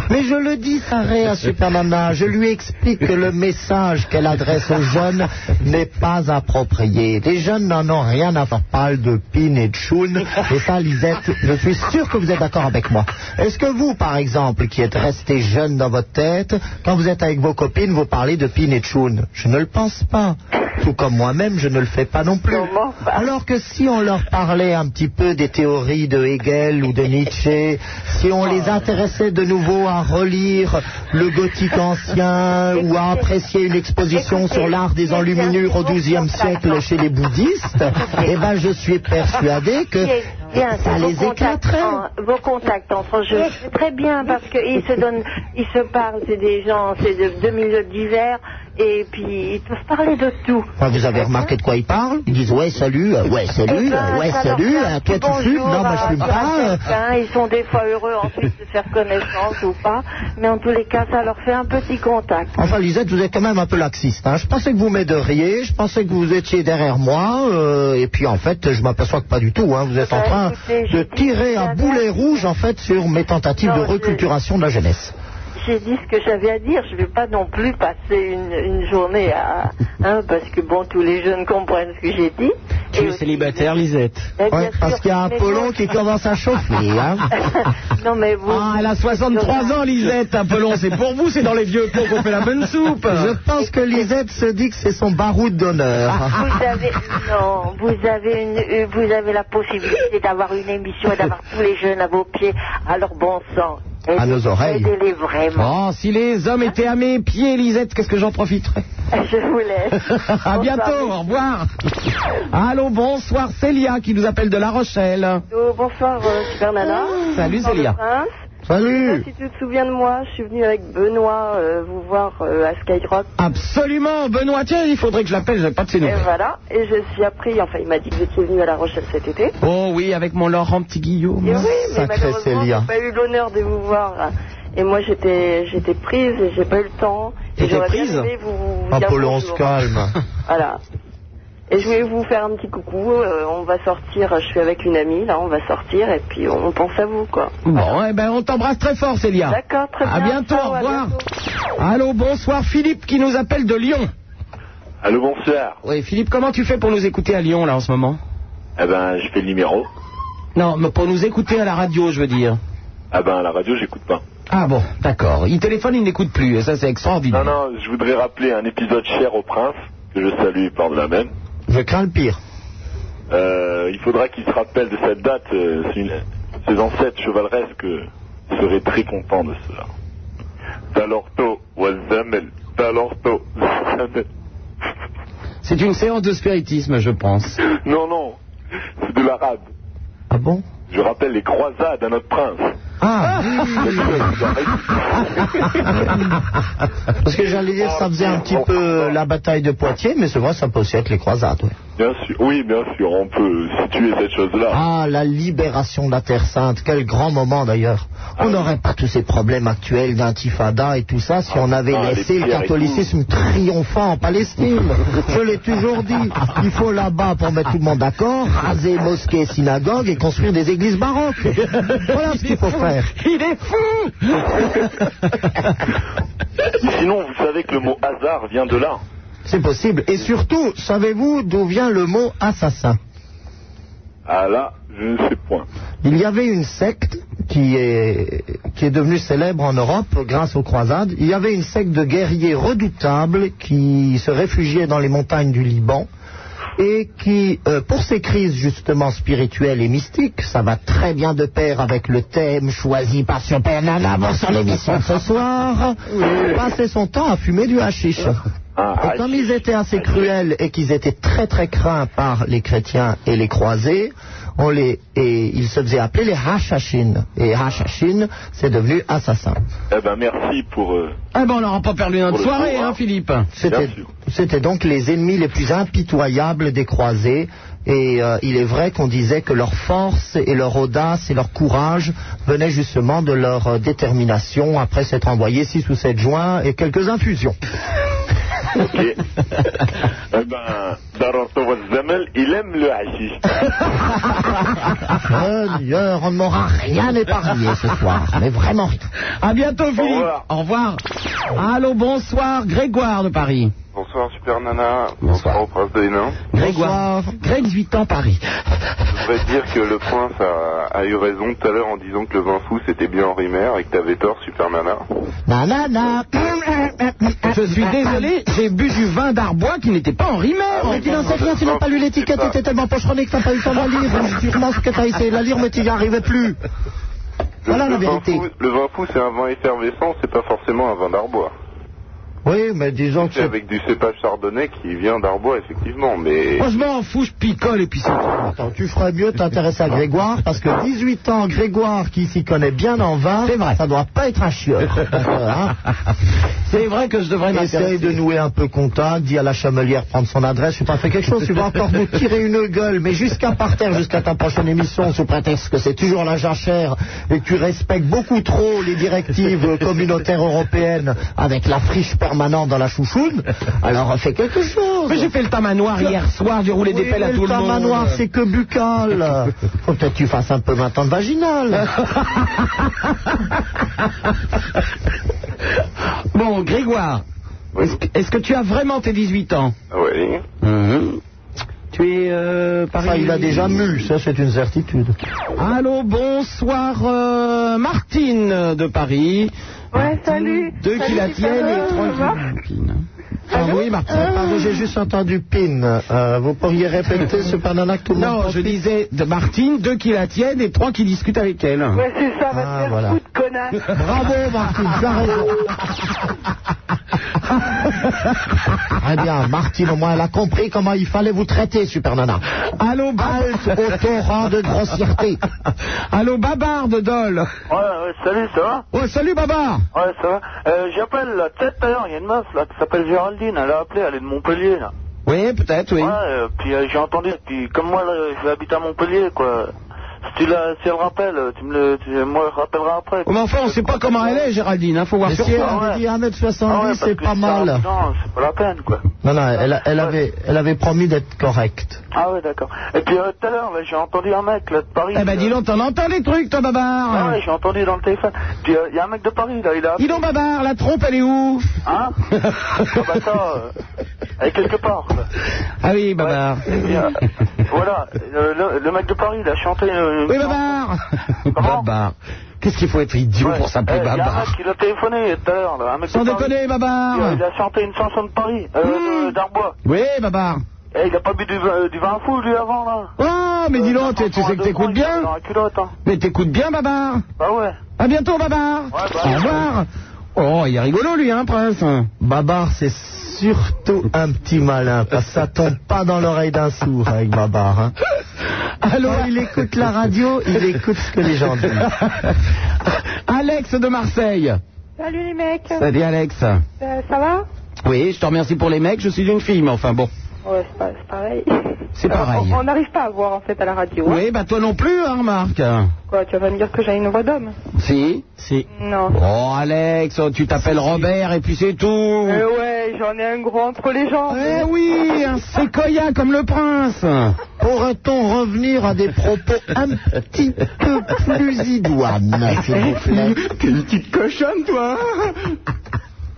[SPEAKER 5] Mais je le dis, Saré, à Supermana, je lui explique que le message qu'elle adresse aux jeunes n'est pas approprié. Les jeunes n'en ont rien à faire. Parle de pin et de choun. Et ça, Lisette, je suis sûr que vous êtes d'accord avec moi. Est-ce que vous, par exemple, qui êtes resté jeune dans votre tête, quand vous êtes avec vos copines, vous parlez de pin et de choun Je ne le pense pas. Tout comme moi-même, je ne le fais pas non plus. Alors que si on leur parlait un petit peu des théories de Hegel ou de Nietzsche, si on les intéressait de nouveau à relire le gothique ancien ou à apprécier une exposition sur l'art des enluminures au XIIe siècle chez les bouddhistes, eh ben je suis persuadé que
[SPEAKER 7] Bien,
[SPEAKER 5] ça
[SPEAKER 7] vos
[SPEAKER 5] les
[SPEAKER 7] contacts
[SPEAKER 5] éclaterait.
[SPEAKER 7] en- vos contacts entre jeux, c'est très bien parce qu'ils se donnent, ils se parlent, c'est des gens, c'est de, de milieux divers et puis ils peuvent parler de tout.
[SPEAKER 5] Enfin, vous avez remarqué de quoi ils parlent Ils disent ouais salut, euh, ouais
[SPEAKER 7] Eh
[SPEAKER 5] salut,
[SPEAKER 7] ben,
[SPEAKER 5] euh, ouais salut, euh, toi tu fumes, non moi je fume pas. euh.
[SPEAKER 7] Certains, hein, ils sont des fois heureux ensuite de faire connaissance ou pas, mais en tous les cas, ça leur fait un petit contact.
[SPEAKER 5] Enfin, Lisette, vous êtes quand même un peu laxiste. hein. Je pensais que vous m'aideriez, je pensais que vous étiez derrière moi, euh, et puis en fait, je m'aperçois que pas du tout. hein. Vous êtes en
[SPEAKER 7] Bah,
[SPEAKER 5] train de tirer un boulet rouge, en fait, sur mes tentatives de reculturation de la jeunesse.
[SPEAKER 7] J'ai dit ce que j'avais à dire. Je ne vais pas non plus passer une, une journée à. hein, parce que bon, tous les jeunes comprennent ce que j'ai dit.
[SPEAKER 29] Tu es célibataire, Lisette.
[SPEAKER 7] Eh bien sûr,
[SPEAKER 5] parce qu'il y a un
[SPEAKER 7] mais
[SPEAKER 5] Apollon
[SPEAKER 7] bon.
[SPEAKER 5] qui commence à
[SPEAKER 7] [laughs]
[SPEAKER 5] chauffer. hein.
[SPEAKER 7] non, mais vous.
[SPEAKER 3] Ah, elle a 63 ans, Lisette, Apollon, c'est pour vous, c'est dans les vieux pots qu'on fait la bonne soupe.
[SPEAKER 5] Je pense que Lisette se dit que c'est son baroud [laughs] d'honneur.
[SPEAKER 7] Vous avez, non, vous avez, une, euh, vous avez la possibilité d'avoir une émission et d'avoir tous les jeunes à vos pieds, à leur bon sang.
[SPEAKER 5] À nos oreilles.
[SPEAKER 7] Aidez-les vraiment.
[SPEAKER 3] Oh, si les hommes étaient à mes pieds, Lisette, qu'est-ce que j'en profiterais
[SPEAKER 7] Je vous laisse.
[SPEAKER 3] [laughs] À bientôt, au revoir. Allô, bonsoir, Célia qui nous appelle de La Rochelle.
[SPEAKER 30] Allô, bonsoir, euh, Super
[SPEAKER 7] Ah.
[SPEAKER 30] Nana.
[SPEAKER 3] Salut,
[SPEAKER 30] Bonsoir,
[SPEAKER 3] Célia.
[SPEAKER 30] le prince. Je sais
[SPEAKER 3] Salut.
[SPEAKER 30] pas Si tu te souviens de moi, je suis venue avec Benoît euh, vous voir euh, à Skyrock.
[SPEAKER 3] Absolument, Benoît, tiens, il faudrait que je l'appelle, j'ai pas de ses
[SPEAKER 30] Et
[SPEAKER 3] nouvelles.
[SPEAKER 30] voilà, et je suis appris, enfin il m'a dit que vous étiez venu à La Rochelle cet été.
[SPEAKER 3] Oh oui, avec mon Laurent Petit Guillaume.
[SPEAKER 7] Eh
[SPEAKER 30] Et oui, mais malheureusement, j'ai pas eu l'honneur de vous voir. Et moi j'étais j'étais prise et j'ai pas eu le temps. Et
[SPEAKER 5] T'étais
[SPEAKER 30] j'aurais bien
[SPEAKER 5] prise
[SPEAKER 3] Ah,
[SPEAKER 30] aimé vous, vous dire
[SPEAKER 5] Apollon, on
[SPEAKER 30] bonjour.
[SPEAKER 5] se calme.
[SPEAKER 30] Voilà.
[SPEAKER 7] Et je voulais vous faire un petit coucou. euh, on va sortir, je suis avec une amie, là, on va sortir et puis on pense à vous, quoi.
[SPEAKER 3] Bon, eh ben, on t'embrasse très fort, Célia.
[SPEAKER 7] D'accord, très
[SPEAKER 3] À
[SPEAKER 7] bien.
[SPEAKER 3] bientôt,
[SPEAKER 7] Ciao,
[SPEAKER 3] au
[SPEAKER 7] à
[SPEAKER 3] revoir. Allô, bonsoir, Philippe qui nous appelle de Lyon.
[SPEAKER 10] Allô, bonsoir.
[SPEAKER 3] Oui, Philippe, comment tu fais pour nous écouter à Lyon, là, en ce moment
[SPEAKER 10] Eh ben, je fais le numéro.
[SPEAKER 3] Non, mais pour nous écouter à la radio, je veux dire.
[SPEAKER 10] Ah ben, à la radio, j'écoute pas.
[SPEAKER 3] Ah bon, d'accord. Il téléphone, il n'écoute plus, et ça, c'est extraordinaire.
[SPEAKER 10] Non, non, je voudrais rappeler un épisode cher au prince, que je salue par de la même.
[SPEAKER 5] Je crains le pire.
[SPEAKER 10] Euh, il faudra qu'il se rappelle de cette date. euh, c'est une- ses ancêtres chevaleresques euh, seraient très contents de cela. Talorto, Walzamel, Talorto, Walzamel.
[SPEAKER 3] C'est une séance de spiritisme, je pense.
[SPEAKER 10] Non, non, c'est de l'arabe.
[SPEAKER 5] Ah bon
[SPEAKER 10] Je rappelle les croisades à notre prince.
[SPEAKER 5] Ah
[SPEAKER 31] [laughs]
[SPEAKER 5] [laughs] Parce que j'allais dire, ça faisait un petit peu euh, la bataille de Poitiers, mais c'est vrai, ça peut aussi être les croisades. ouais.
[SPEAKER 10] Bien sûr, oui, bien sûr, on peut situer cette chose-là.
[SPEAKER 5] Ah, la libération de la Terre Sainte, quel grand moment d'ailleurs. On n'aurait pas tous ces problèmes actuels d'intifada et tout ça si
[SPEAKER 3] Ah,
[SPEAKER 5] on avait
[SPEAKER 17] putain, les
[SPEAKER 5] laissé le
[SPEAKER 17] pierres et
[SPEAKER 5] catholicisme triomphant en Palestine. Je l'ai toujours dit, il faut là-bas pour mettre tout le monde d'accord, raser mosquées, synagogues et construire des églises baroques. Voilà ce qu'il faut faire.
[SPEAKER 3] Il est fou
[SPEAKER 10] Sinon, vous savez que le mot hasard vient de là.
[SPEAKER 5] C'est possible. Et surtout, savez-vous d'où vient le mot assassin
[SPEAKER 10] Ah là, je ne sais point.
[SPEAKER 5] Il y avait une secte qui est, qui est devenue célèbre en Europe grâce aux croisades. Il y avait une secte de guerriers redoutables qui se réfugiaient dans les montagnes du Liban et qui, euh, pour ces crises justement spirituelles et mystiques, ça va très bien de pair avec le thème choisi par Supernana pour son émission de ce soir, passait son temps à fumer du hashish.
[SPEAKER 10] Ah,
[SPEAKER 5] Et comme ils étaient assez cruels et qu'ils étaient très très craints par les chrétiens et les croisés, on les, et ils se faisaient appeler les hachachines. Et hachachines, c'est devenu assassin.
[SPEAKER 10] Eh ben, merci pour... euh,
[SPEAKER 3] Ah ben, on n'aura pas perdu notre
[SPEAKER 10] Pour le
[SPEAKER 3] soirée,
[SPEAKER 10] savoir.
[SPEAKER 3] hein, Philippe
[SPEAKER 5] C'était- C'était donc les ennemis les plus impitoyables des croisés. Et euh, il est vrai qu'on disait que leur force et leur audace et leur courage venaient justement de leur euh, détermination après s'être envoyés 6 ou 7 joints et quelques infusions.
[SPEAKER 10] [laughs] Ok. eh ben, Darorto Walzamel, il aime le hashish.
[SPEAKER 5] Mon Dieu, on ne m'aura rien épargné ce soir, mais vraiment rien.
[SPEAKER 3] À bientôt, Philippe. Au revoir. Allô, bonsoir, Grégoire de Paris.
[SPEAKER 32] Bonsoir Super Nana, bonsoir au prince de Hénin.
[SPEAKER 3] Grégoire. Greg, 8 ans, Paris.
[SPEAKER 32] Je voudrais te dire que le prince a, a eu raison tout à l'heure en disant que le vin fou c'était bien Henri Maire et que t'avais tort Super Nana.
[SPEAKER 5] Nanana.
[SPEAKER 3] Je suis désolé, j'ai bu du vin d'Arbois qui n'était pas en rimeur.
[SPEAKER 5] Mais tu n'en sais rien, tu n'as pas lu l'étiquette, t'étais tellement pocheronné que t'as pas eu le temps de la lire. Je dis, remarque que t'as essayé de la lire, mais tu n'y arrivais plus.
[SPEAKER 32] Le,
[SPEAKER 5] Voilà la
[SPEAKER 32] le vin
[SPEAKER 5] vérité.
[SPEAKER 32] fou, le vin fou c'est un vin effervescent, c'est pas forcément un vin d'Arbois.
[SPEAKER 5] Oui, mais disons que
[SPEAKER 32] C'est avec du cépage chardonnay qui vient d'Arbois effectivement, mais...
[SPEAKER 3] Moi, je m'en fous, je picole et puis c'est
[SPEAKER 5] Attends, tu ferais mieux de t'intéresser à Grégoire, parce que 18 ans, Grégoire qui s'y connaît bien en vin, ça doit pas être un chieur.
[SPEAKER 3] [laughs] C'est vrai que je devrais
[SPEAKER 5] Essaye
[SPEAKER 3] m'intéresser.
[SPEAKER 5] de nouer un peu contact, dis à la chamelière prendre son adresse, tu pas fait quelque chose, tu vas encore nous tirer une gueule, mais jusqu'à par terre, jusqu'à ta prochaine émission, sous prétexte que c'est toujours la jachère et que tu respectes beaucoup trop les directives communautaires européennes avec la friche permanente dans la chouchoune, alors fais quelque chose.
[SPEAKER 3] Mais j'ai fait le tamanoir hier soir, j'ai roulé des
[SPEAKER 5] Oui,
[SPEAKER 3] pelles à
[SPEAKER 5] mais
[SPEAKER 3] tout le monde.
[SPEAKER 5] Le manoir, c'est que buccal. [laughs] Faut peut-être que tu fasses un peu maintenant de [laughs] vaginal.
[SPEAKER 3] Bon, Grégoire, est-ce que- est-ce que tu as vraiment tes 18 ans Mhm.
[SPEAKER 32] Oui.
[SPEAKER 3] Tu es euh, Paris.
[SPEAKER 5] Enfin, il a déjà mu, ça c'est une certitude.
[SPEAKER 3] Allô, bonsoir, euh, Martine euh, de Paris.
[SPEAKER 5] Ouais, salut.
[SPEAKER 3] [laughs] Deux qui la tiennent et trois qui- Ah oui, Martine.
[SPEAKER 5] Pardon, j'ai juste entendu PIN. Euh, vous pourriez répéter ce panana que tout le monde
[SPEAKER 3] Non, je disais
[SPEAKER 5] [laughs]
[SPEAKER 3] de Martine, deux qui la tiennent et trois qui discutent avec elle.
[SPEAKER 5] c'est ça, va ah, voilà.
[SPEAKER 3] connasse.
[SPEAKER 5] Bravo, Martine, tu as raison. Très Eh bien, Martine, au moins, elle a compris comment il fallait vous traiter, Super Nana.
[SPEAKER 3] Allô,
[SPEAKER 5] Halte
[SPEAKER 3] Ah.
[SPEAKER 5] au torrent
[SPEAKER 3] [laughs]
[SPEAKER 5] de grossièreté.
[SPEAKER 3] Allô, Babar de Dole.
[SPEAKER 9] Ouais, ouais, salut, ça va
[SPEAKER 3] Oh, salut, Babar.
[SPEAKER 9] Ouais, ça va. Euh, J'appelle, là, peut-être d'ailleurs, il y a une meuf, là, qui s'appelle Géraldine, elle a appelé, elle est de Montpellier, là.
[SPEAKER 3] Oui, peut-être, oui.
[SPEAKER 9] Ouais, euh, puis euh, j'ai entendu, puis comme moi, là, j'habite à Montpellier, quoi.
[SPEAKER 31] Si tu, la, si elle rappelle, tu me le, tu, moi je rappellerai après.
[SPEAKER 3] Mais enfin, on sait pas comment elle est, Géraldine, hein, faut voir
[SPEAKER 5] Mais
[SPEAKER 3] sur
[SPEAKER 5] si elle
[SPEAKER 3] quoi.
[SPEAKER 5] avait dit 1m70,
[SPEAKER 3] Ah ouais, parce
[SPEAKER 5] c'est
[SPEAKER 3] que
[SPEAKER 5] pas
[SPEAKER 3] ça,
[SPEAKER 5] mal.
[SPEAKER 31] Non, c'est pas la peine quoi.
[SPEAKER 5] Non, non, elle, elle avait, elle avait promis d'être correcte.
[SPEAKER 31] Ah ouais, d'accord. Et puis euh, tout à l'heure, là, j'ai entendu un mec là de Paris.
[SPEAKER 3] Eh ben, dis donc, t'en entends des trucs, toi,
[SPEAKER 31] Ah
[SPEAKER 3] Babar
[SPEAKER 31] ouais, j'ai entendu dans le téléphone. Puis euh, il y a un mec de Paris là, il a.
[SPEAKER 3] Dis donc, Babar, la trompe, elle est où [laughs]
[SPEAKER 31] Hein Ah bah ça, euh, elle est quelque part. là.
[SPEAKER 3] Ah oui, Babar.
[SPEAKER 31] Et puis, euh, voilà, euh, le, le mec de Paris il a chanté. euh,
[SPEAKER 3] Oui, Babar [laughs] Babar. Qu'est-ce qu'il faut être idiot pour s'appeler
[SPEAKER 31] Eh, Il
[SPEAKER 7] Eh,
[SPEAKER 31] y a un
[SPEAKER 3] Babar
[SPEAKER 31] mec qui l'a téléphoné tout à l'heure, là, un mec
[SPEAKER 3] Sans
[SPEAKER 31] de Paris.
[SPEAKER 3] déconner, Babar
[SPEAKER 31] Il a- Il a chanté une chanson de Paris, euh,
[SPEAKER 3] Hmm.
[SPEAKER 31] de- d'Arbois.
[SPEAKER 3] Oui, Babar.
[SPEAKER 31] Eh, il a pas bu du, vin- euh, du vin fou, lui, avant, là
[SPEAKER 3] Oh, mais dis
[SPEAKER 7] Euh,
[SPEAKER 3] donc, tu tu sais que t'écoutes bien
[SPEAKER 31] Dans la culotte, hein.
[SPEAKER 3] Mais t'écoutes bien, Babar
[SPEAKER 31] Bah ouais.
[SPEAKER 3] À bientôt, Babar
[SPEAKER 7] bah,
[SPEAKER 3] Au revoir Oh, il est rigolo, lui, hein, Prince
[SPEAKER 5] Babar, c'est surtout un petit malin, parce que ça tombe pas dans l'oreille d'un sourd avec Babar. Hein.
[SPEAKER 3] Alors,
[SPEAKER 5] il écoute la radio, il écoute ce que les gens disent.
[SPEAKER 3] [laughs] Alex de Marseille
[SPEAKER 7] Salut les mecs.
[SPEAKER 3] Salut, Alex
[SPEAKER 7] Euh, ça va
[SPEAKER 3] Oui, je te remercie pour les mecs, je suis une fille, mais enfin, bon,
[SPEAKER 7] Ouais, c'est pas- c'est pareil.
[SPEAKER 3] c'est pareil.
[SPEAKER 7] On on n'arrive pas à voir en fait à la radio. hein.
[SPEAKER 3] Oui, bah toi non plus, hein, Marc
[SPEAKER 7] Quoi, tu vas pas me dire que j'ai une voix d'homme
[SPEAKER 3] Si Si.
[SPEAKER 7] Non.
[SPEAKER 3] Oh, Alex, tu t'appelles Robert et puis c'est tout
[SPEAKER 7] Eh ouais, j'en ai un gros entre les jambes.
[SPEAKER 3] Eh oui, un séquoia comme le prince
[SPEAKER 5] Pourrait-on revenir à des propos un petit peu plus idoines, s'il vous plaît
[SPEAKER 3] T'es une petite cochonne, toi hein.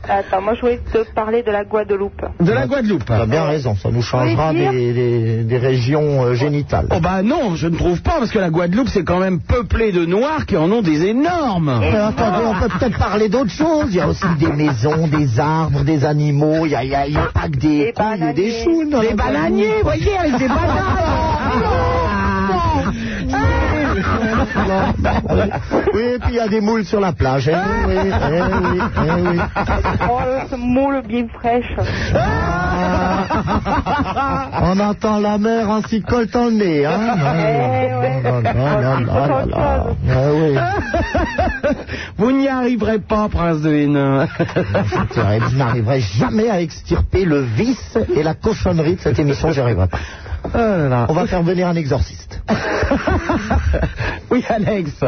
[SPEAKER 7] Attends, moi je voulais te parler de
[SPEAKER 3] [laughs]
[SPEAKER 7] la Guadeloupe.
[SPEAKER 3] De la Guadeloupe.
[SPEAKER 5] T'as bien raison, ça nous changera
[SPEAKER 7] Oui, dire.
[SPEAKER 5] des, des- des régions euh, génitales.
[SPEAKER 3] Oh bah non, je ne trouve pas, parce que la Guadeloupe, c'est quand même peuplé de Noirs qui en ont des énormes.
[SPEAKER 5] Mais attendez, Ah, on peut peut-être parler d'autre chose. Il y a aussi des maisons, des arbres, des animaux. Il n'y a, il y a- il y a pas que des couilles ou des chounes.
[SPEAKER 3] Des bananiers, voyez, avec des
[SPEAKER 5] [laughs]
[SPEAKER 3] [laughs]
[SPEAKER 7] Ah.
[SPEAKER 5] bananes. Bah, Oui, et puis il y a des moules sur la plage. Eh oui, eh oui, eh oui.
[SPEAKER 7] Oh, ce moule bien
[SPEAKER 3] [laughs]
[SPEAKER 7] fraîche.
[SPEAKER 5] On entend la mer en s'y coltant le nez.
[SPEAKER 3] Eh.
[SPEAKER 5] Hein non, non, non, non, non, non, non. Eh oui.
[SPEAKER 3] [laughs] Vous n'y arriverez pas, prince de
[SPEAKER 5] [laughs]
[SPEAKER 3] Hénin.
[SPEAKER 5] C'est vrai, Je n'arriverai jamais à extirper le vice et la cochonnerie de cette émission, j'y arriverai pas.
[SPEAKER 3] Oh
[SPEAKER 5] On va faire venir un exorciste.
[SPEAKER 3] [laughs] oui, Alex.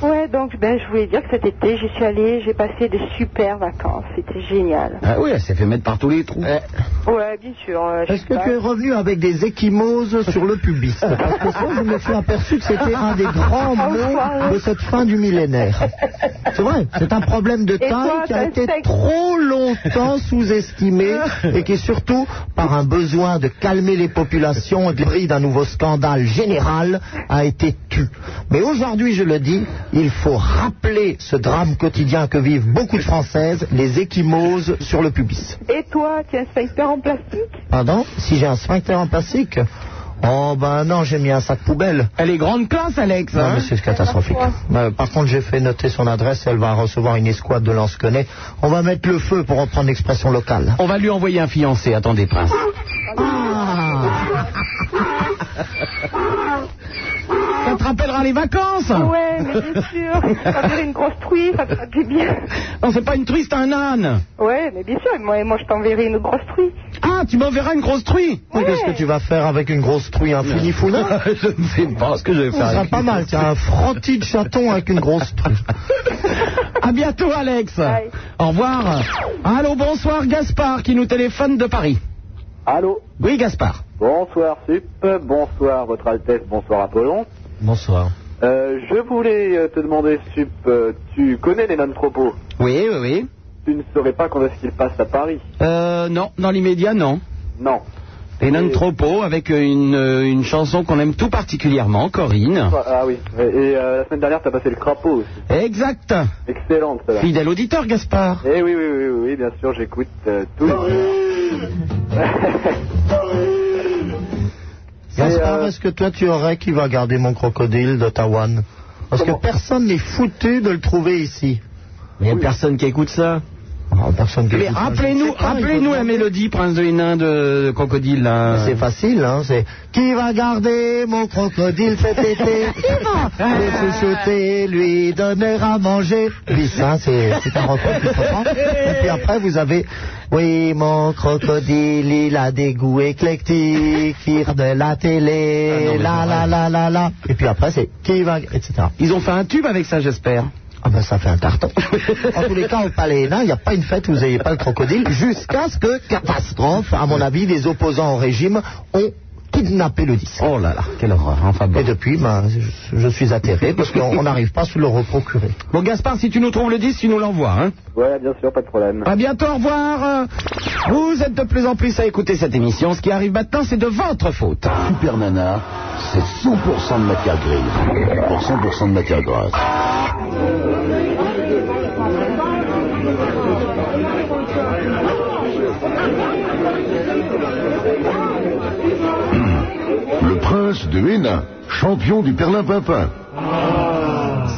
[SPEAKER 7] Ouais, donc ben, je voulais dire que cet été, j'y suis allée, j'ai passé des super vacances. C'était génial.
[SPEAKER 3] Ah oui, elle s'est fait mettre par tous les trous.
[SPEAKER 7] Ouais, bien sûr. euh, je
[SPEAKER 5] Est-ce
[SPEAKER 7] sais
[SPEAKER 5] que
[SPEAKER 7] pas.
[SPEAKER 5] tu es revenu avec des échymoses sur le
[SPEAKER 7] [laughs]
[SPEAKER 5] pubis Parce que ça, je me suis aperçu que c'était un des grands mots de cette fin du millénaire. C'est vrai, c'est un problème de
[SPEAKER 7] Et
[SPEAKER 5] taille
[SPEAKER 7] toi,
[SPEAKER 5] qui a
[SPEAKER 7] t'as
[SPEAKER 5] été
[SPEAKER 7] sexe.
[SPEAKER 5] trop longtemps
[SPEAKER 7] [laughs]
[SPEAKER 5] sous-estimé et qui est surtout, par un besoin de calmer les populations et de l'abri d'un nouveau scandale général, a été tu. Mais aujourd'hui, je le dis, il faut rappeler ce drame quotidien que vivent beaucoup de Françaises, les échymoses sur le pubis.
[SPEAKER 7] Et toi, tu es un sphincter en plastique
[SPEAKER 5] Pardon Si j'ai un sphincter en plastique Oh ben non, j'ai mis un sac poubelle.
[SPEAKER 3] Elle est grande classe, Alex.
[SPEAKER 5] Non,
[SPEAKER 3] hein.
[SPEAKER 5] mais c'est catastrophique. Euh, par contre, j'ai fait noter son adresse, elle va recevoir une escouade de lansquenets. On va mettre le feu pour reprendre l'expression locale.
[SPEAKER 3] On va lui envoyer un fiancé. Attendez, prince. Ça te rappellera les vacances
[SPEAKER 7] Ouais, mais bien sûr. Ça dirait une grosse truie, ça te fera du bien.
[SPEAKER 3] Non, c'est pas une truie, c'est un âne.
[SPEAKER 7] Ouais, mais bien sûr. Moi, moi je t'enverrai une grosse truie.
[SPEAKER 3] Ah, tu m'enverras une grosse truie
[SPEAKER 5] Mais Qu'est-ce que tu vas faire avec une grosse truie, un funifouna
[SPEAKER 3] [laughs] Je ne sais pas ce que je vais
[SPEAKER 5] Ça sera
[SPEAKER 3] avec-
[SPEAKER 5] pas mal, c'est un frottis de chaton avec une grosse truie.
[SPEAKER 3] [laughs] À bientôt, Alex.
[SPEAKER 7] Bye.
[SPEAKER 3] Au revoir. Allô, bonsoir, Gaspard, qui nous téléphone de Paris.
[SPEAKER 33] Allô
[SPEAKER 3] Oui, Gaspard.
[SPEAKER 33] Bonsoir Sup, bonsoir Votre Altesse, bonsoir Apollon.
[SPEAKER 5] Bonsoir.
[SPEAKER 33] Euh, je voulais euh, te demander Sup, euh, tu connais les non-propos
[SPEAKER 3] Oui, oui, oui.
[SPEAKER 33] Tu ne saurais pas quand est-ce qu'ils passent à Paris
[SPEAKER 3] Euh, non, dans l'immédiat, non.
[SPEAKER 33] Non.
[SPEAKER 3] Et non tropo avec une, euh, une chanson qu'on aime tout particulièrement, Corinne.
[SPEAKER 33] Ah oui, et, et, euh, la semaine dernière t'as passé le crapaud aussi.
[SPEAKER 3] Exact.
[SPEAKER 33] Excellente celle-là.
[SPEAKER 3] Fidèle auditeur, Gaspard.
[SPEAKER 33] Eh oui, oui, oui, oui, oui, bien sûr, j'écoute euh, tout.
[SPEAKER 5] Gaspard,
[SPEAKER 33] euh,
[SPEAKER 5] est-ce que toi tu aurais qui va garder mon crocodile d'Ottawa Parce que personne n'est foutu de le trouver ici.
[SPEAKER 4] Mais il n'y a personne qui écoute ça.
[SPEAKER 3] Mais rappelez-nous, rappelez-nous la mélodie, Prince de Hénin de Crocodile. là.
[SPEAKER 5] C'est facile, hein. C'est qui va garder mon crocodile [laughs] cet été Qui va le
[SPEAKER 17] Ah,
[SPEAKER 5] chouchouter, lui donner à manger Puis ça, c'est c'est un repas qui se prend. Et puis après, vous avez oui, mon crocodile, il a des goûts éclectiques, il regarde la
[SPEAKER 3] Ah
[SPEAKER 5] télé, la la la la la. Et puis après, c'est qui va etc.
[SPEAKER 3] Ils ont fait un tube avec ça, j'espère.
[SPEAKER 5] Ah ben ça fait un carton. En tous les cas, au Palais Hénin, il n'y a pas une fête où vous n'ayez pas le crocodile, jusqu'à ce que, catastrophe, à mon avis, les opposants au régime ont kidnappé le disque.
[SPEAKER 3] Oh là là, quelle horreur. Enfin bon.
[SPEAKER 5] Et depuis, ben, je, je suis atterré parce qu'on on n'arrive pas à se le reprocurer.
[SPEAKER 3] Bon, Gaspard, si tu nous trouves le 10, tu nous l'envoies, hein.
[SPEAKER 17] Ouais, bien sûr, pas de problème.
[SPEAKER 3] À bientôt, au revoir. Vous êtes de plus en plus à écouter cette émission. Ce qui arrive maintenant, c'est de votre faute.
[SPEAKER 1] Super Nana, c'est 100% de matière grise pour 100% de matière grasse. Le prince de Hénin, champion du Perlin-Pimpin.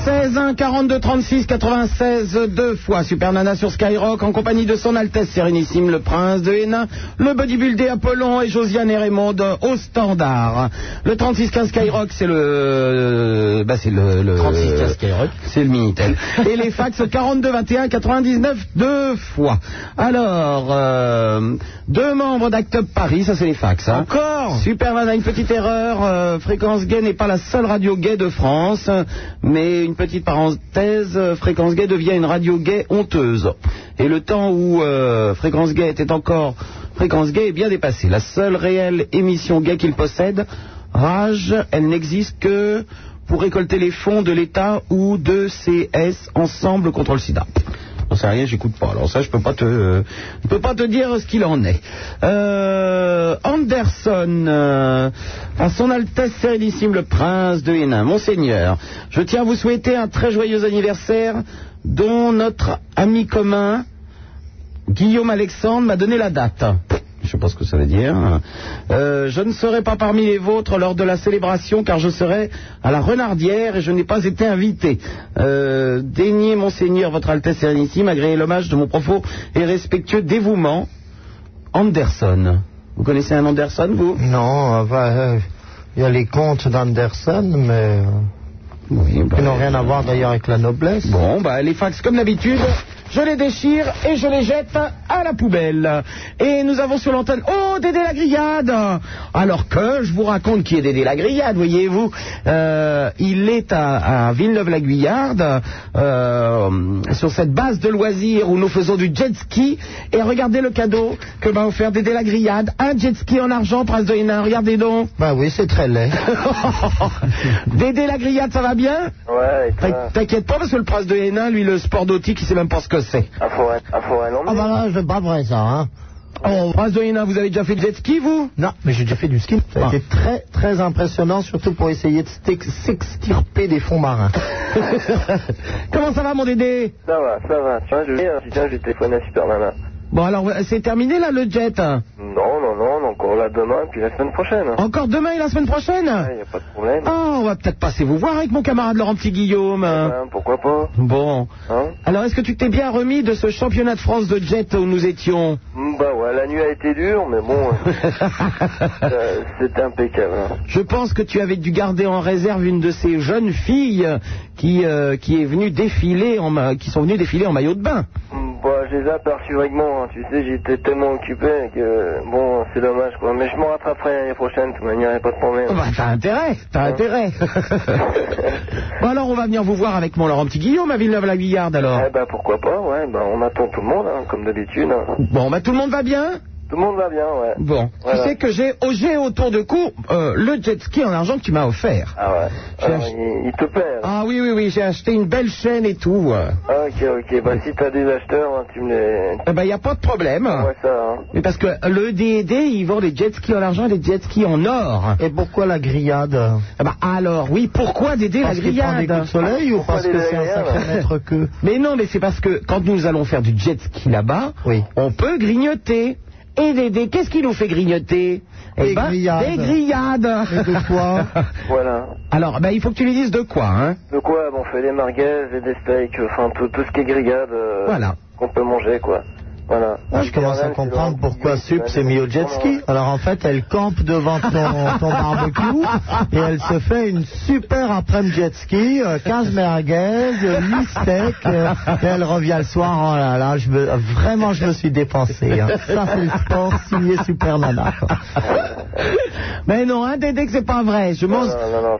[SPEAKER 3] 16 1 42 36 96 deux fois Super Nana sur Skyrock en compagnie de son Altesse Sérénissime le Prince de Hénin, le bodybuildé Apollon et Josiane et Raymond au standard. Le 36 15 Skyrock c'est le bah c'est le, le
[SPEAKER 4] 36 15 Skyrock.
[SPEAKER 3] c'est le minitel. et les fax 42 21 99 deux fois. Alors euh, deux membres d'Act Up Paris, ça c'est les fax hein.
[SPEAKER 5] Encore
[SPEAKER 3] Super Nana, une petite erreur. euh, Fréquence Gay n'est pas la seule radio gay de France, euh, mais une petite parenthèse, euh, Fréquence Gay devient une radio gay honteuse. Et le temps où euh, Fréquence Gay était encore Fréquence Gay est bien dépassé. La seule réelle émission gay qu'il possède, Rage, elle n'existe que pour récolter les fonds de l'État ou de CS Ensemble contre le SIDA. J'en sais rien, j'écoute pas. Alors ça, je peux pas te, euh, je peux pas te dire ce qu'il en est. Euh, Anderson, euh, à son Altesse Sérénissime le Prince de Hénin, Monseigneur, je tiens à vous souhaiter un très joyeux anniversaire dont notre ami commun Guillaume Alexandre m'a donné la date. Je sais pas ce que ça veut dire. Euh, je ne serai pas parmi les vôtres lors de la célébration car je serai à la Renardière et je n'ai pas été invité. Euh, daignez, Monseigneur, Votre Altesse Sérénissime, agréer l'hommage de mon propos et respectueux dévouement, Anderson. Vous connaissez un Anderson, vous
[SPEAKER 5] Non, euh, bah, euh, il y a les contes d'Anderson, mais euh, qui n'ont rien à voir d'ailleurs avec la noblesse.
[SPEAKER 3] bah, euh, Bon, bah, les fax, comme d'habitude, je les déchire et je les jette à la poubelle. Et nous avons sur l'antenne, oh, Dédé la grillade Alors que je vous raconte qui est Dédé la grillade, voyez-vous. Euh, il est à, à Villeneuve-la-Guyarde, euh, sur cette base de loisirs où nous faisons du jet ski. Et regardez le cadeau que m'a offert Dédé la grillade. Un jet ski en argent, Prince de Hénin, regardez donc.
[SPEAKER 5] Bah oui, c'est très laid.
[SPEAKER 3] [laughs] Dédé la grillade, ça va bien
[SPEAKER 17] Ouais, et toi
[SPEAKER 3] T'in- T'inquiète pas parce que le prince de Hénin, lui, le sport nautique, il sait même pas ce que c'est.
[SPEAKER 17] Ah, faut, un- ah, faut un
[SPEAKER 5] Ah bah là, je pas vrai ça, hein.
[SPEAKER 3] Oh, prince de Hénin, vous avez déjà fait du jet ski, vous
[SPEAKER 5] Non, mais j'ai déjà fait du ski. Ça a
[SPEAKER 3] Ah.
[SPEAKER 5] été très, très impressionnant, surtout pour essayer de s'ex- s'extirper des fonds marins.
[SPEAKER 3] [laughs] Comment ça va, mon Dédé
[SPEAKER 17] Ça va, ça va. Tiens, je, eh, putain, je téléphone à Super Nana.
[SPEAKER 3] Bon, alors, c'est terminé, là, le jet hein
[SPEAKER 17] Non, non, non, non, encore là demain, puis la semaine prochaine. hein.
[SPEAKER 3] Encore demain et la semaine prochaine
[SPEAKER 17] Ouais, y a pas de problème.
[SPEAKER 3] Oh, on va peut-être passer vous voir avec mon camarade Laurent Petit-Guillaume. hein.
[SPEAKER 17] Hein, pourquoi pas
[SPEAKER 3] Bon.
[SPEAKER 17] hein
[SPEAKER 3] Alors, est-ce que tu t'es bien remis de ce championnat de France de jet où nous étions
[SPEAKER 17] Mm, Bah ouais, la nuit a été dure, mais
[SPEAKER 3] [laughs]
[SPEAKER 17] bon, euh, euh, c'était impeccable. hein.
[SPEAKER 3] Je pense que tu avais dû garder en réserve une de ces jeunes filles qui, euh, qui, est venue défiler en ma- qui sont venues défiler en maillot de bain.
[SPEAKER 17] Mm, Bah, je les ai aperçus vaguement, hein. tu sais, j'étais tellement occupé que, bon, c'est dommage, quoi. Mais je m'en rattraperai l'année prochaine, de toute manière, y a pas de problème.
[SPEAKER 3] Oh, bah, t'as intérêt, t'as
[SPEAKER 5] [laughs]
[SPEAKER 3] intérêt. bon, alors, on va venir vous voir avec mon Laurent Petit-Guillaume à Villeneuve-la-Guillarde, alors.
[SPEAKER 9] ben,
[SPEAKER 17] Eh bah, pourquoi pas, ouais, bah, on attend tout le monde, hein, comme d'habitude. hein.
[SPEAKER 3] Bon, bah, tout le monde va bien
[SPEAKER 17] Tout le monde va bien, ouais.
[SPEAKER 3] Bon.
[SPEAKER 17] Voilà.
[SPEAKER 3] Tu sais que j'ai oh, j'ai autour de cou euh, le jet ski en argent que tu m'as offert.
[SPEAKER 17] Ah ouais.
[SPEAKER 3] J'ai
[SPEAKER 17] Alors,
[SPEAKER 3] ach-
[SPEAKER 17] il, il te perd.
[SPEAKER 3] Ah oui, oui, oui, j'ai acheté une belle chaîne et tout. euh.
[SPEAKER 17] Ok, ok, bah, si t'as des acheteurs, hein, tu me les.
[SPEAKER 3] Eh ben, il n'y a pas de problème.
[SPEAKER 17] Ouais, ça, hein.
[SPEAKER 3] Mais parce que le D&D, ils vendent des jet skis en argent et des jet skis en or.
[SPEAKER 5] Et pourquoi la grillade
[SPEAKER 3] Ah bah, alors, oui, pourquoi Dédé la
[SPEAKER 5] Parce qu'il prend des coups de
[SPEAKER 3] grillade
[SPEAKER 5] soleil ou
[SPEAKER 17] Pourquoi
[SPEAKER 5] parce
[SPEAKER 17] les
[SPEAKER 5] que c'est un
[SPEAKER 17] grillades
[SPEAKER 5] sacré que
[SPEAKER 3] Mais non, mais c'est parce que quand nous allons faire du jet ski là-bas,
[SPEAKER 5] Oui.
[SPEAKER 3] on peut grignoter. Et Dédé, qu'est-ce qui nous fait grignoter Eh
[SPEAKER 5] Des
[SPEAKER 3] ben,
[SPEAKER 5] grillades.
[SPEAKER 3] Des grillades
[SPEAKER 5] Et de quoi
[SPEAKER 9] Voilà.
[SPEAKER 3] [laughs] Alors, ben, il faut que tu lui dises de quoi,
[SPEAKER 5] [laughs]
[SPEAKER 3] hein
[SPEAKER 9] De quoi Bon, on fait des merguez et des steaks, euh, enfin tout, tout ce qui est grillade euh,
[SPEAKER 3] Voilà.
[SPEAKER 9] qu'on peut manger, quoi. Voilà.
[SPEAKER 5] Là, Ah, je commence à comprendre pourquoi Sup s'est mis au jet ski. Alors en fait, elle campe devant ton, ton barbecue et elle se fait une super après-midi jet ski, euh, 15 merguez, 8 steaks, euh, et elle revient le soir. Oh là là, je me- vraiment, je me suis dépensé. hein. Ça, c'est le sport signé Super Nana. quoi.
[SPEAKER 3] Mais non, hein, Dédé, que c'est pas vrai. Je mange.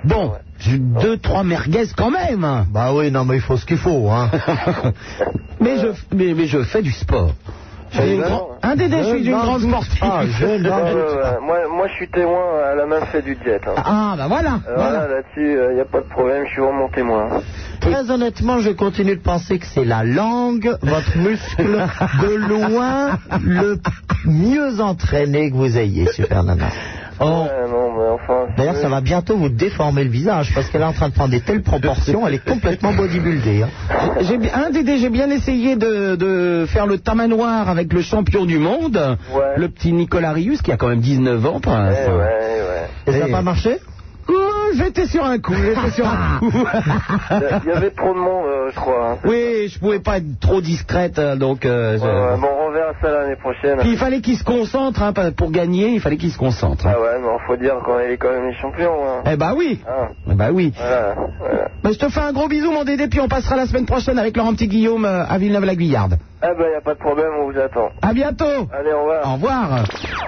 [SPEAKER 3] Bon, j'ai deux, trois merguez quand même. hein.
[SPEAKER 5] Bah oui, non, mais il faut ce qu'il faut, hein.
[SPEAKER 3] [laughs] mais, je, mais, mais je fais du sport. Je suis une grand- hein, Dédé, je suis une grande sportive. [laughs]
[SPEAKER 9] Euh, ouais, moi, moi, je suis témoin, elle a même fait du jet. hein.
[SPEAKER 3] Ah, bah voilà.
[SPEAKER 9] Euh, voilà, là-dessus, il n'y a pas de problème, je suis vraiment témoin.
[SPEAKER 5] Très honnêtement, je continue de penser que c'est la langue, votre muscle,
[SPEAKER 9] [laughs]
[SPEAKER 5] de loin le mieux entraîné que vous ayez, Super Nana. Oh.
[SPEAKER 9] Ouais, non, mais enfin.
[SPEAKER 5] D'ailleurs, ça va bientôt vous déformer le visage parce qu'elle est en train de prendre des telles proportions, elle est complètement bodybuildée. hein.
[SPEAKER 3] J'ai bien, hein, Dédé, j'ai bien essayé de, de faire le tamanoir avec le champion du monde, le petit Nicolas Rius qui a quand même 19 ans, prince.
[SPEAKER 9] Eh Ouais, ouais, Eh.
[SPEAKER 5] Et ça n'a pas marché
[SPEAKER 3] Oh, j'étais sur un coup, j'étais sur un coup.
[SPEAKER 9] ouais. Il y avait trop de monde, euh, je crois. hein.
[SPEAKER 3] Oui, je pouvais pas être trop discrète, hein, donc. euh, je-
[SPEAKER 9] Ouais, ouais, bon, on reverra ça l'année prochaine.
[SPEAKER 3] Puis il fallait qu'il se concentre, hein, pa- pour gagner, il fallait qu'il se concentre.
[SPEAKER 9] Ah ouais, mais faut dire qu'on est quand même les champions. Hein.
[SPEAKER 3] Eh bah oui.
[SPEAKER 9] Ah,
[SPEAKER 3] Eh Bah oui.
[SPEAKER 9] voilà, voilà.
[SPEAKER 3] Bah, je te fais un gros bisou, mon Dédé, puis on passera la semaine prochaine avec Laurent Petit Guillaume euh, à Villeneuve-la-Guyarde.
[SPEAKER 17] Eh
[SPEAKER 9] Ah
[SPEAKER 17] ben,
[SPEAKER 9] bah, y a pas de problème, on vous attend.
[SPEAKER 3] À bientôt.
[SPEAKER 9] Allez, au revoir.
[SPEAKER 3] Au revoir.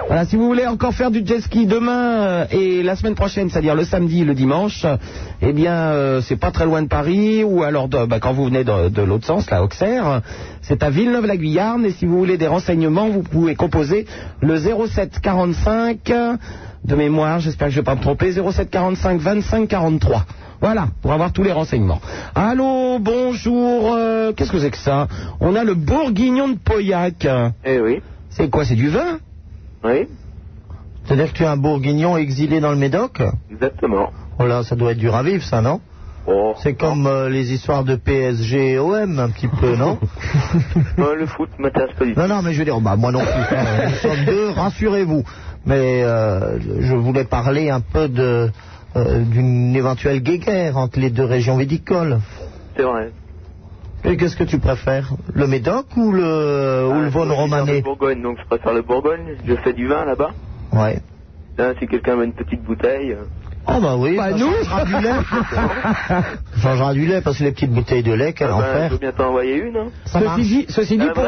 [SPEAKER 3] Voilà, si vous voulez encore faire du jet ski demain euh, et la semaine prochaine, c'est-à-dire le samedi et le dimanche, euh, eh bien, euh, c'est pas très loin de Paris ou alors de- bah, quand vous venez de, de l'autre sens, là, Auxerre, euh, c'est à Villeneuve-la-Guyarne. Et si vous voulez des renseignements, vous pouvez composer le 07 45 euh, de mémoire, j'espère que je ne vais pas me tromper, 07 45 25 43. Voilà, pour avoir tous les renseignements. Allô, bonjour, euh, qu'est-ce que c'est que ça On a le bourguignon de Pauillac.
[SPEAKER 9] Eh oui.
[SPEAKER 3] C'est quoi, c'est du vin
[SPEAKER 9] Oui.
[SPEAKER 5] C'est-à-dire que tu es un bourguignon exilé dans le Médoc
[SPEAKER 9] Exactement.
[SPEAKER 5] Oh là, ça doit être dur à vivre, ça, non
[SPEAKER 9] Oh.
[SPEAKER 5] C'est comme euh, les histoires de PSG et OM, un petit peu, non
[SPEAKER 9] [laughs] Euh, le foot m'intéresse pas du tout.
[SPEAKER 5] Non, non, mais je veux dire, bah, moi non plus. hein, nous
[SPEAKER 9] [laughs]
[SPEAKER 5] sommes deux, rassurez-vous. Mais euh, je voulais parler un peu de euh, d'une éventuelle guéguerre entre les deux régions vidicoles.
[SPEAKER 9] C'est vrai.
[SPEAKER 5] Et qu'est-ce
[SPEAKER 34] [laughs]
[SPEAKER 5] que tu préfères Le Médoc ou le, ou le Vaune
[SPEAKER 9] Ah, Le
[SPEAKER 5] romanais
[SPEAKER 9] Bourgogne, donc je préfère le Bourgogne. Je fais du vin là-bas.
[SPEAKER 5] Ouais.
[SPEAKER 9] Là, si quelqu'un veut une petite bouteille. euh,
[SPEAKER 5] Ah bah oui. Bah nous
[SPEAKER 34] Euh,
[SPEAKER 5] Changera du lait parce que les petites bouteilles de lait, quel
[SPEAKER 9] ben,
[SPEAKER 5] enfer.
[SPEAKER 9] je veux bien t'en envoyer une. Hein.
[SPEAKER 3] Ceci dit, ceci dit, pour,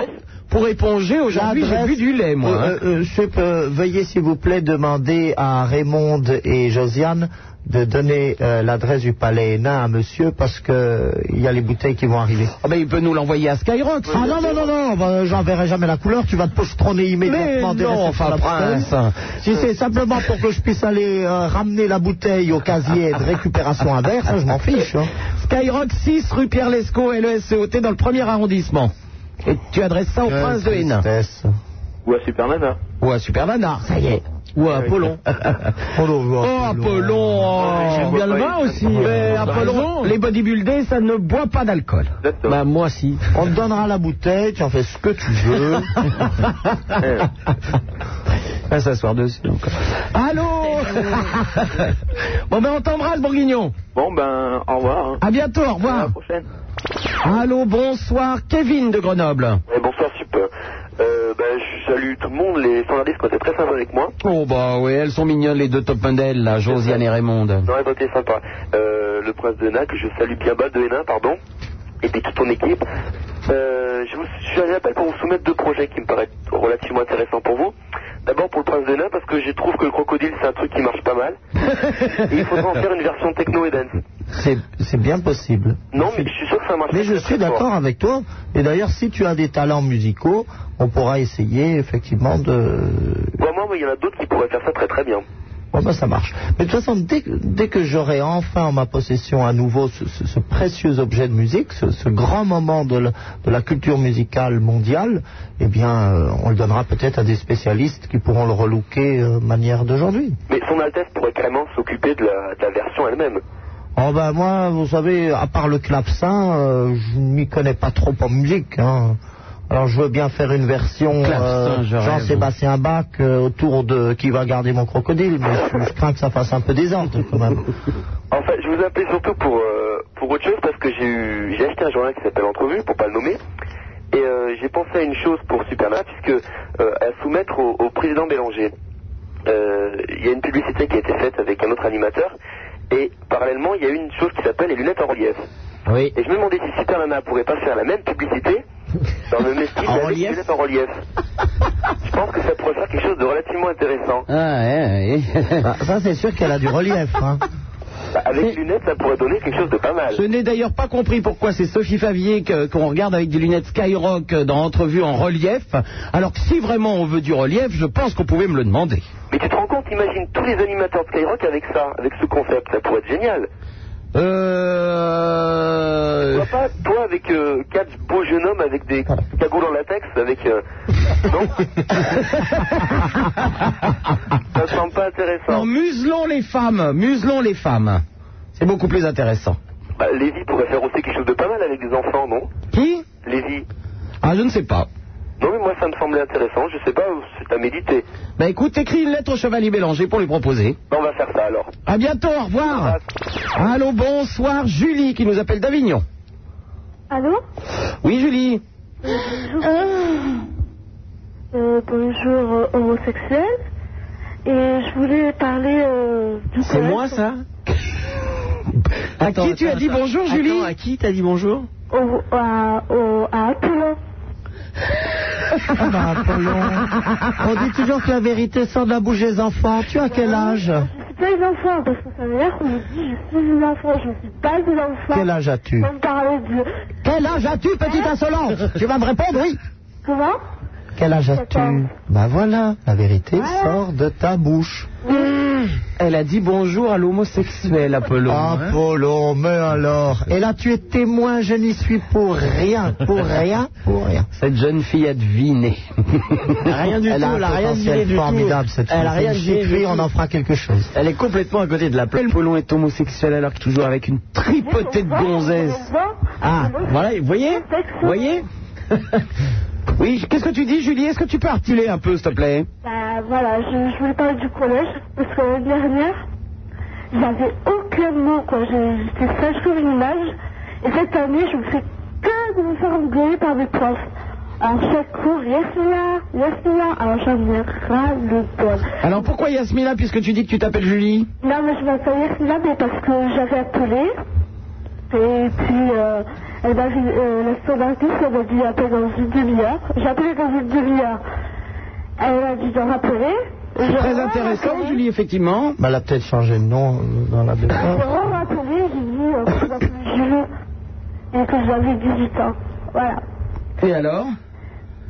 [SPEAKER 3] pour éponger, aujourd'hui, j'ai
[SPEAKER 5] Euh, L'adresse-
[SPEAKER 3] bu du lait, moi. hein.
[SPEAKER 5] Euh, euh, euh, Sup, euh, veuillez s'il vous plaît demander à Raymond et Josiane de donner euh, l'adresse du palais Hénin à monsieur parce que il y a les bouteilles qui vont arriver.
[SPEAKER 3] Ah ben, il peut nous l'envoyer à Skyrock. ça.
[SPEAKER 5] Ah non, non, non, non, bah, euh, j'en verrai jamais la couleur, tu vas te postronner immédiatement.
[SPEAKER 3] Mais
[SPEAKER 5] des
[SPEAKER 3] non,
[SPEAKER 5] réceptions
[SPEAKER 3] enfin,
[SPEAKER 5] à la
[SPEAKER 3] prince.
[SPEAKER 5] bouteille. Euh, Si c'est simplement pour que je puisse aller euh, ramener la bouteille au casier de récupération à verre, ça je m'en fiche. hein.
[SPEAKER 3] Skyrock 6, rue Pierre E Lescot, LESCOT, dans le premier arrondissement. Et tu adresses ça au
[SPEAKER 9] Euh,
[SPEAKER 5] Quelle
[SPEAKER 3] prince de Hénin.
[SPEAKER 9] Ou à Superman.
[SPEAKER 34] [laughs]
[SPEAKER 9] Hein.
[SPEAKER 3] Ou à Supermana, ça y est. Ou à
[SPEAKER 5] [laughs]
[SPEAKER 3] Apollon.
[SPEAKER 5] oh,
[SPEAKER 3] Apollon oh.
[SPEAKER 15] J'aime bien le vin aussi. T'as raison.
[SPEAKER 3] Mais Euh, Apollon, les bodybuildés, ça ne boit pas d'alcool.
[SPEAKER 15] Bah, moi, si.
[SPEAKER 5] On te donnera la bouteille, tu en fais ce que tu veux.
[SPEAKER 3] Va s'asseoir dessus. encore.
[SPEAKER 15] [laughs]
[SPEAKER 3] Allô Bon, ben on t'embrasse, Bourguignon.
[SPEAKER 9] Bon, ben, au revoir. hein.
[SPEAKER 3] [laughs] À bientôt, au revoir.
[SPEAKER 9] À la prochaine.
[SPEAKER 3] Allô, bonsoir, Kevin de Grenoble.
[SPEAKER 9] Eh, bonsoir, super. Euh, ben, je salue tout le monde. Les standardistes ont été très sympas avec moi.
[SPEAKER 3] Oh bah oui, elles sont mignonnes les deux top modèles, là, Ah, Josiane et Raymond.
[SPEAKER 9] Non, ils ont été sympas. Euh, le prince de Hénin, que je salue bien bas, de Hénin, pardon, et puis toute ton équipe. Euh, je vous je vous appelle pour vous soumettre deux projets qui me paraissent relativement intéressants pour vous. D'abord pour le prince de Hénin, parce que je trouve que le crocodile, c'est un truc qui marche pas mal. Et il faudrait en faire une version techno et dance.
[SPEAKER 5] C'est- C'est bien possible.
[SPEAKER 9] Non, mais je suis sûr que ça marche
[SPEAKER 5] Mais je
[SPEAKER 9] très,
[SPEAKER 5] suis
[SPEAKER 9] très fort.
[SPEAKER 5] d'accord avec toi. Et d'ailleurs, si tu as des talents musicaux, on pourra essayer effectivement de.
[SPEAKER 9] Ouais, moi, il y en a d'autres qui pourraient faire ça très très bien.
[SPEAKER 5] Bon, ben, ça marche. Mais de toute façon, dès, que- dès que j'aurai enfin en ma possession à nouveau ce, ce- ce précieux objet de musique, ce, ce grand moment de, la- de la culture musicale mondiale, eh bien, euh, on le donnera peut-être à des spécialistes qui pourront le relooker euh, manière d'aujourd'hui.
[SPEAKER 9] Mais son Altesse pourrait carrément s'occuper de la, de la version elle-même.
[SPEAKER 5] Oh ben moi, vous savez, à part le clavecin, euh, je m'y connais pas trop en musique. hein. Alors je veux bien faire une version euh, Jean-Sébastien Bach euh, autour de qui va garder mon crocodile, mais je, je crains que ça fasse un peu désordre quand même.
[SPEAKER 9] En fait, je vous appelais surtout pour, euh, pour autre chose parce que j'ai eu, j'ai acheté un journal qui s'appelle Entrevue, pour pas le nommer, et euh, j'ai pensé à une chose pour Supernat, puisque euh, à soumettre au, au président Bélanger. Euh, Il y a une publicité qui a été faite avec un autre animateur, et parallèlement, il y a une chose qui s'appelle les lunettes en relief.
[SPEAKER 5] Oui.
[SPEAKER 9] Et je me demandais si Supernana pourrait pas faire la même publicité dans [laughs] le même style avec des lunettes en relief. je pense que ça pourrait faire quelque chose de relativement intéressant.
[SPEAKER 5] Ah, ça c'est sûr qu'elle a du relief. Hein.
[SPEAKER 9] Bah, avec les lunettes, ça pourrait donner quelque chose de pas mal.
[SPEAKER 3] Je n'ai d'ailleurs pas compris pourquoi c'est Sophie Favier que- qu'on regarde avec des lunettes Skyrock euh, dans Entrevue en relief, alors que si vraiment on veut du relief, je pense qu'on pouvait me le demander.
[SPEAKER 9] Mais tu te rends compte, imagine tous les animateurs de Skyrock avec ça, avec ce concept, ça pourrait être génial.
[SPEAKER 3] Euh...
[SPEAKER 9] Pourquoi pas, toi avec euh, quatre beaux jeunes hommes avec des cagoules en latex, avec... euh, non
[SPEAKER 15] [laughs]
[SPEAKER 9] Ça semble pas intéressant.
[SPEAKER 3] Non, muselons les femmes, muselons les femmes. C'est beaucoup plus intéressant.
[SPEAKER 9] Bah, Lévi pourrait faire aussi quelque chose de pas mal avec des enfants, non
[SPEAKER 3] Qui
[SPEAKER 9] Lévi.
[SPEAKER 3] Ah, je ne sais pas.
[SPEAKER 9] Non mais moi ça me semblait intéressant, je sais pas, c'est à méditer.
[SPEAKER 3] Bah écoute, écris une lettre au Chevalier Bélanger pour lui proposer.
[SPEAKER 9] Bah, on va faire ça alors.
[SPEAKER 3] À bientôt, au revoir. Allô, bonsoir, Julie qui nous appelle d'Avignon.
[SPEAKER 7] Allô
[SPEAKER 3] Oui, Julie.
[SPEAKER 7] Euh, bonjour euh, homosexuel. Et je voulais parler euh, du
[SPEAKER 34] C'est
[SPEAKER 7] poète.
[SPEAKER 34] moi, ça À
[SPEAKER 7] qui tu as dit bonjour, Julie
[SPEAKER 34] À qui t'as dit bonjour
[SPEAKER 7] Au- à, au- à Apollon.
[SPEAKER 5] Ah bah, Apollon, on dit toujours que la vérité sort de la bouche des enfants. Tu as quel âge
[SPEAKER 7] C'est pas une enfant, parce que ça m'a l'air qu'on me dit je suis une enfant, je ne suis pas une enfant.
[SPEAKER 5] Quel âge as-tu
[SPEAKER 7] On me parlait de...
[SPEAKER 5] Quel âge as-tu, petite insolente Tu vas me répondre, oui
[SPEAKER 7] Comment
[SPEAKER 5] Quel âge as-tu Bah voilà, Mmh. la vérité sort de ta bouche.
[SPEAKER 3] Elle a dit bonjour à l'homosexuel, Apollon.
[SPEAKER 5] hein Apollon, mais alors Et là, tu es témoin, je n'y suis pour rien, pour rien. Pour rien.
[SPEAKER 3] Cette jeune fille a deviné.
[SPEAKER 5] rien du
[SPEAKER 34] Elle a
[SPEAKER 5] tout,
[SPEAKER 34] un
[SPEAKER 5] Oh, elle a rien
[SPEAKER 34] potentiel
[SPEAKER 5] dit du
[SPEAKER 34] formidable,
[SPEAKER 5] tout.
[SPEAKER 34] cette
[SPEAKER 5] Elle a
[SPEAKER 34] fille.
[SPEAKER 5] rien
[SPEAKER 34] C'est une
[SPEAKER 5] dit
[SPEAKER 34] chic fille,
[SPEAKER 5] on en fera quelque chose.
[SPEAKER 3] Elle est complètement à côté de la plaque. Apollon est homosexuel alors qu'il joue avec une tripotée de gonzesses. Ah, voilà, vous voyez Vous voyez [laughs] Oui, qu'est-ce que tu dis, Julie Est-ce que tu peux articuler un peu, s'il te plaît
[SPEAKER 7] Bah voilà, je, je voulais parler du collège, parce que l'année dernière, j'avais aucun mot, quoi. J'ai- J'étais sage comme une image. Et cette année, je me fais que de me faire engueuler par mes profs. Alors chaque cours, Yasmina, Yasmina, alors j'en ai ras le bol.
[SPEAKER 3] Alors pourquoi Yasmina, puisque tu dis que tu t'appelles Julie
[SPEAKER 7] Non, mais je m'appelle Yasmina, mais parce que j'avais appelé. Et puis, euh, eh ben, j'ai- euh, la standardiste, elle m'a dit appelle dans une demi-heure. J'ai appelé dans une demi-heure. Elle m'a dit de rappeler.
[SPEAKER 3] C'est très intéressant, Julie, effectivement.
[SPEAKER 5] Bah, elle a peut-être changé de nom euh,
[SPEAKER 3] [laughs]
[SPEAKER 5] dans la
[SPEAKER 7] J'ai
[SPEAKER 5] bouche.
[SPEAKER 7] rappelé, j'ai dit euh, que je m'appelais Julie et que j'avais 18 ans. Voilà.
[SPEAKER 3] Et alors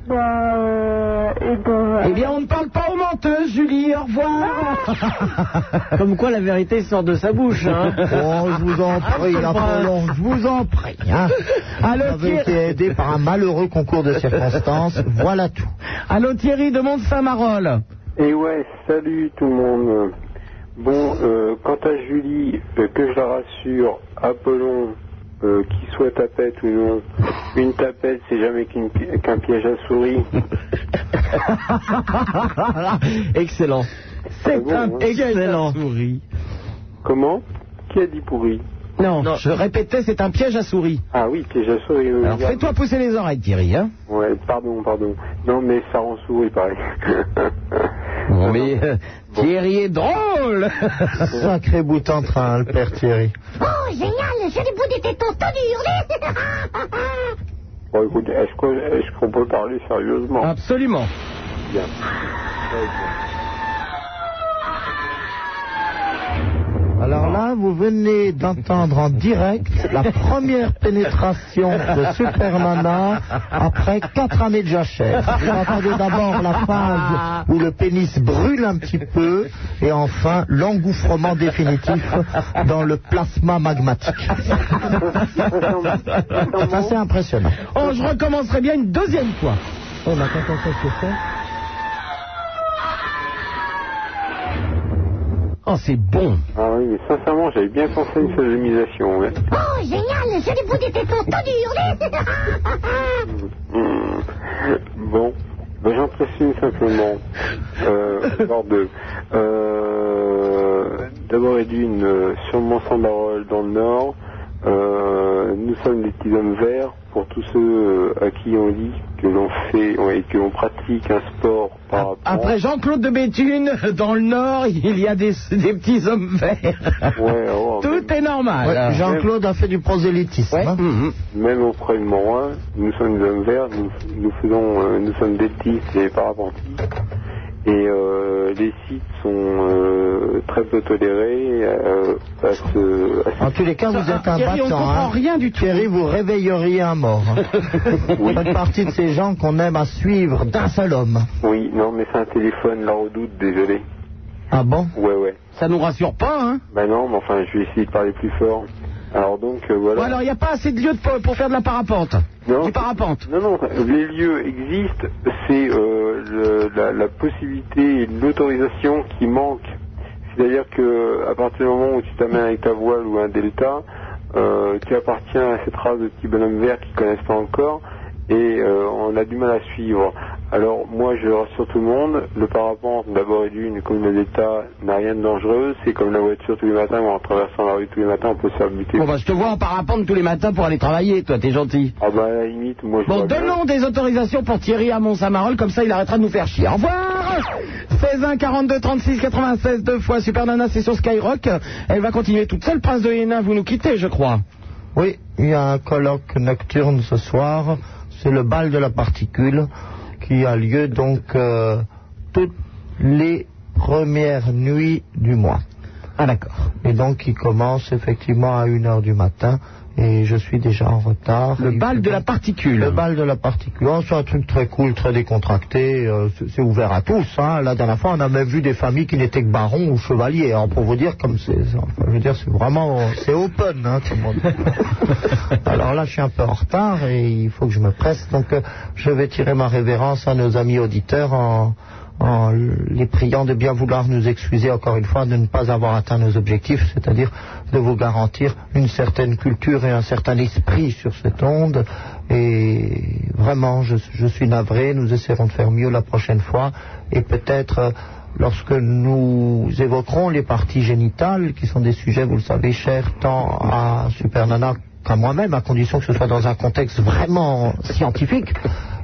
[SPEAKER 7] Ben, euh, et ben,
[SPEAKER 3] Eh bien, on ne parle pas aux menteuses, Julie.
[SPEAKER 15] [laughs]
[SPEAKER 3] Au revoir. [laughs] Comme quoi, la vérité sort de sa bouche.
[SPEAKER 5] hein. [laughs]
[SPEAKER 3] oh,
[SPEAKER 5] je vous en prie, Apollon, je vous en prie. Hein.
[SPEAKER 3] Allô,
[SPEAKER 5] Vous avez
[SPEAKER 3] Thierry.
[SPEAKER 5] été aidé par un malheureux concours de circonstances, voilà tout.
[SPEAKER 3] Allô, Thierry de Mont-Saint-Marol.
[SPEAKER 10] Et ouais, salut tout le monde. Bon, euh, quant à Julie, euh, que je la rassure, Apollon, euh, qui soit tapette ou non, une tapette c'est jamais qu'une pi- qu'un piège à souris.
[SPEAKER 34] Excellent.
[SPEAKER 10] C'est hein. un
[SPEAKER 34] excellent.
[SPEAKER 10] Comment Qui a dit pourri
[SPEAKER 3] Non, je répétais, c'est un piège à souris.
[SPEAKER 10] Ah oui, piège à souris. oui,
[SPEAKER 3] Alors,
[SPEAKER 10] regarde.
[SPEAKER 3] fais-toi pousser les oreilles, Thierry. Hein
[SPEAKER 10] Ouais, pardon, pardon. Non mais ça rend souris pareil. [laughs]
[SPEAKER 3] bon, mais euh, Thierry est drôle.
[SPEAKER 5] Sacré bout en train, le père Thierry.
[SPEAKER 15] Oh, génial, j'ai les bouts des tétons tenus, hurlez [laughs]
[SPEAKER 10] Bon écoute, est-ce qu'on est-ce qu'on peut parler sérieusement
[SPEAKER 3] Absolument.
[SPEAKER 10] Bien.
[SPEAKER 5] Alors là, vous venez d'entendre en direct la première pénétration de Supermana après quatre années de jachère. Vous entendez d'abord la phase où le pénis brûle un petit peu et enfin l'engouffrement définitif dans le plasma magmatique. Ça, c'est impressionnant.
[SPEAKER 3] Oh, je recommencerai bien une deuxième fois.
[SPEAKER 5] On a quand on sait ce que c'est.
[SPEAKER 3] Oh, c'est bon.
[SPEAKER 10] Ah oui, mais sincèrement, j'avais bien pensé à une sodomisation. ouais.
[SPEAKER 15] Oh, génial, j'ai les bouts des tétons tenus, hurlez
[SPEAKER 10] Hmm. précise Ben, simplement, euh, lors de... Euh, D'abord et d'une, euh, sûrement sans parole dans le Nord, euh, nous sommes des petits hommes verts pour tous ceux euh, à qui on dit que l'on fait ouais, et que l'on pratique un sport par rapport...
[SPEAKER 3] Après Jean-Claude de Béthune, dans le Nord, il y a des, des petits hommes verts.
[SPEAKER 10] Ouais, oh,
[SPEAKER 3] Tout est normal.
[SPEAKER 10] Ouais,
[SPEAKER 5] Jean-Claude a fait du prosélytisme. hein.
[SPEAKER 10] Même auprès de moi, nous sommes des hommes verts, nous, nous faisons, euh, nous sommes deltistes et parapentistes. Et euh, les sites sont euh, très peu tolérés euh, à ce, à ce-
[SPEAKER 5] En tous les cas, vous êtes un
[SPEAKER 10] Thierry, on
[SPEAKER 5] battant.
[SPEAKER 10] comprend
[SPEAKER 3] rien du
[SPEAKER 5] tout. Thierry, vous réveilleriez un mort. Vous faites partie de ces gens qu'on aime à suivre d'un seul homme.
[SPEAKER 10] Oui, non, mais c'est un téléphone, là, au doute, désolé.
[SPEAKER 5] Ah bon
[SPEAKER 10] Ouais, ouais.
[SPEAKER 3] Ça nous rassure pas, hein
[SPEAKER 10] Bah non, mais enfin, je vais essayer de parler plus fort. Alors donc, euh, voilà.
[SPEAKER 3] Ou alors, il n'y a pas assez de lieux de- pour, pour faire de la parapente.
[SPEAKER 10] Non.
[SPEAKER 3] Du parapente.
[SPEAKER 10] Non, non, les lieux existent, c'est euh, le- la, la possibilité et l'autorisation qui manque. C'est-à-dire que à partir du moment où tu t'amènes avec ta voile ou un delta, euh, tu appartiens à cette race de petits bonhommes verts qui connaissent pas encore et euh, on a du mal à suivre. Alors moi je rassure tout le monde, le parapente d'abord est d'une comme le delta n'a rien de dangereux, c'est comme la voiture tous les matins ou en traversant la rue tous les matins on peut se faire buter.
[SPEAKER 3] Bon, bah, je te vois en parapente tous les matins pour aller travailler, toi, t'es gentil.
[SPEAKER 10] Ah bah à la limite moi je
[SPEAKER 3] Bon,
[SPEAKER 10] vois bien.
[SPEAKER 3] donnons des autorisations pour Thierry à Mont-Saint-Marol, comme ça il arrêtera de nous faire chier. Au revoir 16 1 42 36 96 deux fois Super Nana, c'est sur Skyrock. Elle va continuer toute seule. Prince de Hénin, vous nous quittez, je crois.
[SPEAKER 5] Oui, il y a un colloque nocturne ce soir. C'est le bal de la particule qui a lieu donc euh, toutes les premières nuits du mois. Ah d'accord. Et donc il commence effectivement à 1h du matin et je suis déjà en retard.
[SPEAKER 3] Le bal de la particule.
[SPEAKER 5] Le bal de la particule. Oh, c'est un truc très cool, très décontracté. euh, c'est- c'est ouvert à tous. Hein. La dernière fois, on a même vu des familles qui n'étaient que barons ou chevaliers. Alors pour vous dire comme c'est,
[SPEAKER 3] [laughs]
[SPEAKER 5] enfin, je veux dire, c'est vraiment, c'est open, hein, comme on dit. Alors là, je suis un peu en retard et il faut que je me presse. Donc euh, je vais tirer ma révérence à nos amis auditeurs en en les priant de bien vouloir nous excuser encore une fois de ne pas avoir atteint nos objectifs, c'est-à-dire de vous garantir une certaine culture et un certain esprit sur cette onde. Et vraiment, je, je suis navré, nous essaierons de faire mieux la prochaine fois et peut-être... euh, Lorsque nous évoquerons les parties génitales, qui sont des sujets, vous le savez, chers tant à Super Nana qu'à moi-même, à condition que ce soit dans un contexte vraiment scientifique,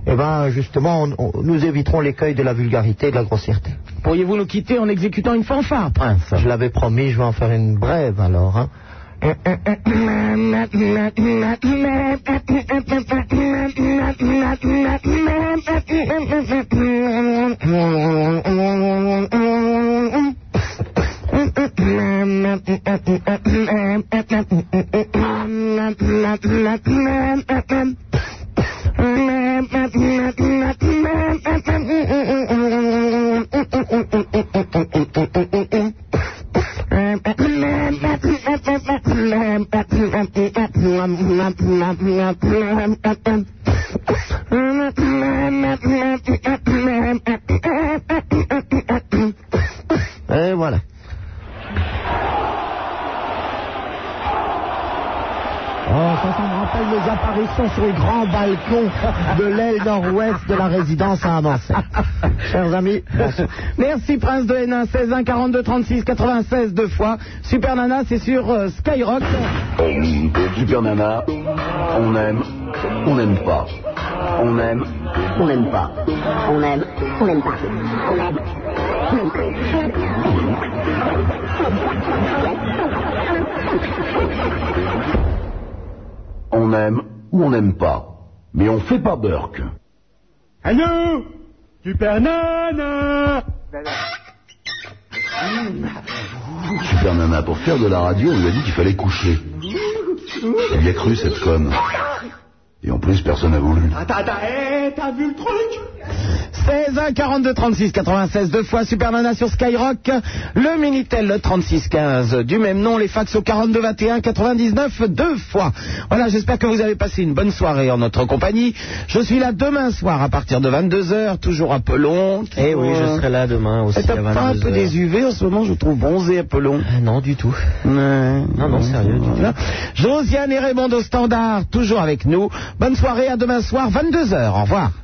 [SPEAKER 5] eh ben justement, on- on- nous éviterons l'écueil de la vulgarité et de la grossièreté.
[SPEAKER 3] Pourriez-vous nous quitter en exécutant une fanfare, Prince
[SPEAKER 5] Je l'avais promis, je vais en faire une brève alors. hein. Et voilà. Oh, ça, ça me rappelle mes apparitions sur les grands balcons de l'aile nord-ouest de la résidence
[SPEAKER 35] [laughs]
[SPEAKER 5] à Amancé. Chers amis, bonsoir.
[SPEAKER 3] Merci Prince de Hénin, 16 1 42 36 96 deux fois. Super Nana, c'est sur euh, Skyrock.
[SPEAKER 1] Super Nana, on aime, on n'aime pas. On aime, on n'aime pas. On aime, on n'aime pas. On aime. On aime ou on n'aime pas. Mais on fait pas Burke.
[SPEAKER 15] Allô Super Nana
[SPEAKER 1] Super Nana, pour faire de la radio, on lui a dit qu'il fallait coucher. Elle y a cru, cette conne. Et en plus, personne n'a voulu.
[SPEAKER 3] Attends, attends, hé, t'as vu le truc 16 1 42 36 96 deux fois Super Nana sur Skyrock, le Minitel le 36 15 du même nom, les fax au 42 21 99 deux fois. Voilà, j'espère que vous avez passé une bonne soirée en notre compagnie. Je suis là demain soir à partir de 22h, toujours à Pelon.
[SPEAKER 35] Eh oui, je serai là demain aussi
[SPEAKER 3] Et Eh, t'as
[SPEAKER 35] à
[SPEAKER 3] pas un
[SPEAKER 35] 22
[SPEAKER 3] peu
[SPEAKER 35] heures.
[SPEAKER 3] des UV en ce moment, je vous trouve bronzé un peu long.
[SPEAKER 35] Ah, Non, du tout.
[SPEAKER 3] Non,
[SPEAKER 35] non, sérieux, du tout.
[SPEAKER 3] Josiane et Raymond au standard, toujours avec nous. Bonne soirée, à demain soir, 22h. Au revoir.